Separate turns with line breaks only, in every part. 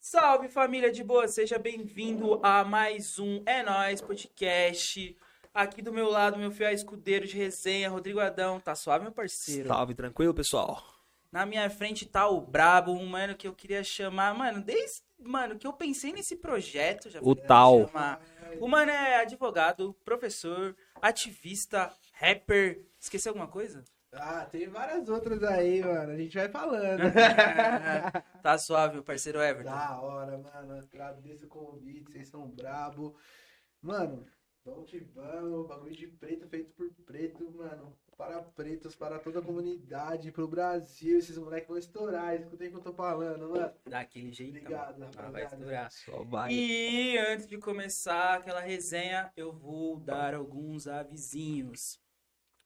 Salve família de boa, seja bem-vindo a mais um É Nós Podcast. Aqui do meu lado, meu fiel escudeiro de resenha, Rodrigo Adão. Tá suave, meu parceiro?
Salve, tranquilo, pessoal?
Na minha frente tá o Brabo, um mano que eu queria chamar. Mano, desde mano, que eu pensei nesse projeto, já
O tal.
chamar. O mano é advogado, professor, ativista, rapper. Esqueceu alguma coisa?
Ah, tem várias outras aí, mano. A gente vai falando.
Tá suave, meu parceiro Everton.
da hora, mano. Agradeço o convite, vocês são brabo. Mano, vamos que vamos. Bagulho de preto feito por preto, mano. Para pretos, para toda a comunidade, pro Brasil. Esses moleques vão estourar. Escutem o que eu tô falando, mano.
Daquele jeito.
Obrigado,
Ah, vai
rapaziada.
estourar.
Só vai.
E antes de começar aquela resenha, eu vou dar alguns avisinhos.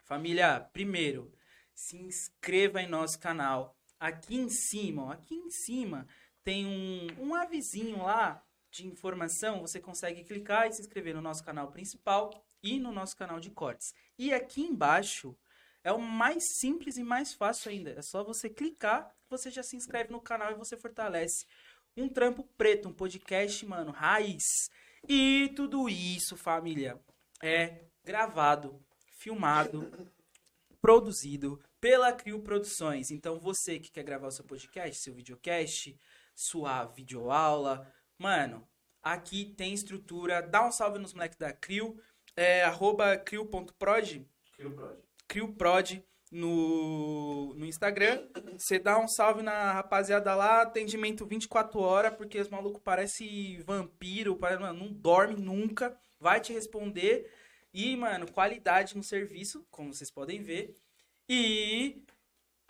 Família, primeiro, se inscreva em nosso canal. Aqui em cima, ó, aqui em cima tem um, um avisinho lá de informação. Você consegue clicar e se inscrever no nosso canal principal e no nosso canal de cortes. E aqui embaixo é o mais simples e mais fácil ainda. É só você clicar, você já se inscreve no canal e você fortalece um trampo preto, um podcast, mano, raiz. E tudo isso, família, é gravado, filmado, produzido pela Crio Produções. Então você que quer gravar o seu podcast, seu videocast, sua videoaula, mano, aqui tem estrutura. Dá um salve nos moleques da Crio, é arroba crio.prod, CrioProd no, no Instagram. Você dá um salve na rapaziada lá, atendimento 24 horas, porque os malucos parecem vampiro, pare- mano, não dorme nunca, vai te responder. E, mano, qualidade no serviço, como vocês podem ver. E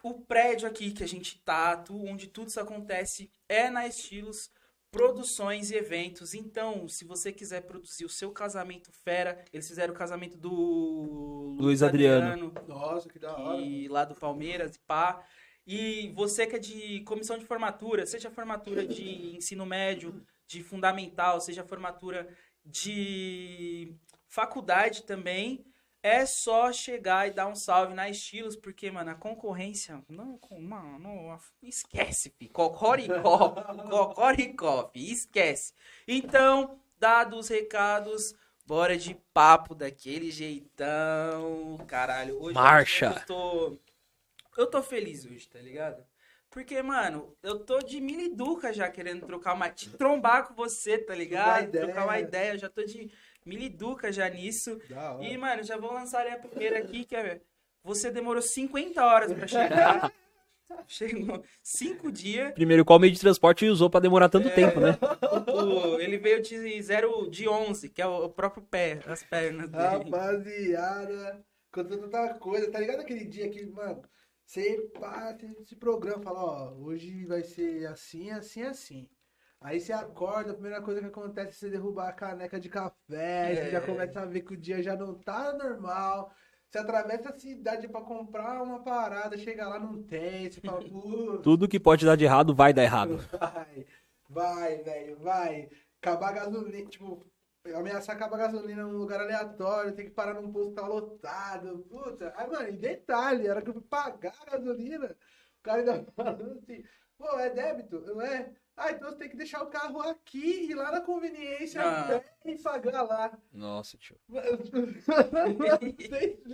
o prédio aqui que a gente tá, tu- onde tudo isso acontece, é na Estilos Produções e Eventos. Então, se você quiser produzir o seu casamento fera, eles fizeram o casamento do
Luiz Adriano.
Nossa, que da hora.
e lá do Palmeiras, pá. E você que é de comissão de formatura, seja formatura de ensino médio, de fundamental, seja formatura de faculdade também, é só chegar e dar um salve na Estilos, porque, mano, a concorrência, não, com- mano, não, esquece, fi, cocoricó, cocoricó, fi, esquece. Então, dados os recados, bora de papo daquele jeitão, caralho. Hoje eu-
Marcha.
Eu tô, eu tô feliz hoje, tá ligado? Porque, mano, eu tô de miliduca já querendo trocar uma. Te trombar com você, tá ligado?
ideia.
Trocar uma ideia. Eu já tô de miliduca já nisso.
Da hora.
E, mano, já vou lançar a primeira aqui, que é. Você demorou 50 horas pra chegar. Chegou 5 dias.
Primeiro, qual meio de transporte usou pra demorar tanto tempo, né?
O- tipo, ele veio de 0 de 11, que é o, o próprio pé, as pernas dele.
Rapaziada, contando tanta coisa, tá ligado aquele dia que, mano, você pá, você se programa, fala, ó, hoje vai ser assim, assim, assim. Aí você acorda, a primeira coisa que acontece é você derrubar a caneca de café,
É.
você já começa a ver que o dia já não tá normal. Você atravessa a cidade pra comprar uma parada, chega lá, não tem, você fala, putz,
Tudo que pode dar de errado vai dar errado.
Vai, vai, velho, vai. Acabar a gasolina, tipo, ameaçar acabar a gasolina num lugar aleatório, tem que parar num posto que tá lotado. Puta, aí, mano, e detalhe, era que eu fui pagar a gasolina. O cara ainda falando assim, pô, é débito, não é? Ah, então você tem que deixar o carro aqui e lá na conveniência
Ah.
até e pagar lá.
Nossa, tio.
Vocês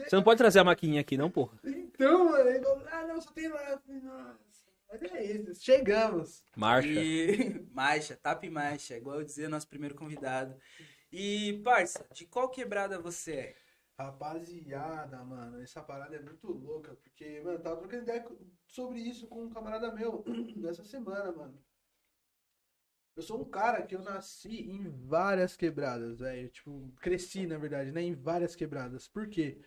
Você não pode trazer a maquininha aqui, não, porra.
então, mano, ele falou, ah, não, só tem lá. Eu falei, Nossa, mas é isso, chegamos.
Marcha.
E marcha, tapa e marcha, igual eu dizia, nosso primeiro convidado. E, parça, de qual quebrada você é?
Rapaziada, mano, essa parada é muito louca, porque, mano, eu tava trocando ideia co- sobre isso com um camarada meu nessa semana, mano. Eu sou um cara que eu nasci em várias quebradas, velho. Tipo, cresci, na verdade, né? Em várias quebradas. Por quê?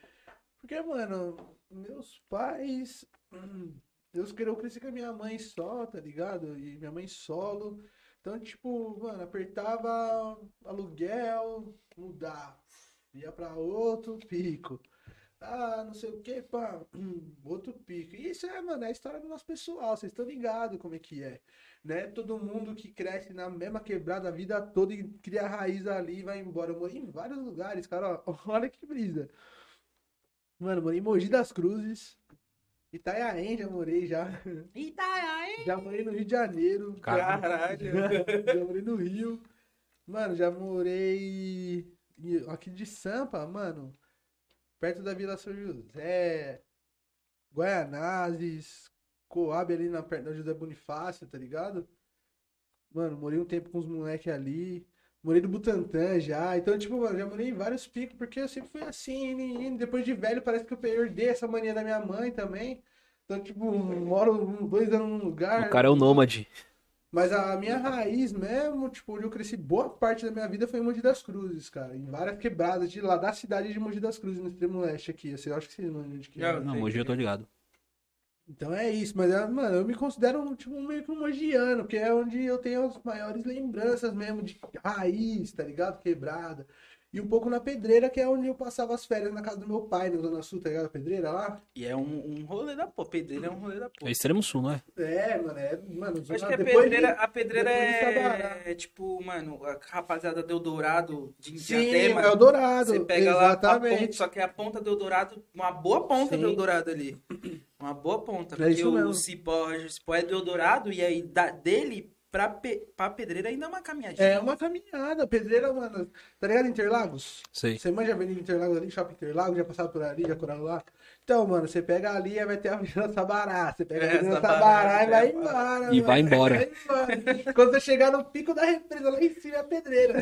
Porque, mano, meus pais. hum, Eu cre- eu cresci com a minha mãe só, tá ligado? E minha mãe solo. Então, tipo, mano, apertava aluguel, mudar ia pra outro pico. Ah, não sei o que, pá, outro pico. E isso é, mano, é a história do nosso pessoal, vocês estão ligados como é que é, né? Todo mundo que cresce na mesma quebrada a vida toda e cria raiz ali e vai embora. Eu morei em vários lugares, cara, ó, olha que brisa. Mano, morei em Mogi das Cruzes, Itaiaém já morei já.
Itaiaí!
Já morei no Rio de Janeiro.
Caralho.
já morei no Rio. Mano, já morei em- aqui de Sampa, mano. Perto da Vila São José, Guaianazes, Coab ali na perna da José Bonifácio, tá ligado? Mano, morei um tempo com os moleques ali. Morei no Butantã já. Então, tipo, mano, já morei em vários picos, porque eu sempre fui assim, menino. Depois de velho, parece que eu herdei essa mania da minha mãe também. Então, tipo, moro um- dois anos num lugar.
O cara é o nômade.
Mas a minha raiz mesmo, tipo, onde eu cresci boa parte da minha vida foi em Mogi das Cruzes, cara. Em várias quebradas de lá da cidade de Mogi das Cruzes, no extremo leste aqui. Você acha que vocês mandam de que é,
Não,
né?
Não, hoje eu tô ligado.
Então é isso, mas, é, mano, eu me considero um, tipo, meio que um mogiano, porque é onde eu tenho as maiores lembranças mesmo de raiz, tá ligado? Quebrada. E um pouco na pedreira, que é onde eu passava as férias na casa do meu pai, na Zona Sul, tá ligado? A pedreira lá.
E é um, um rolê da porra. Pedreira é um rolê da
É o
porra.
extremo sul, não é?
É, mano, é. Mano,
Acho
zona-
que a
depois de-
pedreira, a pedreira
depois de
é,
Sabará.
é tipo, mano, a rapaziada do Eldorado de
Sim,
Diadema.
é o Dourado.
Você pega lá a ponta,
exatamente.
só que a ponta do Eldorado, uma boa ponta
Sim.
do Eldorado ali. Uma boa ponta.
É
porque
isso
o
mesmo.
Cipó, o Cipó é do Eldorado e aí da- dele pra, pe, pra pedreira ainda é uma caminhadinha.
É uma caminhada, pedreira, mano. Tá ligado, Interlagos?
Sei.
Você manja a Avenida Interlagos ali, Shopping Interlagos, já passava por ali, já curava lá. Então, mano, você pega ali e vai ter a Avenida Sabará. Você pega a
É,
Avenida
Sabará,
Sabará e
né?
vai embora.
E
mano.
vai embora.
Vai embora. Quando você chegar no pico da represa, lá em cima é a pedreira.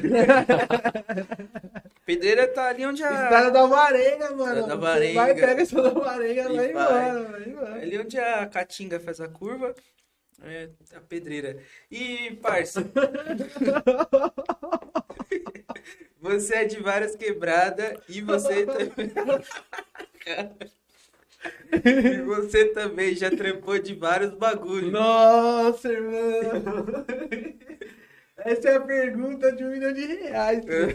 Pedreira tá ali onde a.
Estrada da Varenga, mano.
Estrada da
Você vai,
Varenga.
pega essa da Varenga,
E
vai
vai.
embora, vai embora.
Ali onde a Caatinga faz a curva. É a pedreira. E, parça. você é de várias quebradas e você também. e você também já trampou de vários bagulhos.
Nossa, irmão. Essa é a pergunta de um milhão de reais.
É.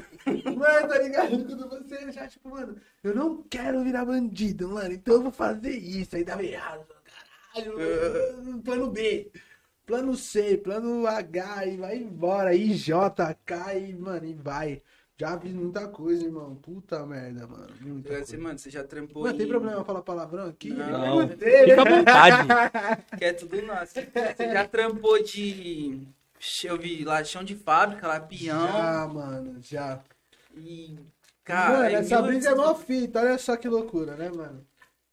Mano, tá ligado? Quando você já, tipo, mano, eu não quero virar bandido, mano, então eu vou fazer isso. Aí dava errado, caralho.
É.
mano. Plano B, plano C, plano H, e vai embora. E J, K, e, mano, e vai. Já fiz muita coisa, irmão. Puta merda, mano. Muita
Você,
coisa.
Assim, mano, você já trampou.
Mano, tem
em-
problema falar palavrão aqui?
Não.
Eu perguntei,
Fica à
né?
vontade.
Que é tudo nosso. Você já trampou de. Eu vi lá, chão de fábrica, lá, peão.
Já, mano, já.
E. Cara,
mano,
em
essa
mil-
brisa é mó fita, olha só que loucura, né, mano?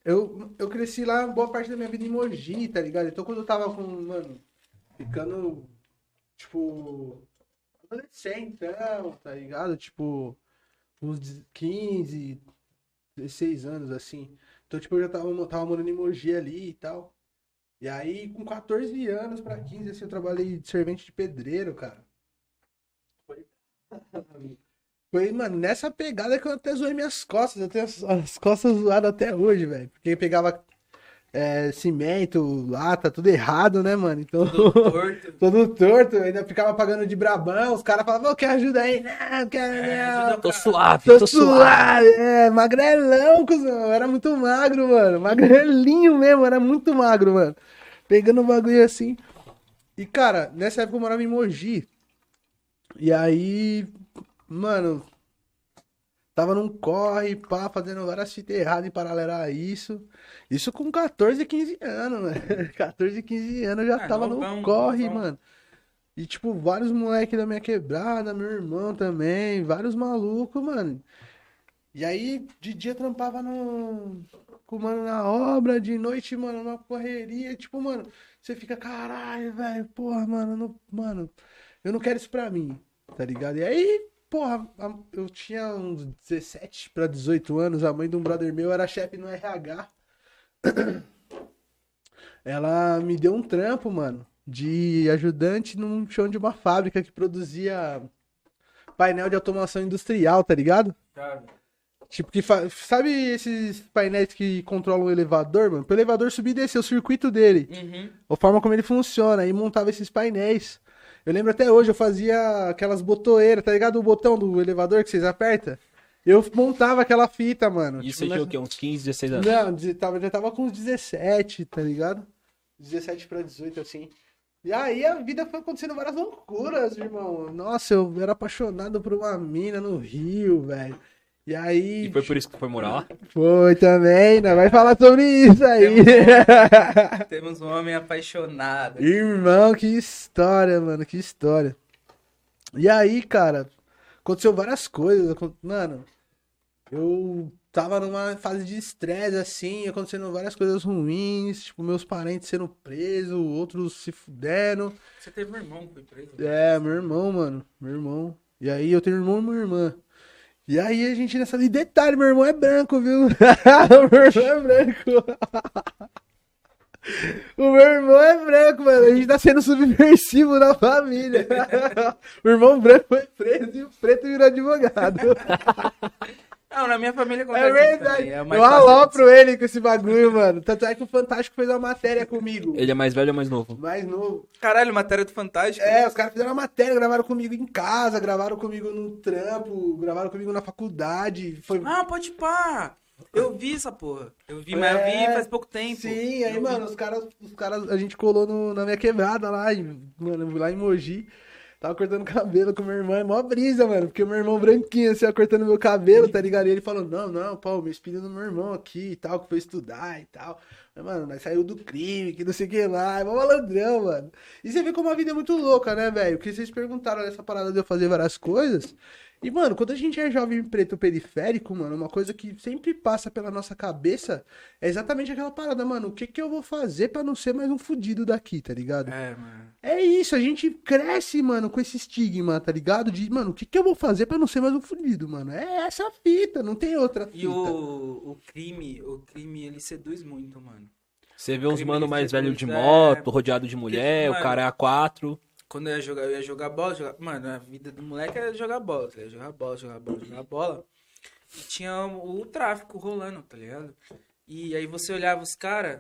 Eu, eu cresci lá boa parte da minha vida em Mogi, tá ligado? Então quando eu tava com, mano, ficando, tipo, adolescentão, tá ligado? Tipo, uns 15, 16 anos, assim. Então, tipo, eu já tava, tava morando em Mogi ali e tal. E aí, com 14 anos pra 15, assim, eu trabalhei de servente de pedreiro, cara. Foi. Foi, mano, nessa pegada que eu até zoei minhas costas. Eu tenho as, as costas zoadas até hoje, velho. Porque eu pegava é, cimento, lata, tudo errado, né, mano? Então.
Tudo torto.
Todo torto, eu ainda ficava pagando de brabão, os caras falavam, ô, quer ajuda aí? Não, quero
É,
não.
ajuda
Tô
pra-
suave,
Tô,
tô suave.
suave, é, magrelão, cuzão. Eu era muito magro, mano. Magrelinho mesmo, era muito magro, mano. Pegando o bagulho assim. E, cara, nessa época eu morava em Mogi. E aí, mano, tava num corre, pá, fazendo várias fitas erradas em paralelo a isso. Isso com 14, 15 anos, mano. 14, 15 anos eu já
Ah,
tava num
novão,
corre,
novão.
mano. E, tipo, vários moleques da minha quebrada, meu irmão também, vários malucos, mano. E aí, de dia trampava no... com o mano na obra, de noite, mano, numa correria. Tipo, mano, você fica, caralho, velho, porra, mano, não- mano, eu não quero isso pra mim, tá ligado? E aí, porra, a- eu tinha uns 17 pra 18 anos, a mãe de um brother meu era chefe no RH. Ela me deu um trampo, mano, de ajudante num chão de uma fábrica que produzia painel de automação industrial, tá ligado?
Sabe?
Tipo, que fa- sabe esses painéis que controlam o elevador, mano? Pro elevador subir e descer o circuito dele
Uhum.
a forma como ele funciona, e montava esses painéis. Eu lembro até hoje, eu fazia aquelas botoeiras, tá ligado? O botão do elevador que vocês apertam? Eu montava aquela fita, mano.
Isso
Tipo,
aí tinha o
nessa-
quê? Uns 15, 16 anos.
Não, deze- tava, já tava com uns 17, tá ligado? 17 pra 18, assim. E aí a vida foi acontecendo várias loucuras, irmão. Nossa, eu era apaixonado por uma mina no Rio, velho. E aí.
E foi por isso que tu foi morar lá?
Foi também, nós vai falar sobre isso aí.
Temos um homem apaixonado.
Irmão, que história, mano, que história. E aí, cara, aconteceu várias coisas. acon- Mano, eu tava numa fase de estresse, assim, acontecendo várias coisas ruins, tipo, meus parentes sendo presos, outros se fuderam.
Você teve um irmão que foi preso?
É, meu irmão, mano, meu irmão. E aí, eu tenho um irmão e uma irmã. E aí, a gente nessa. E detalhe, meu irmão é branco, viu? meu irmão é branco. O meu irmão é branco, mano. A gente tá sendo subversivo na família. O irmão branco foi preso e o preto virou advogado.
Não, na minha família
É
acontece isso
verdade.
também, é o mais
Eu
fácil
alopro ele com esse bagulho, mano. Tanto é que o Fantástico fez uma matéria comigo.
Ele é mais velho ou mais novo?
Mais novo.
de- Caralho, matéria do Fantástico. né?
É, os caras fizeram a matéria, gravaram comigo em casa, gravaram comigo no trampo, gravaram comigo na faculdade. Foi.
Ah, pode pá. Eu vi essa porra. Eu vi, mas
É,
eu vi faz pouco tempo.
Sim, aí,
Eu vi.
mano, os caras, os caras, a gente colou no- na minha quebrada lá, em- mano, eu fui lá em Mogi. Tava cortando cabelo com meu irmão, é mó brisa, mano, porque o meu irmão branquinho, assim, ó, cortando meu cabelo, tá ligado? E ele falou, não, não, pô, me espelho do meu irmão aqui e tal, que foi estudar e tal. Mas, mano, nós saiu do crime, que não sei o que lá, é mó malandrão, mano. E você vê como a vida é muito louca, né, velho? Porque vocês perguntaram nessa parada de eu fazer várias coisas. E, mano, quando a gente é jovem preto periférico, mano, uma coisa que sempre passa pela nossa cabeça é exatamente aquela parada, mano. O que que eu vou fazer pra não ser mais um fudido daqui, tá ligado?
É, mano.
É isso, a gente cresce, mano, com esse estigma, tá ligado? De, mano, o que que eu vou fazer pra não ser mais um fudido, mano? É essa a fita, não tem outra fita.
E o, o crime, o crime, ele seduz muito, mano.
Você vê uns
Crime
mano
de
mais velho de
circunstância,
moto, rodeado de mulher,
mano.
o cara é a quatro.
Quando eu ia jogar, eu ia jogar bola, jogar... mano, a vida do moleque era jogar bola, tá ligado? jogar bola, jogar bola, jogar bola. E tinha o, o tráfico rolando, tá ligado? E aí você olhava os caras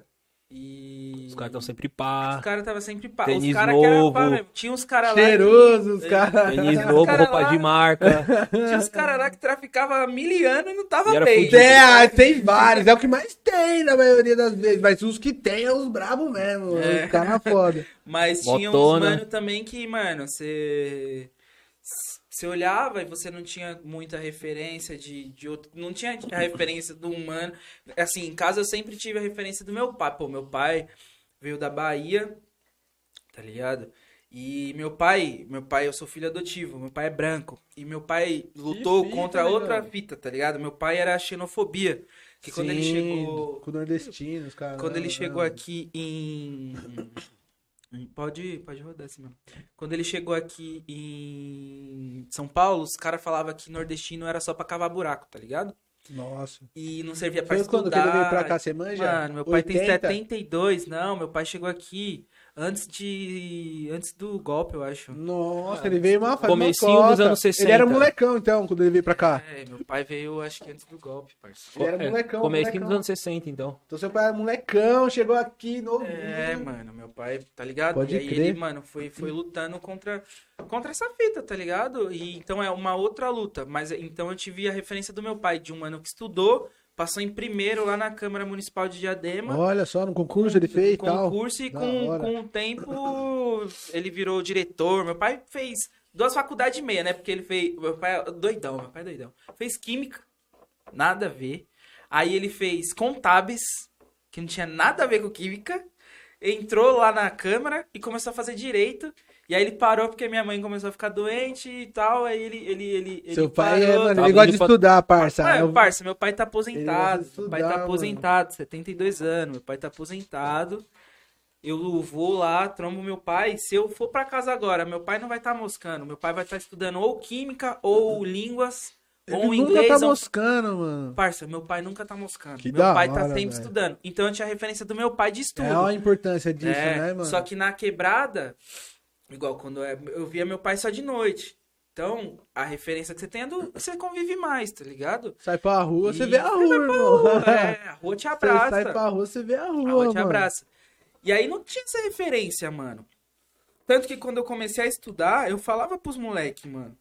e.
Os caras tão sempre
Os
pá.
caras tava sempre pá. Os
Tênis
caras que era pá,
novo.
mesmo. Tinha uns caras lá.
Cheiroso, os
É,
caras.
Tênis novo,
cara
roupa
lá-
de marca.
Que, tinha uns caras lá que traficava há mil anos e não tava
E era
bem.
fudido.
tá
É, ah,
ligado?
tem vários, é o que mais tem na maioria das vezes, mas os que tem é os brabo mesmo,
É.
os caras foda.
Mas tinha uns
Botona.
mano também que, mano, você. Você olhava e você não tinha muita referência de, de outro. Não tinha a referência do humano. Assim, em casa eu sempre tive a referência do meu pai. Pô, meu pai veio da Bahia, tá ligado? E meu pai, meu pai, eu sou filho adotivo, meu pai é branco. E meu pai lutou
fita,
contra
né,
outra
velho?
fita, tá ligado? Meu pai era a xenofobia. Que quando ele
Sim,
chegou.
Com nordestinos, cara.
Quando ele
né,
chegou
mano.
aqui em. em- Pode, pode rodar assim mesmo. Quando ele chegou aqui em São Paulo, os caras falavam que nordestino era só pra cavar buraco, tá ligado?
Nossa.
E não servia pra
Foi quando que ele
estudar.
veio pra cá, você manja?
Mano, meu pai tem
80?
72, não, meu pai chegou aqui antes de. antes do golpe, eu acho.
Nossa, ele veio uma faz uma
Comecinho
cota.
dos anos 60.
Ele era um molecão, então, quando ele veio pra cá.
É, meu pai veio, acho que antes do golpe, parceiro.
Ele era molecão,
Comecinho dos
molecão.
anos 60, então.
Então seu pai era molecão, chegou aqui, novo. né?
É, mano, meu pai, tá ligado?
Pode
e aí
crer.
ele, mano, foi, foi lutando contra, contra essa fita, tá ligado? E então é uma outra luta. Mas então eu tive a referência do meu pai, de um mano que estudou, passou em primeiro lá na Câmara Municipal de Diadema.
Olha só, no concurso ele fez e tal.
concurso e
Da
com,
hora.
com o tempo ele virou diretor. Meu pai fez duas faculdades e meia, né? Porque ele fez. Meu pai é doidão, meu pai é doidão. Fez química, nada a ver. Aí ele fez contábeis, que não tinha nada a ver com química. Entrou lá na Câmara e começou a fazer direito. E aí ele parou porque minha mãe começou a ficar doente e tal. Aí ele. ele, ele, ele
Seu pai, é,
parou,
mano,
tá
ele gosta
vindo
de
pra-
estudar, parça.
ah,
É o-
parça, meu pai tá
Ele
aposentado.
gosta de
meu pai tá
estudar, mano.
aposentado, 72 anos. Meu pai tá aposentado. Eu vou lá, trombo meu pai. Se eu for pra casa agora, meu pai não vai estar moscando. Meu pai vai estar estudando ou química, ou línguas,
Ele
ou
nunca
inglês. é um
tá
ou-
moscando, mano.
Parça, meu pai nunca tá moscando.
Que
meu
da
pai
hora,
tá sempre
velho.
estudando. Então eu tinha referência do meu pai de estudo.
É olha a importância disso,
É,
né, mano?
Só que na quebrada, igual quando é- eu via meu pai só de noite. Então, a referência que você tem é do. Você convive mais, tá ligado?
Sai pra rua, você
E
vê a
você vai
rua,
pra
irmão.
rua, É, a rua te
Você
abraça.
sai pra rua, você vê a rua,
a rua te
mano.
abraça. E aí não tinha essa referência, mano. Tanto que quando eu comecei a estudar, eu falava pros moleque, mano.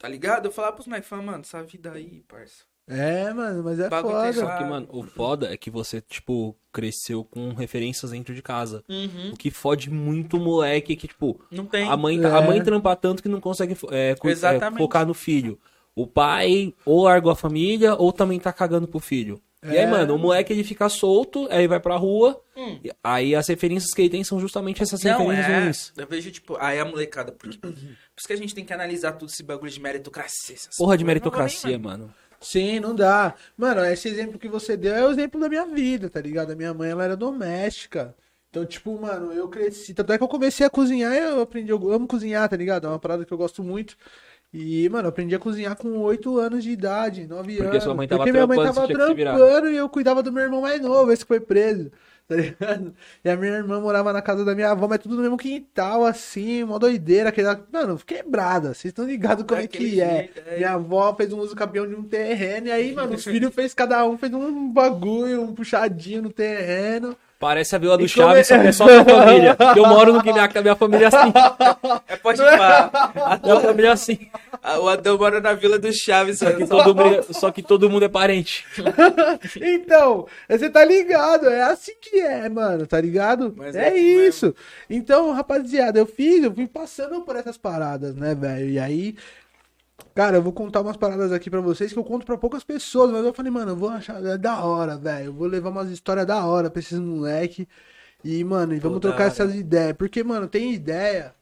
Tá ligado? Eu falava pros moleque, falava, mano, essa vida aí, parça.
É, mano, mas é
Bagulho tem
foda.
Só que,
Claro.
mano, o foda é que você, tipo, cresceu com referências dentro de casa. O que fode muito o moleque que, tipo,
Não tem.
Uhum. A mãe, tá- a
É.
mãe trampa tanto que não consegue fo- é, cu- é,
Exatamente.
focar no filho. O pai ou largou a família ou também tá cagando pro filho. E aí,
É.
mano, o moleque ele fica solto, aí vai pra rua,
Hum.
e- aí as referências que ele tem são justamente essas
Não,
referências
é.
ruins.
Eu vejo, tipo, aí a molecada. Porque, por isso que a gente tem que analisar tudo esse bagulho de meritocracia. essas
Porra de
coisas. Eu não é vou nem,
meritocracia, mano.
Sim, não dá. Mano, esse exemplo que você deu é o exemplo da minha vida, tá ligado? A minha mãe, ela era doméstica. Então, tipo, mano, eu cresci. Tanto é que eu comecei a cozinhar, eu aprendi, eu amo cozinhar, tá ligado? É uma parada que eu gosto muito. E, mano, eu aprendi a cozinhar com 8 anos de idade, 9
Porque
anos.
sua mãe tava
Porque minha mãe
trampando,
tava
você tinha que se virar.
trampando e eu cuidava do meu irmão mais novo, esse que foi preso. Tá ligado? E a minha irmã morava na casa da minha avó, mas tudo no mesmo quintal, assim, uma doideira. Aquela... Mano, quebrada. Vocês estão ligados como é
Daquele
que é.
jeito, é.
Minha avó fez um uso campeão de um terreno, e aí, mano, os filhos fez cada um, fez um bagulho, um puxadinho no terreno.
Parece a Vila do
E
Chaves, só
come-
que é só com a família. Eu moro no que minha, minha família é assim.
É, pode falar.
A minha família é assim.
A- O Adão mora na Vila do Chaves.
Só que todo mundo, só que todo mundo é parente.
Então, você tá ligado, é assim que é, mano, tá ligado?
Mas
é
é assim mesmo.
isso. Então, rapaziada, eu fiz, eu fui passando por essas paradas, né, velho? E aí, cara, eu vou contar umas paradas aqui pra vocês que eu conto pra poucas pessoas, mas eu falei, mano, eu vou achar é da hora, velho. Eu vou levar umas histórias da hora pra esses moleque. E, mano, e vamos
Pô, da
trocar
hora.
essas ideias, porque, mano, tem ideia.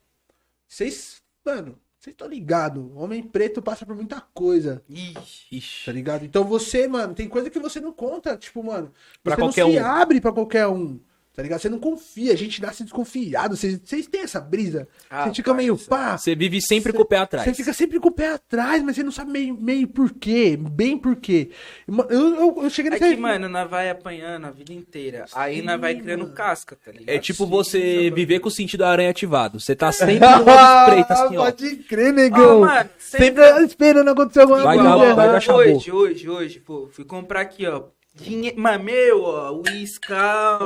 Vocês, mano, vocês estão ligado, homem preto passa por muita coisa. Tá
Ixi.
ligado? Então você, mano, tem coisa que você não conta, tipo, mano,
Pra
você não
qualquer
se
um.
abre pra qualquer um. Tá ligado? Você não confia, a gente nasce desconfiado. Vocês vocês têm essa brisa? você fica meio pá.
Você vive sempre
Cê-
com o pé atrás.
Você fica sempre com o pé atrás, mas você não sabe meio, meio por quê, bem por quê. Ma- Eu, eu, eu cheguei
É
nessa.
que, mano, nós vai apanhando a vida inteira. aí nós vai criando
mano.
casca, tá ligado?
É tipo
Sim,
você
sabe?
viver com o sentido da aranha ativado. Você tá sempre no modo espreita, assim, ó.
Ah, Pode crer,
Ah,
negão.
mano,
sempre é esperando acontecer alguma
Vai
coisa.
dar-
Igual,
vai dar
errada.
chabu.
Hoje, hoje, hoje, pô, fui comprar aqui, ó. Dinhe... Mas meu, ó, Whiscal.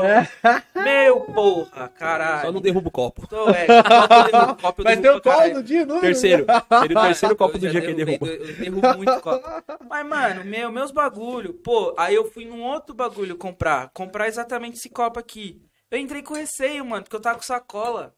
Meu, porra, caralho.
Só não derruba o copo.
Tô, é, quando eu derrubo o copo, eu
Mas tem
derrubo
o
pra
um colo né?
caralho.
do dia, não?
Terceiro. Seria o terceiro copo
Eu
do
já
dia que ele
derrubei
derruba.
do- Eu derrubo muito copo. Mas, mano, meu, meus bagulho. Pô, aí eu fui num outro bagulho comprar. Comprar exatamente esse copo aqui. Eu entrei com receio, mano, porque eu tava com sacola.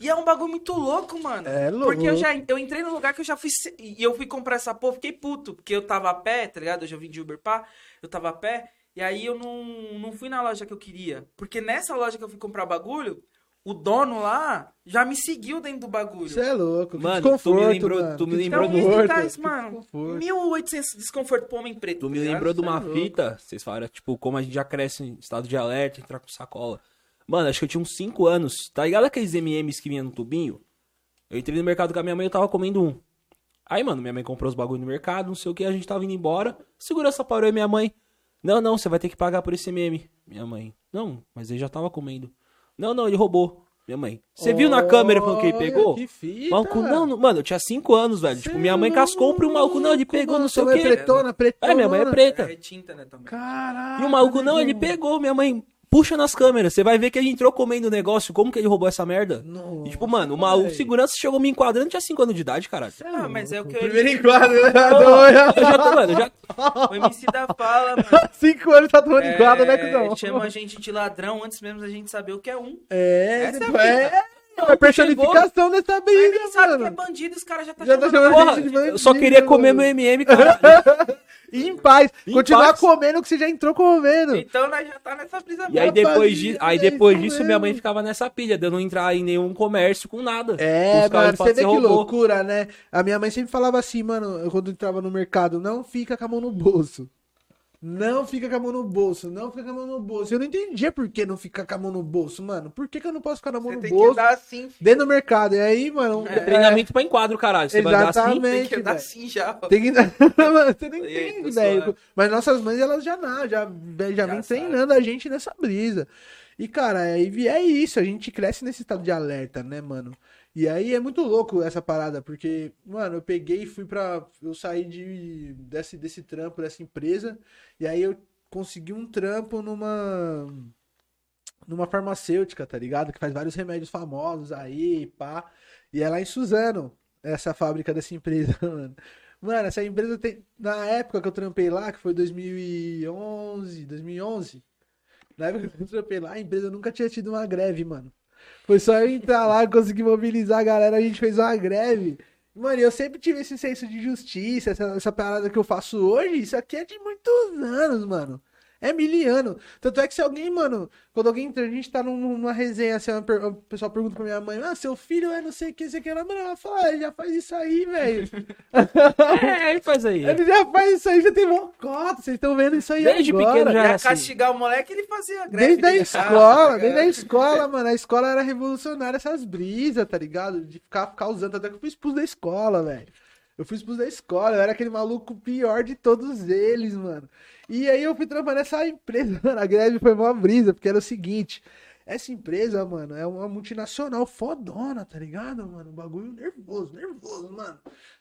E é um bagulho muito louco, mano.
É louco.
Porque eu já eu entrei num lugar que eu já fui. se- E eu fui comprar essa porra, fiquei puto. Porque eu tava a pé, tá ligado? Eu já vim de Uber pá. Eu tava a pé. E aí eu não, não fui na loja que eu queria. Porque nessa loja que eu fui comprar bagulho, o dono lá já me seguiu dentro do bagulho.
Você é louco. que
Mano, tu me
desconforto,
lembrou-
mano,
tu me
que
lembrou do-
desconforto,
Então, isso,
que
mano.
desconforto.
1800 desconforto pro homem preto.
Tu me
tá ligado?
lembrou de uma
Você é louco.
fita, vocês falaram, tipo, como a gente já cresce em estado de alerta, entrar com sacola. Mano, acho que eu tinha uns 5 anos. Tá ligado aqueles MMs que vinha no tubinho? Eu entrei no mercado com a minha mãe e eu tava comendo um. Aí, mano, minha mãe comprou os bagulho no mercado, não sei o que, a gente tava indo embora. Segurança parou e minha mãe. Não, não, você vai ter que pagar por esse MM. Minha mãe. Não, mas ele já tava comendo. Não, não, ele roubou. Minha mãe. Você viu na câmera falando que ele
Olha,
pegou?
que fita.
Maluco, não, não- mano, eu tinha 5 anos, velho. tipo, minha mãe cascou pro maluco, não, ele
Louco,
pegou,
mano,
não sei o
sua mãe
que.
É pretona, pretona.
É, minha mãe é preta.
É tinta, né, também.
Caralho.
E o maluco, não, ele pegou, minha mãe. Puxa nas câmeras, você vai ver que ele entrou comendo o negócio, como que ele roubou essa merda?
Nossa,
E, tipo, mano, o maluco
velho.
segurança chegou me enquadrando, tinha 5 anos de idade, caralho.
Ah, mas é o que eu-
Primeiro enquadro, né?
Eu já tô, mano, eu
é
já.
O MC da fala, mano.
Cinco anos tá tomando
É,
enquadro, né, cuzão?
Chama a gente de ladrão antes mesmo da gente saber o que é um.
É,
Essa é a
tipo,
vida.
é. É a personificação dessa
Mas nem
briga,
sabe que é
mano.
bandido, os caras já tá
Já tá
chamando.
chamando
Porra,
a gente de
Eu só queria
bandido,
comer meu
mano.
MM, caralho.
E em paz.
é Em
Continuar
paz.
comendo o que você já entrou comendo.
Então nós já tá nessa brisa
E aí
mesmo.
depois, di... aí depois
É isso
disso, minha mãe
mesmo.
ficava nessa pilha, de eu não entrar em nenhum comércio com nada.
É,
Os caras
mano,
falam, assim,
você vê que
roubou.
loucura, né? A minha mãe sempre falava assim, mano, eu quando entrava no mercado, não fica com a mão no bolso. Não fica com a mão no bolso, não fica com a mão no bolso. Eu não entendia por que não ficar com a mão no bolso, mano. Por que, que eu não posso ficar com a mão
Você
no
tem
bolso
que dar assim.
dentro do mercado? E aí, mano,
É,
Treinamento pra enquadro, caralho. Você vai andar assim?
Tem que dar
Gente, velho.
assim já. ó.
Tem que... Mano, você não
E aí,
entende,
pessoal,
velho. Mas nossas mães, elas já, na- já, já,
Já sabe.
vem treinando a gente nessa brisa. E, cara, aí vi- é isso. A gente cresce nesse estado de alerta, né, mano? E aí é muito louco essa parada, porque, mano, eu peguei e fui pra. Eu saí de, desse, desse trampo, dessa empresa, e aí eu consegui um trampo numa. numa farmacêutica, tá ligado? Que faz vários remédios famosos aí, pá. E é lá em Suzano, essa fábrica dessa empresa, mano. Mano, essa empresa tem. Na época que eu trampei lá, que foi 2011, 2011. Na época que eu trampei lá, a empresa nunca tinha tido uma greve, mano. Foi só eu entrar lá, conseguir mobilizar a galera, a gente fez uma greve. Mano, eu sempre tive esse senso de justiça, essa, essa parada que eu faço hoje, isso aqui é de muitos anos, mano. É miliano. Tanto é que se alguém, mano, quando alguém, a gente tá num- numa resenha, assim, uma per- o pessoal pergunta pra minha mãe, ah, seu filho é não sei o que, sei o que, ela, mano, ela fala, ah, ele já faz isso aí, velho.
É, ele faz aí.
ele já faz isso aí, já tem mocota, vocês estão vendo isso aí
Desde
agora.
pequeno já
Pra
era assim.
castigar o moleque, ele fazia a greve.
Desde a
de casa,
escola,
tá
desde a
ligado?
escola, mano. A escola era revolucionária essas brisas, tá ligado? De ficar, ficar usando. Até que eu fui expulso da escola, velho. Eu fui expulso da escola, eu era aquele maluco pior de todos eles, mano. E aí eu fui trampar nessa empresa, mano. A greve foi uma brisa, porque era o seguinte. Essa empresa, mano, é uma multinacional fodona, tá ligado, mano? Um bagulho nervoso, nervoso, mano.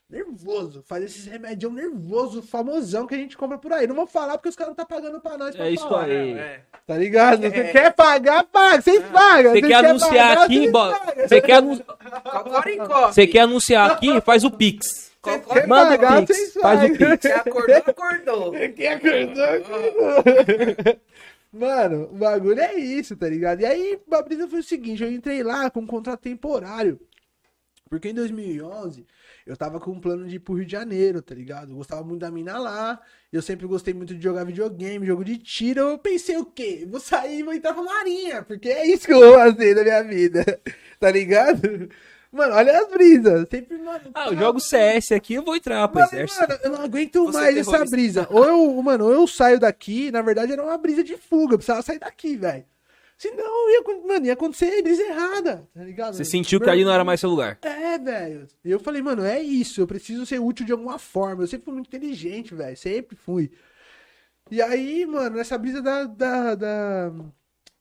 Nervoso. Faz esses remedião nervoso, famosão que a gente compra por aí. Não vou falar porque os caras não tá pagando pra nós. pra
É isso
falar.
aí.
Não, é.
Tá ligado? Você
É.
quer pagar, paga. Vocês pagam.
Você
Vocês
quer anunciar
pagar,
aqui,
vocês
bo-
pagam.
você quer, anu-
Cocoricó.
você quer anunciar aqui, faz o Pix.
Vocês
Cocó-
querem
Manda o
pagar,
Pix,
vocês
faz o
pagam.
Pix.
Você acordou, acordou.
Quem acordou, acordou. Mano, o bagulho é isso, tá ligado? E aí, a brisa foi o seguinte, eu entrei lá com um contrato temporário. Porque em 2011, eu tava com um plano de ir pro Rio de Janeiro, tá ligado? Eu gostava muito da mina lá, eu sempre gostei muito de jogar videogame, jogo de tiro. Eu pensei o quê? Vou sair e vou entrar pra marinha, porque é isso que eu vou fazer na minha vida, tá ligado? Mano, olha as brisas, sempre, mano...
Ah, eu jogo CS aqui, eu vou entrar pro
Mas,
exército.
mano, eu não aguento
Você é
mais essa
terrorista.
brisa. Ou eu, mano, ou eu saio daqui, na verdade era uma brisa de fuga, eu precisava sair daqui, velho. Senão, ia, acon- mano, ia acontecer brisa errada, tá ligado?
Você sentiu que ali não era mais seu lugar.
É, velho. E eu falei, mano, é isso, eu preciso ser útil de alguma forma. Eu sempre fui muito inteligente, velho, sempre fui. E aí, mano, nessa brisa da, da, da,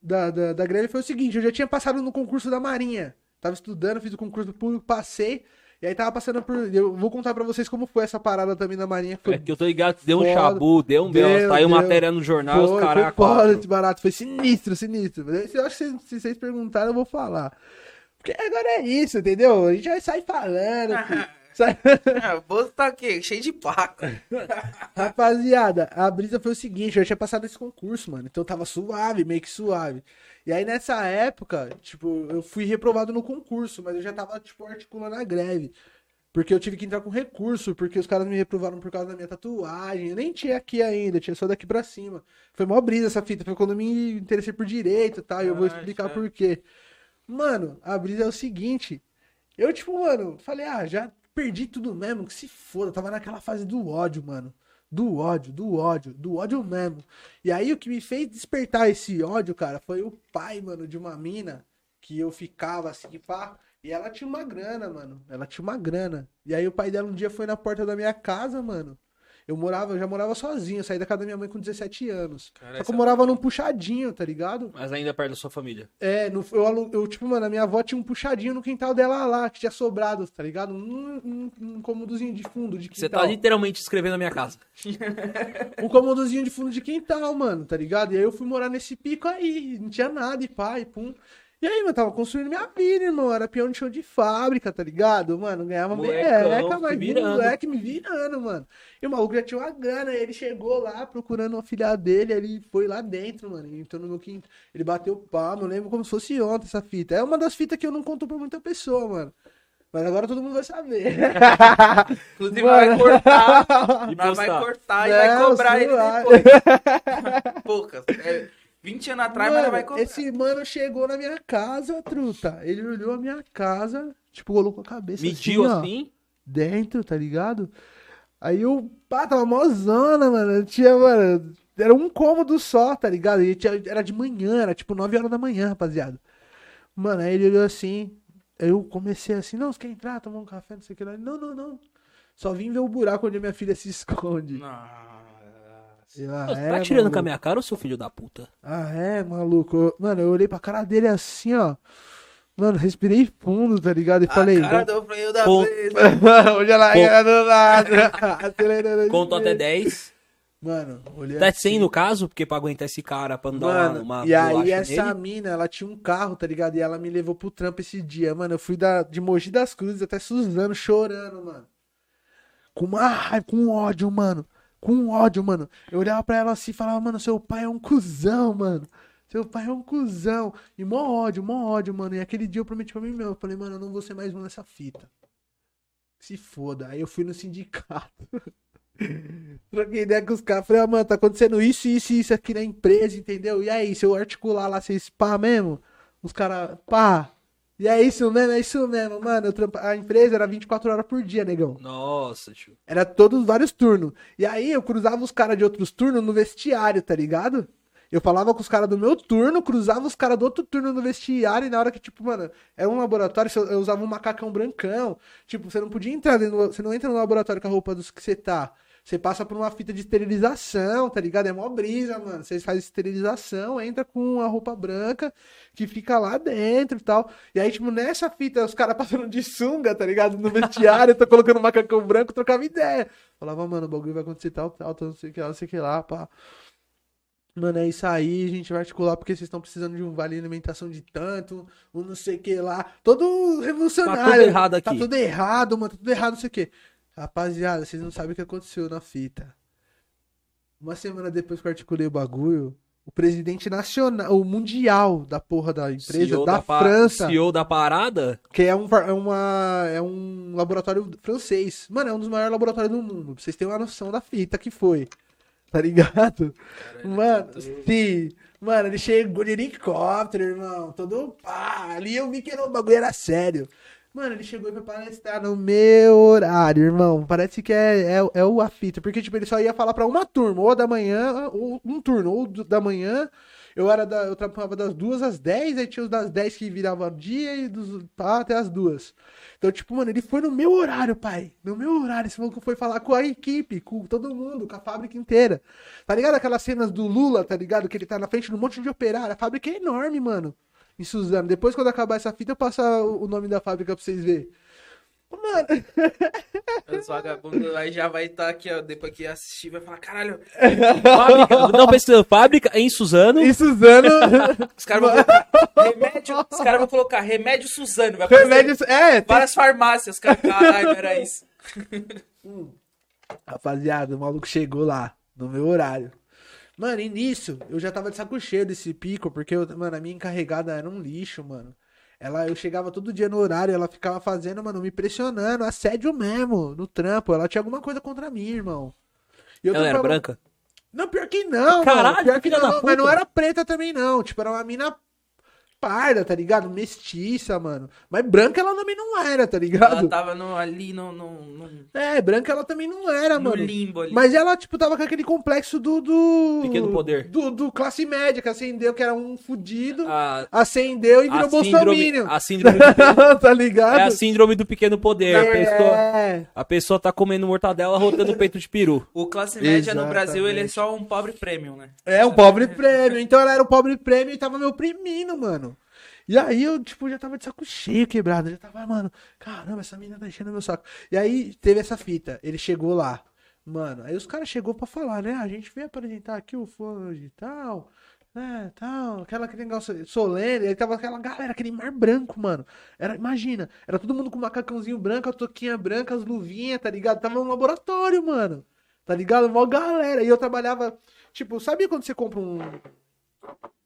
da, da, da greve foi o seguinte, eu já tinha passado no concurso da Marinha. Tava estudando, fiz o concurso público, passei. E aí tava passando por. Eu vou contar pra vocês como foi essa parada também da Marinha. que Foi
É que eu tô ligado, deu um
Foda.
chabu, deu um
Deu,
belo, saiu
deu.
matéria no jornal, os
Foi,
caraca.
Foi foda
ó.
esse barato, foi sinistro, sinistro. Mas Eu acho que se, se vocês perguntarem, eu vou falar. Porque agora é isso, entendeu? A gente vai sair falando. filho. Sai-
Ah, o Bozo tá aqui, cheio de placa.
Rapaziada, a brisa foi o seguinte, eu já tinha passado esse concurso, mano. Então tava suave, meio que suave. E aí nessa época, tipo, eu fui reprovado no concurso, mas eu já tava, tipo, articulando a greve. Porque eu tive que entrar com recurso, porque os caras me reprovaram por causa da minha tatuagem. Eu nem tinha aqui ainda, eu tinha só daqui pra cima. Foi mó brisa essa fita, foi quando eu me interessei por direito e tal, e eu vou
Ah,
explicar
certo.
por quê. Mano, a brisa é o seguinte. Eu, tipo, mano, falei, ah, já perdi tudo mesmo, que se foda. Tava naquela fase do ódio, mano. Do ódio, do ódio, do ódio mesmo. E aí o que me fez despertar esse ódio, cara, foi o pai, mano, de uma mina que eu ficava assim, pá. E ela tinha uma grana, mano. Ela tinha uma grana. E aí o pai dela um dia foi na porta da minha casa, mano. Eu morava, eu já morava sozinho, eu saí da casa da minha mãe com 17 anos. Só
é
que eu morava num puxadinho, tá ligado?
Mas ainda perto da sua família.
É, no, eu, alu- eu, tipo, mano, a minha avó tinha um puxadinho no quintal dela lá, que tinha sobrado, tá ligado? Um, um, um cômodozinho de fundo de
Você
quintal.
tá literalmente escrevendo a minha casa.
Um cômodozinho de fundo de quintal, mano, tá ligado? E aí eu fui morar nesse pico aí, não tinha nada, e pá, e pum. E aí, mano, tava construindo minha vida, irmão. Era peão de show de fábrica, tá ligado? Mano, ganhava
Molecão,
merreca, mas
se
vira
virando.
moleque me virando, mano. E o maluco já tinha uma grana, ele chegou lá procurando uma filha dele, ele foi lá dentro, mano. Ele entrou no meu quinto. Ele bateu palma, eu lembro como se fosse ontem essa fita. É uma das fitas que eu não conto pra muita pessoa, mano. Mas agora todo mundo vai saber.
Inclusive, vai
Mano.
cortar.
E
Nós vai
postar.
cortar e
Não,
vai cobrar
sei
ele
lá.
depois. Poucas. É, 20 anos atrás, mas
Mano,
ela vai cobrar.
Esse mano chegou na minha casa, truta. Ele olhou a minha casa, tipo, colocou a cabeça
Mediu
assim, ó,
assim.
dentro, tá ligado? Aí eu, pá, tava mozona, mano. Eu tinha, mano, era um cômodo só, tá ligado? E tinha- era de manhã, era tipo 9 horas da manhã, rapaziada. Mano, aí ele olhou assim, eu comecei assim, não, você quer entrar, tomar um café, não sei o que lá. Ele, Não, não, não. Só vim ver o buraco onde a minha filha se esconde.
Nossa.
Eu, ah,
Você tá
é,
tirando
maluco.
com a minha cara, ô seu filho da puta?
Ah, é, maluco? Eu- Mano, eu olhei pra cara dele assim, ó. Mano, respirei fundo, tá ligado? E falei.
A cara do freio da
Com-
vez.
Olha lá,
Con-
cara do lado. Acelerando de
Conto até
vez.
10.
Mano, olhei. assim,
Até 100 no caso, porque pra aguentar esse cara, pra não dar
É Mano,
uma, uma
e aí
bolacha
essa
nele.
mina, ela tinha um carro, tá ligado? E ela me levou pro trampo esse dia, mano. Eu fui da, de Mogi das Cruzes até Suzano chorando, mano. Com uma raiva, com ódio, mano. Com ódio, mano. Eu olhava pra ela assim e falava, mano, seu pai é um cuzão, mano. Seu pai é um cuzão. E mó ódio, mó ódio, mano. E aquele dia eu prometi pra mim mesmo. Eu falei, mano, eu não vou ser mais um nessa fita. Se foda. Aí eu fui no sindicato. Troquei ideia com os caras. Falei, ah, mano, tá acontecendo isso, isso e isso aqui na empresa, entendeu? E aí, se eu articular lá, vocês pá mesmo? Os caras, pá. E é isso mesmo, é isso mesmo, mano. Eu trampa- A empresa era 24 horas por dia, negão.
Nossa, tio.
Era todos vários turnos. E aí eu cruzava os caras de outros turnos no vestiário, tá ligado? Eu falava com os caras do meu turno, cruzava os caras do outro turno no vestiário, e na hora que, tipo, mano, era um laboratório, eu eu usava um macacão brancão. Tipo, você não podia entrar dentro, do- você não entra no laboratório com a roupa dos que você tá. Você passa por uma fita de esterilização, tá ligado? É mó brisa, mano. Você faz esterilização, entra com a roupa branca, que fica lá dentro e tal. E aí, tipo, nessa fita, os caras passando de sunga, tá ligado? No vestiário, tô colocando um macacão branco, trocava ideia. Falava, mano, o bagulho vai acontecer tal, tal, tal, não sei o que lá, não sei o que lá, pá. Mano, é isso aí, a gente vai articular porque vocês estão precisando de um vale alimentação de tanto, um não sei o que lá. Todo revolucionário.
Tá tudo errado aqui.
Tá tudo errado, mano, tá tudo errado, não sei o que. Rapaziada, vocês não sabem o que aconteceu na fita. Uma semana depois que eu articulei o bagulho, o presidente nacional, o mundial da porra da empresa,
CEO
da,
pa-
França,
CEO da parada?
que é um, fa- é, uma, é um laboratório francês. Mano, é um dos maiores laboratórios do mundo. Pra vocês terem uma noção da fita que foi. Tá ligado? Mano, sim. Mano, ele chegou de helicóptero, irmão. Todo pá. Ali eu vi que era um bagulho era sério. Mano, ele chegou pra palestrar no meu horário, irmão. Parece que é, é, é o a fita. Porque, tipo, ele só ia falar pra uma turma, ou da manhã, ou um turno, ou do- da manhã. Eu era da, eu trabalhava das duas às 10, aí tinha os das 10 que virava dia e dos pá, até as duas. Então, tipo, mano, ele foi no meu horário, pai. No meu horário. Esse maluco foi falar com a equipe, com todo mundo, com a fábrica inteira. Tá ligado aquelas cenas do Lula, tá ligado? Que ele tá na frente de um monte de operário. A fábrica é enorme, mano. Em Suzano. Depois, quando acabar essa fita, eu passo o o nome da fábrica pra vocês verem. Mano,
Os vagabundos aí já vai estar aqui, ó. Depois que assistir, vai falar, caralho,
Fábrica, não, pesquisando, fábrica em Suzano.
em Suzano.
os caras vão colocar remédio, os caras vão colocar remédio Suzano. Vai aparecer
Remédio. É, tem-
várias farmácias, os caras, caralho, era isso.
Rapaziada, o maluco chegou lá, no meu horário. Mano, e nisso, eu já tava de saco cheio desse pico, porque, eu- mano, a minha encarregada era um lixo, mano. Ela, eu chegava todo dia no horário, ela ficava fazendo, mano, me pressionando, assédio mesmo, no trampo. Ela tinha alguma coisa contra mim, irmão. E eu
Ela era
trampava-
branca?
Não, pior que não,
Caralho,
mano. Pior que
filha da
não, mas não
puta.
era preta também, não. Tipo, era uma mina parda, tá ligado? Mestiça, mano. Mas branca ela também não era, tá ligado?
Ela tava no- ali no, no, no,
É, branca ela também não era,
no
Ah, mano.
limbo ali.
Mas ela, tipo, tava com aquele complexo do. do
Pequeno poder.
Do, do classe média, que acendeu, que era um fudido,
A,
acendeu e
a
virou
síndrome,
bolsominion.
a síndrome do,
tá
é a
ligado?
síndrome do pequeno poder.
é.
A pessoa, a pessoa tá comendo mortadela rotando o peito de peru.
O classe média no
Exatamente.
Brasil, ele é só um pobre premium, né?
É, um pobre prêmio. Então ela era o pobre prêmio e tava me oprimindo, mano. E aí eu, tipo, já tava de saco cheio quebrado. Já tava, mano, caramba, essa menina tá enchendo meu saco. E aí teve essa fita. Ele chegou lá. Mano, aí os caras chegou pra falar, né? A gente veio apresentar aqui o fulano de tal, né, tal, aquela aquele negócio solene, aí tava aquela galera, aquele mar branco, mano. Era, imagina, era todo mundo com macacãozinho branco, a toquinha branca, as luvinhas, tá ligado? Tava um laboratório, mano. Tá ligado? Mó galera. E eu trabalhava Tipo, sabia quando você compra um,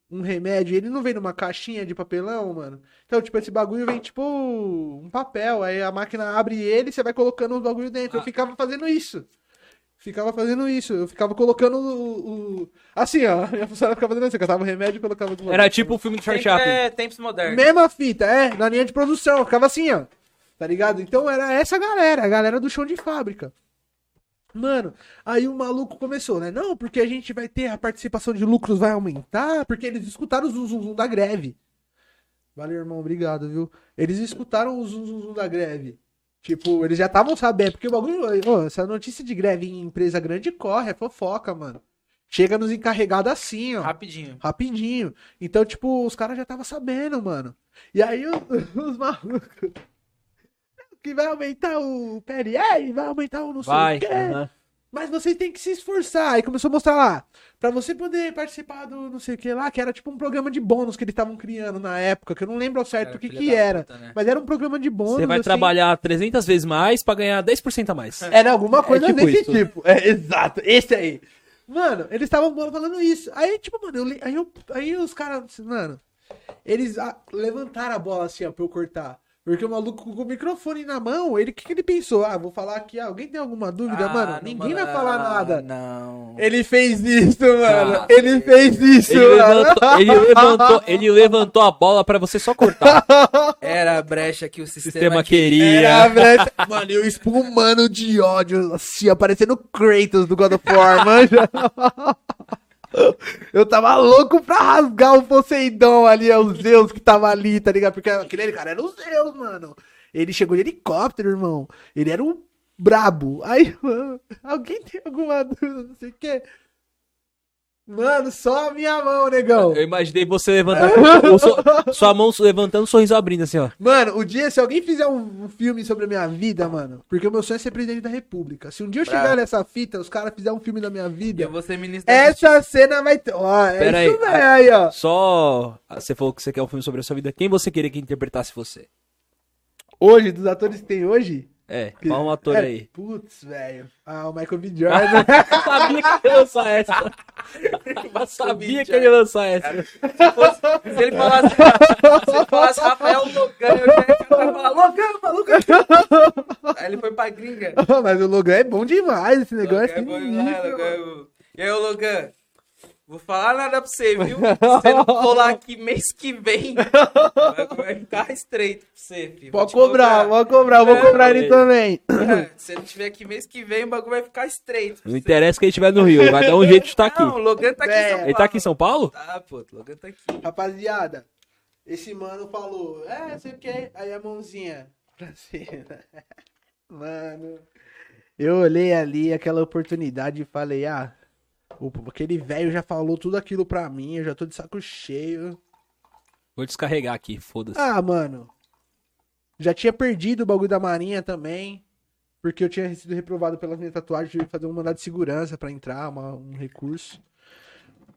um remédio e ele não vem numa caixinha de papelão, mano? Então, tipo, esse bagulho vem, tipo, um papel. Aí a máquina abre ele e você vai colocando os bagulho dentro. Eu
Ah.
ficava fazendo isso. Ficava fazendo isso. Eu ficava colocando o. o- Assim, ó. A minha funcionária ficava fazendo isso. Eu catava o remédio e colocava do lado.
Era tipo o filme do Charlie
Tempo-
Chaplin.
é, tempos modernos.
Mesma fita, é, na linha de produção, eu ficava assim, ó. Tá ligado? Então era essa galera, a galera do chão de fábrica. Mano, aí o maluco começou, né? Não, porque a gente vai ter a participação de lucros vai aumentar, porque eles escutaram o zum, zum, zum da greve. Valeu, irmão, obrigado, viu? Eles escutaram o zum, zum, zum da greve. Tipo, eles já estavam sabendo, porque o bagulho, ó, essa notícia de greve em empresa grande corre, é fofoca, mano. Chega nos encarregados assim, ó.
Rapidinho.
Rapidinho. Então, tipo, os caras já estavam sabendo, mano. E aí o- os malucos. Que vai aumentar o PLR, vai aumentar o não sei
Vai.
o quê.
aham.
Mas vocês têm que se esforçar. Aí começou a mostrar lá. Pra você poder participar do não sei o que lá, que era tipo um programa de bônus que eles estavam criando na época, que eu não lembro ao certo
Cara,
o que,
filha
que
da
era.
puta, né?
Mas era um programa de bônus.
Você vai
assim. É.
trabalhar 300 vezes mais pra ganhar 10% a mais.
Era alguma coisa
tipo
desse
isso.
tipo. É, exato, esse aí. Mano, eles estavam falando isso. Aí, tipo, mano, eu, li- aí, eu- aí os caras, mano, eles ah, levantaram a bola assim, ó, pra eu cortar. Porque o maluco com o microfone na mão, ele, o que, que ele pensou? Ah, vou falar aqui, ah, alguém tem alguma dúvida,
Ah,
mano?
não,
Ninguém
mano,
vai falar
ah,
nada.
Não.
Ele fez isso, mano.
Ah,
ele fez isso,
Ele
mano.
levantou, ele, levantou, ele levantou a bola pra você só cortar.
Era a brecha que o
O sistema
sistema
Era a
queria.
brecha. É, né? Mano, eu espumando de ódio, assim, aparecendo Kratos do God of War, manja. Eu tava louco pra rasgar o Poseidon ali, é o Zeus que tava ali, tá ligado? Porque aquele cara era o Zeus, mano. Ele chegou de helicóptero, irmão. Ele era um brabo. Aí, mano, alguém tem alguma dúvida, não sei o quê. Mano, só a minha mão, negão.
Eu imaginei você levantando. o so- sua mão levantando, o sorriso abrindo, assim, ó.
Mano, o dia, se alguém fizer um, um filme sobre a minha vida, mano, porque o meu sonho é ser presidente da república. Se um dia eu
Bravo.
chegar nessa fita, os caras fizerem um filme da minha
Eu
vida,
vou ser ministro da
essa cena vai ter. Ó, é
Pera
isso
aí.
velho, aí, ó.
Só. ah, Você falou que você quer um filme sobre a sua vida. Quem você queria que interpretasse você?
Hoje, dos atores que tem hoje.
É,
que-
fala um ator
é,
aí.
Putz, velho. Ah, o Michael B. Jordan.
Eu sabia que ia lançar essa. Eu sabia que ele ia lançar essa.
Se ele falasse, se ele falasse Rafael Logan, eu já ia falar, Logan, maluco! Aí ele foi pra gringa.
Mas o Logan é bom demais, esse
Logan,
negócio. é
foi
sinistro,
lá,
mano.
Logan. E aí, ô, Logan, vou falar nada pra você, viu? Se você não colar aqui mês que vem, vai- vai ficar estreito pra você, filho. Vou
Pode
te
cobrar, pode cobrar, vou
É,
cobrar ele
velho.
também.
É, Se ele não tiver aqui mês que vem, o bagulho vai ficar estreito. pra
Não
você.
interessa quem estiver no Rio, vai dar um jeito de estar aqui.
Não, o Logan tá aqui em São Paulo.
Ele tá aqui em São Paulo?
Tá, pô, o Logan tá aqui.
Rapaziada, esse mano falou, é, sei o que, aí a mãozinha pra cima. Mano, eu olhei ali aquela oportunidade e falei, ah, o- aquele velho já falou tudo aquilo pra mim, eu já tô de saco cheio.
Vou descarregar aqui, foda-se.
Ah, mano, já tinha perdido o bagulho da marinha também, porque eu tinha sido reprovado pelas minhas tatuagens, tive que fazer um mandado de segurança pra entrar, uma- um recurso.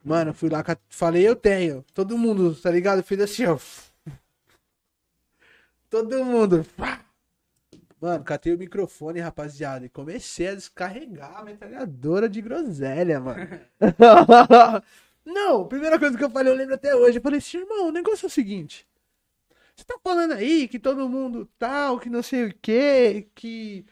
Mano, fui lá, cat- falei, eu tenho. Todo mundo, tá ligado? Fiz assim, ó. Todo mundo. pá. Mano, catei o microfone, rapaziada, e comecei a descarregar a metralhadora de groselha, mano. Não, primeira coisa que eu falei, eu lembro até hoje. Eu falei assim, irmão, o negócio é o seguinte. Você tá falando aí que todo mundo tal, que não sei o quê, que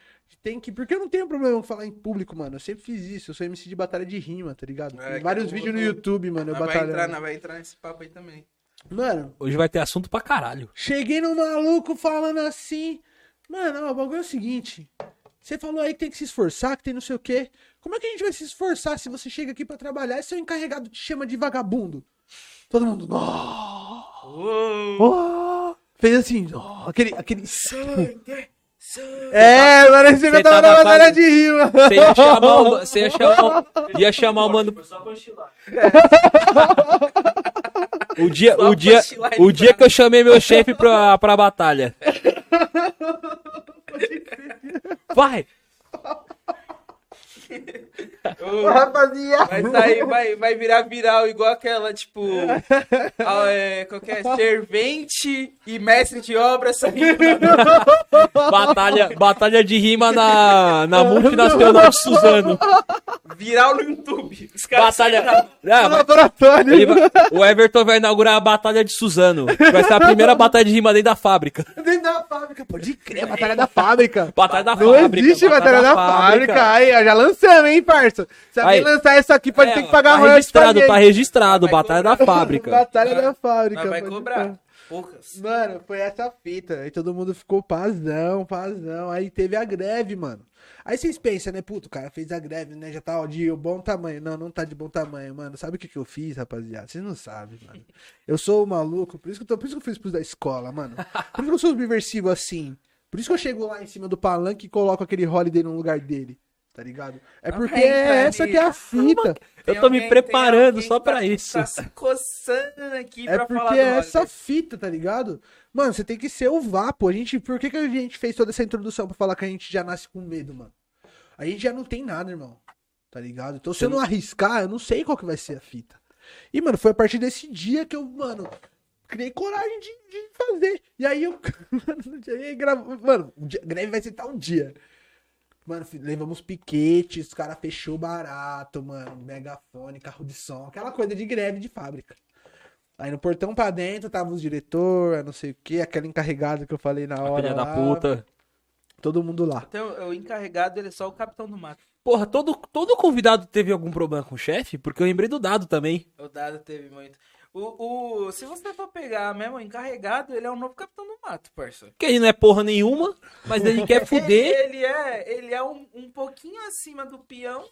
tem que. Porque eu não tenho problema em falar em público, mano. Eu sempre fiz isso. Eu sou MC de batalha de rima, tá ligado?
É,
Tem
que
vários
eu-
vídeos no
eu-
YouTube, mano. Eu
Nós vai, entrar,
batalhando.
nós vai entrar nesse papo aí também.
Mano,
Hoje vai ter assunto pra caralho.
Cheguei no maluco falando assim. Mano, ó, o bagulho é o seguinte. Você falou aí que tem que se esforçar, que tem não sei o quê. Como é que a gente vai se esforçar se você chega aqui pra trabalhar e seu encarregado te chama de vagabundo? Todo mundo. "Nó,
Uou!
ó", Fez assim, ó, aquele. aquele...
Sangue, sangue.
É, parece que
Você
eu
tá
tava na
na
batalha
fase-
de rima.
Você ia chamar o. Você ia chamar o. Ia chamar o mano.
Foi só pra chilar.
O dia,
Só
o dia,
cochilar e
o dia
bravo.
que eu chamei meu chefe pra, pra batalha. Vai!
Ô,
Uou. Vai
Rapaziada.
sair, vai, vai virar viral, igual aquela, tipo. a- é, qual que é? Servente e mestre de obra saindo. na-
Batalha, batalha de rima na, na multinacional de Suzano.
Viral no YouTube. Os caras
Batalha. Ah, vai-
Laboratório.
ele vai- o Everton vai inaugurar a batalha de Suzano. Vai ser a primeira batalha de rima dentro da fábrica.
Dentro da fábrica. Pode crer, é batalha da fábrica.
Batalha da
Não
fábrica.
existe batalha da fábrica. Aí, ó, já lançamos, hein, parça? Se alguém
Aí.
lançar isso aqui, pode
É,
ter que pagar
tá
royalties pra
registrado, tá
gente.
registrado.
Vai
Batalha da
cobrar.
fábrica.
Batalha
Vai-
da fábrica.
Mas vai
pode
cobrar.
crer.
Poucas.
Mano, foi essa fita. E todo mundo ficou pazão, pazão. Aí teve a greve, mano. Aí vocês pensam, né, puto, o cara fez a greve, né? Já tá ó, de bom tamanho. Não, não tá de bom tamanho, mano. Sabe o que, que eu fiz, rapaziada? Vocês não sabem, mano. Eu sou o maluco, por isso que eu, tô, por isso que eu fiz pros da escola, mano. Por isso que eu sou subversivo assim. Por isso que eu chego lá em cima do palanque e coloco aquele holiday no lugar dele. Tá ligado? É
Não
porque
vai entrar
é essa que é a fita.
Tem
Eu tô me
alguém- tem
preparando
alguém
só
que
pra assim,
tá-
isso.
Tá se coçando aqui
É
pra falar
porque
do
é
Oliver.
essa fita, tá ligado? Mano, você tem que ser o vapo. A gente, por que, que a gente fez toda essa introdução pra falar que a gente já nasce com medo, mano? A gente já não tem nada, irmão. Tá ligado? Então, se eu não arriscar, eu não sei qual que vai ser a fita. E, mano, foi a partir desse dia que eu, mano, criei coragem de, de fazer. E aí eu. Mano, no dia- e aí gravo- mano, o dia- greve vai ser tal dia. Mano, fi- levamos piquetes, os caras fechou barato, mano. Megafone, carro de som, aquela coisa de greve de fábrica. Aí no portão pra dentro tava os diretor, não sei o que, aquela encarregada que eu falei na
A
hora.
filha da
lá,
puta.
Todo mundo lá.
Até o, o encarregado, ele Então, é só o capitão do mato.
Porra, todo, todo convidado teve algum problema com o chefe? Porque eu lembrei do dado também.
O dado teve muito. O, o- se você for pegar mesmo o encarregado, ele é o novo capitão do mato, parça.
Que ele não é porra nenhuma, mas ele quer fuder.
Ele, ele é, ele é um, um pouquinho acima do peão,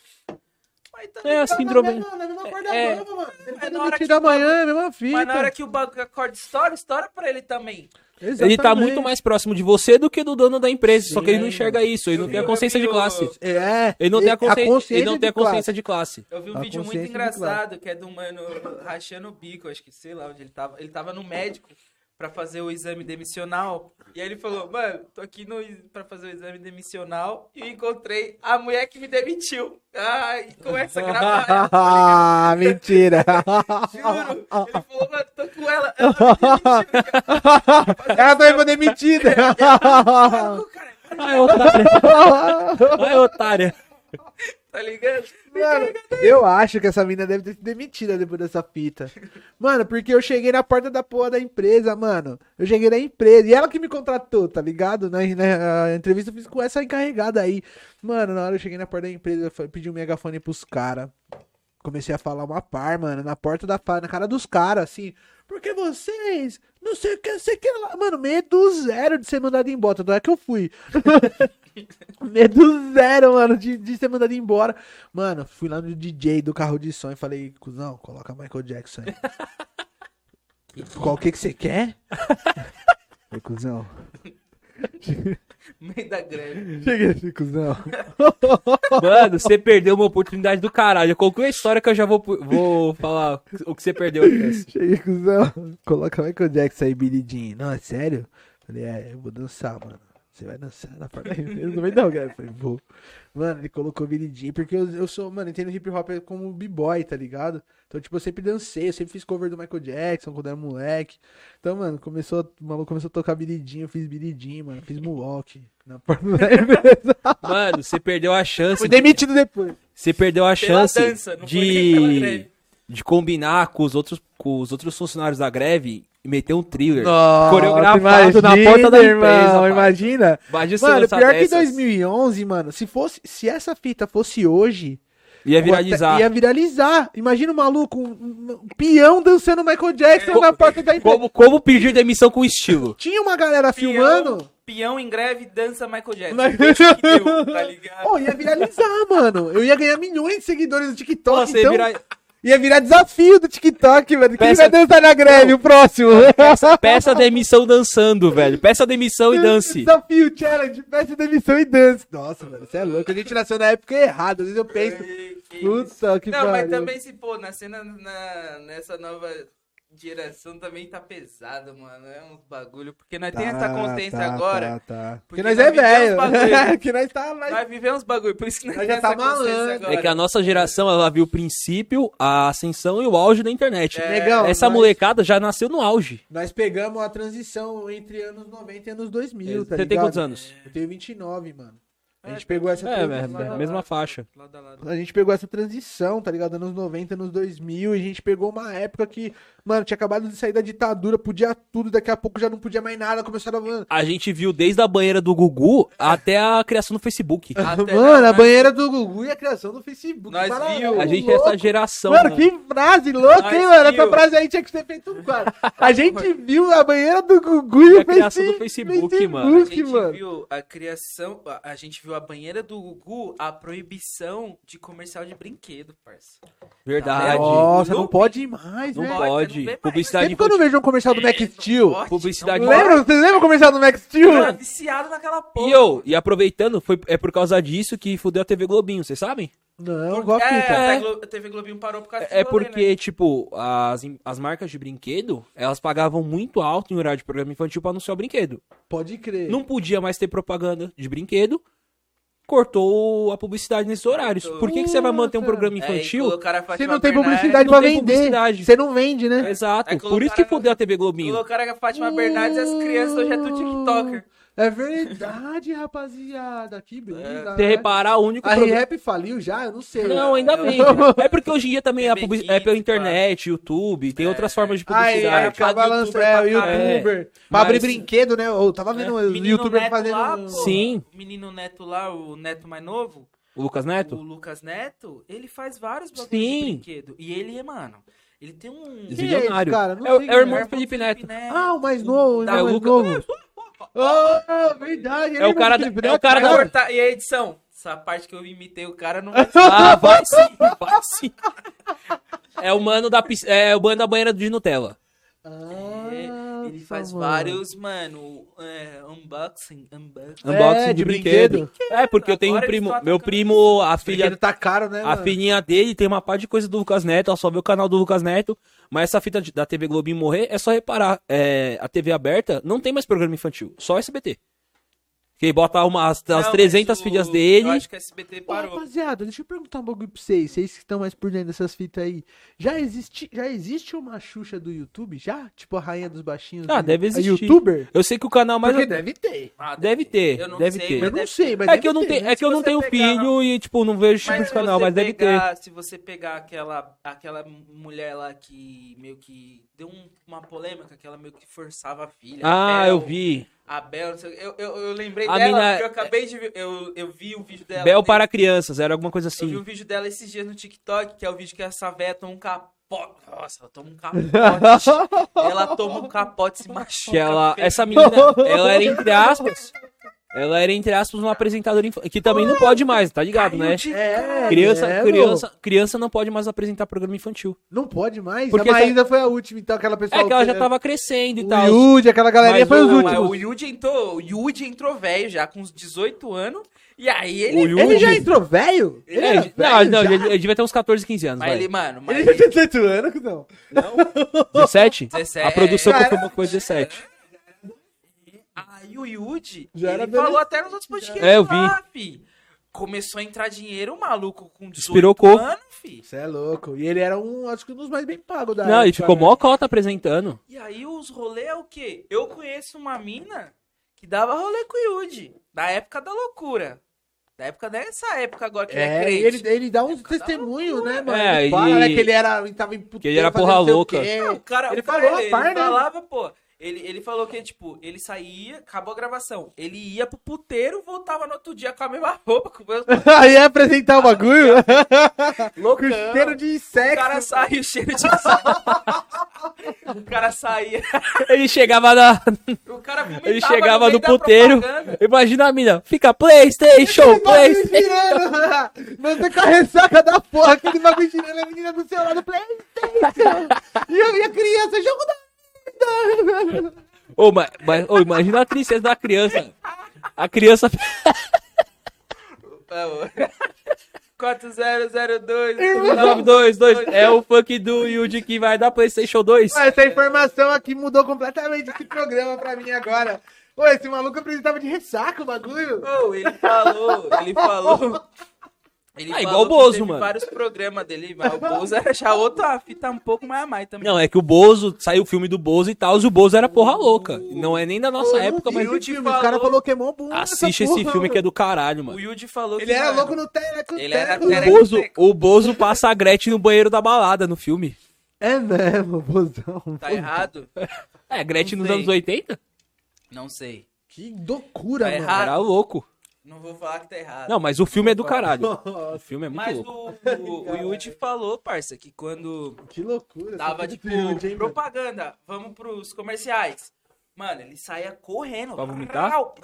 mas também
É, a
assim
tá-
síndrome.
Na mesma, na mesma cor da
É.
prova, mano. Ele
É
tá
na hora
demitido
que-
amanhã, é a mesma fita.
Mas na hora que o bagulho acorda estoura, estoura pra ele também.
Ele tá
É, Exatamente.
muito mais próximo de você do que do dono da empresa. só que ele não
Sim.
enxerga isso. Ele
Eu
não tem a
vi-
consciência
eu
de
vi o-
classe.
É.
Ele não tem a consciência, ele não tem a
de classe.
consciência de classe.
Eu vi um
A
vídeo muito
consciência de
engraçado, que é do mano rachando o bico, acho que sei lá onde ele tava. Ele tava no médico pra fazer o exame demissional. E aí ele falou, mano, tô aqui no, pra fazer o exame demissional e encontrei a mulher que me demitiu. Ai, começa a gravar ela, tá
Ah, mentira.
ligado? Juro. Ele falou, mano, tô com ela, ela me demitiu. cara."
Ela tá indo demitida.
Fala com o cara,
Ah, é otária. Ah, é otária.
Tá ligado?
Mano, eu acho que essa mina deve ter sido demitida depois dessa fita. Mano, porque eu cheguei na porta da porra da empresa, mano. Eu cheguei na empresa. E ela que me contratou, tá ligado? Na, na entrevista eu fiz com essa encarregada aí. Mano, na hora eu cheguei na porta da empresa, eu fa- pedi um megafone pros caras. Comecei a falar uma par, mano, na porta da par, na cara dos caras, assim. Porque vocês, não sei o que, não sei o que lá. Mano, medo zero de ser mandado embora. Tanto é que eu fui. medo zero, mano, de, de ser mandado embora. Mano, fui lá no DJ do carro de som e falei, cuzão, coloca Michael Jackson aí. Qual que que você quer? Falei, cuzão.
Meio da greve.
Cheguei assim, cuzão.
Mano, você perdeu uma oportunidade do caralho. Conclui a história que eu já vou, pu- vou falar o que você perdeu. Andrés.
Cheguei, cuzão. Coloca Michael Jackson aí, Billy Jean. Não, é sério? Falei, é, eu vou dançar, mano. Você vai dançar na parte da empresa? Não vai não, cara. Eu Falei, vou. Mano, ele colocou Billy Jean, porque eu, eu sou, mano, eu entendo hip hop é como b-boy, tá ligado? Então, tipo, eu sempre dancei, eu sempre fiz cover do Michael Jackson quando era moleque. Então, mano, começou, o maluco começou a tocar Billy Jean, eu fiz Billy Jean, mano, fiz moonwalk na porta da empresa.
Mano, você perdeu a chance.
Fui demitido depois.
Você perdeu
Pela
a chance
dança, não foi nem pela
de,
greve.
de combinar com os, outros, com os outros funcionários da greve e meter um thriller.
Nossa,
coreografado na porta da
imagina,
empresa.
irmão,
pai.
Imagina.
Imagina você
Mano,
lançar
pior que
dessas.
2011, mano, se fosse, se essa fita fosse hoje,
Ia viralizar.
ia viralizar. Imagina o maluco, um, um- um peão dançando Michael Jackson na porta da empresa.
Como, como pedir demissão com estilo.
Tinha uma galera
Peão-
filmando. é
Peão em greve dança Michael Jackson.
Mas-
Deixa que deu, tá ligado?
Pô, ia viralizar, mano. Eu ia ganhar milhões de seguidores no TikTok,
Nossa, ia
então
virar-
ia virar desafio do TikTok, velho. Quem
Peça-
vai dançar na greve? O próximo.
Peça demissão dançando, velho. Peça demissão e dance.
Desafio, challenge, peça demissão e dance. Nossa, mano, você é louco. A gente nasceu na época errada. Às vezes eu penso,
Que- que isso.
puta, que
Não, mas
pariu.
também se, pô, na cena, na, nessa nova geração também tá pesado, mano. É uns bagulho. Porque nós tem essa consciência
tá,
agora.
Tá, tá.
porque
Porque nós
nós
é
vivemos
velho.
bagulho.
que nós tá mais.
Nós vivemos bagulho, por isso que nós,
Nós
tem
já tá
essa consciência
malandro.
agora.
É que a nossa geração, ela viu o princípio, a ascensão e o auge da internet.
Negão,
Essa
nós-
molecada já nasceu no auge.
Nós pegamos a transição entre anos 90 e anos 2000,
É, Você
tá
tem
ligado?
quantos anos?
Eu tenho 29, mano. A
É,
gente pegou essa
Lá,
É, é,
lá, lá,
transição.
mesma
lá,
faixa.
lado a lado.
A gente pegou essa transição, tá ligado? Anos 90, anos 2000, e a gente pegou uma época que, mano, tinha acabado de sair da ditadura, podia tudo, daqui a pouco já não podia mais nada, começaram a... Mano,
A gente viu desde a banheira do Gugu até a criação do Facebook.
Até
mano é a
nós-
banheira do Gugu e a criação do Facebook.
Nós
Paralelo,
viu.
A gente é
louco.
essa geração.
Mano,
né?
que frase louca, hein,
Nós
mano?
viu.
Essa frase aí tinha que ter feito um quadro. A gente viu a banheira do Gugu e
E
o
a criação do Facebook, mano.
A gente
mano.
viu a criação, a, a gente viu a banheira do Gugu, a proibição de comercial de brinquedo, parça.
Verdade.
Nossa, não
Looping.
pode ir mais,
Não
né?
pode.
não vê mais.
Publicidade
Sempre que eu não vejo um comercial do Mac Steel.
É, um Corte,
Publicidade
não
infantil.
Lembra? Vocês lembram o comercial do Mac Steel?
Cara, viciado naquela porra.
E eu, e aproveitando, foi, é por causa disso que fudeu a TV Globinho, vocês sabem?
Não,
Porque-
igual a
é,
fita.
a Glo- a TV Globinho parou por causa
É
desse rolê, né?
porque, tipo, as, em- as marcas de brinquedo, elas pagavam muito alto em horário de programa infantil pra anunciar o brinquedo.
Pode crer.
Não podia mais ter propaganda de brinquedo. cortou a publicidade nesses horários.
Cortou.
Por que, que você vai manter um
Puta.
programa
É, e
infantil?
colocaram a
Você
Fátima
não tem
Bernardes-
publicidade
não
pra
tem
vender.
publicidade.
Você não vende, né?
Exato.
Aí
Por isso que
colocaram-
fudeu a TV Globinho.
Colocaram a Fátima Bernardes e as crianças hoje é tudo TikToker.
É
Verdade, rapaziada. Que brisa.
Se
né?
reparar, o único
A
programa-
Re-Rap faliu já? Eu não sei.
Não, ainda bem. É porque hoje em dia também a publici- é pela internet, YouTube, tem outras formas de
Aí,
publicidade.
acaba
Cada
lançando
youtuber
é, o
pra caralho.
youtuber. Pra
Mas- É.
abrir brinquedo, né? Eu tava vendo o
Menino
youtuber
Neto
fazendo. um
lá, pô.
Sim.
O menino Neto lá, o Neto mais novo,
O Lucas
o
Neto?
Lucas Neto, ele faz vários bagulhos
Sim.
de brinquedo. E ele, mano, ele tem um...
Quem é esse
Zilionário.
cara? Não
É, o-
sei
é
quem
o
é.
irmão do Felipe Neto.
Ah, o mais novo.
Tá,
o
o
mais
Lucas-
novo. Ah, verdade. ele
É o
não
cara-
Felipe
é o
Neto,
cara
Vai
da-
cortar. E a edição? Essa parte que eu imitei o cara não vai
Ah, vai sim, vai sim. É o mano da, pis- é o mano da banheira de Nutella. Ah,
É, ele
tá
Nossa,
faz
mano.
vários, mano, é, unboxing, unboxing.
Unboxing
É,
de, brinquedo. É, porque eu tenho um
Agora eles
primo.
só
Meu
atacam-
primo, a
Brinquedo
filha.
tá caro,
É,
né?
A
mano?
filhinha dele tem uma parte de coisa do Lucas Neto, ela só vê o canal do Lucas Neto, mas essa fita de- da TV Globinho morrer, é só reparar, é, a TV aberta não tem mais programa infantil, só SBT. Que ele bota uma, as, as
Não,
300
mas o-
filhas
Eu
dele,
acho que o SBT
Ô,
parou.
rapaziada, deixa eu perguntar um bagulho pra vocês. Vocês que estão mais por dentro dessas fitas aí. Já existe, já existe uma Xuxa do YouTube? Já? Tipo a rainha dos baixinhos?
Ah,
do-
deve
a
existir.
youtuber?
eu sei que o canal mais...
Porque deve ter.
Ah,
Deve ter,
Eu não
deve
sei,
ter.
mas
Eu não
deve-
sei, mas
é
deve
que eu não
ter,
tenho,
né?
é que eu
Se
não
você
tenho
pegar-
filho e, tipo, não vejo esse tipo
Mas
de
se
canal,
você
mas deve ter.
pegar- Se você pegar aquela, aquela mulher lá que meio que deu um- uma polêmica, que ela meio que forçava a filha. a
Ah,
Bel,
eu vi.
A Bel, não sei- eu, eu, eu lembrei
A
dela,
mina-
porque eu acabei de ver, eu, eu vi o vídeo dela.
Bel
né?
para crianças, era alguma coisa
Eu vi o
assim.
vídeo dela esses dias no TikTok, que é o vídeo que essa véia toma um capote. Nossa, ela toma um capote. ela toma um capote e se machuca.
Que ela, é
feio.
essa menina, ela era entre aspas, ela era entre aspas uma apresentadora, infa- que também não pode mais, tá ligado, né?
É,
Criança,
é,
criança, criança não pode mais apresentar programa infantil.
meu. Não pode mais.
Porque
a Maísa foi a última, então aquela pessoa.
É que ela já tava crescendo e
O
tal.
Yudi, aquela galerinha
Mas
foi os
o-
Mas
últimos.
o Yuji entrou, o Yuji entrou velho já, com uns 18 anos. E aí ele.
é O Yudi-
Ele já entrou velho?
É,
Ele era
não,
velho
não,
já?
ele, ele devia ter uns 14, 15 anos,
Mas
vai.
ele, mano, mas
Ele já tinha 18 anos, então. não.
não.
17?
17.
A produção
Cara,
confirmou que foi 17.
Aí o Yuji,
Já era
ele
beleza.
falou até nos outros podcasts
É, eu vi.
lá, fi. Começou a entrar dinheiro, o maluco com 18
Inspirou coco.
anos, fi.
Você é louco. E ele era um, acho que um dos mais bem pagos da
Não, ele
época,
ficou
né?
mó cota apresentando.
E aí os rolê é o quê? Eu conheço uma mina que dava rolê com o Yuji. Da época da loucura. Da época dessa época agora que ele é,
É, e
crente.
ele, ele dá uns
Cada
testemunhos, né, mano?
tá É,
ele fala,
e-
né, que ele era, ele tava em puteiro,
Que ele era
fazendo
porra
não sei o
louca.
quê.
Não, Ah, o cara,
Ele
o cara,
falou a
ele,
par,
ele
né?
falava, pô. Ele, ele falou que, tipo, ele saía, acabou a gravação. Ele ia pro puteiro, voltava no outro dia com a mesma roupa, com o mesmo
Aí ia apresentar o bagulho.
loucão.
Com cheiro de
O
sexo.
cara saía o cheiro de sal. o cara saía.
Ele chegava na.
O cara vomitava
Ele chegava
meio
no
da
puteiro.
propaganda.
Imagina a mina. Fica PlayStation,
Ele vai me
PlayStation.
é.
girando. Você com a ressaca da porra que ele vai me girando. A menina do seu lado, Playstation. E eu e a criança, jogo da vida.
Ô, mas, mas- ô, imagina a tristeza da criança. A criança.
É, 4002.
92, É o funk do Yuji que vai dar PlayStation 2.
Mas Essa informação aqui mudou completamente esse programa pra mim agora. Pô, esse maluco apresentava de ressaca o bagulho.
Ô, ele falou, ele falou. Ele
Ah,
falou
igual o
que
Bozo,
teve
mano.
vários programas dele, mas o Bozo era já outra fita um pouco mais a mais também.
Não, é que o Bozo, saiu o filme do Bozo e tal, e o Bozo era porra louca. Não é nem da nossa época, mas
viu?
filme,
falou-
o cara falou que é mó bom. essa
assiste esse
porra,
filme que é
mano.
do caralho,
o
mano.
Yuji falou
Ele
que,
era
mano,
louco no Teleco.
Ele era
Teleco.
O
Tereco
Bozo,
Teco.
o Bozo passa a Gretchen no banheiro da balada no filme.
É mesmo, bozão.
Tá errado?
É, a Gretchen
Não
nos
sei.
anos 80?
Não sei.
Que loucura,
Tá
mano.
errado.
Era louco.
Não vou falar que tá errado.
Não, mas o filme é do caralho. O filme é muito
mas
louco.
o, o, o Yuji falou, parça, que quando
Que é loucura.
Tava,
essa
tipo,
coisa de hoje, hein, mano?
propaganda. Vamos pros comerciais. Mano, ele saía correndo.
Pra vomitar?
Rau!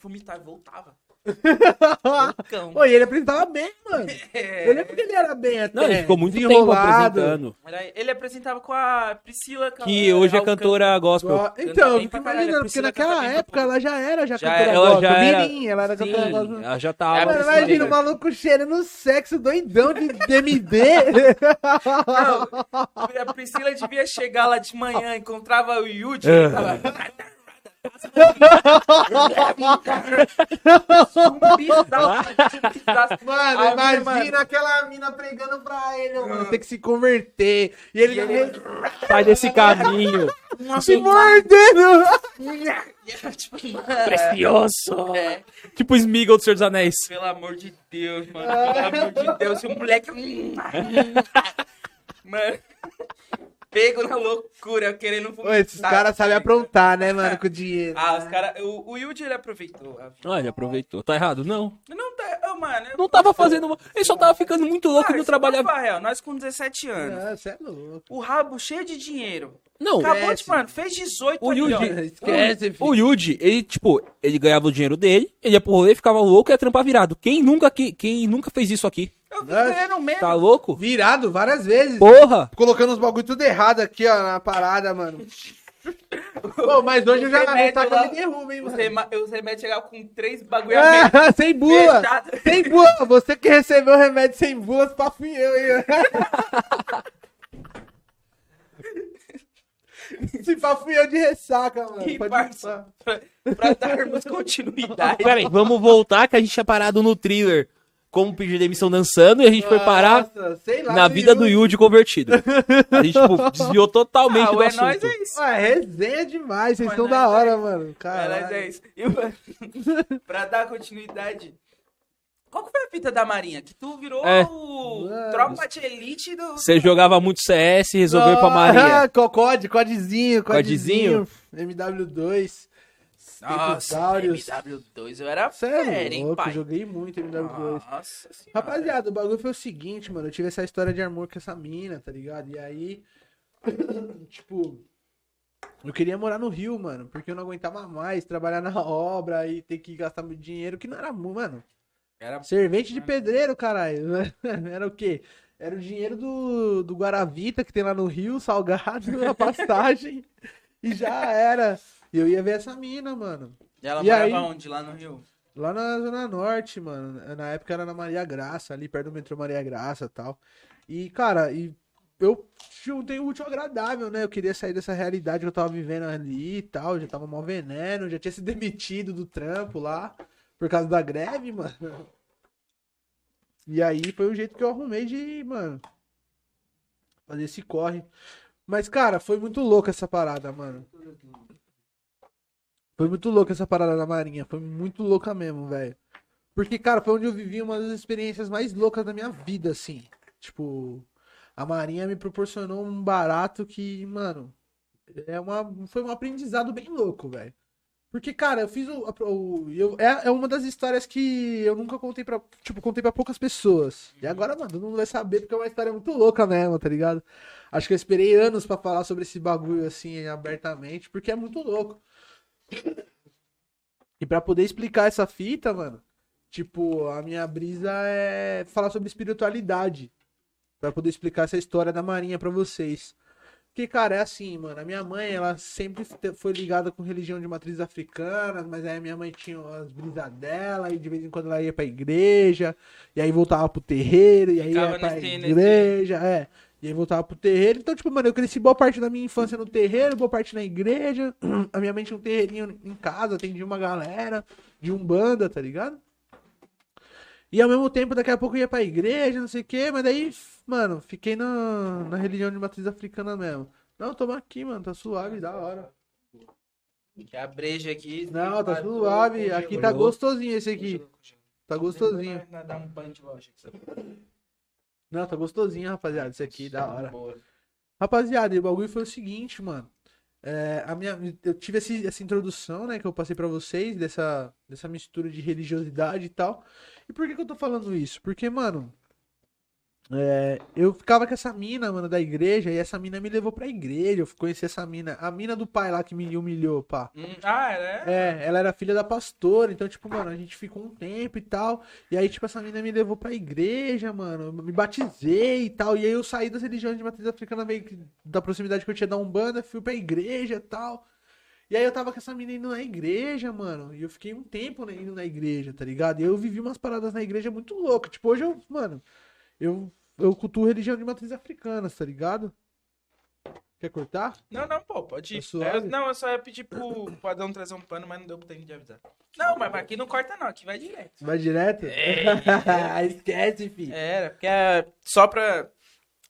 Vomitar, voltava. Loucão.
Pô, e ele apresentava bem, mano.
É.
Eu lembro que ele era bem até.
Não, ele ficou muito tempo
é desenrolado.
apresentando.
Era- Ele apresentava com a Priscila. com
Que
a-
hoje é
Alcan-
cantora gospel.
Ó, Então, eu
bem
fico
pra caralho,
imaginando,
a
porque
Priscila
naquela
canta bem
época
pra
ela já era, já
Já
cantora
era,
ela
gospel.
já era-
Menininha, ela era cantora gospel.
Sim, ela já tá assim,
É a
tava.
Mano,
Priscila
né?
imagina o
Alcântara.
maluco cheirando sexo doidão de DMD.
Não, a Priscila devia chegar lá de manhã, encontrava o Yudi. ele tava- Zumbizaço.
Mano,
Aí,
imagina
mano.
aquela mina pregando pra ele, mano. Tem que se converter. E ele,
Sai desse caminho.
se mordendo.
Tipo,
Precioso.
é.
Tipo o Smeagol do Senhor dos Anéis.
Pelo amor de Deus, mano. Pelo amor de Deus, se um moleque. mano. Pego na loucura, querendo
Ô, esses
vomitar,
caras sabem
tá ligado?
aprontar, né, mano, com o dinheiro.
Ah, os caras. O, o Yuji ele aproveitou. a vida.
Ah, ele aproveitou. Tá errado? Não.
Não tá. Ô, mano. ah, eu-
Não tava fazendo. uma- Ele só tava ficando muito louco e
Parça,
não trabalhava.
na real, nós com 17 anos.
Não, você é louco.
O rabo cheio de dinheiro.
Não.
Acabou de,
Esquece.
mano, fez 18
O
ali, ó.
Yuji.
Esquece, filho.
O Yuji, ele, tipo, ele ganhava o dinheiro dele, ele ia pro rolê, ficava louco e ia trampar virado. Quem nunca, que, quem nunca fez isso aqui?
Eu vi
Nossa,
ganhando mesmo.
Tá louco?
Virado várias vezes.
Porra!
Colocando os bagulho tudo errado aqui, ó, na parada, mano.
Pô, mas hoje eu já
Remédio
tá que
lá.
me derruba, hein,
Os
mano.
rema- Os remédios chegavam com três bagulho a
Ah, sem
meio
bula.
fechado.
Sem bula. Você que recebeu o remédio sem bulas, papo fui eu, hein. Esse papo fui eu de ressaca, mano.
E,
Pode
parça, pra, pra darmos continuidade.
Peraí, vamos voltar que a gente tinha parado no thriller. Como pedir demissão dançando e a gente foi parar
Nossa, Ah, sei lá,
na vida do
Yuri.
Yuji convertido. A gente, tipo, desviou totalmente
Ah,
do
o é nóis
assunto.
é isso.
Ué, resenha demais, vocês
Mas
estão
nós é
da hora,
isso.
mano.
É
Caralho.
nóis é isso. E, mano, pra dar continuidade, qual que foi a fita da Marinha? Que tu virou
É.
o
Mano.
tropa de elite do...
Você jogava muito CS e resolveu ir pra
Ah,
Maria.
co- Code, codezinho,
Codezinho?
codezinho. MW2.
Nossa,
Dinossauros.
MW2, eu era fera,
Sério,
hein,
é louco,
pai? Ah.
joguei muito MW2.
Nossa senhora.
Rapaziada, o bagulho foi o seguinte, mano. Eu tive essa história de amor com essa mina, tá ligado? E aí, tipo, eu queria morar no Rio, mano. Porque eu não aguentava mais trabalhar na obra e ter que gastar muito dinheiro, que não era, mu- mano.
Era...
Servente de pedreiro, caralho. Era o quê? Era o dinheiro do, do Guaravita que tem lá no Rio, salgado, a passagem. e já era. E eu ia ver essa mina, mano.
E ela
E
morava
aí?
onde? Lá no Rio?
Lá na Zona Norte, mano. Na época era na Maria Graça, ali perto do metrô Maria Graça e tal. E, cara, e eu juntei o útil ao agradável, né? Eu queria sair dessa realidade que eu tava vivendo ali e tal. Já tava mó veneno, já tinha se demitido do trampo lá por causa da greve, mano. E aí foi o jeito que eu arrumei de, mano, fazer esse corre. Mas, cara, foi muito louco essa parada, mano. Foi muito louco essa parada da Marinha. Foi muito louca mesmo, velho. Porque, cara, foi onde eu vivi uma das experiências mais loucas da minha vida, assim. Tipo, a Marinha me proporcionou um barato que, mano, é uma, foi um aprendizado bem louco, velho. Porque, cara, eu fiz o. a- o- eu, é, é uma das histórias que eu nunca contei pra. Tipo, contei pra poucas pessoas. E agora, mano, todo mundo vai saber porque é uma história muito louca mesmo, tá ligado? Acho que eu esperei anos pra falar sobre esse bagulho assim, abertamente, porque é muito louco. E pra poder explicar essa fita, mano, tipo, a minha brisa é falar sobre espiritualidade. Pra poder explicar essa história da Marinha pra vocês. Porque, cara, é assim, mano. A minha mãe, ela sempre te- foi ligada com religião de matriz africana, mas aí a minha mãe tinha as brisas dela, e de vez em quando ela ia pra igreja, e aí voltava pro terreiro, e aí
Ficava
ia pra
nesse- nesse-
igreja, é. E aí voltava pro terreiro. Então, tipo, mano, eu cresci boa parte da minha infância no terreiro, boa parte na igreja. A minha mãe tinha um terreirinho em casa, atendia uma galera de umbanda, tá ligado? E ao mesmo tempo, daqui a pouco eu ia pra igreja, não sei o quê, mas daí, f- mano, fiquei na, na religião de matriz africana mesmo. Não, toma aqui, mano, tá suave, da hora.
Que a breja aqui...
Não, tá
Congelou,
suave, aqui tá
congelou.
gostosinho esse aqui.
Congelou, congelou.
Tá
Depois
gostosinho.
nós- nós dá um banho de loja aqui.
Não, tá gostosinho, rapaziada, esse aqui, da hora.
Boa.
Rapaziada, e o bagulho foi o seguinte, mano. É, a minha, eu tive esse- essa introdução, né, que eu passei pra vocês, dessa, dessa mistura de religiosidade e tal. E por que, que eu tô falando isso? Porque, mano, é, eu ficava com essa mina, mano, da igreja, e essa mina me levou pra igreja. Eu conheci essa mina, a mina do pai lá que me humilhou, pá.
Hum, ah,
né?
é?
É, ela era filha da pastora, então, tipo, mano, a gente ficou um tempo e tal. E aí, tipo, essa menina me levou pra igreja, mano. eu Me batizei e tal. E aí eu saí das religiões de matriz africana, meio que da proximidade que eu tinha da Umbanda, fui pra igreja e tal. E aí eu tava com essa menina indo na igreja, mano. E eu fiquei um tempo né, indo na igreja, tá ligado? E eu vivi umas paradas na igreja muito louca. Tipo, hoje eu, mano, eu, eu cultuo religião de matriz africana, tá ligado? Quer cortar?
Não, não, pô, pode
Tá
ir.
suave?
Eu- não, eu só ia pedir pro pro Adão trazer um pano, mas não deu pro tempo de avisar. Não, mas aqui não corta não, aqui vai direto. É,
Vai direto? É. Esquece, filho.
Era, porque é só pra,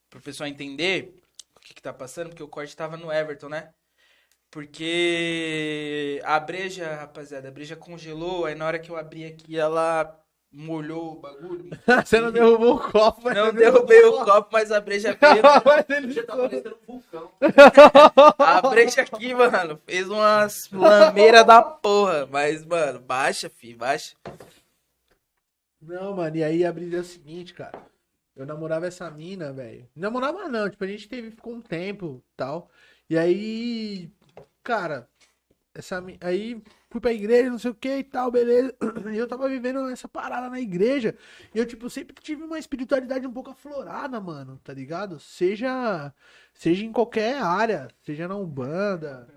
pro pessoal entender o que que tá passando, porque o corte tava no Everton, né? Porque a breja, rapaziada, a breja congelou, aí na hora que eu abri aqui ela molhou o bagulho.
Você não derrubou o copo, mas
Não
você derrubou
derrubei o copo, mas a breja veio.
Mas ele
Já tá parecendo um vulcão.
A brecha aqui, mano, fez umas lameiras da porra. Mas, mano, baixa, fi, baixa.
Não, mano, e aí a brisa é o seguinte, cara. Eu namorava essa mina, velho. Namorava não, tipo, a gente teve, ficou um tempo tal. E aí, cara, essa mi- aí fui pra igreja, não sei o que e tal, beleza. E eu tava vivendo essa parada na igreja. E eu, tipo, sempre tive uma espiritualidade um pouco aflorada, mano, tá ligado? Seja, seja em qualquer área, seja na Umbanda,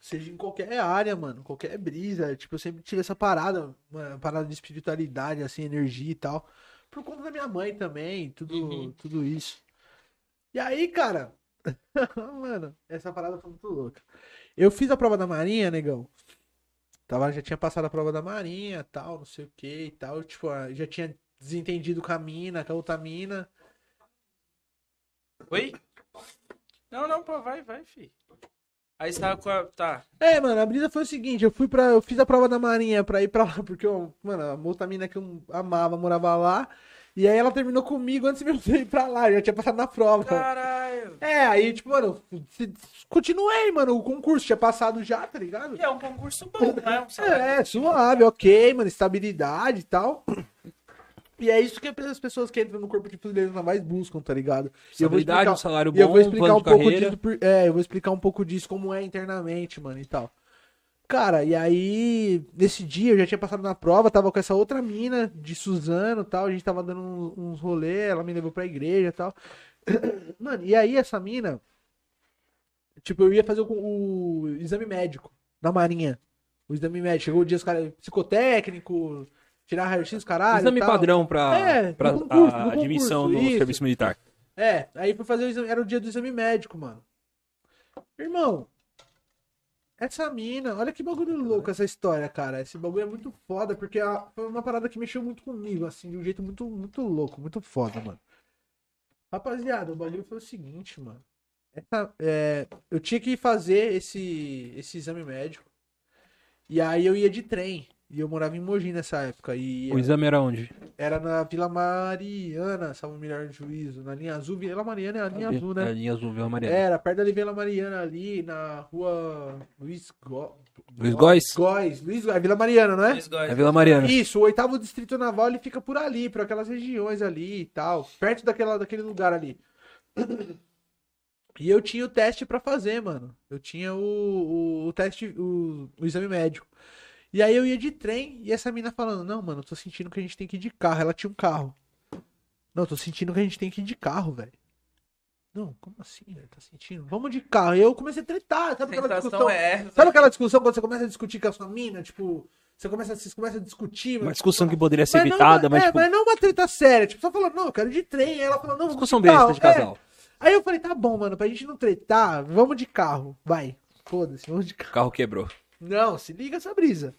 Seja em qualquer área, mano, qualquer brisa. Tipo, eu sempre tive essa parada, uma parada de espiritualidade, assim, energia e tal. Por conta da minha mãe também, tudo,
Uhum.
tudo isso. E aí, cara, mano, essa parada foi muito louca. Eu fiz a prova da Marinha, negão. Tava, já tinha passado a prova da Marinha, tal, não sei o que e tal. Tipo, ah, já tinha desentendido com a mina, com a outra mina.
Oi? Não, não, pô, vai, vai, fi. Aí você tava com a. Tá.
É, mano, a brisa foi o seguinte, eu fui pra. Eu fiz a prova da marinha pra ir pra lá, porque eu, mano, a outra mina que eu amava morava lá. E aí ela terminou comigo antes mesmo de eu ir pra lá, eu já tinha passado na prova.
Caralho.
É, aí, tipo, mano, eu se- continuei, mano, o concurso tinha passado já, tá ligado?
E é um concurso bom, né? Um salário.
É, suave, ok, mano, estabilidade e tal. E é isso que as pessoas que entram no corpo de fuzileiro mais buscam, tá ligado? E eu vou
Estabilidade,
explicar-
um salário bom,
e eu vou
um
explicar
plano
um
de
pouco
carreira.
disso, por- é, eu vou explicar um pouco disso como é internamente, mano, e tal. Cara, e aí, nesse dia eu já tinha passado na prova, tava com essa outra mina de Suzano e tal, a gente tava dando uns, uns rolê, ela me levou pra igreja e tal. Mano, e aí essa mina, tipo, eu ia fazer o, o exame médico da Marinha. O exame médico, chegou o dia, os caras, psicotécnico, tirar raio-x, caralho. e
Exame
tal.
padrão pra,
É,
pra
no concurso,
a
no
admissão
concurso,
no
isso.
serviço militar.
É, aí foi fazer o exame, era o dia do exame médico, mano. Irmão, essa mina, olha que bagulho louco essa história, cara. Esse bagulho é muito foda, porque a- foi uma parada que mexeu muito comigo, assim, de um jeito muito, muito louco, muito foda, mano. Rapaziada, o bagulho foi o seguinte, mano. Essa- é, eu tinha que fazer esse, esse exame médico. E aí eu ia de trem. E eu morava em Mogi nessa época. E
O exame era onde?
era na Vila Mariana, salvo o melhor juízo. Na linha azul, Vila Mariana é a linha azul,
É,
né?
linha azul, Vila Mariana.
Era, perto da Vila Mariana ali, na rua Luiz Go...
Luiz Góes?
Góes. Luiz Góes, Vila Mariana, não é?
Dois gols.
É Vila Mariana.
Isso, o oitavo distrito naval ele fica por ali, por aquelas regiões ali e tal, perto daquela, daquele lugar ali. E eu tinha o teste pra fazer, mano. Eu tinha o, o, o teste, o, o exame médico. E aí eu ia de trem e essa mina falando: Não, mano, eu tô sentindo que a gente tem que ir de carro. Ela tinha um carro. Não, eu tô sentindo que a gente tem que ir de carro, velho. Não, como assim, velho? Tá sentindo? Vamos de carro. E eu comecei a tretar, sabe aquela discussão?
Sensação é essa.
Sabe aquela discussão quando você começa a discutir com a sua mina? Tipo, você começa, vocês começam a discutir.
Uma
mas-
discussão que poderia ser
mas não,
evitada, mas,
é,
tipo,
mas não uma treta séria. Tipo, só falando, não, eu quero ir de trem. Aí ela falou, não,
discussão
vamos
besta
de carro.
de casal.
É. Aí eu falei, tá bom, mano, pra gente não tretar, vamos de carro. Vai. Foda-se, vamos de carro.
O carro quebrou.
Não, se liga essa brisa.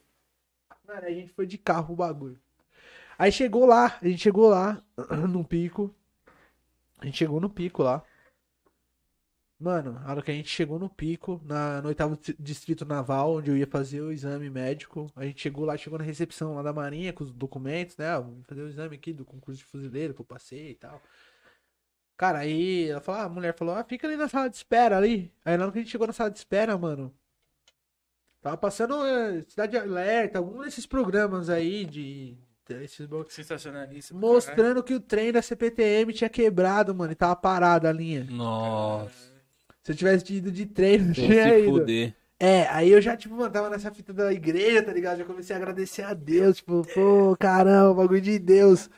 Mano, a gente foi de carro o bagulho. Aí chegou lá, a gente chegou lá, no pico. A gente chegou no pico lá. Mano, a hora que a gente chegou no pico, na, no oitavo distri- distrito naval, onde eu ia fazer o exame médico, a gente chegou lá, chegou na recepção lá da Marinha com os documentos, né? Ah, vou fazer o exame aqui do concurso de fuzileiro que eu passei e tal. Cara, aí ela falou, a mulher falou, ah, fica ali na sala de espera ali. Aí na hora que a gente chegou na sala de espera, mano, Tava passando eh, Cidade Alerta, algum desses programas aí de. desses bo-
Sensacionalista.
Mostrando que o trem da CPTM tinha quebrado, mano, e tava parada a linha.
Nossa,
Se eu tivesse ido de trem, não tinha
se
ido.
fuder.
É, aí eu já, tipo, mano, tava nessa fita da igreja, tá ligado? Já comecei a agradecer a Deus, tipo, pô, caramba, bagulho de Deus.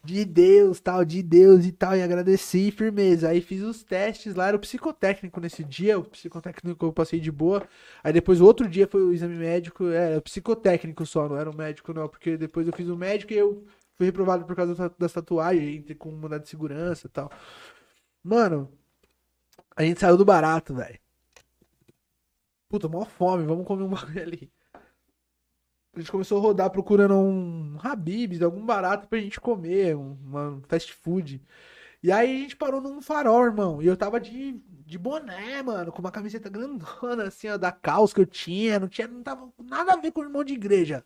De Deus, tal, de Deus e tal, e agradeci, firmeza. Aí fiz os testes lá, era o psicotécnico nesse dia, o psicotécnico eu passei de boa. Aí depois o outro dia foi o exame médico, é, era o psicotécnico só, não era o médico não, porque depois eu fiz o médico e eu fui reprovado por causa da- das tatuagens, entre com mandado de segurança e tal. Mano, A gente saiu do barato, velho. Puta, mó fome, vamos comer um bagulho ali. A gente começou a rodar procurando um Habibs, algum barato pra gente comer, um uma fast food. E aí a gente parou num farol, irmão. E eu tava de, de boné, mano, com uma camiseta grandona, assim, ó, da calça que eu tinha. Não tinha, não tava nada a ver com o irmão de igreja.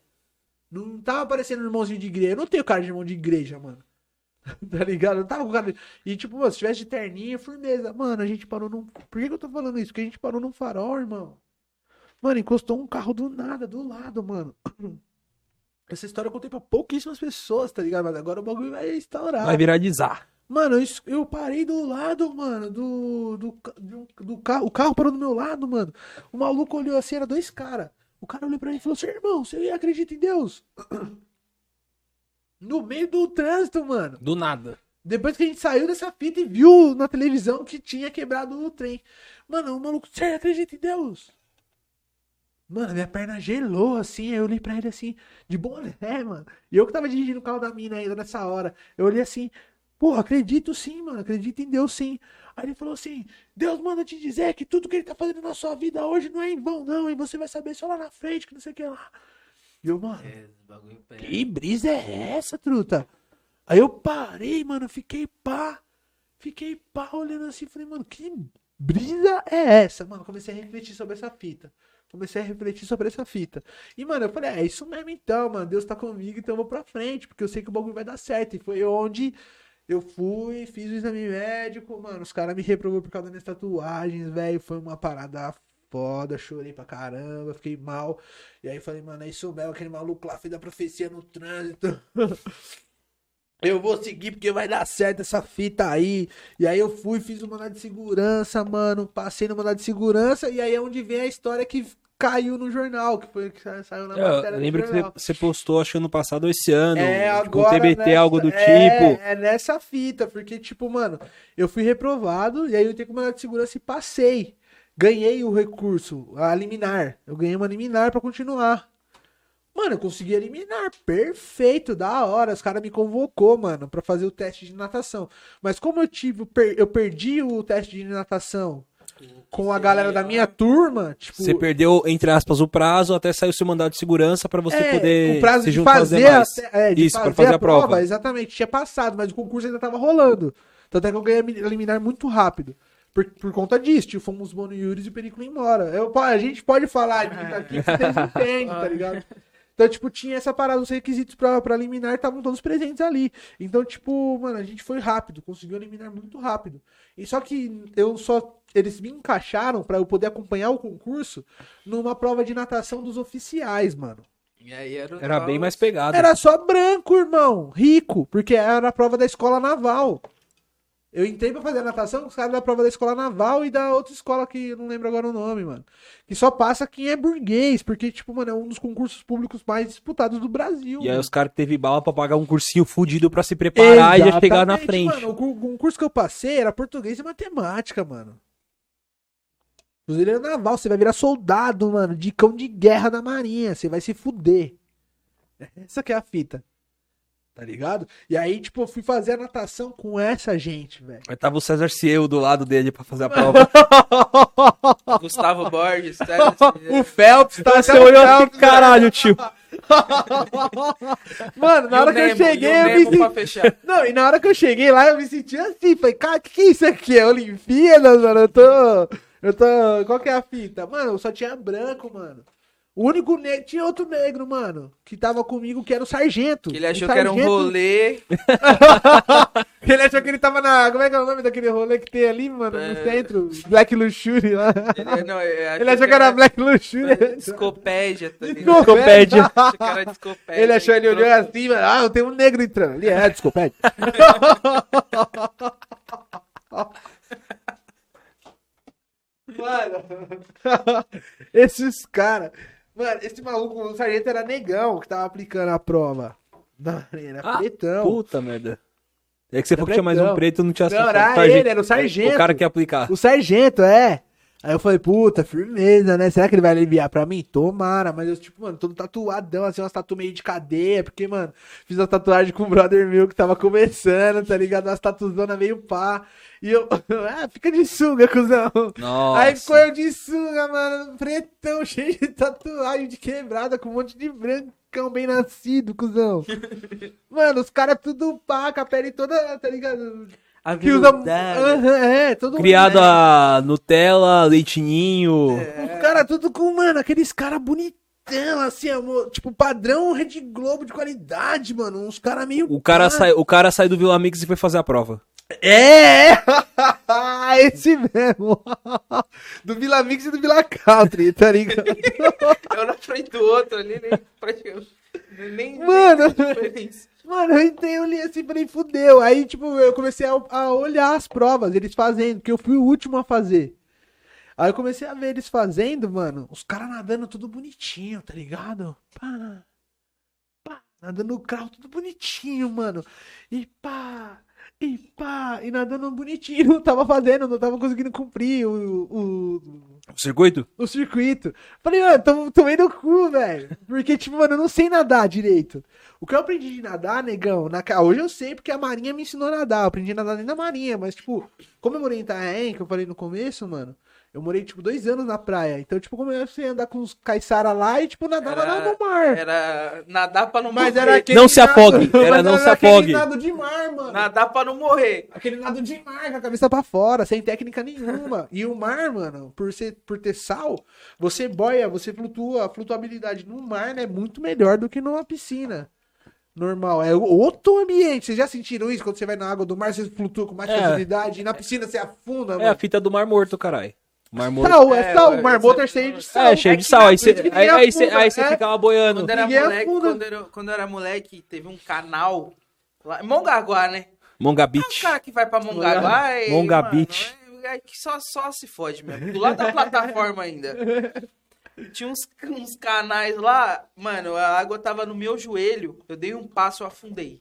Não tava parecendo um irmãozinho de igreja. Eu não tenho cara de irmão de igreja, mano. tá ligado? Eu não tava com cara de... E tipo, mano, se tivesse de terninha, firmeza. Mano, a gente parou num... Por que que eu tô falando isso? Porque a gente parou num farol, irmão. Mano, encostou um carro do nada, do lado, mano. Essa história eu contei pra pouquíssimas pessoas, tá ligado? Mas agora o bagulho vai estourar.
Vai viralizar.
Mano, eu, es- eu parei do lado, mano, do, do, ca- de um- do carro. O carro parou do meu lado, mano. O maluco olhou assim, era dois caras. O cara olhou pra mim e falou assim, irmão, você acredita em Deus? No meio do trânsito, mano.
Do nada.
Depois que a gente saiu dessa fita e viu na televisão que tinha quebrado o trem. Mano, o maluco, você acredita em Deus? Mano, minha perna gelou assim. Aí eu olhei pra ele assim, de boné, mano. E eu que tava dirigindo o carro da mina ainda nessa hora. Eu olhei assim, porra, acredito sim, mano, acredito em Deus sim. Aí ele falou assim: Deus manda te dizer que tudo que ele tá fazendo na sua vida hoje não é em vão, não. E você vai saber só lá na frente, que não sei o que lá. E eu, mano.
É, o bagulho pega.
Que brisa é essa, truta? Aí eu parei, mano, fiquei pá. Fiquei pá olhando assim, falei, mano, que brisa é essa? Mano, comecei a refletir sobre essa fita. Comecei a refletir sobre essa fita. E, mano, eu falei, é isso mesmo então, mano. Deus tá comigo, então eu vou pra frente, porque eu sei que o bagulho vai dar certo. E foi onde eu fui, fiz o exame médico, mano. Os caras me reprovou por causa das minhas tatuagens, velho. Foi uma parada foda, chorei pra caramba, fiquei mal. E aí eu falei, mano, é isso mesmo, aquele maluco lá fez a profecia no trânsito. Eu vou seguir porque vai dar certo essa fita aí. E aí eu fui, fiz o mandado de segurança, mano. Passei no mandado de segurança. E aí é onde vem a história que caiu no jornal, que foi que sa- saiu na
É, Eu
matéria do
lembro que
jornal.
você- você postou, acho que ano passado ou esse ano.
É,
tipo,
agora.
Um TBT,
nessa-
algo do
é,
tipo.
É nessa fita, porque, tipo, mano, eu fui reprovado e aí eu tenho que mandar de segurança e passei. Ganhei o recurso, a liminar. Eu ganhei uma liminar pra continuar. Mano, eu consegui eliminar, perfeito, da hora. Os caras me convocou, mano, pra fazer o teste de natação. Mas como eu tive, o per- eu perdi o teste de natação com a galera da minha turma, tipo,
Você perdeu, entre aspas, o prazo até sair o seu mandado de segurança pra você
é,
poder
o prazo
se
de
juntar aos
fazer, a,
demais.
te- é, de
Isso,
fazer,
pra fazer
a,
a prova.
Exatamente, tinha passado, mas o concurso ainda tava rolando. Tanto é que eu ganhei a mi- eliminar muito rápido. Por, por conta disso, tipo, fomos os Bono Yuris e o Perico embora. Eu, pô, a gente pode falar de aqui que vocês entendem, tá ligado? Então, tipo, tinha essa parada, os requisitos pra, pra eliminar estavam todos presentes ali. Então, tipo, mano, a gente foi rápido, conseguiu eliminar muito rápido. E só que eu só. Eles me encaixaram pra eu poder acompanhar o concurso numa prova de natação dos oficiais, mano.
E aí era, o
Era
tal-
bem mais pegado.
Era só branco, irmão. Rico. Porque era a prova da escola naval. Eu entrei pra fazer a natação com os caras da prova da escola naval e da outra escola que eu não lembro agora o nome, mano. Que só passa quem é burguês. Porque, tipo, mano, é um dos concursos públicos mais disputados do Brasil.
E aí
mano.
os caras que teve bala pra pagar um cursinho fudido pra se preparar e já chegar na
Exatamente,
frente.
Mano, o cu- o concurso que eu passei era português e matemática, mano. Fuzileiro naval, você vai virar soldado, mano, de cão de guerra da marinha, você vai se fuder. Essa que é a fita. Tá ligado? E aí, tipo, eu fui fazer a natação com essa gente, velho.
Aí tava o César Cieu do lado dele pra fazer a prova.
Gustavo Borges, tá? César Cielo.
Phelps tá
até
Você
o
olhou assim,
Phelps,
caralho, tio.
Mano,
E
na
o
hora que eu
Nemo,
cheguei,
e o
eu me
Nemo
senti.
pra fechar.
Não, e na hora que eu cheguei lá, eu me senti assim. Falei, cara, que que é isso aqui? É Olimpíadas, mano? Eu tô. Eu tô. Qual que é a fita? Mano, só tinha branco, mano. O único negro. Tinha outro negro, mano, que tava comigo, que era o sargento.
Que ele
O
achou que era um
sargento-
rolê.
Ele achou que ele tava na. Como é que é o nome daquele rolê que tem ali, mano? No
É.
centro? Black Luxury lá.
Ele, não,
Ele achou que era Black Luxury.
Discopédia, tá ligado?
Discopédia.
Achou que era discopédia.
Ele achou, ele
entrou-
olhou assim, mano, ah, eu tenho um negro entrando. Ele é, desculpa. é. mano, esses caras. Mano, esse maluco, o sargento era negão que tava aplicando a prova. Não, ele era
Ah,
pretão.
Puta merda. É que você
Era
falou que tinha mais um
pretão.
preto não tinha
Não,
assustado.
era
Sargento.
ele, era o sargento.
O cara que ia aplicar.
O sargento, é. Aí eu falei, puta, firmeza, né? Será que ele vai aliviar pra mim? Tomara, mas eu, tipo, mano, todo tatuadão, assim, umas tatu meio de cadeia, porque, mano, fiz uma tatuagem com um brother meu que tava começando, tá ligado? Umas tatuzona meio pá. E eu, ah, fica de sunga, cuzão.
Nossa.
Aí ficou eu de sunga, mano, pretão, cheio de tatuagem de quebrada, com um monte de brancão bem nascido, cuzão. mano, os caras tudo pá, com a pele toda, tá ligado?
A
Que usa.
verdade.
Aham, é, todo mundo,
Criado
né?
a Nutella, leitinho.
Os caras tudo com, mano, aqueles caras bonitão, assim, amor. Tipo, padrão Rede Globo de qualidade, mano. Uns caras meio.
O, cara
pá.
sai, o cara sai do Vila Mix e foi fazer a prova.
É! é. Esse mesmo. Do Vila Mix e do Vila Country, tá ligado?
É um na frente do outro ali, nem. praticamente- nem- nem
Mano.
diferença.
Mano, eu entrei, eu li assim, falei, fudeu. Aí, tipo, eu comecei a, a olhar as provas, eles fazendo, porque eu fui o último a fazer. Aí eu comecei a ver eles fazendo, mano, os caras nadando tudo bonitinho, tá ligado? Pá, pá, nadando no crau tudo bonitinho, mano. E pá, e pá, e nadando bonitinho. Não tava fazendo, não tava conseguindo cumprir o- o,
O circuito?
o circuito. Falei, mano, tom- tomei no cu, velho. Porque, tipo, mano, eu não sei nadar direito. O que eu aprendi de nadar, negão, na... ca- hoje eu sei porque a Marinha me ensinou a nadar. Eu aprendi a nadar dentro da Marinha, mas, tipo, como eu morei em Itaém, que eu falei no começo, mano, eu morei, tipo, dois anos na praia. Então, tipo, comecei a andar com os caiçara lá e, tipo, nadava
Era-
lá no mar.
Era nadar pra não
Mas
morrer.
era aquele
Não se
nado-
afogue,
mas
era não se
aquele
afogue.
nado de mar, mano.
Nadar pra não morrer.
Aquele nado de mar, com a cabeça pra fora, sem técnica nenhuma. E o mar, mano, por, ser, por ter sal, você boia, você flutua. A flutuabilidade no mar né, é muito melhor do que numa piscina. Normal. É outro ambiente. Vocês já sentiram isso? Quando você vai na água do mar, você flutua com mais
É.
facilidade. E na piscina você afunda,
É a
mano.
fita do Mar Morto, caralho. Mar Morto.
Sal, é,
É,
sal.
é,
O mar morto é
você-
cheio de sal.
É, cheio de sal. Aí você né?
que ninguém
aí, aí cê-
afunda,
aí cê
é.
ficava boiando.
Quando era,
Ninguém
moleque,
afunda.
quando, era, quando era moleque, teve um canal lá em Mongaguá, né?
Monga
O
Beach.
cara que vai pra Mongaguá e.
Monga
mano,
Beach.
É, é que só, só se fode mesmo. Do lado da plataforma ainda. Tinha uns, uns canais lá, mano, a água tava no meu joelho. Eu dei um passo, eu afundei.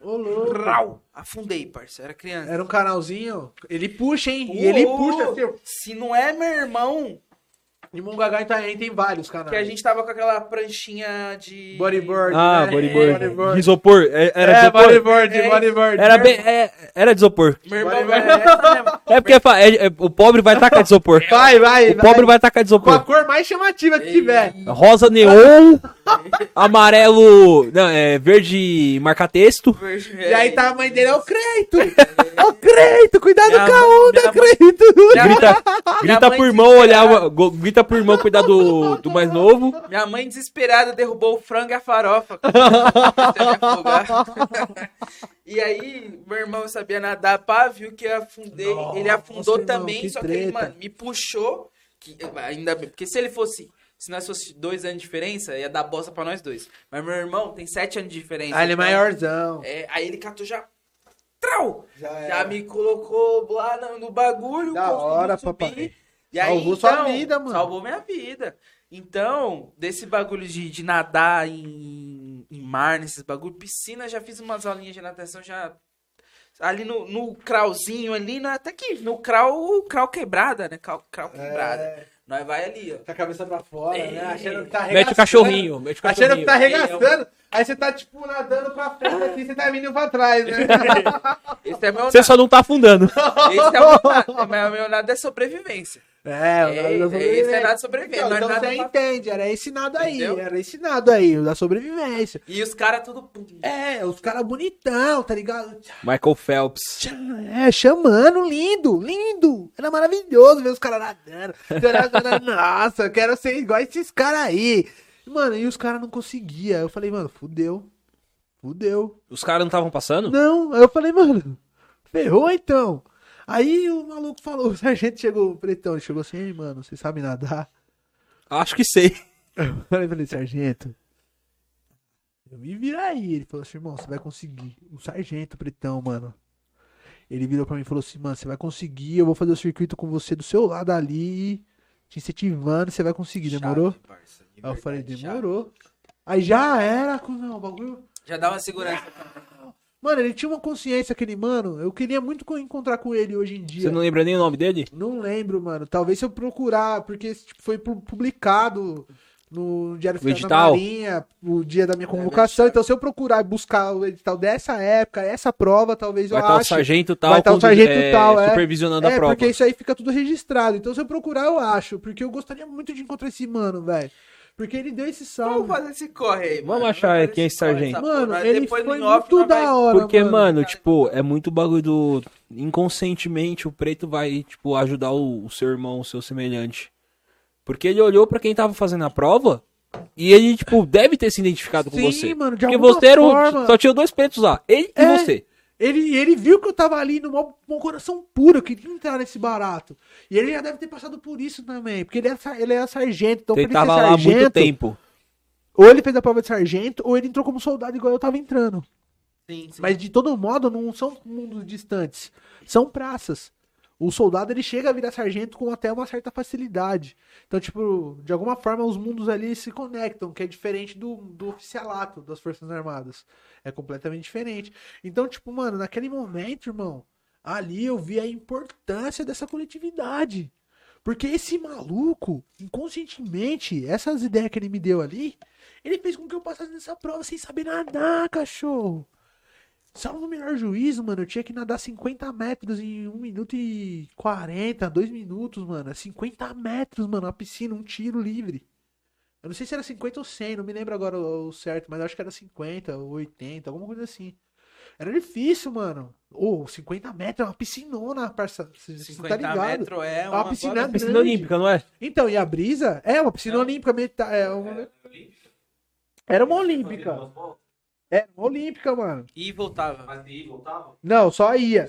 Ô, louco.
Rau! Afundei, parceiro. Era criança.
Era um canalzinho. Ele puxa, hein? E ele
Uou!
puxa, assim. ó.
Se não é meu irmão,
E Mungagá e Itanhaém tem vários canais.
que a gente tava com aquela pranchinha de.
Ah. Bodyboard.
Ah,
né?
bodyboard.
Bodyboard.
Isopor. É- Era
é,
isopor.
bodyboard, né?
É,
bodyboard.
Era bem. é- Era de isopor.
Meu irmão,
Bodyboard.
era essa mesmo.
É porque fa- é- é- o pobre vai tacar de isopor.
Vai, vai,
O pobre vai tacar de
Com a
isopor.
cor mais chamativa que tiver.
Rosa neon, amarelo, não, é verde marca-texto.
E aí tá a mãe dele, é o Creito! É o Creito! Cuidado
Minha
com a
mãe-
onda,
minha
Creito!
Grita, grita
mãe
pro irmão olhar, o- go- grita pro irmão cuidar do, do mais novo.
Minha mãe desesperada derrubou o frango e a farofa. Você vai afogar. e aí, meu irmão sabia nadar, pá, viu que eu afundei.
Nossa,
ele afundou
irmão,
também,
que
só que ele,
treta.
mano, me puxou. Que, ainda bem, porque se ele fosse. Se nós fosse dois anos de diferença, ia dar bosta pra nós dois. Mas meu irmão tem sete anos de diferença.
Ah, ele é
então,
maiorzão.
é, aí ele catou já. Trau!
Já
Já
era.
me colocou lá no, no bagulho.
Da
conseguiu
hora,
subir.
papai.
E aí,
Salvou
então,
sua vida, mano.
Salvou minha vida. Então, desse bagulho de, de nadar em, em mar, nesses bagulho, piscina, já fiz umas aulinhas de natação, já. Ali no, no crauzinho, ali, na- até que no crau, crau quebrada, né? Crau, crau quebrada. É.
É,
Nós vai ali, ó.
tá
com a cabeça pra fora, né? Achando que tá arregaçando.
Mete o cachorrinho, mete o
Achando que
cachorrinho.
tá arregaçando, aí você tá tipo nadando pra frente assim, você tá vindo pra trás, né?
Esse é meu
Você só não tá afundando.
nado. Esse é o meu nado. Mas o meu nado é sobrevivência.
É,
É, esse é nada de sobrevivência.
Então,
nós
então
nada
você
pra-
entende, era ensinado aí,
Entendeu?
era ensinado aí, o da sobrevivência.
E os caras tudo.
É, os caras bonitão, tá ligado?
Michael Phelps.
É, chamando, lindo, lindo. Era maravilhoso ver os caras nadando. Você olhava e falava, Nossa, eu quero ser igual esses caras aí. Mano, e os caras não conseguiam. Eu falei, mano, fudeu. Fudeu.
Os caras não estavam passando?
Não, aí eu falei, mano, ferrou então. Aí o maluco falou, o sargento chegou, o pretão, ele chegou assim, ei, mano, você sabe nadar?
Acho que sei.
Eu falei, sargento, eu me viro aí. Ele falou assim, irmão, você vai conseguir. O sargento pretão, mano. Ele virou pra mim e falou assim, mano, você vai conseguir, eu vou fazer o circuito com você do seu lado ali, te incentivando, você vai conseguir, É, demorou?
Chave, parça, de
Aí eu falei,
verdade, chave.
demorou. Aí já era, cuzão, o bagulho
Já dá uma segurança.
Mano, ele tinha uma consciência, aquele mano. Eu queria muito co- encontrar com ele hoje em dia.
Você não lembra nem o nome dele?
Não lembro, mano. Talvez se eu procurar, porque tipo, foi pu- publicado no Diário
No
Oficial da
edital?
Marinha, o dia
É,
da minha convocação. Então, se eu procurar e buscar o edital dessa época, essa prova, talvez
Vai
eu
estar o
ache.
sargento tal,
Vai estar o
com-
sargento tal, é.
supervisionando
é,
a prova.
porque isso aí fica tudo registrado. Então, se eu procurar, eu acho. Porque eu gostaria muito de encontrar esse mano, velho. Porque ele deu esse
Vamos
salve.
fazer esse corre aí,
Então, Vamos
mano.
achar
fazer
quem é esse
corre,
sargento.
essa porra.
Mano,
Nós
ele
depois
foi
no off,
muito
nós vai-
da hora,
Porque, mano,
mano.
tipo, é muito bagulho do. Inconscientemente, o preto vai, tipo, ajudar o, o seu irmão, o seu semelhante. Porque ele olhou pra quem tava fazendo a prova e ele, tipo, deve ter se identificado com
Sim,
você.
mano, de
Porque
alguma
você era o-
forma.
Só tinha dois pretos lá. Ele e
É.
você.
Ele, ele viu que eu tava ali no maior- com o coração puro, eu queria entrar nesse barato. E ele já deve ter passado por isso também, porque ele é, sa- ele é sargento, então
Você
pra ele
tava
ser
lá há muito
sargento,
tempo.
ou ele fez a prova de sargento, ou ele entrou como soldado igual eu tava entrando.
Sim, sim.
Mas de todo modo, não são mundos distantes, são praças. O soldado ele chega a virar sargento com até uma certa facilidade. Então, tipo, de alguma forma os mundos ali se conectam, que é diferente do, do oficialato das Forças Armadas. É completamente diferente. Então, tipo, mano, naquele momento, irmão, ali eu vi a importância dessa coletividade. Porque esse maluco, inconscientemente, essas ideias que ele me deu ali, ele fez com que eu passasse nessa prova sem saber nadar, cachorro. Salvo o melhor juízo, mano, eu tinha que nadar 50 metros em 1 minuto e 40, 2 minutos, mano. É 50 metros, mano, a piscina, um tiro livre. Eu não sei se era 50 ou 100, não me lembro agora o o certo, mas eu acho que era 50 ou 80, alguma coisa assim. Era difícil, mano. Ou 50 metros, é uma piscinona, parça. Você você
50
tá ligado?
metros é
uma
uma
piscina
bola-
Piscina
grande.
olímpica, não é?
Então, e a brisa? É, uma piscina
É.
olímpica. Meta... É uma... Era uma olímpica. Era uma olímpica, mano.
assim, E voltava.
Não, só ia.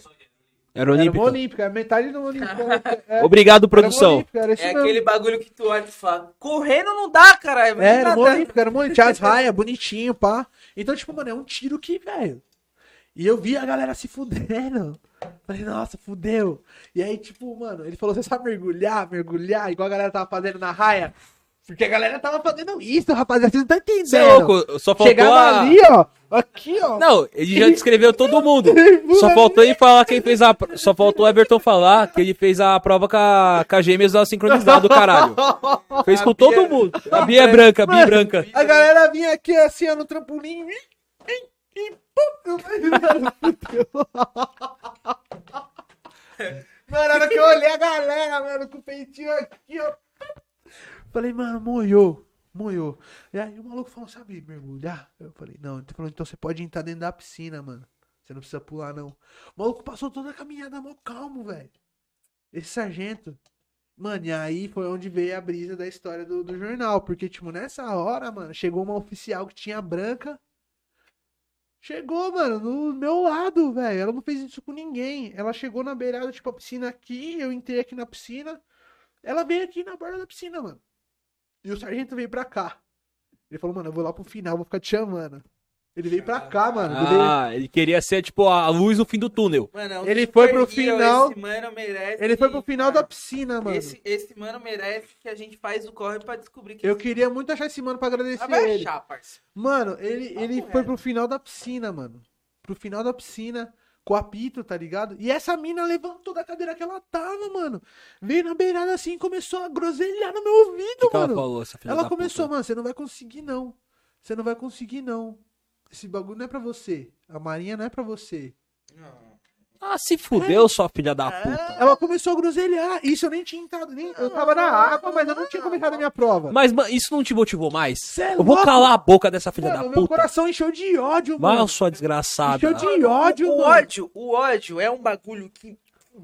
Era
Era uma
olímpica.
olímpica. Metade do olímpica. É, era uma
Obrigado, produção.
olímpica, Era isso
É
mesmo. É,
aquele bagulho que tu olha e fala, correndo não dá, caralho. mas
Era
tá
uma
dando.
olímpica, era uma olímpica. Tinha as raias, bonitinho, pá. Então, tipo, mano, é um tiro que, velho. E eu vi a galera se fudendo. Falei, nossa, fudeu. E aí, tipo, mano, ele falou, você sabe mergulhar, mergulhar, igual a galera tava fazendo na raia. Porque a galera tava fazendo isso, rapaziada. Vocês não tá entendendo.
Você é louco, só faltou
Chegava
a...
ali, ó. Aqui, ó.
Não, ele já descreveu todo mundo. Só faltou ele falar quem fez a. pro- Só faltou o Everton falar que ele fez a prova com a, com a gêmeas lá sincronizado, caralho. Fez com todo mundo. A Bia é branca, a Bia é branca.
A galera vinha aqui assim, ó, no trampolim. E, e, e pum, eu- mano, era que eu olhei a galera, mano, com o peitinho aqui, ó. Falei, mano, moiou. Moiou. E aí o maluco falou, sabe mergulhar? Eu falei, não. Ele falou, então você pode entrar dentro da piscina, mano. Você não precisa pular, não. O maluco passou toda a caminhada mó calmo, velho. Esse sargento. Mano, e aí foi onde veio a brisa da história do, do jornal. Porque, tipo, nessa hora, mano, chegou uma oficial que tinha branca. Chegou, mano, no meu lado, velho. Ela não fez isso com ninguém. Ela chegou na beirada, tipo, a piscina aqui. Eu entrei aqui na piscina. Ela veio aqui na borda da piscina, mano. E o sargento veio pra cá. Ele falou, mano, eu vou lá pro final, vou ficar te chamando. Ele veio pra cá, mano. Ele veio-
Ah, ele queria ser tipo a luz no fim do túnel.
Mano, é um
Ele foi pro
super hero,
final-
Esse mano merece.
Ele foi pro final da piscina, mano.
Esse, esse mano merece que a gente faz o corre pra descobrir que
Eu
esse
queria muito achar esse mano pra agradecer
cara vai
ele.
achar, parceiro.
Mano, ele, ele foi pro final da piscina, mano. Pro final da piscina, com o apito, tá ligado? E essa mina levantou da cadeira que ela tava, mano. Veio na beirada assim e começou a groselhar no meu
O
ouvido,
que, que ela
mano.
falou, essa filha
Ela
da
começou,
puta?
mano, você não vai conseguir não. Você não vai conseguir não. Esse bagulho não é pra você. A marinha não é pra você.
Ah, se fudeu, sua filha da puta.
Ela começou a groselhar. Isso eu nem tinha entrado. Nem... Eu tava na água, mas eu não tinha começado a minha prova.
Mas, mano, isso não te motivou mais?
É. Cê é
Eu vou
louco?
calar a boca dessa filha
Mano,
da
meu
puta.
coração encheu de ódio, mano.
Vai, tá? sua desgraçada.
encheu de ódio,
O
mano.
ódio, o ódio é um bagulho que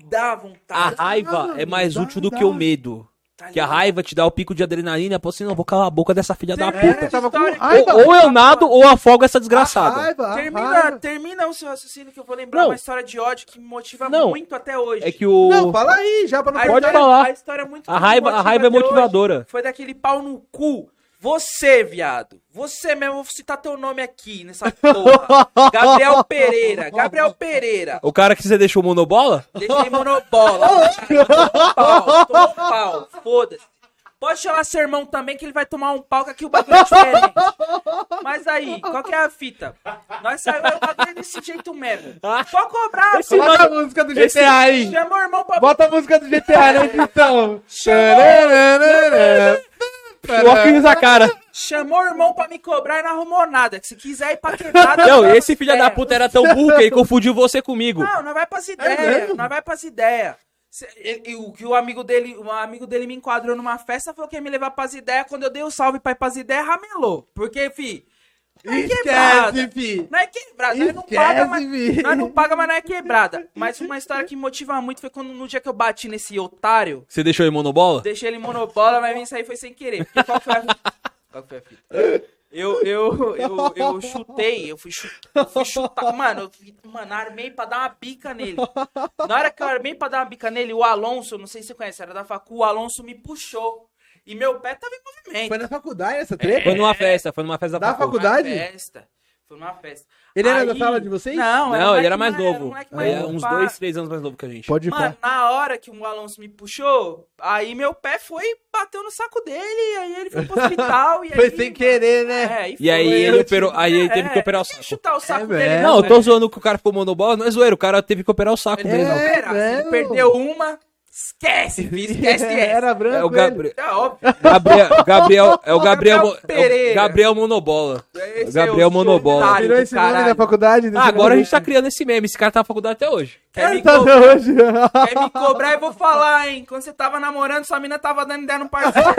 dá
A
vontade.
raiva é mais
Dá,
útil do
dá.
que o medo.
tá
Que a
ligado?
raiva te dá o pico de adrenalina, pô, assim, não, vou calar a boca dessa filha da
É,
puta.
eu tava com
História-
raiva.
Ou, ou eu nado ou afogo essa desgraçada.
Raiva,
Termina,
Ah, raiva.
termina o seu raciocínio que eu vou lembrar
Não.
uma história de ódio que me motiva
Não.
muito até hoje.
É que o.
Não, fala aí, já pra não
A
Pode
história-
falar.
A história muito
a raiva, a
motiva
raiva é
até hoje.
motivadora.
Foi daquele pau no cu. Você, viado. Você mesmo, vou citar teu nome aqui nessa porra. Gabriel Pereira. Gabriel Pereira.
O cara que você deixou monobola?
um Deixei monobola. Tomou pau. Tomou pau. Foda-se. Pode chamar seu irmão também, que ele vai tomar um pau que aqui o bagulho é diferente. Mas aí, qual que é a fita? Nós saímos o bagulho é desse jeito mesmo. Só cobrar,
Esse
Bota a Tá
mano,
música do GTA
esse-
aí.
chama o irmão pra
Bota a música do GTA na
é
edição.
né? óculos na cara.
Chamou o irmão pra me cobrar e não arrumou nada. Que se quiser ir pra quebrada...
Não,
nós
esse filho da
vamos.
puta era tão burro que ele confundiu você comigo.
Não, nós vai pras
É
ideias, nós vai pras ideias. Cê- E, e o que o amigo dele, um amigo dele me enquadrou numa festa, falou que ia me levar pras ideias. Quando eu dei o salve pra ir pras ideias, ramelou. Porque, fi, é quebrada.
Esquece, fi.
Não é quebrada, nós não paga, mas
Esquece, fi.
nós não paga, mas não é quebrada. Mas uma história que me motiva muito foi quando no dia que eu bati nesse otário,
Você deixou ele monobola?
deixei ele monobola, mas isso aí foi sem querer. Porque qual que foi a qual que foi a fita? Eu, eu, eu, eu chutei, eu fui, chu- eu fui chutar. Mano, eu fui- mano, armei pra dar uma bica nele. Na hora que eu armei pra dar uma bica nele, o Alonso, não sei se você conhece, era da facu, o Alonso me puxou. E meu pé tava em movimento.
Foi na faculdade essa treta?
Foi
É.
numa festa, foi numa festa
Da
Foi
faculdade.
faculdade?
Numa festa. Foi numa festa.
Ele era da
Aí-
sala de vocês?
Não, um
Não, ele
moleque
era mais novo.
moleque
Ele era
novo,
uns
pá.
dois, três anos mais novo que a gente.
Pode ir
Mano,
pra.
na hora que o Alonso me puxou, aí meu pé foi e bateu no saco dele, aí ele foi pro hospital e aí...
Foi sem querer, né?
É,
E aí
foi.
ele operou, aí ele teve
É,
que operar o
tem
saco.
chutar o saco
É,
dele. né?
velho.
Não, eu tô zoando que o cara ficou monobola, não é zoeiro, o cara teve que operar o saco
Ele
dele.
tem que
não.
É,
operar. Se
velho.
ele perdeu uma, esquece, filho, esquece essa.
Era branco.
É o
ele.
Gabriel.
É óbvio.
Gabriel, Gabriel, é o Gabriel,
Gabriel
Mo- é o
Pereira.
Gabriel Monobola.
Esse é o
Gabriel Monobola.
solidário
Virou
do
esse nome né?
caralho.
da faculdade?
Ah, agora a gente tá criando esse meme, esse cara tá na faculdade até hoje.
Quer me,
Tá
co-
até hoje.
quer me cobrar e vou falar, hein? Quando você tava namorando, sua mina tava dando ideia no parceiro.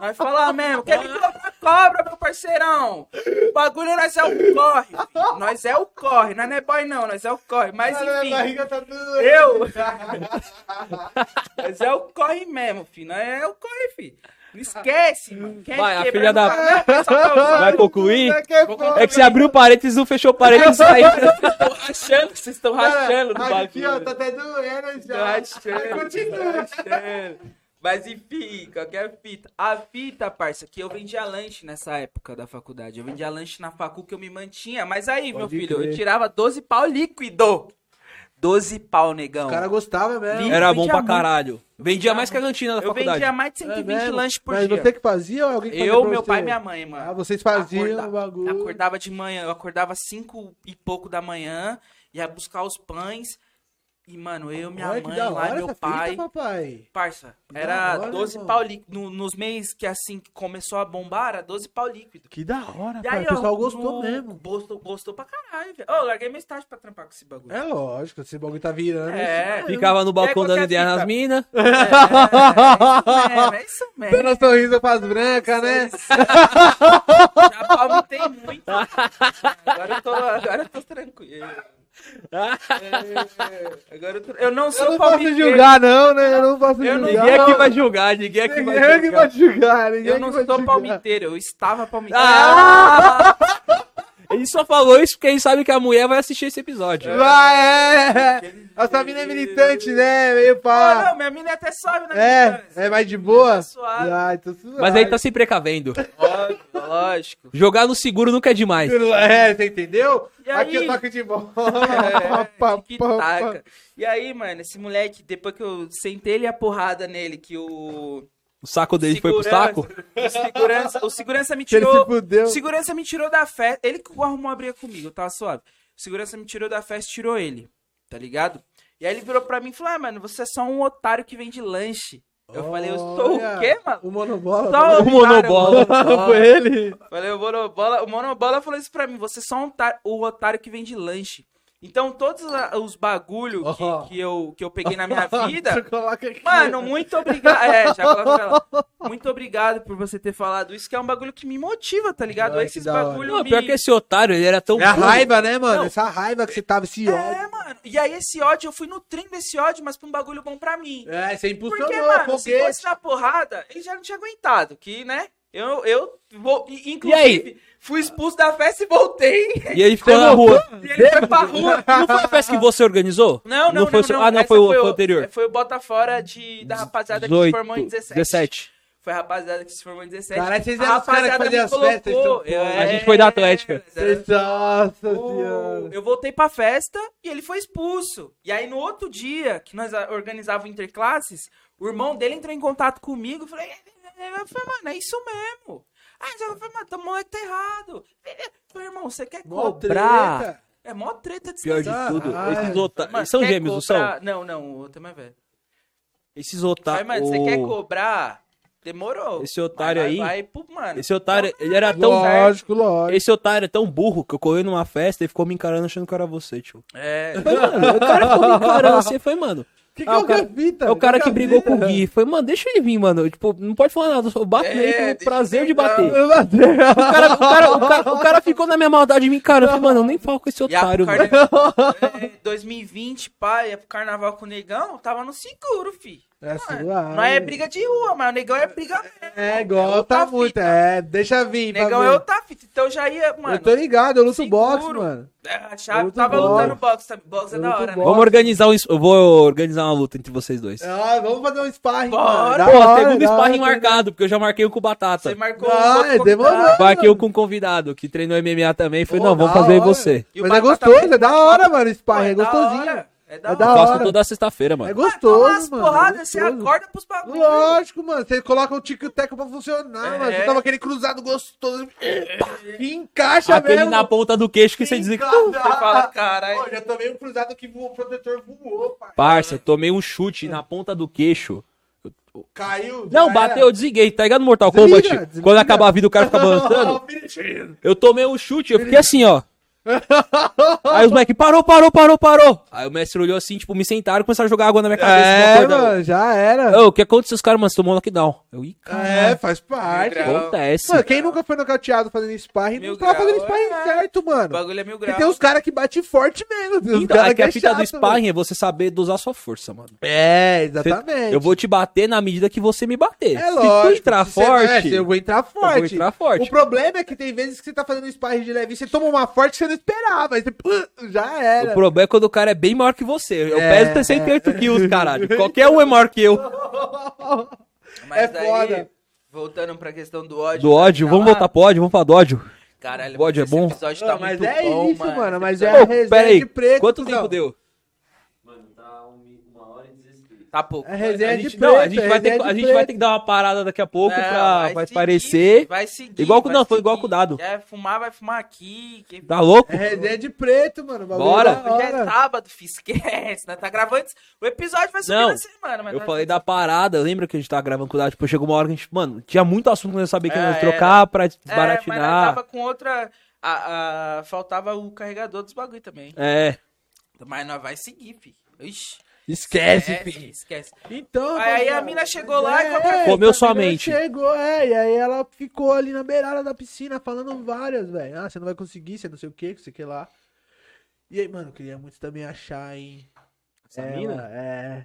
Vai falar mesmo. Quer me cobrar, cobra, meu parceirão. O bagulho nós é o corre. Nós é o corre. Nós não é boy, não. Nós é o corre. Mas enfim.
tá tudo.
Eu? Mas é o corre mesmo, filho. Não é o corre, filho. Não esquece, mano. é Quer
Vai, a
quebrar
filha da-
no cara, mas só pra usar.
Vai concluir?
Vou
É
concluir.
que você abriu parênteses, não fechou parênteses, assim, saiu.
Vocês estão rachando, vocês estão rachando no
Aqui, ó,
é bagulho.
tá até doendo
Estão
já.
rachando.
Continua.
rachando. tá Mas enfim, qualquer fita. A fita, parça, que eu vendia lanche nessa época da faculdade. Eu vendia lanche na facu que eu me mantinha. Mas aí, meu
Pode
filho, eu
crer.
tirava 12 pau líquido. 12 pau, negão.
O cara gostava mesmo.
Li-
Era bom
Vendia
pra
muito.
caralho. Vendia mais que a cantina da
Eu
faculdade.
vendia mais de
É
120
mesmo?
lanches por
Mas
dia.
você que fazia ou alguém que fazia
Eu,
pra
meu
você?
pai e minha mãe, mano.
Ah, vocês faziam
Acorda-
o bagulho.
Eu acordava de manhã, eu acordava cinco e pouco da manhã, ia buscar os pães. E, mano, eu, minha
Olha que
mãe,
da hora
lá, meu
essa
pai.
fita, papai.
Parça,
Que da
era
hora,
12
irmão.
pau líquido. no- nos meses que assim que começou a bombar, era 12 pau líquido.
Que da hora,
E
Ah, cara.
aí,
o pessoal
ó,
gostou
no-
mesmo.
Gostou, gostou pra caralho, velho. Ô, eu larguei meu estágio pra trampar com esse bagulho.
É lógico, esse bagulho tá virando.
É.
isso,
Ficava no balcão
É,
dando
qualquer
ideia
fita.
nas minas.
É, é isso mesmo, é isso mesmo.
Dando sorriso faz branca, né?
é Já palmitei muito. Agora eu tô, agora eu tô tranquilo. É, agora eu, tô- eu não sou
Eu não posso
palmiteiro.
julgar, não, né? Eu não posso
Eu não-
julgar.
Ninguém aqui vai julgar, ninguém aqui vai
Ninguém
julgar.
que vai julgar. Ninguém é
Eu
que
não
vai
sou
julgar.
palmiteiro, eu estava palmiteiro.
Ah! Ele só falou isso porque ele sabe que a mulher vai assistir esse
É
episódio.
Vai, é. Essa mina é militante, né? Meio
Ah,
pá.
não, minha mina até sobe na
É,
distância.
é mais de boa. Ah, então
Tá suave.
Ai, tô suave.
Mas ele tá se precavendo.
Lógico, lógico.
Jogar no seguro nunca é demais.
É, você entendeu?
E
Aqui
aí?
eu toco de bola.
É,
Pá, pá, pá.
tic-tac. E aí, mano, esse moleque, depois que eu sentei ele a porrada nele, que o.
O saco dele foi pro
segurança-
saco.
O segurança, o segurança me
Que ele se
tirou.
fudeu.
O segurança me tirou da festa. Ele que arrumou a briga comigo, tá suave. O segurança me tirou da festa e tirou ele, tá ligado? E aí ele virou pra mim e falou: Ah, mano, você é só um otário que vende lanche. Eu falei, eu sou
Olha,
o quê, mano?
O
Só
O
monobola.
otário,
monobola.
mano.
Foi ele.
Falei, o Monobola, o Monobola falou isso pra mim, você é só um otário, o otário que vende lanche. Então, todos a- os bagulho que,
Oh.
que eu, que eu peguei na minha
Você
vida...
coloca aqui.
Mano, muito obrigado. É, já coloca pra lá. Muito obrigado por você ter falado isso, que é um bagulho que me motiva, tá ligado?
Olha que
Esses
da hora.
bagulho
Não,
me...
pior que esse otário, ele era tão
É a
burro.
raiva, né, mano?
Não.
Essa raiva que você tava, esse ódio.
É, mano. E aí, esse ódio, eu fui nutrindo esse ódio, mas pra um bagulho bom pra mim.
É, você impulsionou,
Porque, mano, se
foguete.
fosse na porrada, ele já não tinha aguentado, que, né? Eu, eu vou... e,
aí?
Inclusive, fui expulso da festa e voltei.
E ele
É
ficou na rua.
E ele foi pra rua.
Não foi a festa que você organizou?
Não, não, não.
foi o seu- Ah, não,
Essa
foi o, foi o anterior.
Foi o Bota Fora de, da rapaziada que se formou em 17.
17.
Foi a rapaziada que se formou em 17.
Caralho, vocês
a
eram os caras que
rapaziada me
faziam as festas.
colocou.
então,
Eu-
pô.
A gente foi da Atlética.
Era-
Vocês- Nossa
o-
senhora.
Eu voltei pra festa e ele foi expulso. E aí, no outro dia, que nós a- organizava o interclasses, o irmão dele entrou em contato comigo e falou: "Eh, eh, eh", eu falei, mano, é isso mesmo. Ah, já falei, mano, o moleque tá errado. Eu falei, irmão, você quer
Mó
cobrar?
treta.
É mó treta de
Pior de
Ah,
tudo,
ah,
esses
é.
otários.
Mano,
Eles são
quer
gêmeos, não são?
cobrar- Não, não, o outro é mais velho.
Esses
Mas,
otários.
mano, você quer cobrar? Demorou.
Tá, Esse otário
Mas
aí.
Vai, vai pro, mano.
Esse otário, ele era
Então,
tão.
Lógico, lógico.
Esse otário é tão burro que eu corri numa festa e ficou me encarando achando que era você, tio.
É.
Mas, mano, o cara ficou me encarando assim, foi, mano.
Que que
Ah,
é
o
o
cara-
Gavita?
É o cara que
Gavita.
brigou com o Gui. Foi, mano, deixa ele vir, mano. Tipo, não pode falar nada, eu só bato
É,
nele
deixa
pelo prazer de
ele dar-
bater.
Eu batei.
O cara, o, cara, o, cara, o cara ficou na minha maldade me encarando. Eu falei, mano, eu nem falo com esse
E a
otário,
carna-
mano.
É, 2020, pai, ia pro carnaval com o negão, tava no seguro, fi.
É
Não é-
suave.
Não é briga de rua, mas o negão é briga mesmo.
É,
outra
gosta
fita.
muito. É, deixa vir. pra
Negão
ver.
é outra fita. Então já ia, mano.
Eu tô ligado, eu luto
Seguro.
boxe, mano.
é, a chave
eu tô
tava
bom.
lutando boxe também. Boxe é
Eu
da
tô
hora, né?
bom.
Vamos organizar um. es- Eu vou organizar uma luta entre vocês dois.
Ah, vamos fazer um sparring.
Bora.
mano. Da
Pô,
hora,
segundo
da hora,
sparring
da hora.
marcado, porque eu já marquei o com o Batata.
Você marcou um
Ah,
outro
é,
convidado.
demorou.
Marquei o com um convidado que treinou MMA também. Falei,
Pô,
não, vamos
da
fazer eu e
hora.
você.
E o
Mas
Batata
é gostoso,
também.
é da hora, mano.
Pô,
Sparring é
da
gostosinho.
hora, É da
É
hora.
da
Faço
hora.
toda sexta-feira,
É
mano.
Toma
gostoso,
as
mano. é
porradas, você
gostoso.
acorda pros bagulhos.
Lógico, mano. Você coloca o tico-teco pra funcionar,
É.
mano. Você toma aquele cruzado gostoso. E encaixa
Aquele
mesmo.
na ponta do queixo que você diz que.
Encaixa.
Você fala, caralho.
Pô, já tomei um cruzado que voou, o protetor voou, pai.
Parça, eu tomei um chute na ponta do queixo.
Caiu. já
Não, bateu, eu desliguei. Tá ligado no Mortal
Desliga,
Kombat?
desliga.
Quando acabar a vida o cara fica
era.
balançando.
Filho,
Eu tomei um chute, eu fiquei assim, ó. Aí os moleques, parou, parou, parou, parou. Aí o mestre olhou assim, tipo, me sentaram e começaram a jogar água na minha cabeça.
É,
uma coisa-
mano, já era.
Ô, o que aconteceu? Os caras, mano, você tomou knockdown. Eu, ih,
É,
caralho,
faz parte.
Mil grau.
acontece.
Mano, quem nunca foi nocauteado fazendo sparring,
Mil
não tá
grau,
fazendo sparring
é.
certo,
O
mano.
bagulho é mil
Porque
graus.
tem uns caras que um batem forte mesmo. tem uns
Então,
cara
é que a
é
fita do
chato, mano.
sparring é você saber dosar sua força, mano.
É, exatamente.
Eu vou te bater na medida que você me bater.
É lógico.
Se tu entrar
se você- é,
forte,
se eu vou entrar forte.
vou entrar forte.
O problema é que tem vezes que você tá fazendo sparring de leve e você toma uma forte que você não esperava. Aí você, "Pô, já
o
era.
problema é quando o cara é bem maior que você. Eu
É.
peso 68 quilos, caralho. Qualquer um é maior que eu.
Mas
É
daí,
foda.
Voltando pra questão do ódio.
Do ódio,
tá
vamos
lá.
voltar pro ódio, vamos falar do ódio.
Caralho,
O ódio é
esse
bom?
episódio
Ah,
tá
mas
muito
é
bom,
isso, mano.
Esse
Mas
episódio
é a
Ô,
resenha
pera aí,
de preto.
quanto
cuzão.
tempo deu?
Mano, tá um- uma hora e 16.
Tá pouco.
É resenha
a
de
gente,
preto.
não, a gente,
é
vai ter,
resenha
que- a
de
gente vai
preto.
ter que dar uma parada daqui a Tá pouco
Não,
pra vai
seguir,
parecer.
Vai seguir.
Igual que-
vai
não, foi
seguir.
igual com o dado.
Quer fumar, vai fumar aqui. Quem
Tá louco?
É resenha de preto, mano. o bagulho
Bora.
é da
Hoje é
hora.
sábado, fi, esquece. Nós tá gravando. isso. O episódio vai É, subir
Não,
na semana, mas
Eu
nós-
falei da parada, lembra que a gente tava gravando com o Dado? Tipo, chegou uma hora que a gente, mano, tinha muito assunto que nós sabia que
É,
nós
era.
trocar pra
É, mas nós
desbaratinar.
tava com outra. a- a- faltava o carregador dos bagulho também.
É.
Mas nós vai seguir, fi. Ixi,
Esquece,
É.
esquece,
filho.
esquece.
Então.
Aí- aí
mano,
a mina chegou lá e qual que é a
Comeu
essa
sua
mina
mente.
Chegou, é. E aí ela ficou ali na beirada da piscina falando várias, velho. Ah, você não vai conseguir, você não sei o que, você que lá. E aí, mano, eu queria muito também achar, hein?
Essa
ela,
mina?
É.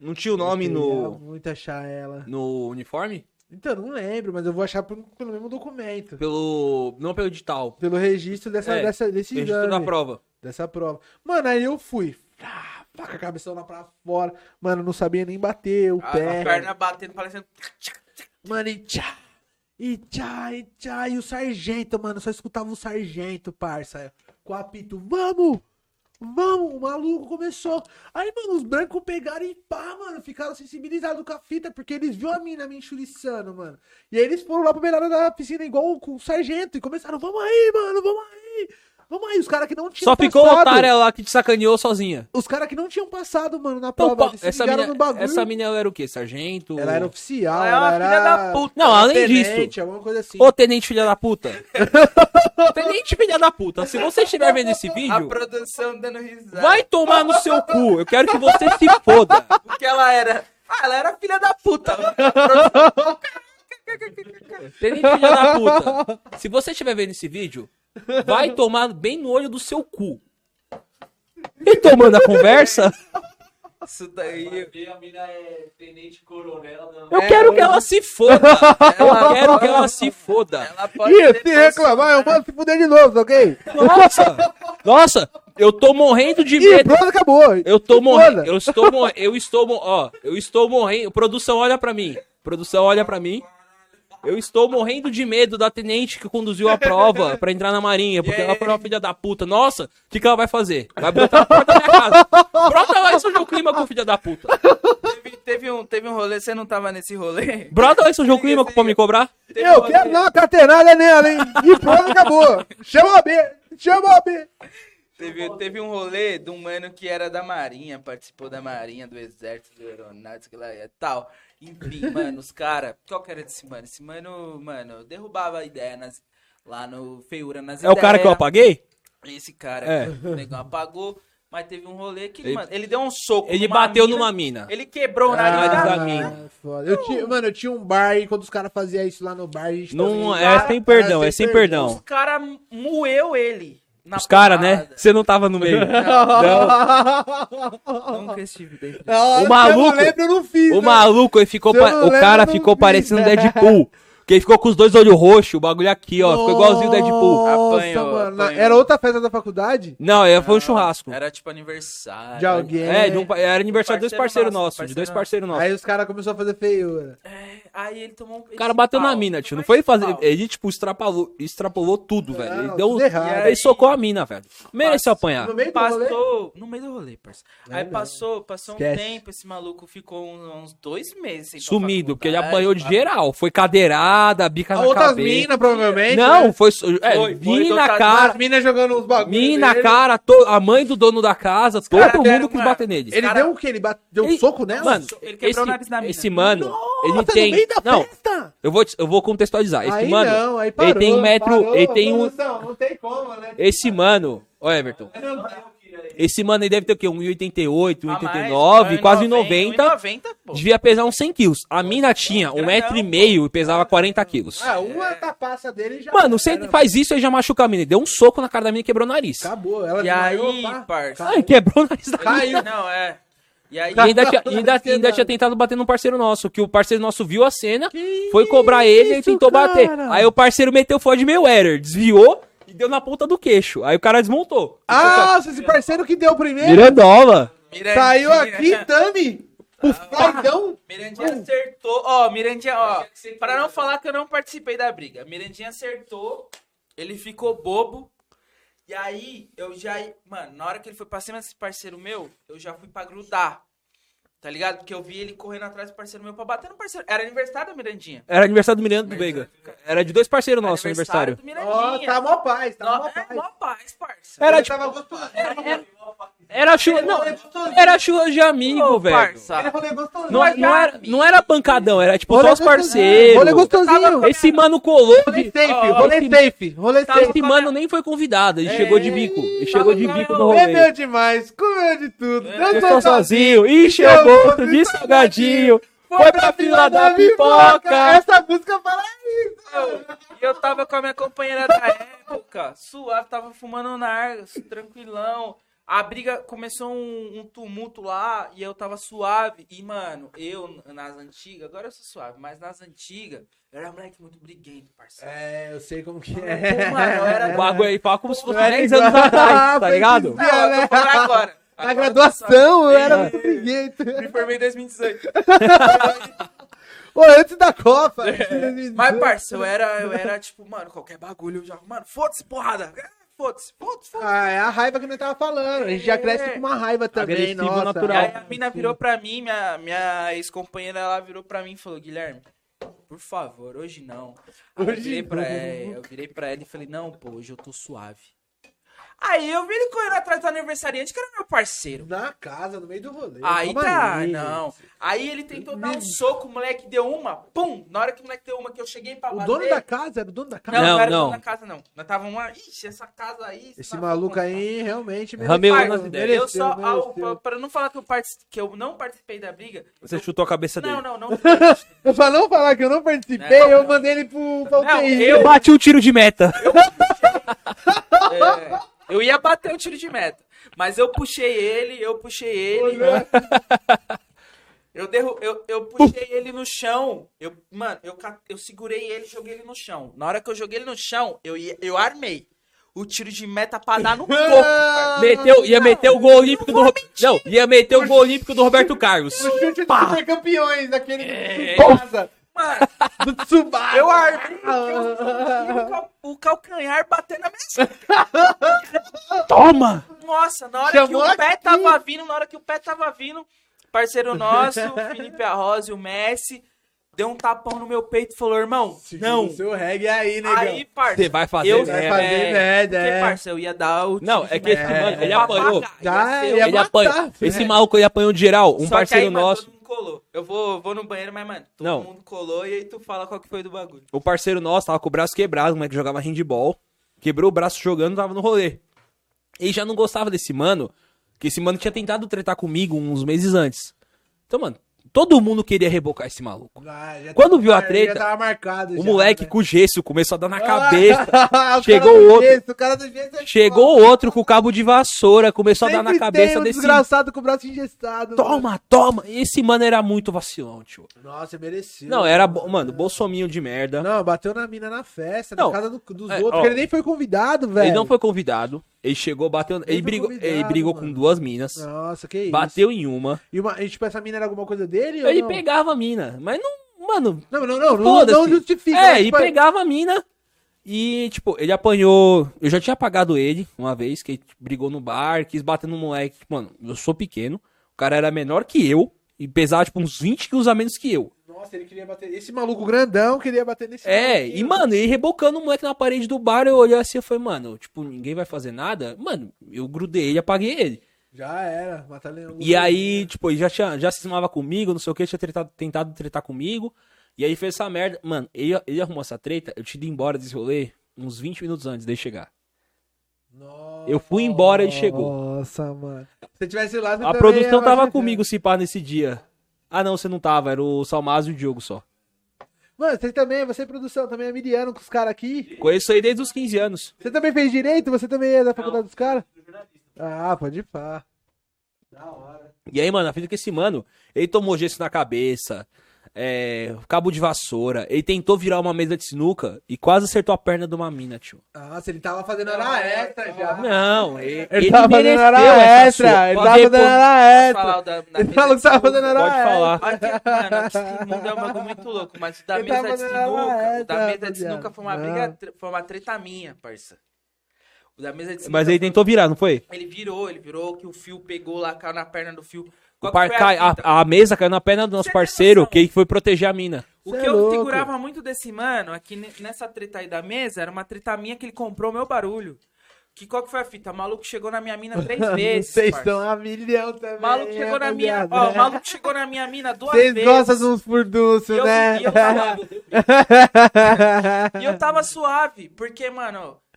Não tinha o
eu
nome
queria
no,
muito achar ela.
no uniforme?
Então, não lembro, mas eu vou achar pelo, pelo mesmo documento.
Pelo. Não pelo digital.
Pelo registro dessa,
É,
dessa, desse
Registro
exame.
da prova.
Dessa prova. Mano, aí eu fui. Ah, faca, cabeção lá pra fora. Mano, não sabia nem bater o
Ah,
A,
pé.
a perna batendo, parecendo.
Mano, e tchá, e tchá, e tchá. E o sargento, mano, só escutava o sargento, parça. Com o apito, vamos, vamos, o maluco começou. Aí, mano, os brancos pegaram e pá, mano, ficaram sensibilizados com a fita, porque eles viram a mina me enxuriçando, mano. E aí eles foram lá pra beirada da piscina igual com o sargento e começaram, vamos aí, mano, vamos aí. Vamos aí, os caras que não tinham
Só ficou a
passado.
otária lá que te sacaneou sozinha.
Os caras que não tinham passado, mano, na
Então,
prova,
pô,
eles se
essa,
ligaram
mina,
no bagulho.
essa mina ela era o quê? Sargento?
Ela era
Ela
oficial,
é
ela
uma
era...
filha da puta.
Não,
era
além
tenente,
disso.
alguma coisa assim.
Ô, tenente filha da puta. tenente filha da puta, se você estiver vendo esse
A
vídeo,
produção dando risada.
vai tomar no seu cu. Eu quero que você se foda.
Porque ela era. Ah, ela era filha da puta.
Tenente filha da puta. Se você estiver vendo esse vídeo, vai tomar bem no olho do seu cu. E tomando a conversa,
Isso daí.
Ver a mina é tenente coronel da
eu quero que ela se foda. Eu
Ela
quero que ela se foda.
Ela pode.
Ih, se
depois-
reclamar, eu mando se fuder de novo, tá ok?
Nossa! Nossa! Eu tô morrendo de
Ih,
medo.
pronto, acabou.
Eu tô
Se
morrendo.
foda.
Eu estou morrendo. Eu estou mor... Ó, eu estou morrendo. Produção, olha pra mim. produção olha pra mim. Eu estou morrendo de medo da tenente que conduziu a prova pra entrar na marinha, porque ela foi uma filha da puta. Nossa, o que, que ela vai fazer? Vai botar a porta na minha casa. Brota Alisson João Clima com filha da puta.
Teve, teve um, teve um rolê, você não tava nesse rolê?
Brota Alisson João Clima pra me cobrar.
Teve um
Eu
rolê-
quero dar uma catenada nela, hein? E pronto, acabou. Chama a B. Chama a B.
Teve, teve um rolê de um mano que era da Marinha, participou da Marinha, do Exército, do Aeronáutica lá, e tal. Enfim, mano, os caras. Qual que era desse mano? Esse mano, mano, derrubava a ideia nas, lá no Feiura nas
É o cara que eu
ideias.
apaguei?
Esse cara,
É.
o negão apagou, mas teve um rolê que,
Ele-
mano, ele deu um soco.
Ele
numa
bateu
mina,
numa mina.
Ele quebrou o nariz
Ah,
da
da mina.
foda. Eu tinha, mano, eu tinha um bar e quando os caras faziam isso lá no bar, a gente
Não,
também-
é sem perdão,
Cara,
é sem perdão.
Os caras moeu ele. na
Os caras, né?
porrada.
Você não tava no meio.
Nunca estive dentro.
Na hora
O
que Eu
maluco-
não lembro, eu não fiz.
O
né?
maluco, ele ficou
Se eu
pa-
não
o
lembro,
cara
eu não
ficou
vi. né?
parecendo Deadpool. Que ele ficou com os dois olhos roxos, o bagulho aqui, ó. Ficou igualzinho o Deadpool.
Nossa,
Apanhou,
mano. na-
apanhou.
Era outra festa da faculdade?
Não, é, foi um churrasco.
Era tipo aniversário.
De alguém.
É, de um pa- era aniversário de dois
Parceiro
parceiros
nosso,
nossos, de dois
parceiro
parceiros nossos.
Aí os caras começaram a fazer né? feiura.
Aí ele tomou um.
É. O cara bateu na mina, tio. Não foi fazer. Ele, tipo, extrapolou, extrapolou tudo, velho. Ele
Não,
deu. um,
tudo errado.
Ele socou a mina, velho. Mereceu apanhar.
No meio do rolê?
Passou no meio do rolê, parceiro. Aí
Não.
passou, passou um
Esquece.
tempo, esse maluco ficou um, uns, uns dois meses sem ir pra
Sumido, porque ele
faculdade,
apanhou de
pá.
geral. Foi cadeirada, bica na
Outras
cabeça.
minas, provavelmente.
Não,
né?
foi. so- É,
Foi, foi,
mina
outras-
na
As
cara.
minas jogando uns bagulhos.
Ah, Mina na cara. to- A mãe do dono da casa. Todo
caras deram
mundo quis
uma-
bater nele.
Ele
cara-
deu o quê? Ele bateu deu um
Ele-
soco nela?
Mano,
é ele quebrou
esse,
o nariz da mina.
esse mano, ele
Nossa,
tem.
no meio da
Não,
festa?
eu vou, te- eu vou contextualizar. Esse
aí
mano,
não, aí parou.
ele tem um metro.
parou,
ele tem um.
produção, Não tem como, né?
Esse mano. Ó, Everton. Esse mano aí deve ter o quê? 1,88,
A mais,
1,89,
um
quase
90,
90.
90, pô.
Devia pesar uns 100 quilos. A mina tinha um
Grandão,
metro e meio e pesava 40 quilos.
Ah, uma tapaça dele e já.
Mano,
era,
você
mano.
faz isso e já machuca a mina. Ele Deu um soco na cara da mina e quebrou o nariz.
Acabou. Ela
E aí,
desmaiou, pá.
parça.
Ai, quebrou o nariz da mina.
Ele- Não, é. E aí,
E ainda, tinha, e ainda-
Não sei
ainda
nada.
tinha tentado bater num parceiro nosso, que o parceiro nosso viu a cena,
Que
foi cobrar ele e
isso,
tentou bater.
cara?
Aí o parceiro meteu o Ford meio error, desviou e deu na ponta do queixo. Aí o cara desmontou.
Ah, esse parceiro que deu primeiro.
Mirandola.
Mirandinha-
Saiu aqui, então. Tami. O Flaidão.
Mirandinha acertou. Ó, Mirandinha, ó. Pra não falar que eu não participei da briga. Mirandinha acertou. Ele ficou bobo. E aí, eu já. Mano, na hora que ele foi pra cima desse parceiro meu, eu já fui pra grudar. Tá ligado? Porque eu vi ele correndo atrás do parceiro meu pra bater no parceiro. Era aniversário da Mirandinha.
Era aniversário do Miranda do Veiga. Era de dois parceiros nossos, aniversário.
do
Ó,
Mirandinha.
tá É mó paz, tá
Nó-
mó
é,
paz.
mó paz, parça.
Era
Ele
tipo,
tava gostoso.
era churra, não, era churra de amigo,
Ô,
velho.
parça.
Ele rolê gostoso.
Não, não era, não era pancadão, era tipo só os
Rolê
parceiros.
gostosinho.
Esse mano colou
Rolê
de...
safe,
Ó,
rolê
esse-
safe, rolê
Tava-
safe.
Esse mano nem foi convidado, ele chegou de bico. Ele chegou de bico no rolê.
Bebeu demais, comeu de tudo.
Eu
dançou
tô sozinho, encheu
eu
o
vou
bolso
de
de salgadinho.
Foi pra fila da pipoca. Essa música fala isso.
E eu tava com a minha companheira da época, suave, tava fumando nargas, tranquilão. A briga começou um, um tumulto lá e eu tava suave. E, mano, eu nas antigas, agora eu sou suave, mas nas antigas, eu era moleque muito briguento, parceiro.
É, eu sei como que
Pô, mano, eu
É. O
era.
bagulho aí fala como se fosse
Não era
10
igual.
anos atrás, tá
Foi
ligado?
Não, eu tô falando agora.
né? Na
Agora
graduação eu era
Sim.
muito briguento.
eu me formei em 2018.
Ô, antes da Copa.
Mas, parceiro, eu era, eu era tipo, mano, qualquer bagulho eu já. Mano, foda-se, porrada. É, Foda-se, foda-se, foda-se.
Ah, é a raiva que nós tava falando. A gente já cresce com uma raiva também,
Agressivo
nossa.
E
natural.
aí
né,
a mina
tipo.
virou pra mim, minha, minha ex-companheira, ela virou pra mim e falou, Guilherme, por favor, hoje não. Aí eu
Hoje
virei pra
não.
ela, eu virei pra ela e falei, não, pô, hoje eu tô suave. Aí eu vi ele correndo atrás do aniversariante, que era meu parceiro.
Na casa, no meio do rolê.
Aí
calma
tá,
aí.
não. Aí ele tentou dar um soco, o moleque deu uma, pum! Na hora que o moleque deu uma, que eu cheguei pra
O
bater...
dono da casa era o dono da casa?
Não, não,
Não,
era o
não.
dono da casa, não. Nós tava uma... Ixi, essa casa aí...
Esse
sabe
maluco
como tá?
aí realmente
Rameu
Parça,
nas ideias.
eu só, ao-
mereceu.
pra não falar que eu, partici- que eu não participei da briga,
Você chutou a cabeça
não,
dele.
não, não. foi.
Eu pra não falar que eu não participei,
Não,
eu
não.
mandei ele pro pra
Não,
UTI.
Eu bati um tiro de meta.
É, eu ia bater o tiro de meta. Mas eu puxei ele, eu puxei ele. Eu, derru eu, eu puxei ele no chão. Eu, mano, eu, ca- eu segurei ele e joguei ele no chão. Na hora que eu joguei ele no chão, eu, ia- eu armei. o tiro de meta pra dar no coco,
Ah,
parceiro.
Meteu, ia meter o gol olímpico do. Ro- Não, ia meter o gol olímpico do Roberto Carlos.
O chute dos supercampeões, daquele
É.
do Tsubasa.
Mano,
Do Tsubasa.
eu armei que eu- o cal- o calcanhar batendo na minha
Toma!
Nossa, na hora
Chamou
que o pé
aqui.
tava vindo, na hora que o pé tava vindo, parceiro nosso, o Felipe Arroz e o Messi, deu um tapão no meu peito e falou, irmão, não.
O seu reggae aí, negão.
Aí, parceiro.
Você vai fazer.
Eu-
Vai
merda.
fazer
é,
merda,
Porque,
é.
parceiro, eu ia dar o.
Não, é que esse
É.
mano, ele
Pra
apanhou.
pagar,
Já
ia ser um
ia
Ele
matar,
apanhou.
filho.
Esse maluco aí apanhou geral. Um
Só que
parceiro
aí, mano,
nosso.
todo mundo colou. Eu vou, vou no banheiro, mas, mano, todo
Não.
mundo colou e aí tu fala qual que foi do bagulho.
O parceiro nosso tava com o braço quebrado, como é que jogava handball. Quebrou o braço jogando, tava no rolê. E já não gostava desse mano, que esse mano tinha tentado tretar comigo uns meses antes. Então, mano, todo mundo queria rebocar esse maluco.
Ah, já
Quando
tava-
viu a
Já
treta,
tava marcado
O
já,
moleque
né?
com gesso começou a dar na
Ah,
cabeça.
cara
chegou
do
o outro.
gesso, o cara do gesso é
Chegou o outro com o cabo de vassoura, começou a dar
Sempre
na cabeça
tem um
desse.
desgraçado com o braço engessado.
Toma, toma! Esse mano era muito vacilão, tio.
mano. Nossa, mereceu.
Não, era, bo- mano, bolsominho de merda.
Não, bateu na mina na festa,
Não.
na casa do- dos
É,
outros,
ó.
porque ele nem foi convidado, velho.
Ele não foi convidado. Ele chegou, bateu. Ele,
foi
brigou, ele
convidado,
brigou
mano.
com duas minas.
Nossa, que isso.
Bateu em uma.
E, uma, e tipo, essa mina era alguma coisa dele? ou
Ele
não?
pegava a mina. Mas não. Mano.
Não, não, não, não,
Foda-se.
não justifica.
É,
mas,
e
tipo,
pegava a mina. E, tipo, ele apanhou. Eu já tinha apagado ele uma vez, que ele brigou no bar, quis bater no moleque. Tipo, Mano, eu sou pequeno. O cara era menor que eu. E pesava, tipo, uns 20 quilos a menos que eu.
Nossa, ele queria bater. Esse maluco grandão queria bater nesse.
É,
maluquinho.
e, mano, ele rebocando o moleque na parede do bar, eu olhei assim e falei, mano, tipo, ninguém vai fazer nada. Mano, eu grudei ele, apaguei ele.
Já era, matar leão.
E aí, tipo, ele já, tinha, já cismava comigo, não sei o que, tinha tretado- tentado tretar comigo. E aí fez essa merda. Mano, ele, ele arrumou essa treta, eu tinha ido embora desse rolê uns 20 minutos antes dele chegar.
Nossa,
Eu fui embora, ele chegou.
Nossa, mano. Se tivesse lá, você
A
também
produção
ia
tava
bater.
comigo, se pá, nesse dia. Ah, não, você não tava, era o Salmásio e o Diogo só.
Mano, você também, você produção, também é miliano com os caras aqui.
Conheço ele desde os 15 anos.
Você também fez direito? Você também é da faculdade dos caras? Ah, pode ir pá.
E aí, mano, a fita é que esse mano, ele tomou gesso na cabeça, é, cabo de vassoura, ele tentou virar uma mesa de sinuca e quase acertou a perna de uma mina, tio.
Nossa, Ah, ele tava fazendo hora extra já.
Não, ele,
Ah, Ele,
ele
tava fazendo
mereceu
hora
essa
extra.
sua.
Ele
Pode
tava fazendo
repor-
hora
Falar o
extra.
da, na
É, Ele
mesa
falou que
de
tava
sinuca.
fazendo hora
Pode
extra.
falar.
Olha que- Mano, esse mundo é um bagulho muito louco, mas o da
Ele
mesa
tava
de
na
sinuca, o da
reta, Ah.
mesa de sinuca
rapaziada.
foi uma briga, tre- foi uma treta minha, parça. O da mesa de sinuca, um
Mas ele tentou virar, não foi?
ele virou, ele virou que o fio pegou lá, caiu na perna do fio.
O
Qual
par
que foi
cai-
a fita?
a, a mesa caiu na perna do nosso
Cê tem
parceiro,
noção?
que foi proteger a mina.
O
Cê
que
é
eu
louco.
segurava muito desse mano é que ne- nessa treta aí da mesa era uma treta minha que ele comprou meu barulho. Que qual que foi a fita? O maluco chegou na minha mina três vezes.
Vocês
parça.
estão a milhão também.
O maluco chegou na minha.
rapaziada.
Ó, o maluco chegou na minha mina duas
né? Vocês
vezes.
gostam de uns
e
furdunços,
eu,
né?
e eu tava, e eu tava suave, porque, mano,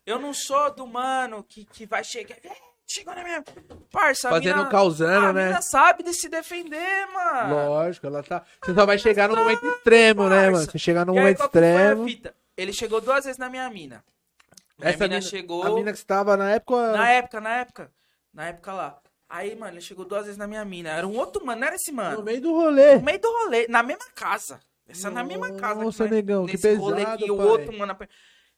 eu não sou do mano que, que vai chegar. "Eh, Chegou na minha. Parça, a
Fazendo,
mina-
causando,
a
né?
mina sabe de se defender, mano.
Lógico, ela tá. Você só vai chegar no momento extremo, né, mano?
parça.
Você chegar no
E aí,
momento
qual que foi a
extremo.
fita? Ele chegou duas vezes na minha mina. Minha
Essa
mina
mina-
chegou.
A mina que estava na época.
Na época, na época. Na época lá. Aí, mano, ele chegou duas vezes na minha mina. Era um outro mano, não era esse
No
mano.
meio do rolê.
No meio do rolê, na mesma casa. Essa na mesma casa. que
Nossa,
nós-
negão, que
nesse rolê
pesado,
que o
pai.
outro mano... apan-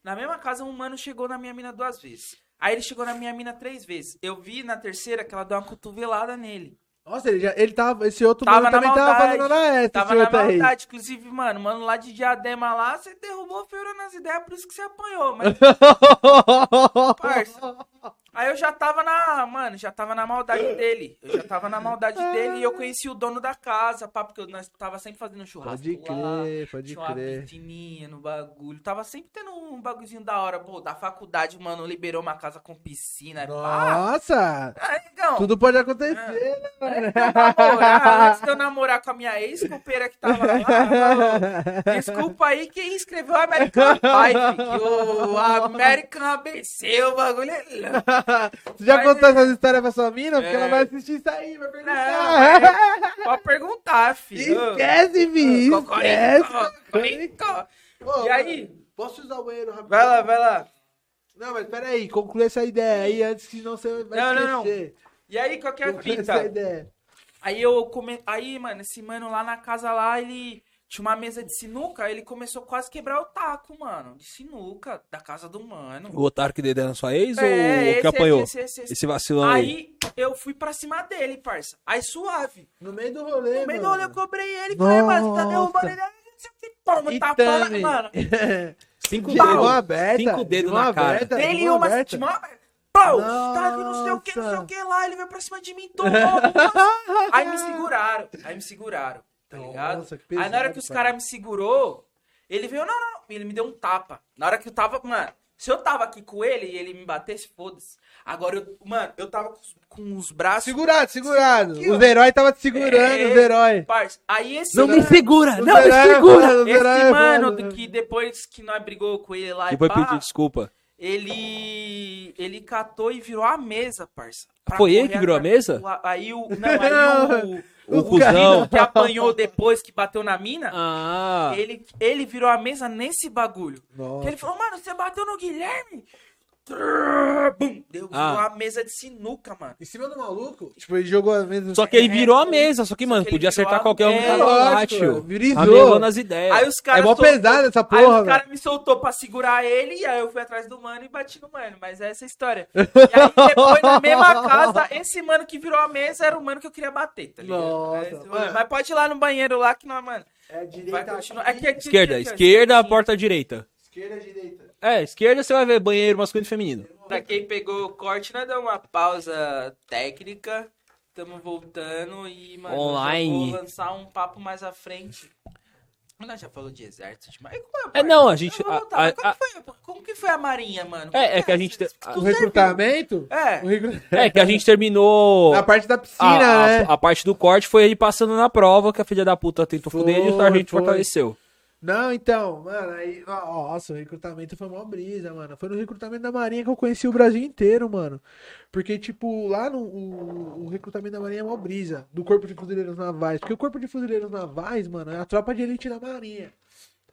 Na mesma casa, um mano chegou na minha mina duas vezes. Aí ele chegou na minha mina três vezes. Eu vi na terceira que ela deu uma cotovelada nele.
Nossa, ele, já, ele tava. Esse outro
Tava
mano
na
também tava
maldade.
fazendo hora extra.
Tava
esse
na
outro aí.
maldade. Inclusive, mano, mano lá de Diadema lá, você derrubou, feirou nas ideias, por isso que você apanhou. Mas Parça. Aí eu já tava na. Mano, já tava na maldade dele. Eu já tava na maldade dele e eu conheci o dono da casa, pá, porque nós tava sempre fazendo churrasco.
Pode
lá,
crer, pode
tinha uma
crer.
piscininha no bagulho. Tava sempre tendo um bagulhozinho da hora. Pô, da faculdade, mano, liberou uma casa com piscina. É Pá.
Nossa!
Ah, negão.
Tudo pode acontecer, né, mano?
Antes de eu namorar, antes de eu namorar com a minha ex-companheira que tava lá, falou, desculpa aí quem escreveu American Pie, filho. O American ABC, o bagulho é louco.
Você já
Mas
contou
é-
essas histórias pra sua mina? Porque
É.
ela vai assistir isso aí, vai perguntar.
Não, Pode perguntar, filho.
Esquece, vi!
é
Esquece!
Cocorico, cocorico.
Ô,
Ah, E aí?
Posso usar o banheiro rapidinho?
Vai lá, vai lá.
Não, mas peraí, conclui essa ideia aí antes que não você vai
Não, não, não.
esquecer.
E aí, qual que é a
Conclui essa
fita?
ideia.
Aí eu come... Aí, mano, esse mano lá na casa lá, ele Tinha uma mesa de sinuca, ele começou quase a quebrar o taco, mano. De sinuca, da casa do mano.
O otário que dedera na sua ex
É,
ou o que
esse,
apanhou?
esse, esse, esse.
Esse vacilão aí.
Aí eu fui pra cima dele, parça. Aí suave.
No meio do rolê,
No meio do
mano.
olho eu cobrei ele. Falei, mano, você tá
É, Nossa.
derrubando ele. Aí, não sei o que, Toma,
E
tapa,
também.
mano.
Cinco
De
pau.
mão aberta.
Cinco
de
dedos
mão
na cara.
aberta, de
Dele e
mão
uma.
aberta.
uma- tipo, Pau! Tá aqui, não sei o que, não sei
Nossa.
o que lá. Ele veio pra cima de mim, tomou. nossa. aí me seguraram. Aí me seguraram, tá ligado?
Nossa, que
aí na hora que
pesado,
os
cara.
caras me segurou, ele veio, não, não, não. Ele me deu um tapa. Na hora que eu tava, mano. Se eu tava aqui com ele e ele me batesse, foda-se. Agora, eu, mano, eu tava com, os- com os braços.
Segurado, segurado.
Aqui, ó.
os heróis tava te segurando,
É.
os heróis.
Parça, aí esse.
Não me segura,
Os
não me
heróis é
segura.
foda, os heróis
Esse
é
mano
né?
foda.
que depois que nós brigou com ele lá e
Depois
pá,
pedir desculpa.
ele ele catou e virou a mesa, parça. Pra
Foi ele
correr
que virou a
atrás-
mesa?
o- Aí o não, aí o,
O cuzão.
que apanhou depois que bateu na mina,
Ah.
ele ele virou a mesa nesse bagulho. Que
Nossa.
ele falou: "Mano, você bateu no Guilherme?" Trrr, Bum, deu
Ah.
uma mesa de sinuca, mano.
Em cima do maluco?
Tipo, ele jogou a mesa.
Só que ele virou a mesa. Só que, mano,
É, que ele
podia
virou
acertar
a-
qualquer um que
É,
tava lá,
lógico,
tio.
virizou.
Amelando as ideias.
Aí os
É
caras
mó
soltou-
pesada essa
Aí
porra,
os
velho.
caras me soltou pra segurar ele, e aí eu fui atrás do mano e bati no mano. Mas é essa a história. E aí depois, na mesma casa, esse mano que virou a mesa era o mano que eu queria bater, tá ligado?
Nossa,
mas,
mano.
mano, mas pode ir lá no banheiro lá que nós, mano.
É direita.
Vai continuar. Aqui, aqui,
Esquerda,
aqui, aqui,
esquerda,
aqui.
porta direita.
Esquerda, direita.
É, esquerda você vai ver banheiro masculino e feminino.
Pra quem pegou o corte, nós damos uma pausa técnica. Tamo voltando e, mano, eu já
Online.
vou lançar um papo mais à frente. Nós já falou de exército, mas...
É, não, a gente.
Eu vou
a-
voltar, mas
a- a-
como, foi, como que foi a Marinha, mano? Como
é, é que a gente. te-
O
a-
recrutamento?
É.
O recrutamento.
É que a gente terminou.
Na parte da
A,
piscina,
a-
né?
a parte do corte foi ele passando na prova que a filha da puta tentou
Foi,
fuder ele e o sargento
foi.
fortaleceu.
Não, então, mano, aí, ó, nossa, o recrutamento foi mó brisa, mano. Foi no recrutamento da Marinha que eu conheci o Brasil inteiro, mano. Porque, tipo, lá no o, o recrutamento da Marinha é mó brisa, do Corpo de Fuzileiros Navais. Porque o Corpo de Fuzileiros Navais, mano, é a tropa de elite da Marinha.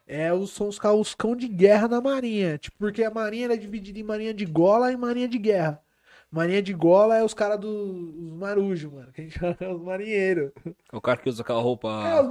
É, os, são os, ca- os cão de guerra da Marinha. Tipo, porque a Marinha era dividida em Marinha de Gola e Marinha de Guerra. Marinha de Gola é os caras dos marujos, mano. Que a gente chama os marinheiros.
É O cara que usa aquela roupa.
É, os marujão, os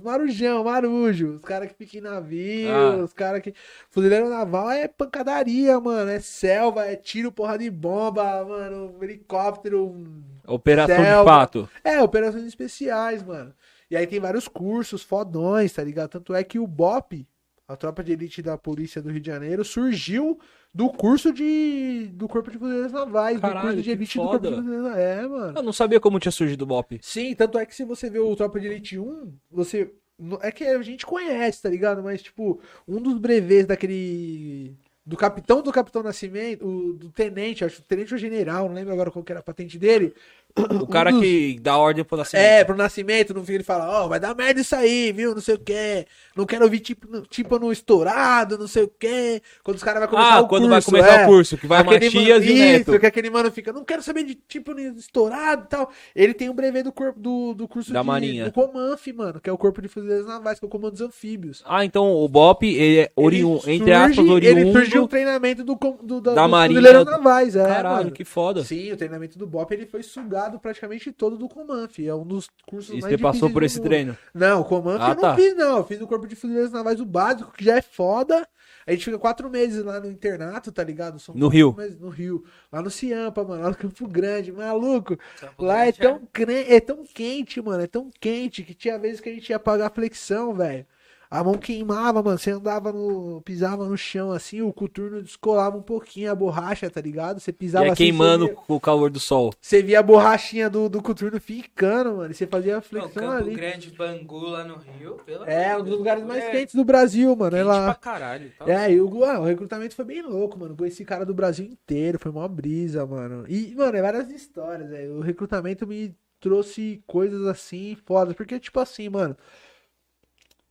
característica.
marujão, marujo. Os caras que ficam em navio,
Ah.
os caras que. Fuzileiro naval é pancadaria, mano. É selva, é tiro, porrada de bomba, mano. Helicóptero. um-
Operação de
Selva.
fato.
É, operações especiais, mano. E aí tem vários cursos fodões, tá ligado? Tanto é que o BOP, a tropa de elite da polícia do Rio de Janeiro, surgiu do curso de. do Corpo de Fuzileiros Navais,
Caralho,
do curso de
que
elite do
foda.
Corpo de Fuzileiros Navais. É, mano.
Eu não sabia como tinha surgido o Bop.
Sim, tanto é que se você vê o Tropa de Elite 1, você. no- É que a gente conhece, tá ligado? Mas, tipo, um dos brevês daquele. Do capitão do Capitão Nascimento, o- do tenente, acho, tenente ou general, não lembro agora qual que era a patente dele.
O cara
Um dos-
que dá ordem pro nascimento.
É, pro Nascimento, no fim ele fala: Ó, vai dar merda isso aí, viu? Não sei o quê. Não quero ouvir tipo, no- tipo no estourado, não sei o quê. Quando os caras vão começar
ah,
o
quando
curso.
vai começar
é.
o curso, que vai o
Aquele
Matias
mano,
e o Neto.
Isso, que aquele mano fica, não quero saber de tipo estourado e tal. Ele tem um brevet do corpo do, do curso
Da
de,
Marinha.
do Comanf, mano, que é o corpo de fuzileiros navais, que é o comando dos anfíbios.
Ah, então o Bop, ele é oriundo,
Ele
entre aspas,
surge- Ele
oriundo.
surgiu o treinamento do, com- do, da,
da
dos
Marinha.
fuzileiros navais, é,
Caralho,
mano.
que foda.
Sim, é o treinamento do BOP ele foi sugado praticamente todo do Comanf. É um dos cursos
E
mais
você passou
difíceis
por
do
esse
mundo.
treino.
Não, o comando
Ah,
eu não
tá.
fiz, não. Eu fiz o corpo de fuzileiros navais, o básico, que já é foda. A gente fica quatro meses lá no internato, tá ligado? São
No
quatro
Rio.
meses no Rio. Lá no Ciampa, mano. Lá no Campo Grande. Maluco.
Campo
Lá é
Grande,
tão, cre- é tão quente, mano. É tão quente que tinha vezes que a gente ia pagar flexão, velho. A mão queimava, mano. Você andava no. pisava no chão assim, o coturno descolava um pouquinho a borracha, tá ligado? Você
E
pisava
é
assim,
queimando
você via-
com o calor do sol.
Você via a borrachinha do, do coturno ficando, mano. E você fazia a
Não,
flexão
Campo
ali.
Grande, Bangu lá no Rio. Pelo
É,
amor
um
de
dos
Deus,
lugares mais
é
quentes do Brasil, mano.
quente pra
Ela...
caralho. Tá?
É, e o, ah, o recrutamento foi bem louco, mano. Conheci cara do Brasil inteiro, foi mó brisa, mano. E, mano, é várias histórias, velho. O recrutamento me trouxe coisas assim, fodas. Porque, tipo assim, mano.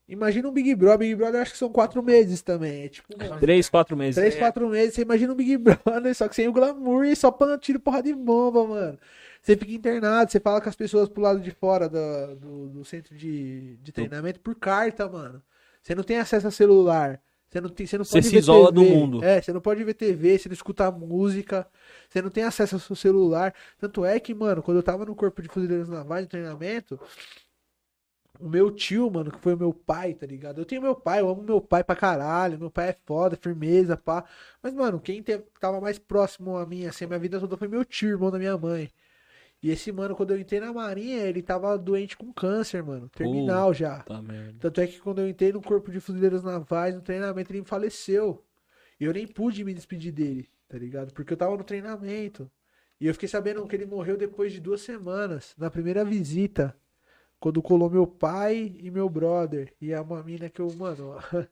Imagina um Big Brother. Big Brother acho que são quatro meses também. É tipo, mano,
Três, quatro meses. é.
três, quatro meses. Você imagina um Big Brother, só que sem o glamour e só pan- tiro porrada de bomba, mano. Você fica internado, você fala com as pessoas pro lado de fora da- do, do centro de, de treinamento por carta, mano. Você não tem acesso a celular. Você não, tem, você não
Você
pode
se
ver
isola
TV.
do mundo.
É, você não pode ver TV, você não escuta música, você não tem acesso ao seu celular. Tanto é que, mano, quando eu tava no corpo de fuzileiros navais de treinamento, O meu tio, mano, que foi o meu pai, tá ligado? Eu tenho meu pai, eu amo meu pai pra caralho. Meu pai é foda, firmeza, pá. Mas, mano, quem te- tava mais próximo a mim, assim, a minha vida toda foi meu tio, irmão da minha mãe. E esse mano, quando eu entrei na marinha, ele tava doente com câncer, mano. Terminal já.
Tá merda.
Tanto é que quando eu entrei no Corpo de Fuzileiros Navais, no treinamento, ele faleceu. E eu nem pude me despedir dele, tá ligado? Porque eu tava no treinamento. E eu fiquei sabendo que ele morreu depois de duas semanas, na primeira visita. Quando colou meu pai e meu brother. E é uma mina que eu, mano.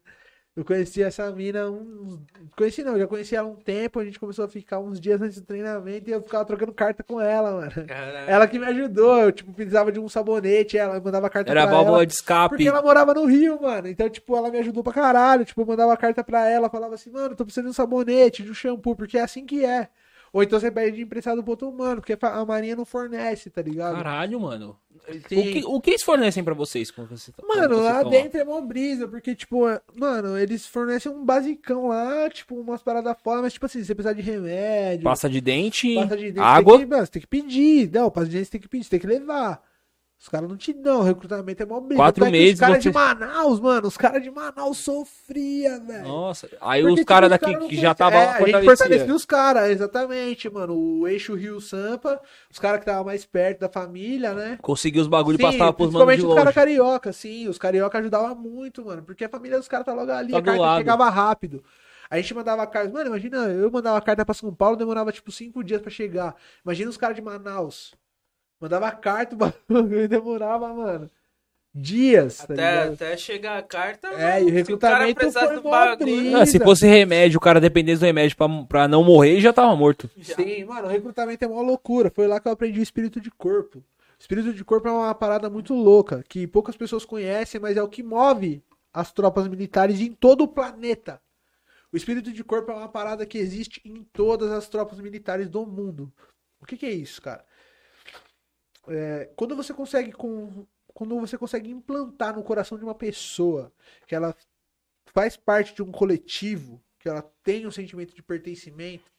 Eu conheci essa mina uns. Conheci não, já conheci ela há um tempo. A gente começou a ficar uns dias antes do treinamento e eu ficava trocando carta com ela, mano.
Caralho.
Ela que me ajudou. Eu, tipo, precisava de um sabonete, ela mandava carta
Era a
pra ela.
válvula de escape.
Porque ela morava no Rio, mano. Então, tipo, ela me ajudou pra caralho. Tipo, eu mandava carta pra ela, falava assim, mano, tô precisando de um sabonete, de um shampoo, porque é assim que é. Ou então você pede emprestado pro outro humano, porque a marinha não fornece, tá ligado?
Caralho, mano. O
Tem-
que, o que eles fornecem pra vocês? Quando você, quando
Mano,
vocês
lá
estão
dentro é mó brisa, porque, tipo, é- mano, eles fornecem um basicão lá, tipo, umas paradas fora, mas, tipo assim, se você precisar de remédio,
Pasta de dente,
pasta de dente,
água.
Tem que, mano, você tem que pedir. Não, pasta de dente você tem que pedir, você tem que levar. Os caras não te dão, recrutamento é mó brisa.
Quatro
Tanto é que
meses
Os caras
você-
de Manaus, mano, os caras de Manaus sofria, velho.
Nossa, aí
Porque,
os
tipo,
caras
os
daqui
cara não
que já
conhece-
tava
é,
lá
a gente
fortalecia.
fortalecia os caras, exatamente, mano. O eixo Rio Sampa, os caras que estavam mais perto da família, né?
Conseguiu os bagulho e
Sim,
passava pros manos
principalmente
de
os
longe.
caras carioca, sim. Os carioca ajudavam muito, mano. Porque a família dos caras tá logo ali,
Tá
a
do
carta
lado.
chegava rápido. A gente mandava carta. Mano, imagina, eu mandava carta pra São Paulo, demorava tipo cinco dias pra chegar. Imagina os caras de Manaus. Mandava carta, o bagulho demorava, mano. Dias, tá
Até,
ligado?
até chegar a carta.
É, e o
se
recrutamento
precisasse
foi tá
do
mó
bagulho.
Ah, se fosse remédio, o cara dependesse do remédio pra, pra não morrer, ele já tava morto.
Sim, mano, o recrutamento é uma loucura. Foi lá que eu aprendi o espírito de corpo. Espírito de corpo é uma parada muito louca, que poucas pessoas conhecem, mas é o que move as tropas militares em todo o planeta. O espírito de corpo é uma parada que existe em todas as tropas militares do mundo. O que, que é isso, cara? É, quando você consegue com, quando você consegue implantar no coração de uma pessoa que ela faz parte de um coletivo, que ela tem um sentimento de pertencimento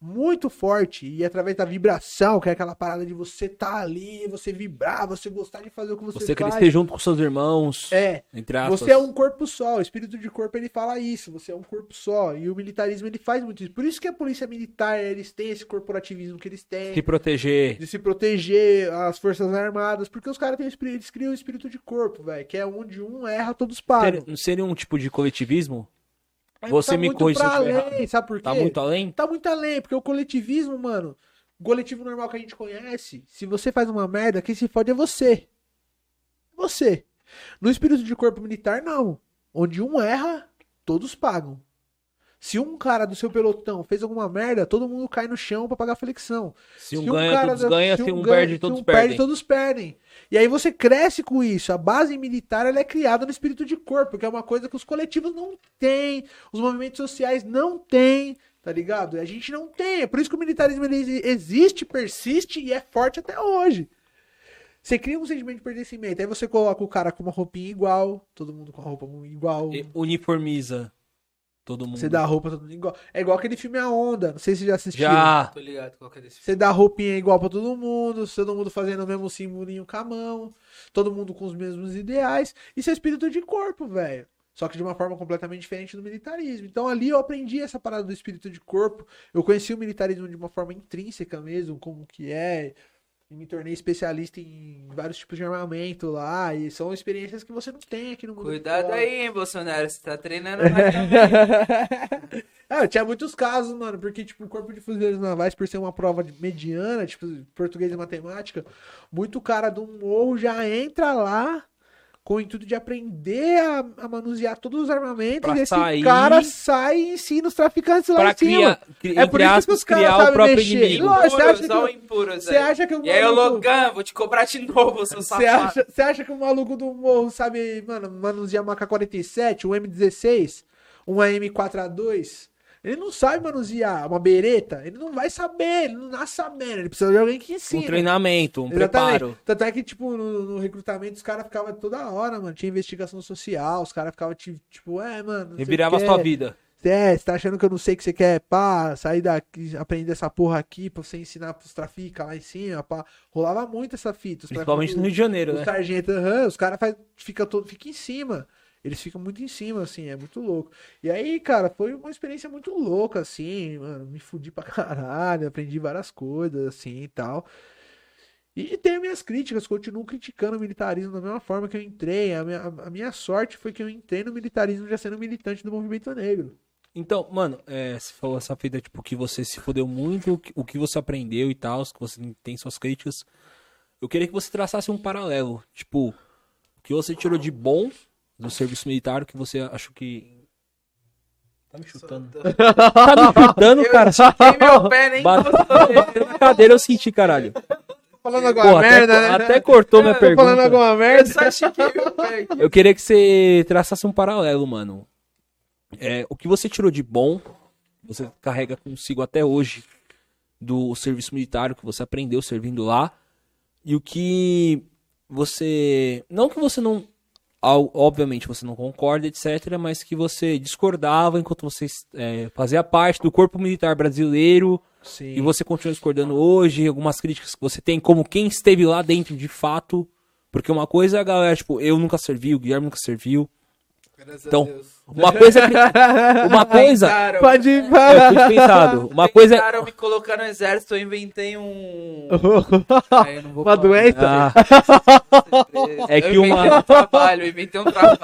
muito forte e através da vibração, que é aquela parada de você tá ali, você vibrar, você gostar de fazer o que você,
Você
faz.
crescer junto com seus irmãos,
É,
entre aspas.
você é um corpo só, o espírito de corpo ele fala isso, você é um corpo só. E o militarismo ele faz muito isso. Por isso que a polícia militar, eles têm esse corporativismo que eles têm,
Se proteger.
de se proteger, as forças armadas, porque os caras têm o espírito, eles criam o espírito de corpo, velho, que é onde um erra, todos
Seria,
param.
não seria um tipo de coletivismo?
Aí tá
você me
muito
corrige se eu
pra
estiver
além, sabe por quê?
Tá muito além?
tá muito além, porque o coletivismo, mano, o coletivo normal que a gente conhece, se você faz uma merda, quem se fode é você. Você. No espírito de corpo militar, não. Onde um erra, todos pagam. Se um cara do seu pelotão fez alguma merda, todo mundo cai no chão pra pagar flexão.
Se um ganha, todos
da-
ganham. Se um perde,
se
todos
um
perdem.
todos perdem. E aí você cresce com isso. A base militar ela é criada no espírito de corpo, que é uma coisa que os coletivos não têm, os movimentos sociais não têm, tá ligado? E A gente não tem. É por isso que o militarismo ele exi- existe, persiste e é forte até hoje. Você cria um sentimento de pertencimento. Aí você coloca o cara com uma roupinha igual, todo mundo com a roupa igual.
E Uniformiza todo mundo.
Você dá a roupa todo mundo igual. É igual aquele filme A Onda. Não sei se já assistiu.
Já.
Tô ligado qual que é desse
Você dá roupinha igual pra todo mundo, todo mundo fazendo o mesmo simbolinho com a mão, todo mundo com os mesmos ideais. Isso é espírito de corpo, velho. Só que de uma forma completamente diferente do militarismo. Então ali eu aprendi essa parada do espírito de corpo. Eu conheci o militarismo de uma forma intrínseca mesmo, como que é. E me tornei especialista em vários tipos de armamento lá. E são experiências que você não tem aqui no mundo.
Cuidado
fora.
aí, hein, Bolsonaro. Você tá treinando mais também.
É, tinha muitos casos, mano, porque, tipo, o Corpo de Fuzileiros Navais, por ser uma prova de- mediana, tipo, português e matemática, muito cara do morro já entra lá com o intuito de aprender a, a manusear todos os armamentos,
Pra
e esse
sair-
cara sai e ensina os traficantes lá
Pra
em cima.
criar, cri-
É por
entre
isso que
aspas,
os caras
criar o
sabem
próprio
mexer.
um
inimigo.
Lógico, você acha
Impuros,
que-
ó, impuros aí.
Você acha que o
E aí, ô
maluco-
Logan, vou te cobrar de novo, seu
Você
safado.
acha, você acha que o maluco do morro sabe, mano, manusear uma AK-47, um M16, um AM4A2? Ele não sabe manusear uma bereta, ele não vai saber, ele não nasce sabendo, ele precisa de alguém que
um
ensina.
treinamento, um
Exatamente.
preparo.
Tanto é que, tipo, no, no recrutamento os caras ficavam toda hora, mano. Tinha investigação social, os caras ficavam, ti- tipo, é, mano. não sei
E
o
virava
quê.
sua vida.
Você teste, tá achando que eu não sei o que você quer, pá, sair daqui, aprender essa porra aqui pra você ensinar pros trafica lá em cima, pá. Rolava muito essa fita. os trafica-
Principalmente no Rio de Janeiro,
o
né?
sargento, aham, os caras faz- fica todo, fica em cima. Eles ficam muito em cima, assim, é muito louco. E aí, cara, foi uma experiência muito louca, assim, mano. Me fudi pra caralho, aprendi várias coisas, assim e tal. E tenho minhas críticas, continuo criticando o militarismo da mesma forma que eu entrei. A minha, a minha sorte foi que eu entrei no militarismo já sendo militante do movimento negro.
Então, mano, é, você falou essa fita, tipo, que você se fodeu muito, o que- o que você aprendeu e tal, que você tem suas críticas. Eu queria que você traçasse um paralelo, tipo, o que você tirou de bom do serviço militar, o que você achou que... Tá me chutando. Tá me chutando, cara.
Tem meu pé, nem
Bateu na cadeira, eu senti, caralho.
Falando né?
Pô, até, até cortou minha
Tô falando
pergunta.
alguma merda.
só estiquei meu pé aqui.
Eu queria que você traçasse um paralelo, mano. É, o que você tirou de bom, você carrega consigo até hoje, do serviço militar, o que você aprendeu servindo lá, e o que você. Não que você não. ao- Obviamente você não concorda, etc., mas que você discordava enquanto você é, fazia parte do corpo militar brasileiro.
Sim.
E você continua discordando hoje, algumas críticas que você tem, como quem esteve lá dentro de fato. Porque uma coisa é a galera, tipo, eu nunca servi, o Guilherme nunca serviu.
Graças
Então,
a Deus.
Uma coisa é cri- Uma coisa. é
Tentaram-
Pode ir pra-
Eu fui pensado. Uma coisa é.
Tentaram me colocar no exército, eu inventei um... Aí eu não vou
Uma
falar.
doença?
Ah, É que
eu inventei
uma-
um trabalho, eu inventei um trabalho.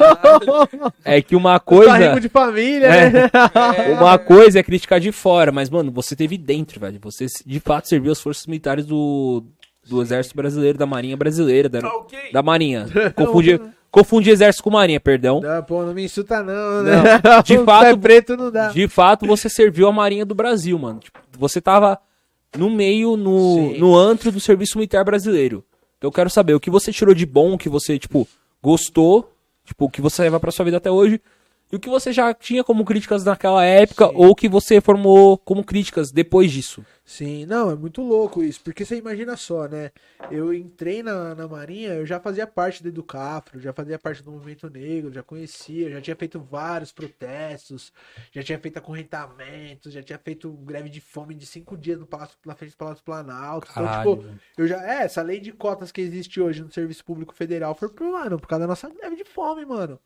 é que uma
Tá rico
coisa.
de família,
É.
né?
É,
Uma coisa é criticar de fora, mas, mano, você teve dentro, velho. Você de fato serviu as forças militares do, do Exército Brasileiro, da Marinha Brasileira, da,
ok.
da Marinha. Confundi, confundi Exército com Marinha, perdão.
Não, pô, não me insulta não, né?
Não, de
O
fato-
pé preto não dá.
De fato, você serviu a Marinha do Brasil, mano. Tipo, você tava no meio, no,
Sim.
no antro do serviço militar brasileiro. Então eu quero saber o que você tirou de bom, o que você, tipo, gostou, tipo, o que você leva pra sua vida até hoje, e o que você já tinha como críticas naquela época, ou que você formou como críticas depois disso.
Sim, não, é muito louco isso, porque você imagina só, né? Eu entrei na, na Marinha, eu já fazia parte do Educafro, já fazia parte do movimento negro, já conhecia, já tinha feito vários protestos, já tinha feito acorrentamentos, já tinha feito greve de fome de cinco dias no Palácio, na frente do Palácio Planalto. então, tipo,
velho.
eu já. É, essa lei de cotas que existe hoje no Serviço Público Federal foi por, mano, por causa da nossa greve de fome, mano.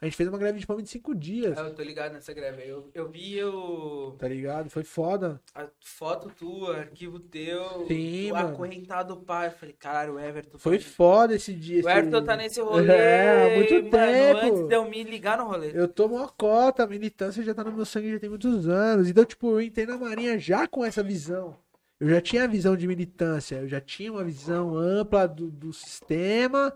A gente fez uma greve de fome de cinco dias,
Ah, Eu tô ligado nessa greve. aí. Eu, eu vi o...
tá ligado? Foi foda.
a foto tua, arquivo teu,
Sim,
o
mano.
acorrentado do pai. Eu falei, caralho, o Everton.
Foi
foda.
foda esse dia.
O
esse-
Everton tá nesse rolê.
É, há muito
mano,
tempo.
Antes de eu me ligar no rolê.
Eu tomo uma cota, a militância já tá no meu sangue já tem muitos anos. Então, tipo, eu entrei na Marinha já com essa visão. Eu já tinha a visão de militância, eu já tinha uma visão ampla do, do sistema,